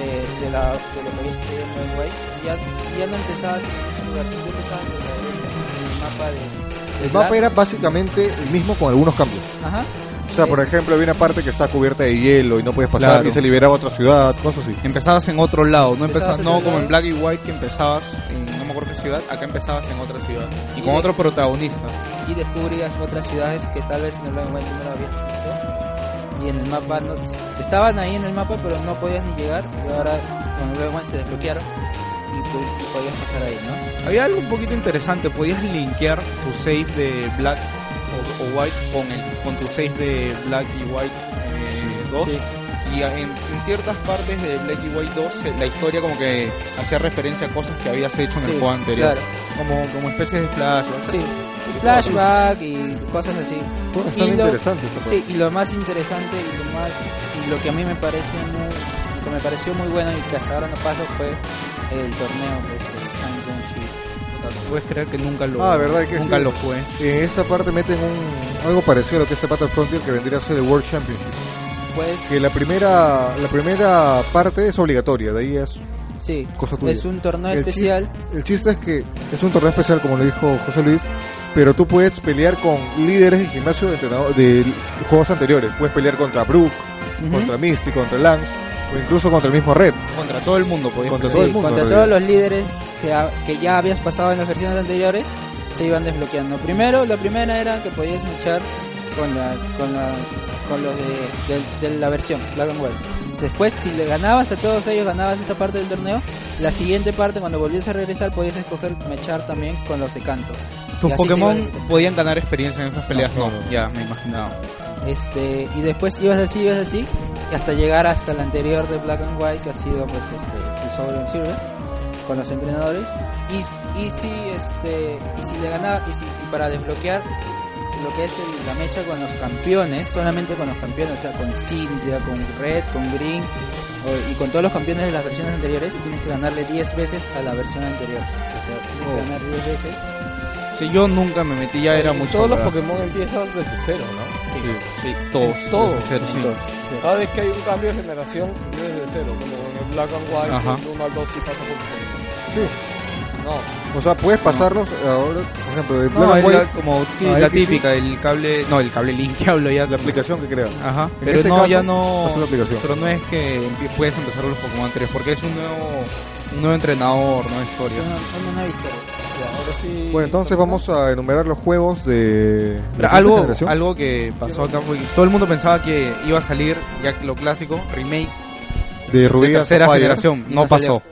S4: de, de, la, de lo que había sucedido en Black and White, y ya, ya no empezabas en lugar, tú empezabas en la- en el mapa de... de
S2: El mapa
S4: Black.
S2: era básicamente el mismo con algunos cambios.
S4: Ajá.
S2: O sea, por ejemplo, había una parte que está cubierta de hielo y no puedes pasar
S3: Claro.
S2: y se liberaba otra ciudad, cosas así.
S3: Empezabas en otro lado, no empezabas,
S4: Empezabas en
S3: no
S4: otro
S3: como en
S4: lado.
S3: Black y White que empezabas en no me acuerdo qué ciudad, acá empezabas en otra ciudad y
S4: Y
S3: con
S4: de-
S3: otro protagonista.
S4: y descubrías otras ciudades que tal vez en el Black and White no lo habías visto. Y en el mapa no, estaban ahí en el mapa, pero no podías ni llegar. Y ahora con el Black and White se desbloquearon y, pu- y podías pasar ahí, ¿no?
S3: Había algo un poquito interesante, podías linkear tu save de Black o, o White con el con tu save de Black y White 2. Y a- en, en ciertas partes de Black y White 2 eh, la historia como que hacía referencia a cosas que habías hecho en el
S4: Sí,
S3: juego anterior.
S4: claro.
S3: Como, como especies de flashbacks.
S4: Sí, flashback y cosas así.
S2: Bueno, está
S4: Y lo-
S2: interesante esta parte.
S4: Sí, y lo más interesante y lo más y lo que a mí me parece muy, que me pareció muy bueno y que hasta ahora no pasó fue el torneo pues, de Sun
S3: Puedes creer que nunca lo,
S2: Ah, verdad que
S3: nunca
S2: sí.
S3: lo jugué.
S2: En esta parte meten un, algo parecido a lo que es el Battle Frontier que vendría a ser el World Championship.
S4: Pues
S2: Que la primera, la primera parte es obligatoria, de ahí es
S4: sí,
S2: cosa tuya.
S4: es un torneo
S2: El
S4: especial.
S2: El chiste es que es un torneo especial, como lo dijo José Luis, pero tú puedes pelear con líderes de gimnasio de, entrenado- de juegos anteriores. Puedes pelear contra Brook,
S4: Ujú.
S2: contra Misty, contra Lance, o incluso contra el mismo Red.
S3: Contra todo el mundo podías
S2: Contra
S4: Sí,
S2: todo el mundo.
S4: contra
S2: en
S4: todos
S2: realidad.
S4: los líderes que, ha- que ya habías pasado en las versiones anteriores, se iban desbloqueando. Primero, la primera era que podías luchar con la con la con los de, de- de la versión Black and White. Después, si le ganabas a todos ellos, ganabas esa parte del torneo. La siguiente parte, cuando volvías a regresar, podías escoger mechar también con los de canto.
S3: Tus
S4: Y así se
S3: Pokémon
S4: iba-
S3: podían ganar experiencia en esas peleas, no, ya me imaginaba.
S4: Este, y después ibas así, ibas así, hasta llegar hasta el anterior de Black and White, que ha sido pues este, el Soul and Silver, con los entrenadores. Y, y si este, y si le ganaba, y si y para desbloquear lo que es el- la mecha con los campeones, solamente con los campeones, o sea, con Cynthia, con Red, con Green, o- y con todos los campeones de las versiones anteriores, tienes que ganarle 10 veces a la versión anterior. O sea, tienes que ganar 10 veces.
S3: Si yo nunca me metí, ya era
S1: Y
S3: mucho.
S1: eh, Todos los
S3: ¿verdad?
S1: Pokémon empiezan desde cero, ¿no?
S3: Sí, sí, todos.
S1: Todos.
S3: desde cero, sí.
S1: Cada vez que hay un cambio de generación, desde cero. Como en el Black and White,
S3: Ajá.
S1: el 1 al 2 y pasa por el
S2: Sí.
S1: No,
S2: O sea, puedes pasarlos ahora, por ejemplo, de Black
S3: No,
S2: and
S3: es la,
S2: White,
S3: como sí,
S2: Ah,
S3: la
S2: es que sí.
S3: típica, el cable, no, el cable link que hablo ya.
S2: la aplicación que crearon.
S3: Ajá,
S2: En
S3: pero
S2: este
S3: no,
S2: caso,
S3: ya no.
S2: es una aplicación.
S3: Pero no es que empie- puedes empezar los Pokémon anteriores, porque es un nuevo, un nuevo entrenador, nueva historia.
S4: Yo no, yo no he visto.
S1: ahora sí.
S2: Bueno, entonces vamos a enumerar los juegos de, de
S3: Pero
S2: la
S3: algo,
S2: generación.
S3: algo que pasó acá fue que todo el mundo pensaba que iba a salir, ya que lo clásico, remake
S2: de
S3: de
S2: Rubí a
S3: tercera
S2: Sapphire.
S3: generación.
S4: Y
S3: No,
S4: no salió.
S3: pasó.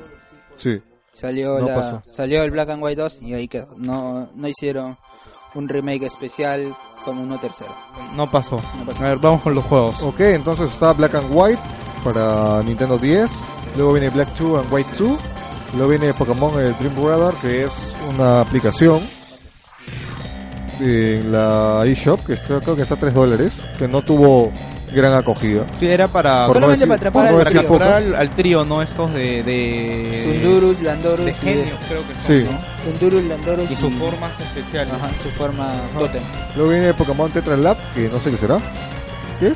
S2: Sí.
S4: Salió,
S2: No
S4: la-
S2: pasó.
S4: salió el Black and White 2 y ahí quedó. No, no hicieron un remake especial como uno tercero.
S3: No pasó.
S4: No pasó.
S3: A ver, vamos con los juegos.
S2: Ok, entonces está Black and White para Nintendo 10. Luego viene Black 2 and White 2. Luego viene Pokémon el Dream Radar, que es una aplicación en la eShop, que está- creo que está a 3 dólares, que no tuvo gran acogida.
S3: Sí, era para,
S2: Por
S4: Ah, Solamente
S2: no
S4: para
S2: decir-
S4: atrapar
S2: por no
S4: al
S2: decir
S4: trío.
S2: poco.
S3: comprar al, al trío, ¿no? Estos de. de
S4: Tundurus, Landorus
S3: Eh, de
S4: y-
S3: genios, creo que son,
S2: Sí.
S3: ¿no?
S4: Tundurus, Landorus
S3: Y sus
S4: y-
S3: formas especiales.
S4: Ajá, su forma totem.
S2: Luego viene Pokémon Tetra Lab, que no sé qué será. ¿Qué es?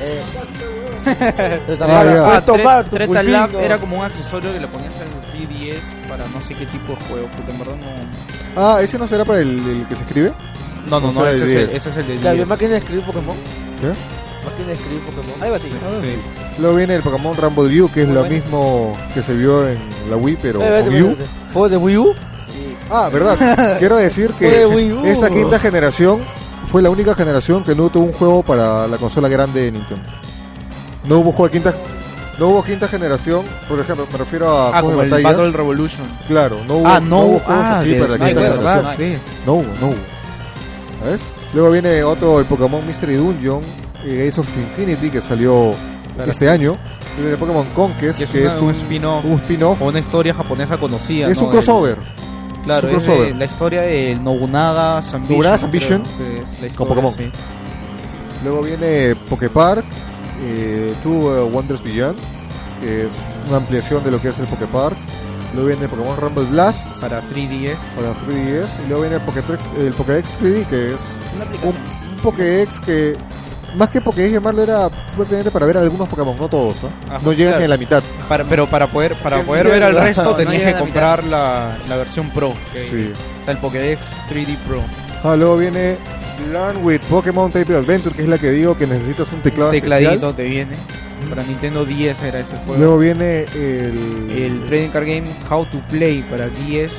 S4: Eh,
S2: Ah, ya.
S3: Ah, Tre-
S8: tomar tu
S3: Treta Lab
S8: pulpito.
S3: era como un accesorio que le ponías al G10 para no sé qué tipo de juego, porque en verdad no...
S2: Ah, ese no será para el, el que se escribe.
S3: No, no,
S2: O
S3: no,
S2: sea,
S3: ese,
S2: el
S3: es
S2: 10.
S3: el, ese es el de
S8: Claro, había
S3: 10.
S8: máquina de escribir Pokémon.
S2: ¿Qué?
S8: Máquina de escribir Pokémon.
S4: algo así.
S3: Sí. Ah,
S2: Luego viene el Pokémon Rambo View, que es
S4: Muy
S2: lo
S4: bueno.
S2: mismo que se vio en la Wii, pero
S8: Eh,
S2: con
S8: vete,
S2: U.
S8: vete, vete. ¿Juego de Wii U?
S4: Sí.
S2: Ah, verdad. Quiero decir
S8: Fue
S2: que
S8: Wii U.
S2: esta quinta generación fue la única generación que no tuvo un juego para la consola grande de Nintendo. No hubo juego de quinta, no hubo quinta generación, por ejemplo, me refiero a
S3: Ah, como
S2: juegos de
S3: el
S2: batalla.
S3: Battle Revolution.
S2: Claro, no hubo,
S3: ah,
S2: no
S3: no,
S2: hubo juegos
S3: ah,
S2: así
S3: de-
S2: para la
S4: no hay
S2: quinta
S4: juegos,
S2: generación.
S4: ¿verdad?
S3: ¿ves?
S2: No hubo, no hubo. ¿Ves? Luego viene otro, el Pokémon Mystery Dungeon, eh, Ace of Infinity, que salió
S3: Claro.
S2: este año. Luego viene Pokémon Conquest,
S3: Que es,
S2: que
S3: una-
S2: es
S3: un
S2: un,
S3: spin-off
S2: un spin-off.
S3: o una historia japonesa conocida.
S2: Es
S3: ¿no?
S2: un crossover
S3: Del- claro,
S2: es un
S3: es de
S2: crossover.
S3: la historia de Nobunaga Ambition.
S2: Nobunaga's Ambition
S3: creo que es la historia,
S2: con Pokémon.
S3: sí.
S2: Luego viene Poképark, eh, Two eh, Wonders Beyond, que es una ampliación de lo que es el Poképark. Luego viene Pokémon Rumble Blast
S3: Para 3DS.
S2: para 3DS. Y luego viene el, Pokétrex- el Pokédex 3D, que es
S4: Una aplicación.
S2: un, un Pokédex que, más que Pokédex llamarlo, era prácticamente para ver algunos Pokémon, no todos. ¿ah?
S3: Ajá,
S2: no llegan
S3: claro.
S2: ni a la mitad.
S3: Para- pero para poder para
S8: Qué
S3: poder ver al
S8: mierda.
S3: resto
S4: No
S3: tenías
S4: llega a
S3: que
S4: la
S3: comprar la, la versión Pro. que
S2: Sí.
S3: Está el Pokédex 3D Pro.
S2: Ah, luego viene Learn with Pokémon Type Adventure, que es la que digo que necesitas un teclado especial.
S3: tecladito te viene. Para Nintendo 10 era ese juego.
S2: Luego viene el...
S3: el Trading Card Game How to Play para 10.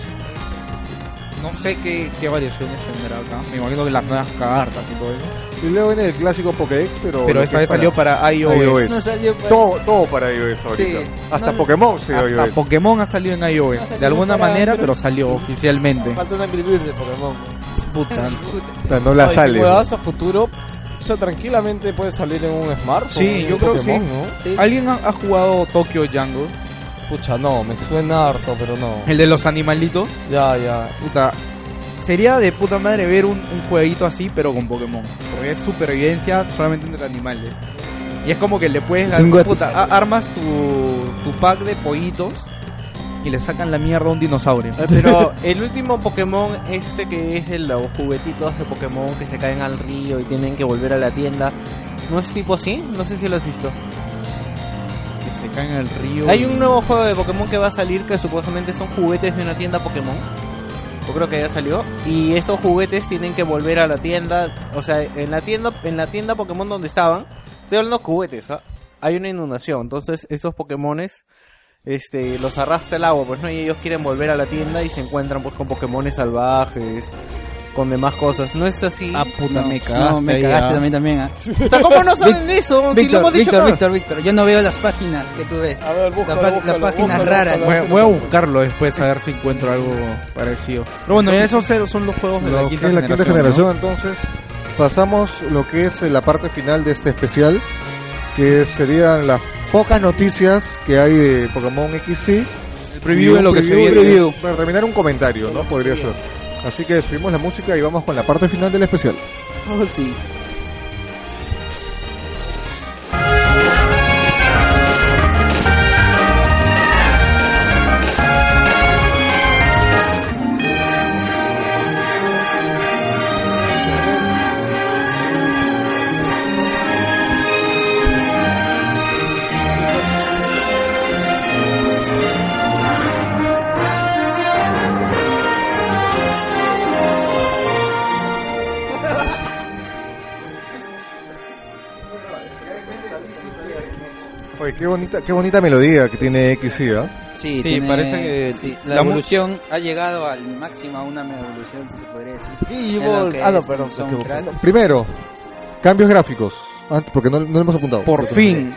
S3: No sé qué, qué variaciones tendrá acá. Me imagino que las nuevas cartas y todo eso.
S2: Y luego viene el clásico Pokédex, pero...
S3: Pero
S2: lo
S3: esta
S2: que
S3: vez
S2: es para-
S3: salió para iOS.
S2: iOS.
S9: No salió para-
S2: Todo, todo para iOS ahorita.
S9: Sí.
S2: Hasta
S9: No,
S2: Pokémon se dio
S3: Hasta
S2: iOS.
S3: Pokémon ha salido en
S9: Ha
S3: iOS.
S9: salido
S3: De alguna
S9: para-
S3: manera,
S9: pero-
S3: pero salió oficialmente.
S8: Falta una Angry Bird de Pokémon.
S3: Puta.
S2: O sea, no la
S1: Ay, si
S2: sale.
S1: juegas a futuro, o sea, tranquilamente puede salir en un smartphone.
S3: Sí, yo
S1: un
S3: creo que
S1: Pokémon,
S3: sí.
S1: ¿no?
S9: Sí.
S3: ¿Alguien ha, ha jugado Tokyo Jungle?
S1: Pucha, no, me suena harto, pero no.
S3: El de los animalitos.
S1: Ya, ya.
S3: Puta. Sería de puta madre ver un, un jueguito así, pero con Pokémon. Porque es supervivencia solamente entre animales. Y es como que le puedes
S8: Es
S3: dar-
S8: un gato.
S3: puta, a- armas tu, tu pack de pollitos y le sacan la mierda a un dinosaurio.
S7: Eh, Pero el último Pokémon, este que es el de los juguetitos de Pokémon que se caen al río y tienen que volver a la tienda, ¿no es tipo así? No sé si lo has visto.
S3: Que se caen al río.
S7: Hay un nuevo juego de Pokémon que va a salir que supuestamente son juguetes de una tienda Pokémon. Yo creo que ya salió. Y estos juguetes tienen que volver a la tienda. O sea, en la tienda, en la tienda Pokémon donde estaban. Estoy hablando de juguetes, ¿ah? Hay una inundación. Entonces, estos Pokémones, este, los arrastra el agua, pues no, y ellos quieren volver a la tienda y se encuentran pues con Pokémones salvajes, con demás cosas. No es así.
S3: Ah,
S9: pues.
S3: puta, me cagaste.
S9: No, me
S3: ahí,
S9: cagaste
S3: ah.
S9: también también. ah.
S7: O sea, ¿Cómo no saben de eso? Si lo
S9: Víctor,
S7: hemos dicho
S9: Víctor,
S7: acá.
S9: Víctor, Víctor, yo no veo las páginas que tú ves.
S1: A ver, búscalo,
S9: Las pa-
S1: búscalo,
S9: las páginas
S1: búscalo,
S9: raras.
S1: búscalo.
S3: Voy, voy a buscarlo después a ver si encuentro algo parecido. Pero bueno, esos son los juegos de
S2: Lo
S3: la
S2: que
S3: quinta
S2: es la
S3: generación.
S2: quinta generación, entonces pasamos lo que es eh, la parte final de este especial, que serían las pocas noticias que hay de Pokémon XY.
S3: ¿no? El preview de lo que se
S2: Preview,
S3: viene.
S2: preview. Para terminar un comentario, ¿no? Podría ser. Así que subimos la música y vamos con la parte final del especial.
S9: Oh, sí.
S2: Oye, qué bonita, qué bonita melodía que tiene XY, ¿ah?
S9: Sí,
S3: Sí,
S9: tiene-
S3: parece que-
S9: sí, la,
S3: la mu-
S9: evolución ha llegado al máximo, a una mega evolución, si se podría decir. En lo
S8: Digimon.
S9: que
S8: Ah, no,
S9: es
S8: perdón.
S9: un
S8: me equivoqué.
S9: soundtrack.
S2: Primero, cambios gráficos. Ah, porque no, no lo hemos apuntado.
S3: Por
S2: Porque-
S3: fin.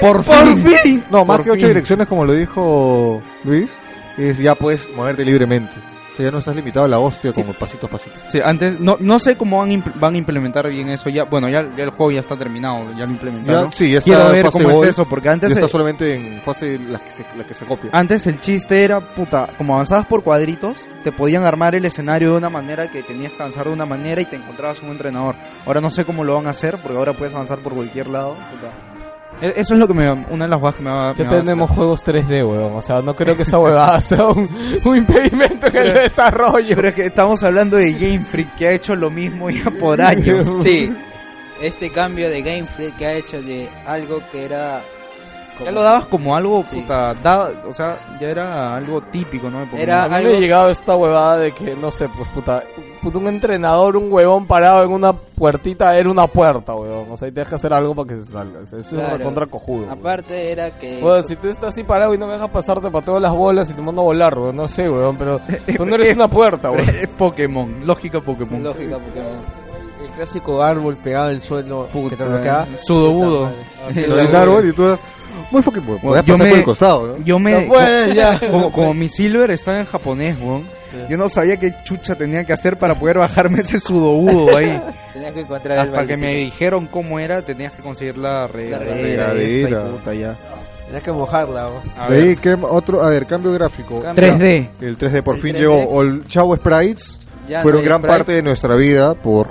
S9: Por-
S3: Por fin.
S2: No, más
S3: Por
S2: que ocho
S3: fin.
S2: direcciones, como lo dijo Luis, es ya puedes moverte libremente. O sea, ya no estás limitado a la hostia como pasito a pasito.
S3: Sí, antes, no, no sé cómo van, a impl- van a implementar bien eso. ya Bueno, ya, ya el juego ya está terminado, ya lo implementaron. Ah,
S2: Ya,
S3: pues,
S2: sí, ya está
S3: Quiero ver
S2: fase
S3: cómo
S2: Gold,
S3: es eso, Ah, porque
S2: Ya
S3: antes,
S2: está
S3: el,
S2: solamente en fase la que se, la que se copia.
S3: antes el chiste era, puta, como avanzabas por cuadritos, te podían armar el escenario de una manera que tenías que avanzar de una manera y te encontrabas un entrenador. Ahora no sé cómo lo van a hacer, porque ahora puedes avanzar por cualquier lado. puta. E- Eso es lo que me, una de las cosas que me va,
S1: Ya
S3: me va a
S1: tenemos juegos 3D, weón. O sea, no creo que esa huevada sea un, un impedimento en el
S3: Pero-
S1: desarrollo.
S3: Pero es que estamos hablando de Game Freak, que ha hecho lo mismo ya por años.
S9: Sí, este cambio de Game Freak que ha hecho de algo que era. como-
S3: Ya lo dabas como algo,
S9: Sí.
S3: puta, da- o sea, ya era algo típico, ¿no? De Pokémon.
S9: Era-
S1: A mí me
S9: algo-
S1: ha llegado esta huevada de que, no sé, pues puta, puta, un entrenador, un huevón parado en una puertita era una puerta, huevón. O sea, y te deja hacer algo para que se salga. O sea, Eso es
S9: Claro.
S1: un recontra cojudo. huevón.
S9: Aparte era que.
S3: Pues,
S1: Bueno, si tú estás así parado y no me dejas pasar, te pateo las bolas y te mando a volar, weón. No sé, weón, pero tú no eres una puerta,
S3: Pero
S1: weón.
S3: es Pokémon, lógica Pokémon.
S9: Lógica, Pokémon.
S8: El clásico árbol pegado al suelo que te bloqueaba. Ah,
S3: Sudobudo.
S2: Así, lo del árbol y tú das- Muy fucking bueno.
S3: Bueno,
S2: Podías
S3: eh. yo
S2: pasar
S3: me-
S2: por el costado, ¿no?
S3: Yo me...
S8: No puedes, ya.
S3: Como, como mi Silver está en japonés, weón. Yo no sabía qué chucha tenía que hacer para poder bajarme ese sudobudo ahí.
S9: Tenías que encontrar el
S3: Hasta que me
S9: bailecito.
S3: dijeron cómo era, tenías que conseguir la regla.
S9: La
S2: regadera.
S3: puta, ya.
S8: Tenías que mojarla. ¿no?
S3: A
S2: De ahí,
S3: ver,
S2: ¿qué otro? A ver, cambio gráfico.
S9: Cambio.
S3: 3D.
S2: El 3D por
S9: El
S2: fin
S9: 3D.
S2: llegó. O el Chavo Sprites
S9: Ya
S2: fueron
S9: no hay
S2: gran
S9: Sprite.
S2: parte de nuestra vida por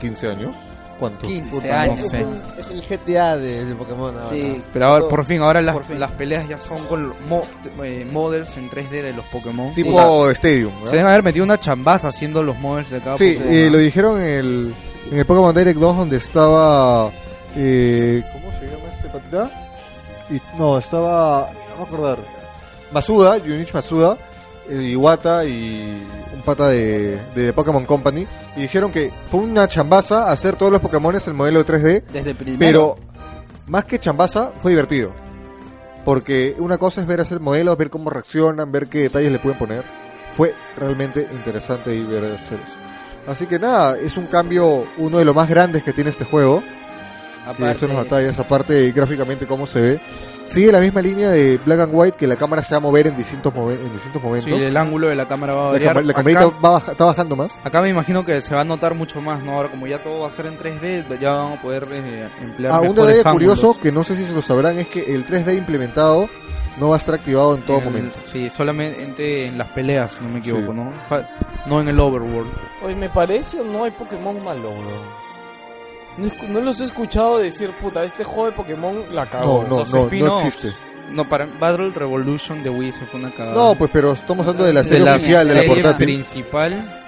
S2: 15 años. ¿Cuánto?
S9: 15
S3: Puta, no
S9: años.
S3: sé.
S8: Es el GTA de, de Pokémon ahora.
S9: Sí.
S3: Pero ahora,
S9: Todo.
S3: por fin, ahora las,
S9: Por fin.
S3: las peleas ya son con los mo- eh, models en 3D de los Pokémon.
S2: Tipo Stadium. ¿verdad?
S3: Se deben haber metido una chambaza haciendo los models de cada
S2: Sí,
S3: Pokémon.
S2: eh, lo dijeron en el, en el Pokémon Direct 2 donde estaba... Eh, ¿Cómo se llama este patita? Y, no, estaba... No me acuerdo. Masuda, Junichi Masuda, eh, Iwata y un pata de, de Pokémon Company. Y dijeron que fue una chambaza hacer todos los Pokémon en modelo 3D.
S4: Desde el primero.
S2: Pero más que chambaza, fue divertido. Porque una cosa es ver hacer modelos, ver cómo reaccionan, ver qué detalles le pueden poner. Fue realmente interesante y ver hacerlos. Así que nada, es un cambio, uno de los más grandes que tiene este juego. Que
S4: aparte,
S2: son las batallas, aparte gráficamente cómo se ve. Sigue la misma línea de Black and White, que la cámara se va a mover en distintos, move- en distintos
S3: Sí,
S2: momentos.
S3: el ángulo de la cámara va a
S2: la,
S3: variar.
S2: cama- la
S3: Acá-
S2: camarita va baja- está bajando más.
S3: Acá me imagino que se va a notar mucho más, ¿no? Ahora como ya todo va a ser en 3D, ya vamos a poder eh, emplear
S2: Ah, un
S3: mejores
S2: detalle curioso
S3: ángulos.
S2: que no sé si se lo sabrán es que el 3D implementado no va a estar activado en todo
S3: En-
S2: momento.
S3: Sí, solamente en las peleas, si no me equivoco, ¿no? Fa- No en el overworld.
S1: Hoy me parece no hay Pokémon malo, weón. No, escu- no los he escuchado decir, puta, este juego de Pokémon la
S2: No,
S1: cagó.
S2: no,
S3: los
S2: no, no
S3: spin-offs.
S2: existe.
S3: No, para Battle Revolution de Wii se fue una cagada.
S2: No, pues pero estamos hablando de la
S3: Ah. de
S2: serie
S3: la
S2: oficial, de la
S3: serie
S2: portátil.
S3: principal.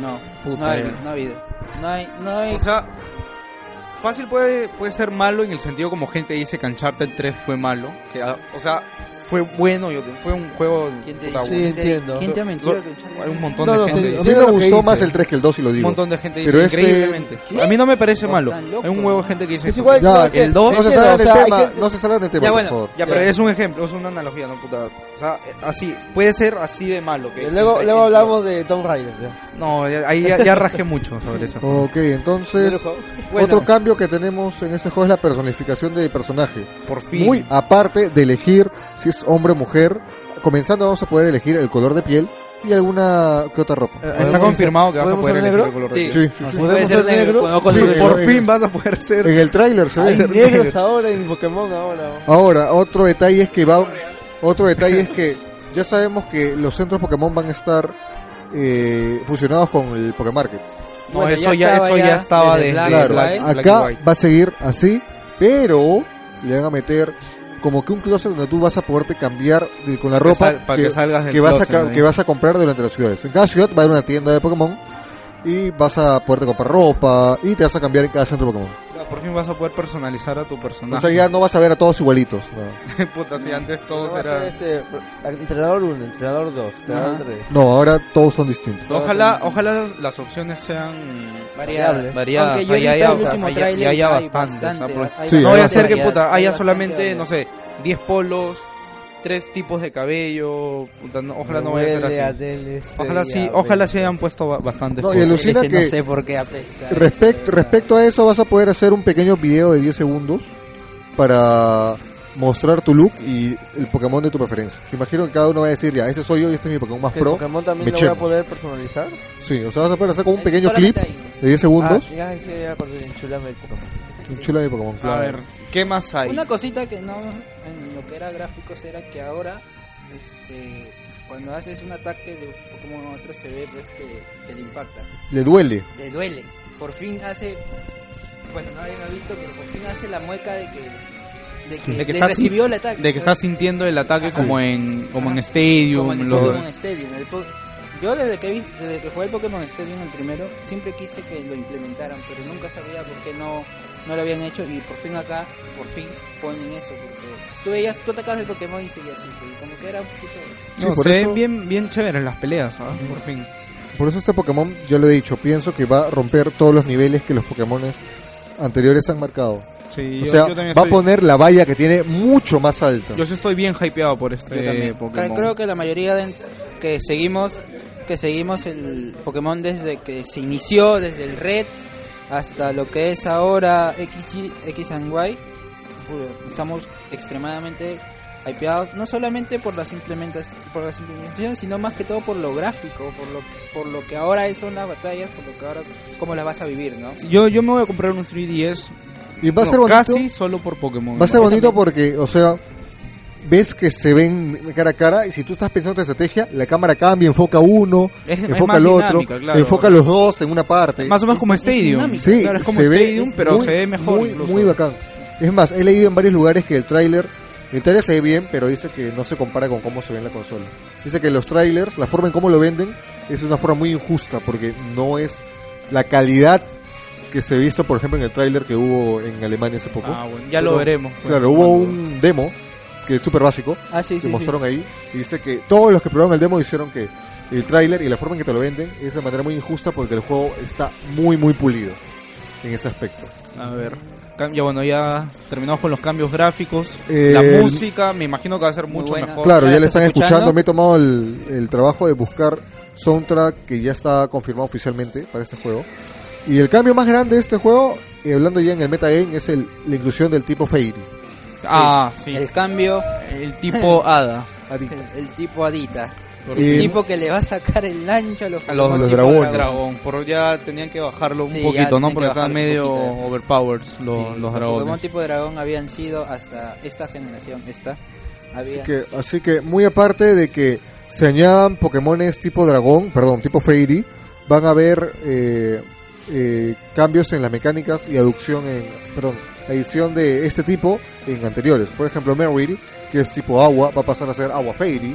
S4: no,
S3: Puta,
S4: no, hay,
S3: eh.
S4: no ha habido. No hay, no hay.
S3: O sea, fácil puede, puede ser malo en el sentido como gente dice que Uncharted 3 fue malo. Que, ah, o sea, fue bueno, yo, fue un juego...
S4: ¿Quién te,
S3: puta,
S4: dice-
S8: sí,
S4: quién te-
S8: entiendo.
S4: ¿Quién te ha mentido
S3: Lo-
S4: que un Charlie-
S3: Hay un montón
S8: No, no,
S3: de gente.
S8: sí,
S2: A
S3: dice-
S2: mí
S8: Mira
S2: me
S8: lo que
S2: gustó
S8: dice.
S2: más el 3 que el 2 y lo
S3: un
S2: digo.
S3: montón de gente dice
S2: Pero este-
S3: increíblemente. A mí no me parece
S4: Vos
S3: malo.
S4: tan loco.
S3: Hay un huevo de gente que dice
S8: Es
S3: eso.
S8: igual
S2: Ya,
S8: que
S3: el dos-
S2: No se
S8: entiendo,
S2: salgan del
S8: o sea, hay
S2: tema,
S8: gente-
S2: no se salgan del tema,
S4: Ya,
S2: por
S4: bueno,
S2: favor.
S3: Ya, pero es un ejemplo, es una analogía, no puta. O sea, eh, así, puede ser así de malo. Que
S8: Luego,
S3: que-
S8: luego hablamos de Tomb Raider. ya.
S3: No, ya- ahí ya, ya rajé mucho sobre eso.
S2: Ok, entonces,
S3: Bueno.
S2: otro cambio que tenemos en este juego es la personificación de personaje.
S3: Por fin. Eh,
S2: Muy aparte de elegir si es hombre o mujer, comenzando vamos a poder elegir el color de piel y alguna que otra ropa.
S3: Eh, Está
S8: ¿Podemos-
S3: confirmado que vas a
S8: podemos
S3: poder
S8: ser
S3: elegir
S8: negro?
S3: el color de
S4: Sí,
S3: piel.
S2: Sí, sí, sí.
S4: Puede
S8: ¿Podemos
S4: ser
S8: ser
S4: negro,
S8: negro?
S4: con ojos
S2: Sí,
S4: azules.
S2: por
S3: Por fin vas a poder ser.
S2: En el tráiler
S3: Ah,
S2: se
S8: Hay
S2: ve.
S8: negros ahora en Pokémon ahora.
S2: Ahora, otro detalle es que va otro detalle es que ya sabemos que los centros Pokémon van a estar eh, fusionados con el Pokémarket.
S3: No,
S4: Bueno,
S3: eso ya,
S4: estaba
S3: eso ya estaba
S4: desde
S3: de
S4: Black
S2: Claro,
S4: and White.
S3: Black
S2: acá
S3: and White.
S2: va a seguir así, pero le van a meter como que un closet donde tú vas a poderte cambiar de- con la
S3: Para que
S2: ropa
S3: sal- para que, salgas del
S2: que vas, a,
S3: closet,
S2: ca-
S3: ¿no?
S2: que vas a comprar durante las ciudades. En cada ciudad va a haber una tienda de Pokémon y vas a poderte comprar ropa y te vas a cambiar en cada centro Pokémon.
S3: Ya, Por fin vas a poder personalizar a tu personaje.
S2: O sea, ya no vas a ver a todos igualitos. No,
S3: Puta, si antes
S8: No
S3: todos
S8: va a ser
S3: eran.
S8: este, entrenador 1, entrenador 2, entrenador
S4: Ajá.
S8: 3.
S2: No, ahora todos son distintos.
S3: Ojalá, ojalá las opciones sean
S4: variables.
S3: variadas.
S4: Aunque yo he
S3: Ahí
S4: visto
S3: hay-
S4: el último
S3: ahí-
S4: tráiler
S3: ahí
S4: y
S3: hay
S4: hay
S3: bastantes,
S4: bastante,
S3: ah, porque-
S4: hay
S2: Sí,
S3: No
S4: bastante
S3: voy a hacer que
S4: variedad,
S3: puta,
S4: hay
S3: haya
S4: bastante
S3: solamente,
S4: variedad.
S3: no sé, 10 polos, 3 tipos de cabello. puta, no- ojalá no vaya a ser así. Ojalá sí, ojalá sí hayan puesto ba- bastantes
S2: No, y
S3: cosas.
S2: el- Alucina
S4: Ese
S2: que-
S4: no sé por qué apesta.
S2: Respect- respecto a eso, vas a poder hacer un pequeño video de 10 segundos para mostrar tu look y el Pokémon de tu preferencia. Imagino que cada uno va a decir, ya, este soy yo y este es mi Pokémon más
S8: ¿El
S2: pro.
S8: Pokémon también lo
S2: mechemos.
S8: voy a poder personalizar?
S2: Sí, o sea, vas a poder hacer como un pequeño clip
S4: Solamente
S2: de
S4: hay
S2: 10 segundos.
S8: Ah, ya, ya, ya, perdón, enchulame el Pokémon.
S2: Un chula de Pokémon.
S3: A ver, ¿qué más hay?
S4: Una cosita que no en lo que era gráficos era que ahora este cuando haces un ataque de Pokémon a otro se ve pues que, que le impacta,
S2: Le duele.
S4: le duele. Por fin hace bueno, nadie me ha visto, pero por fin hace la mueca de que de que,
S3: De que
S4: le
S3: estás-
S4: recibió el ataque.
S3: De que estás sintiendo el ataque como en, como en Stadium.
S4: Ah, como en el
S3: lo-
S4: Pokémon Stadium. el po- yo desde que vi- desde que jugué el Pokémon Stadium el primero, siempre quise que lo implementaran, pero nunca sabía por qué no, no lo habían hecho y por fin acá, por fin ponen eso, porque tú veías, tú atacabas el Pokémon y seguías así, y como que era un poquito...
S3: No,
S2: Sí, por
S3: se
S2: eso-
S3: ven bien, bien chéveres las peleas, ¿ah? Por fin.
S2: Por eso este Pokémon, yo lo he dicho, pienso que va a romper todos los niveles que los Pokémon anteriores han marcado.
S3: Sí,
S2: O
S3: yo,
S2: sea,
S3: yo también
S2: va a
S3: estoy-
S2: poner la valla que tiene mucho más alta.
S3: Yo sí estoy bien hypeado por
S4: Yo
S3: este
S4: también.
S3: Pokémon.
S4: Creo que la mayoría de que seguimos que seguimos el Pokémon desde que se inició, desde el Red hasta lo que es ahora XG, X and Y, pudo, estamos extremadamente hypeados, no solamente por las implementas, por las implementaciones, sino más que todo por lo gráfico, por lo, por lo que ahora es- son las batallas, por lo que ahora cómo las vas a vivir, ¿no?
S3: Yo, yo me voy a comprar un 3DS.
S2: Y va a
S3: No,
S2: ser bonito.
S3: Casi solo por Pokémon.
S2: Va a ser
S3: ¿no?
S2: bonito porque, o sea, ves que se ven cara a cara y si tú estás pensando en tu estrategia, la cámara cambia, enfoca a uno,
S3: Es- es
S2: enfoca
S3: más
S2: al otro,
S3: dinámica, claro.
S2: enfoca a los dos en una parte.
S3: Más o menos como
S4: Es- es
S3: Stadium.
S4: dinámica.
S2: sí,
S3: Claro, es como
S2: se ve
S3: Stadium, pero
S2: muy-
S3: se ve mejor.
S2: Muy,
S3: incluso.
S2: muy bacán. Es más, he leído en varios lugares que el tráiler, el tráiler se ve bien, pero dice que no se compara con cómo se ve en la consola. Dice que los trailers, la forma en cómo lo venden, es una forma muy injusta porque no es la calidad que se visto, por ejemplo, en el tráiler que hubo en Alemania hace poco.
S3: Ah, bueno, ya lo
S2: Pero-
S3: veremos. pues,
S2: Claro, hubo
S3: cuando-
S2: un demo que es súper básico,
S4: Ah, sí,
S2: que
S4: sí, sí.
S2: mostraron ahí, y dice que todos los que probaron el demo hicieron que el tráiler y la forma en que te lo venden es de manera muy injusta porque el juego está muy, muy pulido en ese aspecto.
S3: A ver. cam- Ya bueno, ya terminamos con los cambios gráficos.
S2: Eh,
S3: la música, me imagino que va a ser
S4: Muy
S3: mucho
S4: buena.
S3: mejor.
S2: Claro,
S4: ¿Ya
S2: ya
S4: la
S2: le
S4: estás
S2: están escuchando?
S4: escuchando?
S2: me he tomado el, el trabajo de buscar soundtrack que ya está confirmado oficialmente para este juego. Y el cambio más grande de este juego, y hablando ya en el metagame, es el- la inclusión del tipo Fairy.
S3: Ah, sí.
S4: El cambio,
S3: El tipo Hada.
S2: Ari.
S4: el, el tipo Adita.
S2: Y-
S4: El tipo que le va a sacar el lancho a los,
S3: A los,
S2: Los
S3: tipos
S2: dragones.
S3: dragón. Por ya tenían que bajarlo un
S4: Sí, ya
S3: poquito,
S4: tenían
S3: ¿no?
S4: que
S3: Porque estaban
S4: bajarlo un
S3: medio
S4: poquito,
S3: overpowered los,
S4: Sí,
S3: los dragones.
S4: Pokémon tipo dragón habían sido hasta esta generación, esta. Había...
S2: Que- así que, muy aparte de que se añadan Pokémones tipo dragón, perdón, tipo Fairy, van a haber eh, eh, cambios en las mecánicas y aducción en, perdón, adición de este tipo en anteriores. Por ejemplo, Merrill, que es tipo agua, va a pasar a ser agua Fairy.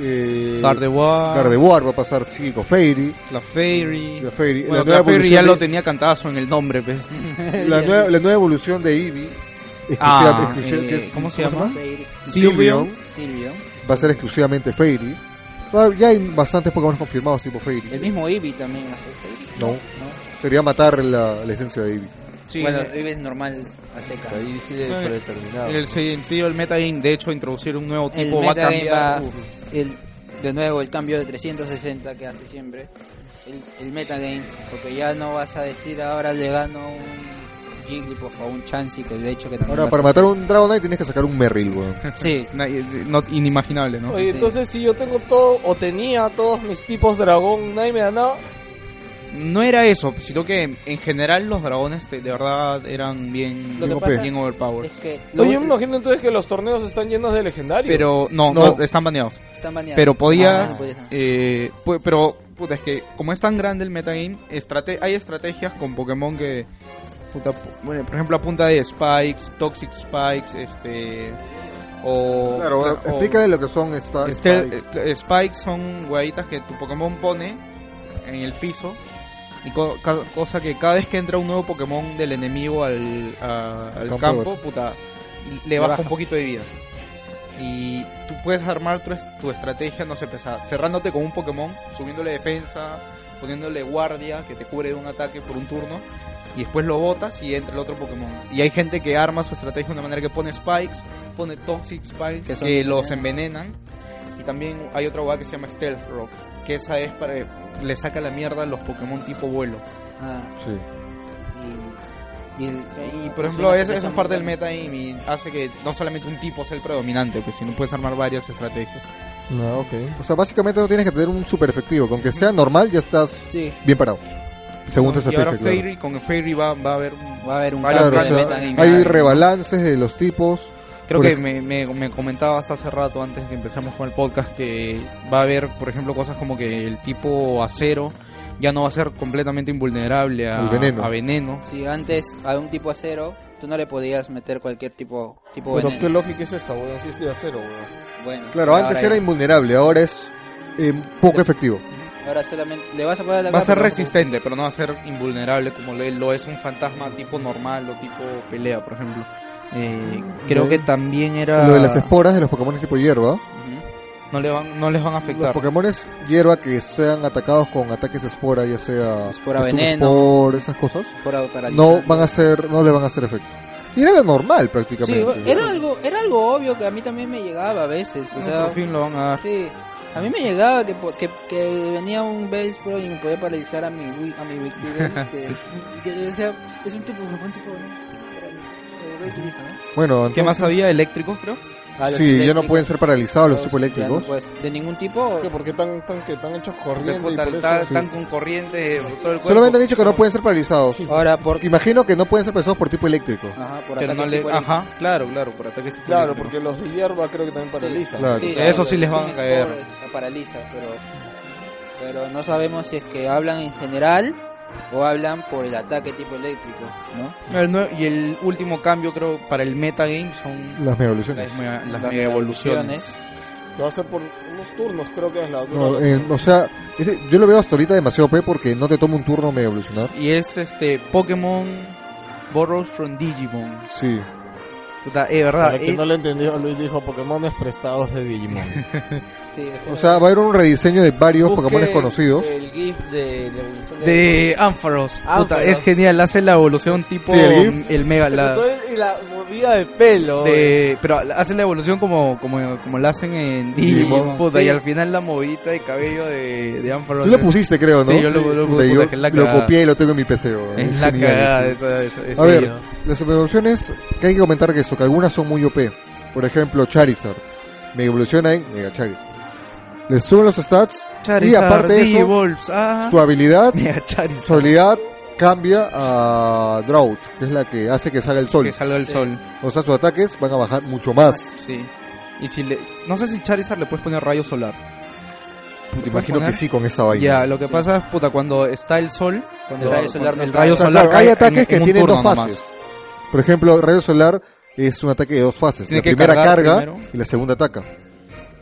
S2: Eh,
S3: Gardevoir,
S2: Gardevoir va a pasar Psíquico Fairy.
S3: la Fairy.
S2: La, Fairy,
S3: Bueno,
S2: la, nueva,
S3: la Fairy
S2: evolución
S3: ya
S2: de-
S3: lo tenía cantazo en el nombre, pues.
S2: la nueva- la nueva evolución de Eevee. exclusiva-
S3: Ah,
S2: exclusiva-
S3: eh,
S2: que es-
S3: ¿cómo se llama?
S4: Fairy-
S2: Sylveon.
S4: Silvio.
S2: va a ser exclusivamente Fairy. Va- Ya hay bastantes Pokémon confirmados tipo
S4: El
S2: Fairy.
S4: mismo Eevee también hace Fairy.
S2: No. Sería matar la, la esencia de Eevee.
S3: Sí,
S4: Bueno,
S3: eh,
S4: Eevee es normal a seca.
S12: Ahí sí le
S3: No,
S12: fue determinado.
S3: en el sentido del metagame, de hecho, introducir un nuevo
S4: El
S3: tipo va a
S4: metagame
S3: cambiar.
S4: va-
S3: su-
S4: El, de nuevo, el cambio de 360 que hace siempre. El, el metagame. Porque ya no vas a decir ahora le gano un Jigglypuff o un Chansey, que de hecho que también
S2: Ahora,
S4: vas
S2: para
S4: a-
S2: matar un Dragonite tienes que sacar un Merrill, weón.
S4: Sí.
S3: Na- eh, no- inimaginable, ¿no?
S1: Oye,
S4: Sí.
S1: entonces si yo tengo todo o tenía todos mis tipos dragón, nadie me da nada.
S3: No era eso, sino que en general los dragones te- de verdad eran bien,
S4: Lo que
S3: bien
S4: pasa
S3: bien
S4: Es
S3: overpowered.
S4: que lo
S1: Oye, yo
S4: ul-
S1: me imagino entonces que los torneos están llenos de legendarios.
S3: Pero no,
S2: No.
S3: no, están baneados.
S4: están baneados.
S3: Pero podías,
S4: Ah, podías, ah.
S3: eh, pu- pero puta, es que como es tan grande el metagame, estrate- hay estrategias con Pokémon que, puta, pu- bueno, por ejemplo, a punta de Spikes, Toxic Spikes, este, o...
S2: Claro,
S3: o-
S2: ahora, explícale lo que son estas.
S3: este- eh, cl- Spikes son huevitas que tu Pokémon pone en el piso, y co- ca- cosa que cada vez que entra un nuevo Pokémon del enemigo al, a- al
S2: Campo de
S3: campo,
S2: batalla.
S3: puta, le
S4: Le
S3: baja,
S4: baja.
S3: un poquito de vida. Y tú puedes armar tu, es- tu estrategia, no sé, pues, a- cerrándote con un Pokémon, subiéndole defensa, poniéndole guardia que te cubre de un ataque por un turno, y después lo botas y entra el otro Pokémon. Y hay gente que arma su estrategia de una manera que pone spikes, pone toxic spikes,
S4: Que
S3: que,
S4: son-
S3: los envenenan. Y también hay otra hueá que se llama Stealth Rock, que esa es para le saca la mierda a los Pokémon tipo vuelo.
S4: Ah,
S2: Sí.
S4: y, y,
S3: Y por ejemplo, esa, esa es parte del meta y hace que no solamente un tipo sea el predominante, pues sino puedes armar varias estrategias.
S2: No, ok. O sea, básicamente no tienes que tener un super efectivo. Con que sea normal, ya estás
S4: Sí.
S2: bien parado. Según tu
S3: y ahora
S2: estrategia, claro.
S3: Fairy, con Fairy va, va a haber un
S4: Va a haber un
S3: Vale,
S2: Claro,
S4: cambio
S2: o
S4: de
S3: pero
S2: sea,
S4: metagame.
S2: hay
S4: ahí.
S2: rebalances de los tipos.
S3: Creo
S2: Por
S3: que
S2: ej-
S3: me, me- me comentabas hace rato antes que empezamos con el podcast que va a haber, por ejemplo, cosas como que el tipo acero ya no va a ser completamente invulnerable a
S2: Al veneno.
S3: a veneno.
S4: Sí, antes a un tipo acero tú no le podías meter cualquier tipo tipo
S1: Pero
S4: veneno.
S1: Pues, qué lógica es esa, weón, si es de acero, weón.
S4: Bueno,
S2: Claro,
S4: ahora
S2: antes
S4: ya.
S2: era invulnerable, ahora es eh, poco efectivo.
S4: Ahora solamente le vas a poder
S3: Va
S4: atacar.
S3: a ser
S4: pero-
S3: resistente, pero no va a ser invulnerable como lo, lo es un fantasma tipo normal o tipo pelea, por ejemplo. Eh, creo
S2: Ok.
S3: que también era...
S2: Lo de las esporas de los Pokémon tipo hierba.
S3: Ujú. no, le van, no les van a
S2: Los
S3: afectar.
S2: Pokémon hierba que sean atacados con ataques de espora, ya sea
S4: Espora
S2: Stun
S4: veneno.
S2: Spore, esas cosas,
S4: para- para
S2: no
S4: paralizar.
S2: van a hacer, no le van a hacer efecto. Y era lo normal
S4: Sí,
S2: prácticamente.
S4: era algo era algo obvio que a mí también me llegaba a veces, o
S3: No,
S4: sea,
S3: por fin lo van a dar.
S4: sí. A mí me llegaba que, po- que, que venía un Bellspro y me podía paralizar a mi Wi- a mi Victini, que, y que yo decía, es un tipo un tipo ¿no? Pero lo utiliza, ¿no?
S2: Bueno,
S3: ¿Qué más
S2: entonces-
S3: había? Eléctricos, creo.
S4: A los
S2: Sí, ya no
S4: eléctricos,
S2: pueden ser paralizados los
S4: ya
S2: tipo
S4: no
S2: eléctricos.
S4: puedes- de ningún tipo
S1: ¿Qué? ¿Por qué tan, tan, que tan hechos
S3: Porque,
S1: corriente y
S3: puta,
S1: por eso-
S3: ta- Están con corriente por todo el cuerpo.
S2: Solamente han dicho que no pueden ser paralizados.
S4: ahora por
S2: Imagino que no pueden ser paralizados por tipo eléctrico.
S4: Ajá, por
S3: Pero
S4: ataques
S3: no le-
S4: tipo eléctricos.
S3: Ajá, claro, claro, por ataques tipo
S1: Claro,
S3: eléctricos.
S1: porque los de hierba creo que también paralizan.
S2: Claro.
S3: Eso sí les
S4: el
S3: van a
S4: Siemens
S3: caer.
S4: Power es- Paraliza, pero, pero no sabemos si es que hablan en general o hablan por el ataque tipo eléctrico, ¿no?
S3: El nue- y el último cambio, creo, para el metagame son
S2: Las mega evoluciones.
S3: las, mega- las
S4: Las
S3: mega evoluciones.
S1: Que va a ser por unos turnos, creo que es la
S2: No,
S1: dura-
S2: eh, o sea, este- yo lo veo hasta ahorita demasiado P porque no te toma un turno medio evolucionar.
S3: Y es este Pokémon Borrows from Digimon.
S2: Sí.
S3: Puta, es verdad.
S1: Para quien
S3: eh,
S1: no lo entendió, Luis dijo Pokémon prestados de Digimon.
S9: Sí, es que
S2: O
S9: no-
S2: sea, va a haber un rediseño de varios
S8: Busque
S2: Pokémon conocidos.
S8: El GIF de la evolución
S3: De Ampharos. Puta,
S8: Ampharos.
S3: es genial. Hace la evolución tipo
S2: Sí, el
S3: el, Mega la-
S8: Y la movida de pelo.
S3: de- pero hace la evolución como, como, como la hacen en Digimon.
S2: Digimon.
S3: puta,
S2: Sí.
S3: y al final la movidita de cabello de, de Ampharos.
S2: Tú lo pusiste, creo, ¿no?
S3: Sí, yo lo- lo-
S2: Puta,
S3: puta,
S2: yo
S3: que es la
S2: lo
S3: cagada.
S2: copié y lo tengo en mi PC. bro.
S3: Es la
S2: genial,
S3: cagada
S2: sí.
S3: esa, esa, esa
S2: A ver,
S3: idea.
S2: Las evoluciones que hay que comentar que esto, que algunas son muy OP. Por ejemplo, Charizard. Me evoluciona en Mega Charizard. Le suben los stats,
S3: Charizard,
S2: aparte de eso,
S3: Digivolves, ah.
S2: su habilidad,
S3: Mira, Charizard.
S2: su habilidad cambia a Drought, que es la que hace que salga el sol.
S3: Que salga el sol.
S2: O sea, sus ataques van a bajar mucho más.
S3: Sí. Y si le... No sé si Charizard le puedes poner rayo solar.
S2: Te imagino
S3: poner?
S2: que sí con esta
S3: Ya,
S2: vaina.
S3: lo que pasa es, puta, cuando está el sol... Cuando,
S9: El rayo solar
S3: cuando
S9: no
S3: el
S9: cae.
S3: rayo
S2: O sea,
S3: solar
S2: claro, hay
S3: cae
S2: ataques
S3: en-
S2: que
S3: en un
S2: tienen dos
S3: turno
S2: fases. Por ejemplo, rayo solar es un ataque de dos fases.
S3: Tiene
S2: la
S3: que
S2: primera
S3: cargar
S2: carga
S3: primero.
S2: y la segunda ataca.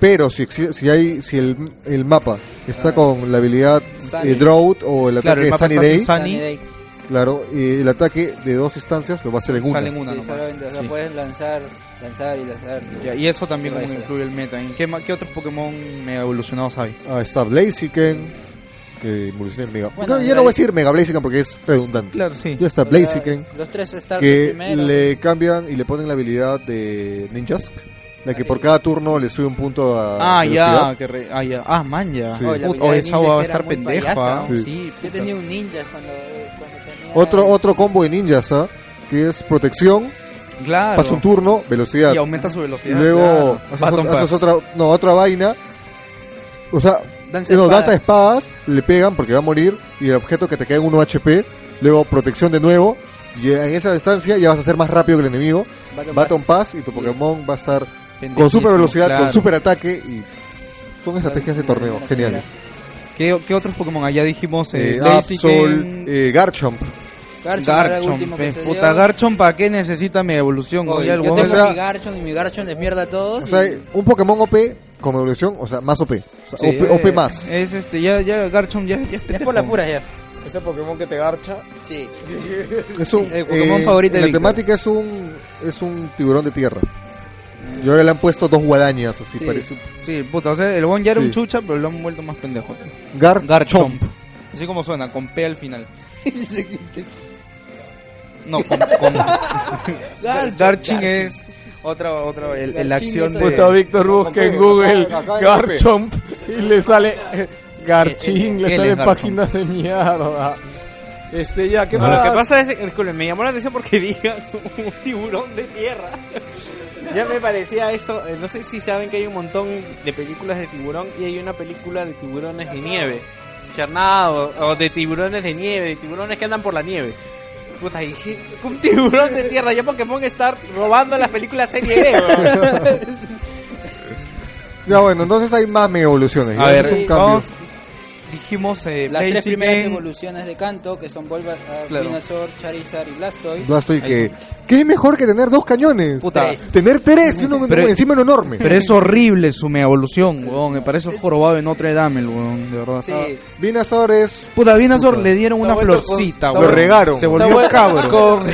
S2: Pero si, exi- si hay si el, el mapa está con la habilidad
S9: Sunny.
S2: eh, Drought o el
S3: Ah.
S2: ataque
S3: Claro, el
S2: de
S3: mapa
S2: Sunny
S3: está sin
S2: Day,
S3: Sunny,
S9: Sunny Day.
S2: claro, eh, el ataque de dos instancias lo va a hacer en una.
S3: sale en una
S9: Sí,
S3: nomás.
S9: solamente, o sea,
S3: Sí.
S9: puedes lanzar, lanzar y lanzar.
S3: Ya, y eso también
S9: Rayo
S3: como
S9: solar.
S3: influye el meta. ¿En qué, ma- qué otros Pokémon mega evolucionados hay?
S2: Ah, está Blaziken, que evoluciona en Mega.
S9: Bueno,
S2: Claro, yo
S9: mira,
S2: no voy a
S9: es-
S2: decir Mega Blaziken porque es redundante.
S3: Claro, sí.
S2: Ya está
S9: O sea,
S2: Blaziken,
S9: Los tres starters
S2: que
S9: primero.
S2: le cambian y le ponen la habilidad de Ninjask, la que por cada turno le sube un punto a
S3: Ah,
S2: velocidad.
S3: ya, que re- ah, ya. Ah, man, ya.
S2: Sí.
S3: Puta,
S9: Oh,
S3: Oh,
S9: la habilidad de
S3: esa
S9: ninja
S3: va a
S9: era
S3: estar
S9: muy
S3: pendeja.
S9: payasa,
S3: ¿ah?
S2: Sí.
S3: Sí,
S9: Yo tenía un ninja cuando, cuando tenía...
S2: Otro, otro combo de ninjas, ¿ah? que es protección,
S3: puta. Claro.
S2: pasa un turno, velocidad.
S3: Y aumenta su
S2: Y
S3: velocidad.
S2: luego
S3: claro.
S2: haces,
S3: Baton
S2: ot- haces
S3: Pass.
S2: otra, no, otra vaina. O sea,
S9: Danza
S2: no,
S9: espada.
S2: das a espadas, le pegan porque va a morir y el objeto que te queda en 1 HP. Luego protección de nuevo. Y en esa distancia ya vas a ser más rápido que el enemigo.
S9: Baton
S2: Baton
S9: Pass.
S2: Pass y tu Pokémon va a estar
S3: Pendejísimo,
S2: con super velocidad, con
S3: claro.
S2: super ataque y son estrategias de
S9: Una
S2: torneo
S9: primera
S2: geniales.
S3: ¿Qué, qué otros Pokémon? Allá dijimos eh,
S2: Eh, Absol,
S3: Blaziken,
S2: eh, Garchomp.
S9: Garchomp era el
S3: Garchomp.
S9: último que
S3: pe.
S9: se
S3: Puta,
S9: dio.
S3: Garchomp, ¿para qué necesita mi evolución?
S9: Oye,
S3: Oye, el
S9: yo
S3: huevón-
S9: tengo
S2: o sea-
S9: mi Garchomp y mi Garchomp desmierda a todos.
S2: O sea,
S9: y-
S2: un Pokémon OP con evolución, o sea, más OP. O sea,
S3: Sí,
S2: OP,
S3: eh,
S2: OP más.
S3: Es este, ya, ya, Garchomp, ya, ya,
S9: ya es por la pura ya.
S1: Ese Pokémon que te garcha.
S9: Sí.
S2: Es un, eh,
S3: el Eh, Pokémon favorito de
S2: La
S3: Víctor.
S2: temática es un, es un tiburón de tierra. Y ahora le han puesto dos guadañas, así
S3: Sí.
S2: parece.
S3: Sí, puta, o sea, el bon ya era
S2: Sí.
S3: un chucha, pero lo han vuelto más pendejo.
S2: Garchomp.
S3: Garchomp. Así como suena, con P al final. No, con... con... Garchomp, Garchomp es otra, otra, el, el acción de...
S1: Puta Víctor busca en Google Garchomp y le sale Garchín,
S3: Él
S1: le
S3: es
S1: sale
S3: Garchomp.
S1: páginas de mierda. Este ya, ¿qué
S7: Lo
S1: más?
S7: que pasa es, disculpen, me llamó la atención porque diga un tiburón de tierra. Ya me parecía esto, eh, no sé si saben que hay un montón de películas de tiburón y hay una película de tiburones de nieve. Charnado, o de tiburones de nieve, de tiburones que andan por la nieve. Puta, dije, un tiburón de tierra, ya Pokémon está robando las películas serie B, weón.
S2: Ya bueno, entonces hay más mega evoluciones.
S3: A
S2: Ya
S3: ver,
S2: es un cambio.
S3: vamos, dijimos eh,
S9: Las tres primeras
S3: Blaziken,
S9: evoluciones de canto, que son Bulbasaur,
S3: Claro.
S9: Venusaur, Charizard y Blastoise.
S2: Blastoise que... ¿Qué es mejor que tener dos cañones?
S3: Puta.
S9: Tres.
S2: Tener tres, y uno,
S3: Pero-
S2: encima uno enorme.
S3: Pero es horrible su mega evolución, weón. Me parece jorobado en Notre Dame, el weón, de verdad.
S9: Sí.
S2: Venusaur es...
S3: Puta, a Venusaur
S2: Puta.
S3: le dieron una
S1: vuelto con-
S3: florcita,
S1: está
S3: weón.
S2: Lo regaron.
S3: Ah, Se volvió cabro.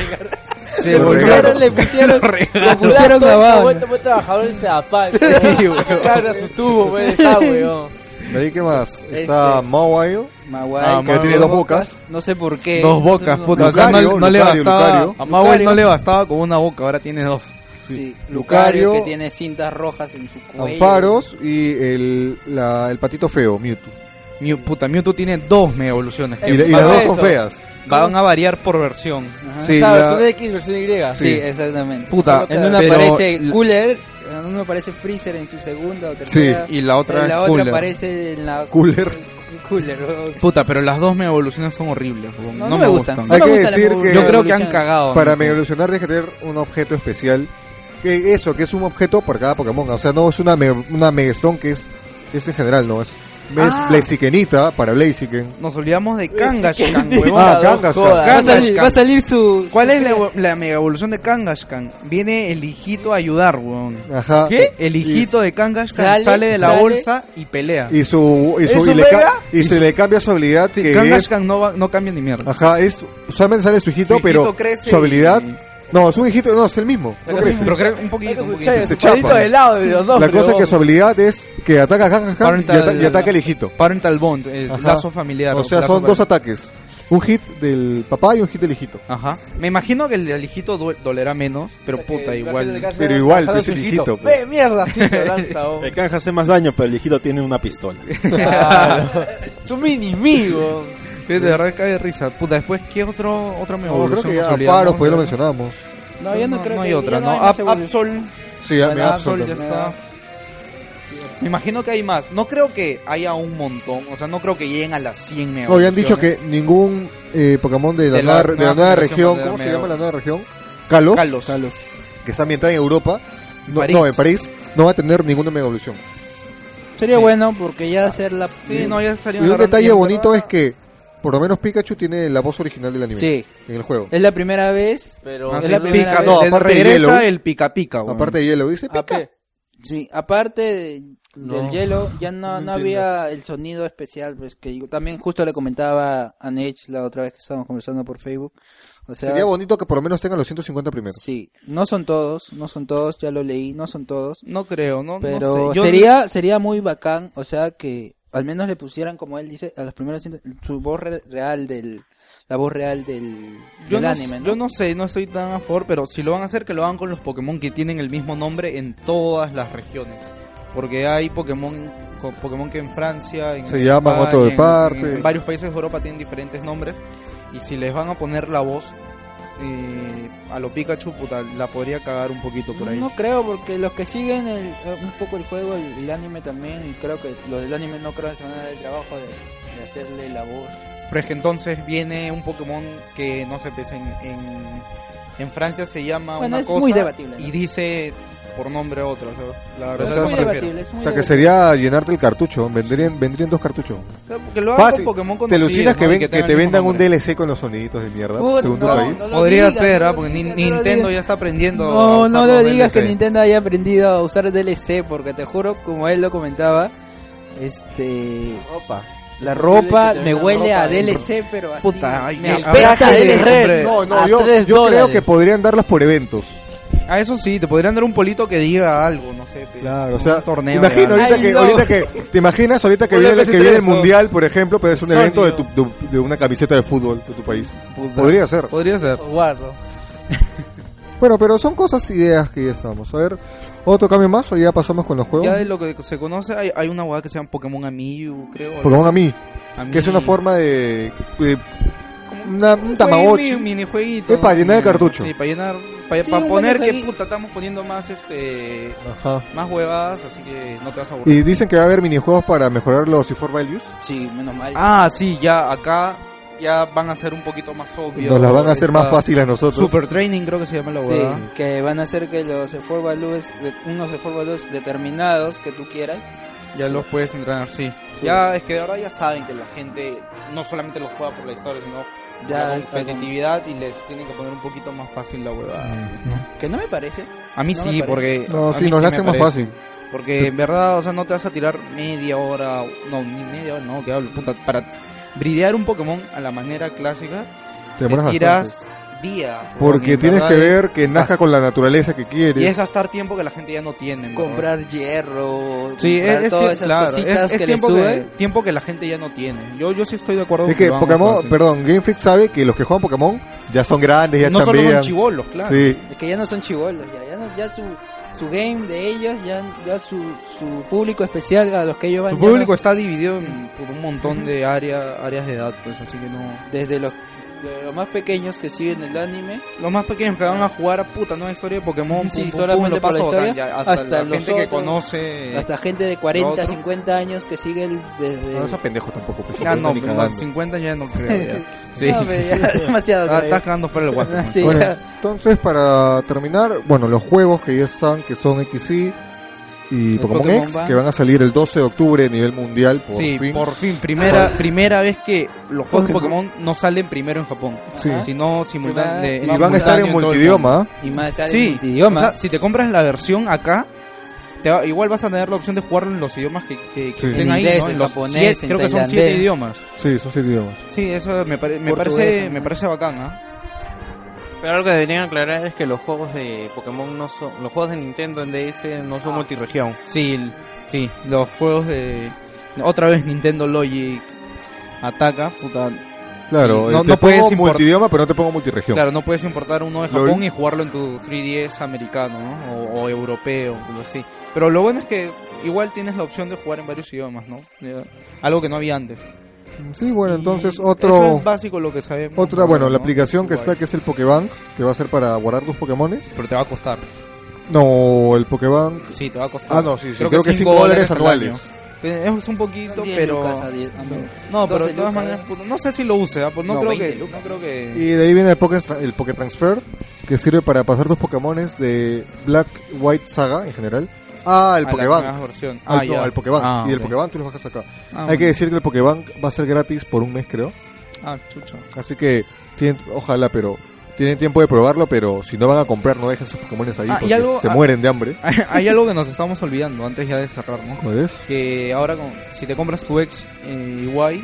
S3: Se
S2: Lo
S3: volvió
S2: regaron.
S8: Le pusieron, le pusieron Fue trabajador en Sedapal. Cabra su tubo, güey, está, weón.
S2: De ahí, ¿qué más?
S3: Este,
S2: Está Mawile.
S9: Mawai,
S3: Ah,
S2: que tiene dos bocas.
S9: No sé por qué.
S3: dos bocas,
S9: No sé por-
S3: puta. O sea, no,
S2: Lucario,
S3: no le
S2: Lucario,
S3: bastaba.
S2: Lucario.
S3: A Mawel no le bastaba con una boca, ahora tiene dos.
S9: Sí.
S2: Lucario.
S9: Lucario, que tiene cintas rojas en su cuello.
S2: Amparos y el, la- el patito feo, Mewtwo.
S3: Mew- puta, Mewtwo tiene dos mega evoluciones que
S2: Y, la- y las
S8: pasa
S2: dos son
S8: eso.
S2: feas.
S3: van a variar por versión.
S9: Ajá.
S2: Sí,
S8: Está,
S2: la-
S8: versión X, versión Y.
S9: Sí,
S2: sí.
S9: exactamente.
S3: Puta,
S9: en una
S3: pero-
S9: aparece Cooler, en una aparece Freezer en su segunda o tercera.
S3: Y la otra
S4: Eh,
S9: en
S3: es
S9: la otra
S3: cooler.
S9: aparece en la
S2: Cooler.
S9: Cooler. weón.
S3: Puta, pero las dos mega evoluciones son horribles, weón.
S9: No, no me gustan. No
S2: Hay
S9: me
S2: que
S9: gustan las
S2: decir que-
S9: evoluciones.
S3: Yo creo que han cagado.
S2: Para
S3: amigo.
S2: mega evolucionar tienes que tener un objeto especial. Que eso, que es un objeto por cada Pokémon. O sea, no es una, me- una Megastone que es, es en general, no es.
S3: Ah.
S2: Es Blazikenita para Blaziken.
S3: Nos olvidamos de Kangashkan, weón.
S2: Ah, Kangaskhan.
S9: Va a salir,
S3: Kangashkan.
S9: va a salir su.
S3: ¿Cuál es la, evo- la mega evolución de Kangashkan? Viene el hijito a ayudar, weón.
S2: Ajá.
S3: ¿Qué? El hijito de Kangashkan sale,
S9: Sale,
S3: de la
S9: sale.
S3: bolsa y pelea.
S2: Y su, y
S3: ¿Es
S2: su, y
S3: un
S2: le ca-
S3: mega?
S2: y se le cambia su habilidad
S3: Sí,
S2: que es,
S3: Kangashkan no, va- no cambia ni mierda.
S2: ajá, es, solamente sale su hijito,
S3: Su hijito
S2: pero
S3: crece
S2: su habilidad
S3: y-
S2: No, es un hijito, no, es el mismo. No crece.
S3: Pero creo que un poquito, un poquito.
S2: Se
S13: Se
S2: chapa.
S13: chapa. de lado de los dos.
S2: La cosa es que su
S13: son
S2: habilidad es que ataca a Han, Han, Han y,
S3: Parental-
S2: ata- y ataca al hijito.
S3: Parental bond, el
S2: Ajá.
S3: lazo familiar.
S2: O sea,
S3: lazo
S2: son dos
S3: parental.
S2: ataques. Un hit del papá y un hit del hijito.
S3: Ajá. Me imagino que el del hijito due- dolerá menos, pero puta, igual.
S2: Pero igual, pues, el hijito, pues.
S13: Ve, mierda, sí se lanza. oh.
S5: El canja hace más daño, pero el hijito tiene una pistola.
S13: Es un inimigo.
S3: De verdad cae de risa. Puta, después, ¿qué otro, otro me
S2: No, creo que ya paros, pues ya lo mencionamos.
S13: No, yo no, creo
S3: no
S13: que
S3: hay otra,
S13: ya
S3: ¿no?
S13: hay
S3: Ab-
S13: más evolución.
S3: Absol.
S2: Sí, ya me pues.
S3: Bueno,
S2: absorbe.
S3: Absol, ya está. Me imagino que hay más. No creo que haya un montón. O sea, no creo que lleguen a las 100 mega
S2: No, ya han dicho
S3: evoluciones.
S2: que ningún eh, Pokémon de la,
S3: De la
S2: nueva, de la
S3: nueva
S2: nueva
S3: generación
S2: región, ¿cómo se
S3: Mega.
S2: llama la nueva región? Kalos,
S3: Kalos.
S2: que está ambientada en Europa, no,
S3: París.
S2: no, en París, no va a tener ninguna mega evolución.
S4: Sería bueno porque ya hacer la.
S3: Sí, no, ya estaría
S2: Y un detalle bonito es que, por lo menos Pikachu tiene la voz original del anime
S4: Sí,
S2: en el juego.
S4: es la primera vez.
S6: Pero
S4: Ah, Es sí. la primera
S3: pica,
S4: vez.
S2: No,
S3: no,
S2: aparte de
S3: regresa
S2: Yellow.
S3: el pica pica, weón.
S2: Aparte de hielo,
S4: Ah,
S2: dice
S6: ¿A
S2: Pika.
S6: qué?
S4: Sí, aparte de-
S6: No,
S4: del hielo, ya no,
S6: no
S4: no
S6: entiendo.
S4: había el sonido especial, pues que yo también justo le comentaba a Nech la otra vez que estábamos conversando por Facebook. O sea,
S2: Sería bonito que por lo menos tengan los 150 primeros.
S4: sí, no son todos, no son todos, ya lo leí, no son todos.
S3: No creo, no, no
S4: Pero
S3: sé. Yo-
S4: sería sería muy bacán, o sea, que al menos le pusieran, como él dice, a los primeros ciento- su voz re- real del. La voz real del,
S3: Yo
S4: del
S3: no,
S4: anime, ¿no?
S3: yo no sé, no estoy tan a favor, pero si lo van a hacer, que lo hagan con los Pokémon que tienen el mismo nombre en todas las regiones. Porque hay Pokémon co- Pokémon que en Francia, en
S2: Se llaman
S3: España,
S2: otro de
S3: en-
S2: parte.
S3: en varios países de Europa tienen diferentes nombres. Y si les van a poner la voz eh, a lo Pikachu, puta, la podría cagar un poquito por ahí.
S4: No creo, porque los que siguen el- eh, un poco el juego, el, el anime también, y creo que los del anime no creo que se van a dar el trabajo de, de hacerle la voz.
S3: Pero es que entonces viene un Pokémon que no se pese en, en, en Francia se llama
S4: Bueno,
S3: una
S4: es
S3: cosa
S4: muy debatible, ¿no?
S3: y dice por nombre otro. o sea, la verdad
S4: Pero es
S3: es que
S4: muy
S3: me refiero.
S4: debatible, es muy
S2: O sea, que
S4: debatible.
S2: sería llenarte el cartucho. Vendrían, vendrían dos cartuchos.
S3: O sea, que lo hagan
S2: Fácil.
S3: con Pokémon
S2: Te
S3: conocidos,
S2: alucinas que,
S3: ¿no? Y
S2: ven- que
S3: tengan
S2: te
S3: el mismo
S2: vendan un
S3: nombre.
S2: DLC con los soniditos de mierda,
S4: Puta,
S2: según tu
S4: no,
S2: país.
S4: no lo
S3: Podría
S4: digas,
S3: ser,
S4: no
S3: ¿ah?
S4: lo
S3: Porque Nin-
S4: digas, no lo
S3: Nintendo
S4: digas.
S3: ya está aprendiendo. a
S4: No,
S3: usar
S4: no
S3: los
S4: le digas que
S3: DLC.
S4: Nintendo haya aprendido a usar DLC, porque te juro, como él lo comentaba, este...
S6: Ropa.
S4: La ropa
S6: que
S4: me
S6: te vendan
S4: huele
S6: ropa
S4: a
S6: de-
S4: DLC, pero así...
S3: Puta, ay,
S4: me
S3: ya,
S4: apesta
S3: habrá que-
S4: DLC.
S3: hombre.
S2: No, no,
S13: A
S2: yo,
S13: tres
S2: yo creo
S13: dólares.
S2: que podrían darlas por eventos.
S3: A eso sí, te podrían dar un polito que diga algo, no sé. pe-
S2: Claro, o
S3: un
S2: sea,
S3: torneo. de
S2: imagino
S3: algo.
S2: ahorita
S4: Ay,
S2: que,
S4: no.
S2: ahorita que, ¿te imaginas ahorita que
S13: Oye,
S2: viene,
S13: que
S2: que
S13: sí
S2: viene el
S13: eso.
S2: mundial, por ejemplo, pero es un
S3: Sonido.
S2: evento de, tu, de- de una camiseta de fútbol de tu país? Podría ser.
S3: Podría ser.
S13: Guardo.
S2: Bueno, pero son cosas, ideas que ya estamos. A ver, otro cambio más o ya pasamos con los
S3: Ya
S2: juegos.
S3: de lo que se conoce, hay, hay una hueá que se llama Pokémon Amiibo, creo. algo
S2: Pokémon a
S3: así.
S2: mí, que es una
S3: Amiibo.
S2: forma de, de
S3: Como
S2: una- un Tamagotchi.
S3: jueguito, minijueguito,
S2: Es para
S3: ¿no?
S2: llenar el cartucho.
S3: Sí, para llenar. Para,
S4: Sí,
S3: para
S4: un buen
S3: poner que
S4: jueguito.
S3: puta, estamos poniendo más este
S2: Ajá.
S3: más huevadas, así que no te vas a aburrir.
S2: Y dicen que va a haber minijuegos para mejorar los for values.
S4: Sí, menos mal.
S3: Ah, sí, ya acá ya van a ser un poquito más obvios.
S2: Nos las van a hacer más
S3: Esta-
S2: fáciles a nosotros.
S3: Super Training creo que se llama la
S4: Sí,
S3: huevada.
S4: que van a hacer que los esfuerzos unos esfuerzos determinados que tú quieras.
S3: Ya los puedes entrenar, sí. Ya es que de verdad ya saben que la gente no solamente los juega por la historia, sino por
S4: Ya,
S3: la competitividad y les tienen que poner un poquito más fácil la huevada.
S4: Que no me parece.
S3: A mí
S4: No me
S3: sí,
S4: parece.
S3: porque
S2: No,
S3: Mm, a
S2: sí,
S3: mí
S2: nos la
S3: me
S2: hacen más
S3: parece.
S2: fácil.
S3: Porque en verdad, o sea, no te vas a tirar media hora, no, ni media hora, no, que hablo, puta, para bridear un Pokémon a la manera clásica,
S2: Te
S3: te
S2: demoras bastante.
S3: tiras día.
S2: Porque
S3: en
S2: tienes
S3: verdad
S2: que
S3: es-
S2: ver que nazca con la naturaleza que
S3: Y es
S2: quieres.
S3: gastar tiempo que la gente ya no tiene. en verdad.
S4: Comprar hierro,
S3: Sí,
S4: comprar
S3: es, es
S4: todas
S3: tie-
S4: esas
S3: claro,
S4: cositas
S3: es- es
S4: que le
S3: tiempo, que,
S4: suben.
S3: tiempo que la gente ya no tiene. Yo, yo sí estoy de acuerdo
S2: Es
S3: con
S2: que
S3: lo hagan
S2: Pokémon,
S3: fácil.
S2: perdón, Game Freak sabe que los que juegan Pokémon ya son grandes, ya
S3: no solo son
S2: chambean.
S3: chivolos, claro.
S2: Sí,
S4: Es que ya no son chivolos, ya, ya, no- ya su, su game de ellos, ya, ya su, su público especial a los que ellos van.
S3: Su
S4: ya
S3: público está dividido en- por un montón de área- áreas de edad, pues, así que no...
S4: van Desde los, de los más pequeños que siguen el anime,
S3: Los más pequeños que van a jugar a puta nueva historia de Pokémon.
S4: Sí, solamente
S3: lo
S4: por
S3: paso
S4: la historia,
S3: bacán, ya, hasta,
S4: hasta
S3: la
S4: los
S3: gente que
S4: otros,
S3: conoce.
S4: hasta gente de 40,
S3: Eh, otro.
S4: 50 años que sigue el, desde.
S2: no son pendejos tampoco. pues,
S3: Ya no,
S2: ni
S3: pero
S2: cagando.
S3: 50 ya no creo. ya. Sí.
S4: No, pero ya, demasiado.
S3: Ah,
S4: creo.
S3: estás cagando fuera del guapo.
S4: Sí,
S2: Bueno,
S4: ya.
S2: entonces para terminar, bueno, los juegos que ya están, que son XY y
S4: El
S2: Pokémon,
S4: Pokémon
S2: X,
S4: Ban.
S2: que van a salir el 12 de octubre a nivel mundial, por
S3: sí,
S2: fin.
S3: por fin. Primera, primera vez que los juegos de Pokémon no salen primero en Japón,
S2: Sí.
S3: sino simultáneo. de-
S2: Y van a estar en
S3: simultáneo todo el mundo.
S2: multidioma. ¿ah?
S4: Y más sale en
S3: Sí,
S4: multidioma.
S3: o sea, si te compras la versión acá. te va- igual vas a tener la opción de jugarlo en los idiomas que, que- que
S2: Sí.
S3: estén
S4: En
S3: ahí,
S4: inglés,
S3: ¿no?
S4: en
S3: los
S4: japonés,
S3: siete-
S4: en
S3: creo que son
S4: tailandés.
S3: siete idiomas.
S2: Sí, son 6 idiomas.
S3: Sí, eso me, pare- me
S4: Portugués
S3: parece
S4: también.
S3: me parece bacán, ¿ah?
S1: Pero algo que deberían aclarar es que los juegos de Pokémon no son. Los juegos de Nintendo en DS no
S4: Ah.
S1: son multiregión.
S3: Sí, l- sí, los juegos de... Otra vez Nintendo Logic ataca, puta.
S2: Claro,
S3: Sí, no-
S2: eh, te
S3: no puedes
S2: pongo
S3: import-
S2: multidioma, pero no te pongo multiregión.
S3: Claro, no puedes importar uno de
S2: Lo-
S3: Japón y jugarlo en tu 3DS americano, ¿no? O, o europeo, algo así. Pero lo bueno es que igual tienes la opción de jugar en varios idiomas, ¿no? Ya, Algo que no había antes.
S2: Sí, bueno, entonces
S3: Y
S2: otro...
S3: Eso es básico lo que sabemos.
S2: Otra, bueno,
S3: ¿no?
S2: la aplicación que
S3: Igual.
S2: está, que es el Pokébank, que va a ser para guardar tus Pokémones.
S3: Pero te va a costar.
S2: No, el Pokébank...
S3: Sí, te va a costar.
S2: Ah, no, sí, sí, creo, que 5 dólares
S3: al
S2: anuales.
S3: año. Que Es un poquito,
S4: Son 10
S3: pero...
S4: lucas a 10, a mí.
S3: No, pero de
S4: 12
S3: todas
S4: lucas,
S3: maneras, puta, no sé si lo use, ¿ah? Pues no,
S4: No,
S3: creo
S4: 20
S3: que, no creo que...
S2: Y de ahí viene el, Poké, el Pokétransfer, que sirve para pasar tus Pokémones de Black White Saga en general a el
S3: a la
S2: Pokébank.
S3: nueva versión.
S2: Al,
S3: Ah,
S2: no,
S3: ya.
S2: al Pokébank.
S3: Ah,
S2: y del
S3: ok.
S2: Pokébank tú los bajas acá.
S3: Ah,
S2: Hay que
S3: bueno.
S2: decir que el Pokébank va a ser gratis por un mes, creo.
S3: Ah, chucha.
S2: Así que, tienen- ojalá, pero tienen tiempo de probarlo, pero si no van a comprar, no dejen sus Pokémones ahí
S3: Ah, y
S2: porque
S3: algo-
S2: se
S3: ah.
S2: mueren de hambre.
S3: Hay, hay algo que nos estamos olvidando antes ya de cerrar, ¿no?
S2: ¿No ves?
S3: Que ahora, con- si te compras tu ex en Iguay,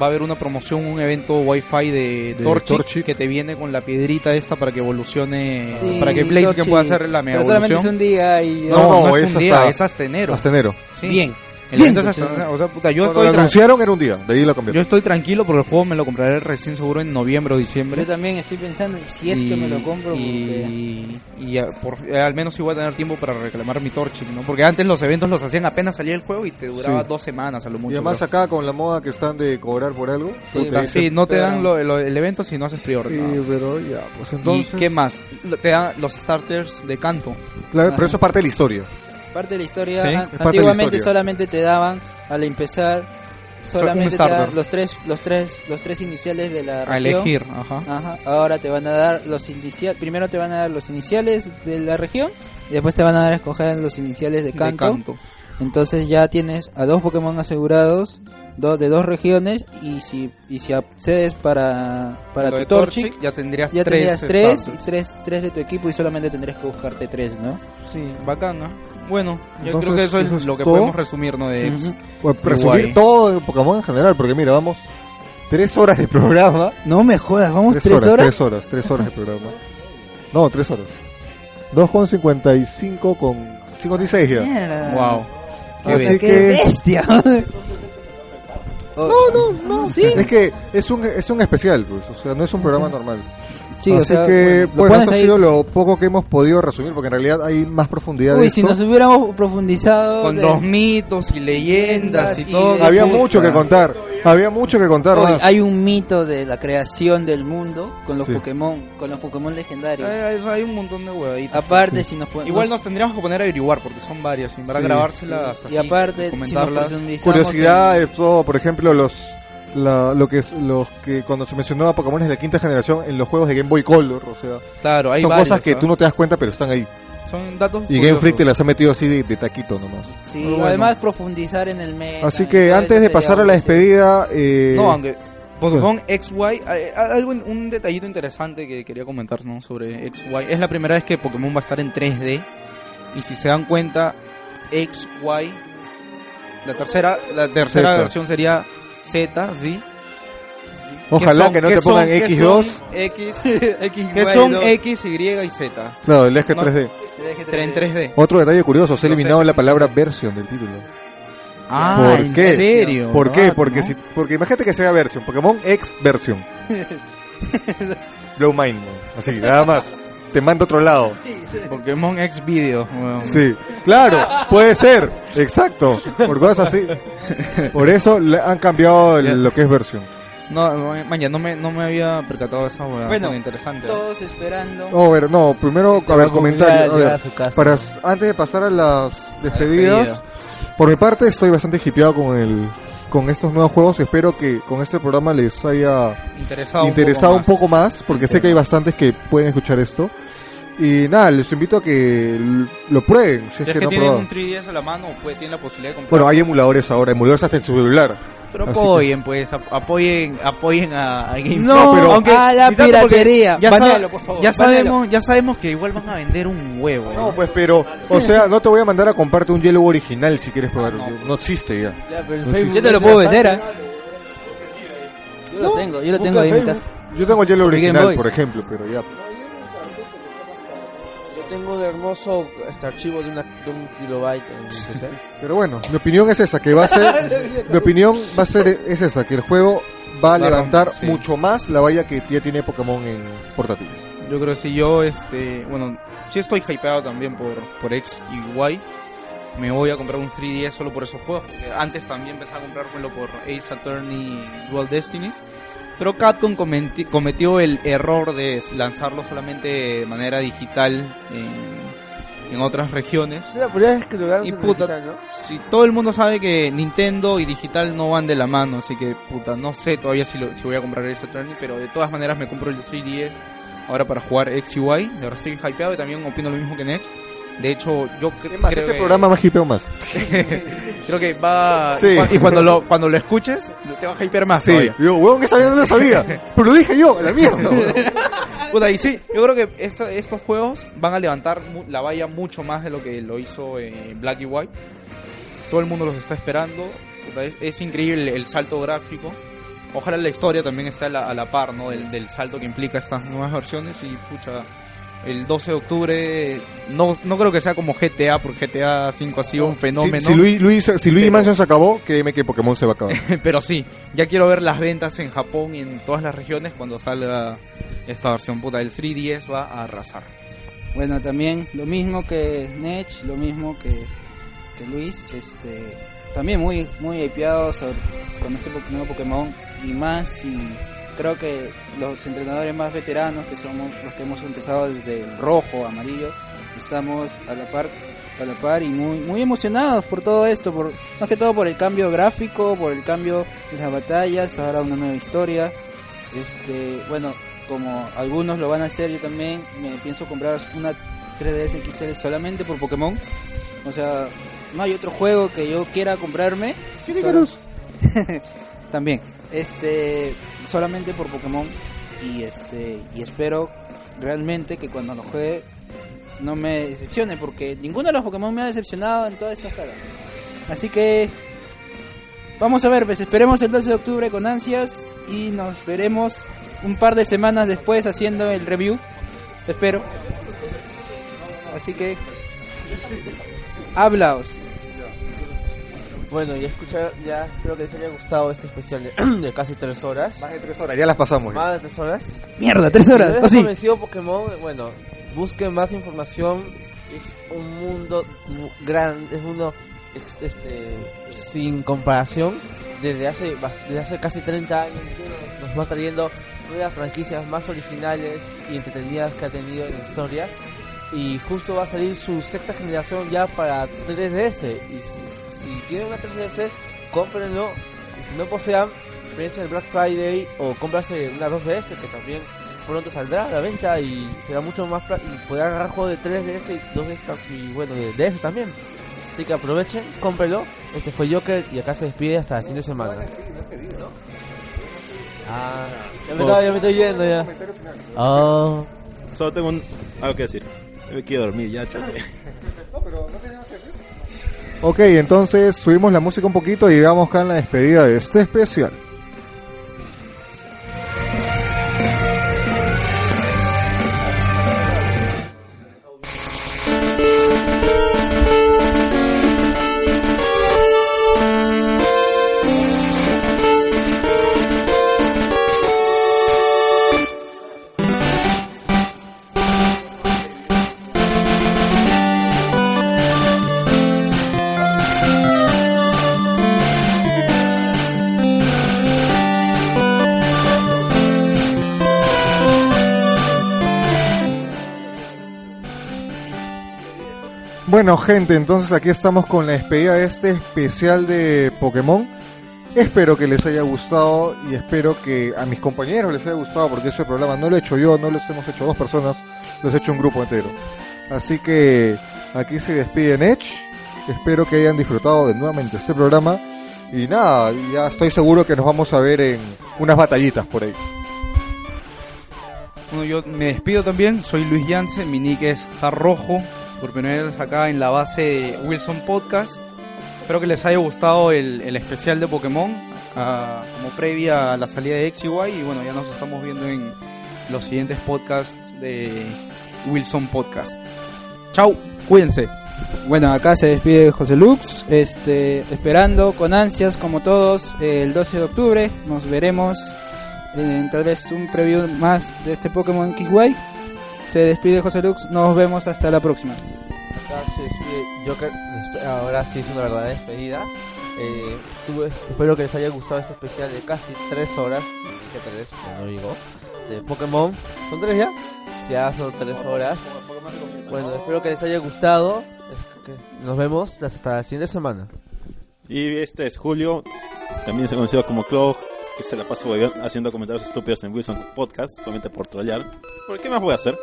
S3: va a haber una promoción, un evento Wi-Fi de,
S2: De
S3: Torchic,
S2: Torchic.
S3: que te viene con la piedrita esta para que evolucione,
S4: Sí,
S3: para que PlayStation
S4: Torchic.
S3: pueda hacer la mega
S4: Pero solamente es
S3: evolución.
S4: un día y...
S2: No, no,
S3: es,
S2: es
S3: un día,
S2: hasta-
S3: es hasta enero.
S2: Hasta enero.
S3: Sí.
S4: Bien.
S3: El
S4: bien, pues,
S3: evento es hasta
S4: coche.
S3: enero. O sea, puta, yo
S2: Cuando lo
S3: estoy, tra-
S2: anunciaron era un día, de ahí lo
S3: yo
S2: cambiaron.
S3: estoy tranquilo porque el juego me lo compraré recién seguro en noviembre o diciembre.
S4: Yo también estoy pensando si es
S3: Y-
S4: que me lo compro porque...
S3: y, y, ah, por- eh, al menos sí voy a tener tiempo para reclamar mi Torchic, ¿no? Porque antes los eventos los hacían apenas salía el juego y te duraba
S2: Sí.
S3: dos semanas a lo mucho.
S2: y además
S3: creo.
S2: acá con la moda que están de cobrar por algo. pues
S4: Sí,
S2: te
S3: Ah,
S2: dicen-
S3: sí, no te
S2: te
S3: dan lo- lo- el evento si no haces prior.
S2: Sí, pero ya, pues
S3: ¿Y
S2: entonces...
S3: qué más? Lo- Te dan los starters de canto.
S2: Claro, pero
S4: Ajá.
S2: eso es parte de la historia.
S4: Parte de la historia,
S3: Sí,
S4: an-
S3: es
S2: parte de la
S4: antiguamente
S2: historia.
S4: solamente te daban al empezar solamente te
S3: starter.
S4: daban los tres los tres los tres iniciales de la
S3: A
S4: región. Ah,
S3: elegir, ajá.
S4: Ajá, ahora te van a dar los iniciales, primero te van a dar los iniciales de la región y después te van a dar a escoger los iniciales de canto. Entonces ya tienes a dos Pokémon asegurados, dos de dos regiones y si y si accedes para para
S3: Lo de
S4: tu Torchic
S3: ya tendrías
S4: ya
S3: tres. eh,
S4: tendrías tres,
S3: starters.
S4: tres, tres de tu equipo y solamente tendrías que buscarte tres, ¿no?
S3: Sí, bacana. Bueno, yo
S2: Entonces,
S3: creo que eso es
S2: ¿eso es
S3: lo que
S2: todo?
S3: podemos resumir, ¿no? De
S4: Ujú.
S2: Pues resumir
S3: Guay.
S2: todo de Pokémon en general, porque mira, vamos tres horas de programa.
S4: Ah, No me jodas, vamos
S2: Tres, horas, Tres horas, tres horas de programa. No, tres horas. 2,55 con 56 ya.
S4: Mierda.
S3: Wow.
S4: O sea,
S2: Así
S4: qué,
S2: que-
S4: bestia.
S2: No, no, no.
S4: Ah, Sí.
S2: Es que es un, es un especial, pues. O sea, no es un programa normal.
S4: Sí,
S2: Así
S4: o sea,
S2: que,
S4: lo
S2: bueno,
S4: pones
S2: esto ha
S4: ahí.
S2: sido lo poco que hemos podido resumir, porque en realidad hay más profundidad de
S4: Uy, si
S2: esto.
S4: nos hubiéramos profundizado
S3: Con
S4: Ah, de-
S3: los mitos y leyendas y
S4: Leyendas y
S3: todo.
S2: Había
S3: Puta.
S2: mucho que contar. Había mucho que contar
S4: Oye,
S2: más.
S4: hay un mito de la creación del mundo con los
S2: Sí.
S4: Pokémon, con los Pokémon legendarios.
S3: Eh, eso Hay un montón de huevaditas.
S4: aparte, si nos pon-
S3: Igual
S4: nos-
S3: nos tendríamos que poner a averiguar porque son varias, sin verdad
S2: Sí.
S3: grabárselas así,
S4: y aparte, si nos
S3: comentarlas.
S4: profundizamos
S2: curiosidad de
S4: en-
S2: todo, por ejemplo, los la- lo que es, los que cuando se mencionó a Pokémon es de la quinta generación en los juegos de Game Boy Color, o sea,
S3: claro, hay
S2: son
S3: varias,
S2: cosas que
S3: ¿ah?
S2: tú no te das cuenta pero están ahí.
S3: Son datos
S2: Y Game Freak te
S3: curiosos.
S2: las ha metido así de, de taquito nomás.
S4: sí,
S3: Muy bueno.
S4: además profundizar en el meta.
S2: Así
S4: en
S2: que
S4: todo
S2: antes
S4: eso
S2: de
S4: sería
S2: pasar a la
S4: muy-
S2: despedida, eh,
S3: No, aunque Pokémon XY, eh, algo, un detallito interesante que quería comentar ¿no? sobre XY. Es la primera vez que Pokémon va a estar en 3D. Y si se dan cuenta, XY, la tercera, la tercera
S2: Zeta.
S3: versión sería Z, ¿sí?
S2: ojalá que no te pongan X2.
S3: X,
S4: XY2.
S3: que son X, Y y Z.
S2: Claro, el eje
S3: No.
S2: 3D.
S3: En 3D.
S2: Otro detalle curioso, se ha
S3: Lo
S2: eliminado
S3: sé.
S2: la palabra version del título.
S3: Ah,
S2: ¿Por
S3: ¿en
S2: qué?
S3: serio?
S2: ¿Por qué?
S3: ¿verdad?
S2: Porque
S3: ¿No?
S2: si, porque imagínate que sea version, Pokémon X version. Blow mind, man. así, nada más. Te mando a otro lado.
S3: Pokémon X Video. weón.
S2: Sí, claro, puede ser, exacto, por cosas así. Por eso le han cambiado el-
S3: Ya.
S2: lo que es versión.
S3: No, no, man, ya no me, no me había percatado de esa hueá.
S4: Bueno,
S3: Bueno, interesante.
S4: Todos esperando.
S2: No, a ver, no, primero, a ver, comentario. A ver, para, antes de pasar a las despedidas, por mi parte estoy bastante hipeado con el con estos nuevos juegos. Espero que con este programa les haya
S3: Interesado,
S2: interesado Ah, un poco
S3: más.
S2: más, porque sé que hay bastantes que pueden escuchar esto. Y nada, les invito a que l- lo prueben, si es
S3: Si es
S2: que
S3: que
S2: no han
S3: tienen
S2: probado.
S3: un 3DS a la mano, pues tienen la posibilidad de comprar.
S2: Bueno, hay emuladores ahora, emuladores hasta en su celular.
S3: pero
S2: así que-
S3: apoyen, pues, ap- apoyen, apoyen a, a Game
S4: No,
S3: Freak.
S4: pero- a la
S3: y tanto porque
S4: piratería.
S3: Ya, sabe-
S4: Banealo, por favor,
S3: ya
S4: banealo.
S3: sabemos, ya sabemos que igual van a vender un huevo. ¿eh?
S2: No, pues, pero, o sea, no te voy a mandar a comprarte un Yellow original si quieres probarlo. No, existe ya. No existe.
S4: Pues Yo te lo puedo vender, ¿ah? Yo lo tengo, yo lo tengo ahí en mi casa.
S2: Yo tengo el Yellow
S4: Mi Game
S2: original,
S4: Boy.
S2: por ejemplo, pero ya.
S8: tengo un hermoso este archivo de, una, de un kilobyte en mi PC.
S2: Pero bueno, mi opinión es esa, que va a ser, mi opinión va a ser es esa, que el juego va a
S3: Va a
S2: levantar
S3: romper, sí.
S2: mucho más la valla que ya tiene Pokémon en portátiles.
S3: Yo creo que si yo, este, bueno, sí estoy hypeado también por, por X y Y. Me voy a comprar un 3DS solo por esos juegos. porque antes también empecé a comprármelo por Ace Attorney y Dual Destinies. Pero Capcom cometi- cometió el error de lanzarlo solamente de manera digital en, en otras regiones.
S8: Es la primera vez que lo vean
S3: Y
S8: en
S3: puta.
S8: digital, ¿no?
S3: Si todo el mundo sabe que Nintendo y digital no van de la mano, así que puta, no sé todavía si, lo- si voy a comprar este Attorney, pero de todas maneras me compro el 3DS ahora para jugar X y Y. De verdad estoy hypeado y también opino lo mismo que Nech. De hecho, yo cre-
S2: Es más,
S3: creo
S2: este
S3: que-
S2: programa más hipeo más.
S3: creo que va
S2: Sí.
S3: y cua- y cuando lo cuando lo escuches te va a hypear más.
S2: Sí,
S3: todavía.
S2: yo, huevón, que sabía no lo sabía. Pero lo dije yo, a la mierda. huevón.
S3: Puta, y sí, yo creo que esto- estos juegos van a levantar mu- la valla mucho más de lo que lo hizo eh, Black y White. Todo el mundo los está esperando. Puta, es, es increíble el salto gráfico. Ojalá la historia también esté a la, a la par ¿no? del, del salto que implica estas nuevas versiones. Y pucha, el 12 de octubre eh, no, no creo que sea como GTA, porque GTA 5 ha sido un fenómeno.
S2: Si, si Luis, Luis- si Luis
S3: Pero-
S2: Mansion se acabó, créeme que Pokémon se va a acabar.
S3: Pero sí, ya quiero ver las ventas en Japón y en todas las regiones cuando salga esta versión puta. El 3DS va a arrasar.
S4: Bueno, también lo mismo que Nech, lo mismo que, que Luis, este, también muy muy hypeado sobre- con este po- nuevo Pokémon y más y creo que los entrenadores más veteranos que somos los que hemos empezado desde el rojo, amarillo, estamos a la par a la par y muy muy emocionados por todo esto, por más que todo por el cambio gráfico, por el cambio de las batallas, ahora una nueva historia. Este, bueno, como algunos lo van a hacer, yo también me pienso comprar una 3DS XL solamente por Pokémon. O sea, no hay otro juego que yo quiera comprarme. Solo- también, este, solamente por Pokémon y este y espero realmente que cuando lo juegue no me decepcione porque ninguno de los Pokémon me ha decepcionado en toda esta saga. Así que vamos a ver, pues esperemos el 12 de octubre con ansias y nos veremos un par de semanas después haciendo el review. Espero. Así que hablaos.
S8: Bueno, ya escuchar, ya espero que les haya gustado este especial de, de casi tres horas.
S2: Más de tres horas, ya las pasamos. ya.
S8: Más de tres horas.
S4: Mierda, tres horas.
S8: Si no
S4: ¿o
S8: les ha
S4: sí?
S8: convencido Pokémon, bueno, busquen más información. Es un mundo mu- grande, es uno ex- este, sin comparación. Desde hace, bas- desde hace casi 30 años que nos va trayendo nuevas franquicias más originales y entretenidas que ha tenido en la historia. Y justo va a salir su sexta generación ya para 3DS. Y si, si tienen una 3DS, cómprenlo. Y si no posean, piensen el Black Friday o cómprase una 2DS que también pronto saldrá a la venta y será mucho más pra- y podrá agarrar juegos de 3DS y 2DS tam- y bueno de DS también. Así que aprovechen, cómprenlo. Este fue Joker y acá se despide hasta el fin de semana. Ah, ya me, estaba- ya me estoy yendo ya. Oh.
S5: Solo tengo un- algo que decir. Yo me quiero dormir ya, chao.
S2: Ok, entonces subimos la música un poquito y llegamos acá en la despedida de este especial. Bueno, gente, entonces aquí estamos con la despedida de este especial de Pokémon. Espero que les haya gustado y espero que a mis compañeros les haya gustado porque ese programa no lo he hecho yo, no los hemos hecho dos personas, los he hecho un grupo entero. Así que aquí se despide Edge. Espero que hayan disfrutado de nuevamente este programa. Y nada, ya estoy seguro que nos vamos a ver en unas batallitas por ahí.
S3: Bueno, yo me despido también, soy Luis Yance, mi nick es Jarrojo, por primera vez acá en la base de Wilson Podcast. Espero que les haya gustado el, el especial de Pokémon, ah, como previa a la salida de X y Y, y bueno, ya nos estamos viendo en los siguientes podcasts de Wilson Podcast. Chau, cuídense.
S4: Bueno, acá se despide José Lux, este, esperando con ansias como todos eh, el 12 de octubre. Nos veremos en tal vez un preview más de este Pokémon Kiwai. Se despide José Lux, nos vemos hasta la próxima.
S8: Acá se despide Joker. Espe- Ahora sí es una verdadera despedida. Eh, tuve- espero que les haya gustado este especial de casi 3 horas. Dije 3, pero no digo. De Pokémon. ¿Son 3 ya? Ya son 3 horas. Bueno, espero que les haya gustado. Es que- Nos vemos hasta la siguiente semana.
S5: Y este es Julio, también se conocido como Clog, que se la pasa hueveando- haciendo comentarios estúpidos en Wilson Podcast, solamente por trollar. ¿Por qué más voy a hacer?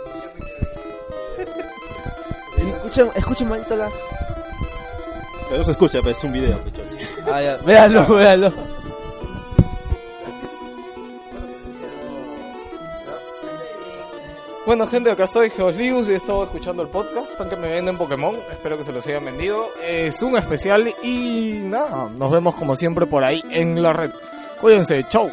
S8: Escuchen, escuchen maldito la.
S5: Pero no se escucha, pero es un video, muchachos.
S8: Ah, ya. Véanlo, véanlo.
S1: Bueno, gente, acá estoy, Geoslius, y he estado escuchando el podcast, tan que me venden Pokémon, espero que se los hayan vendido. Es un especial y nada, nos vemos como siempre por ahí en la red. Cuídense, chau.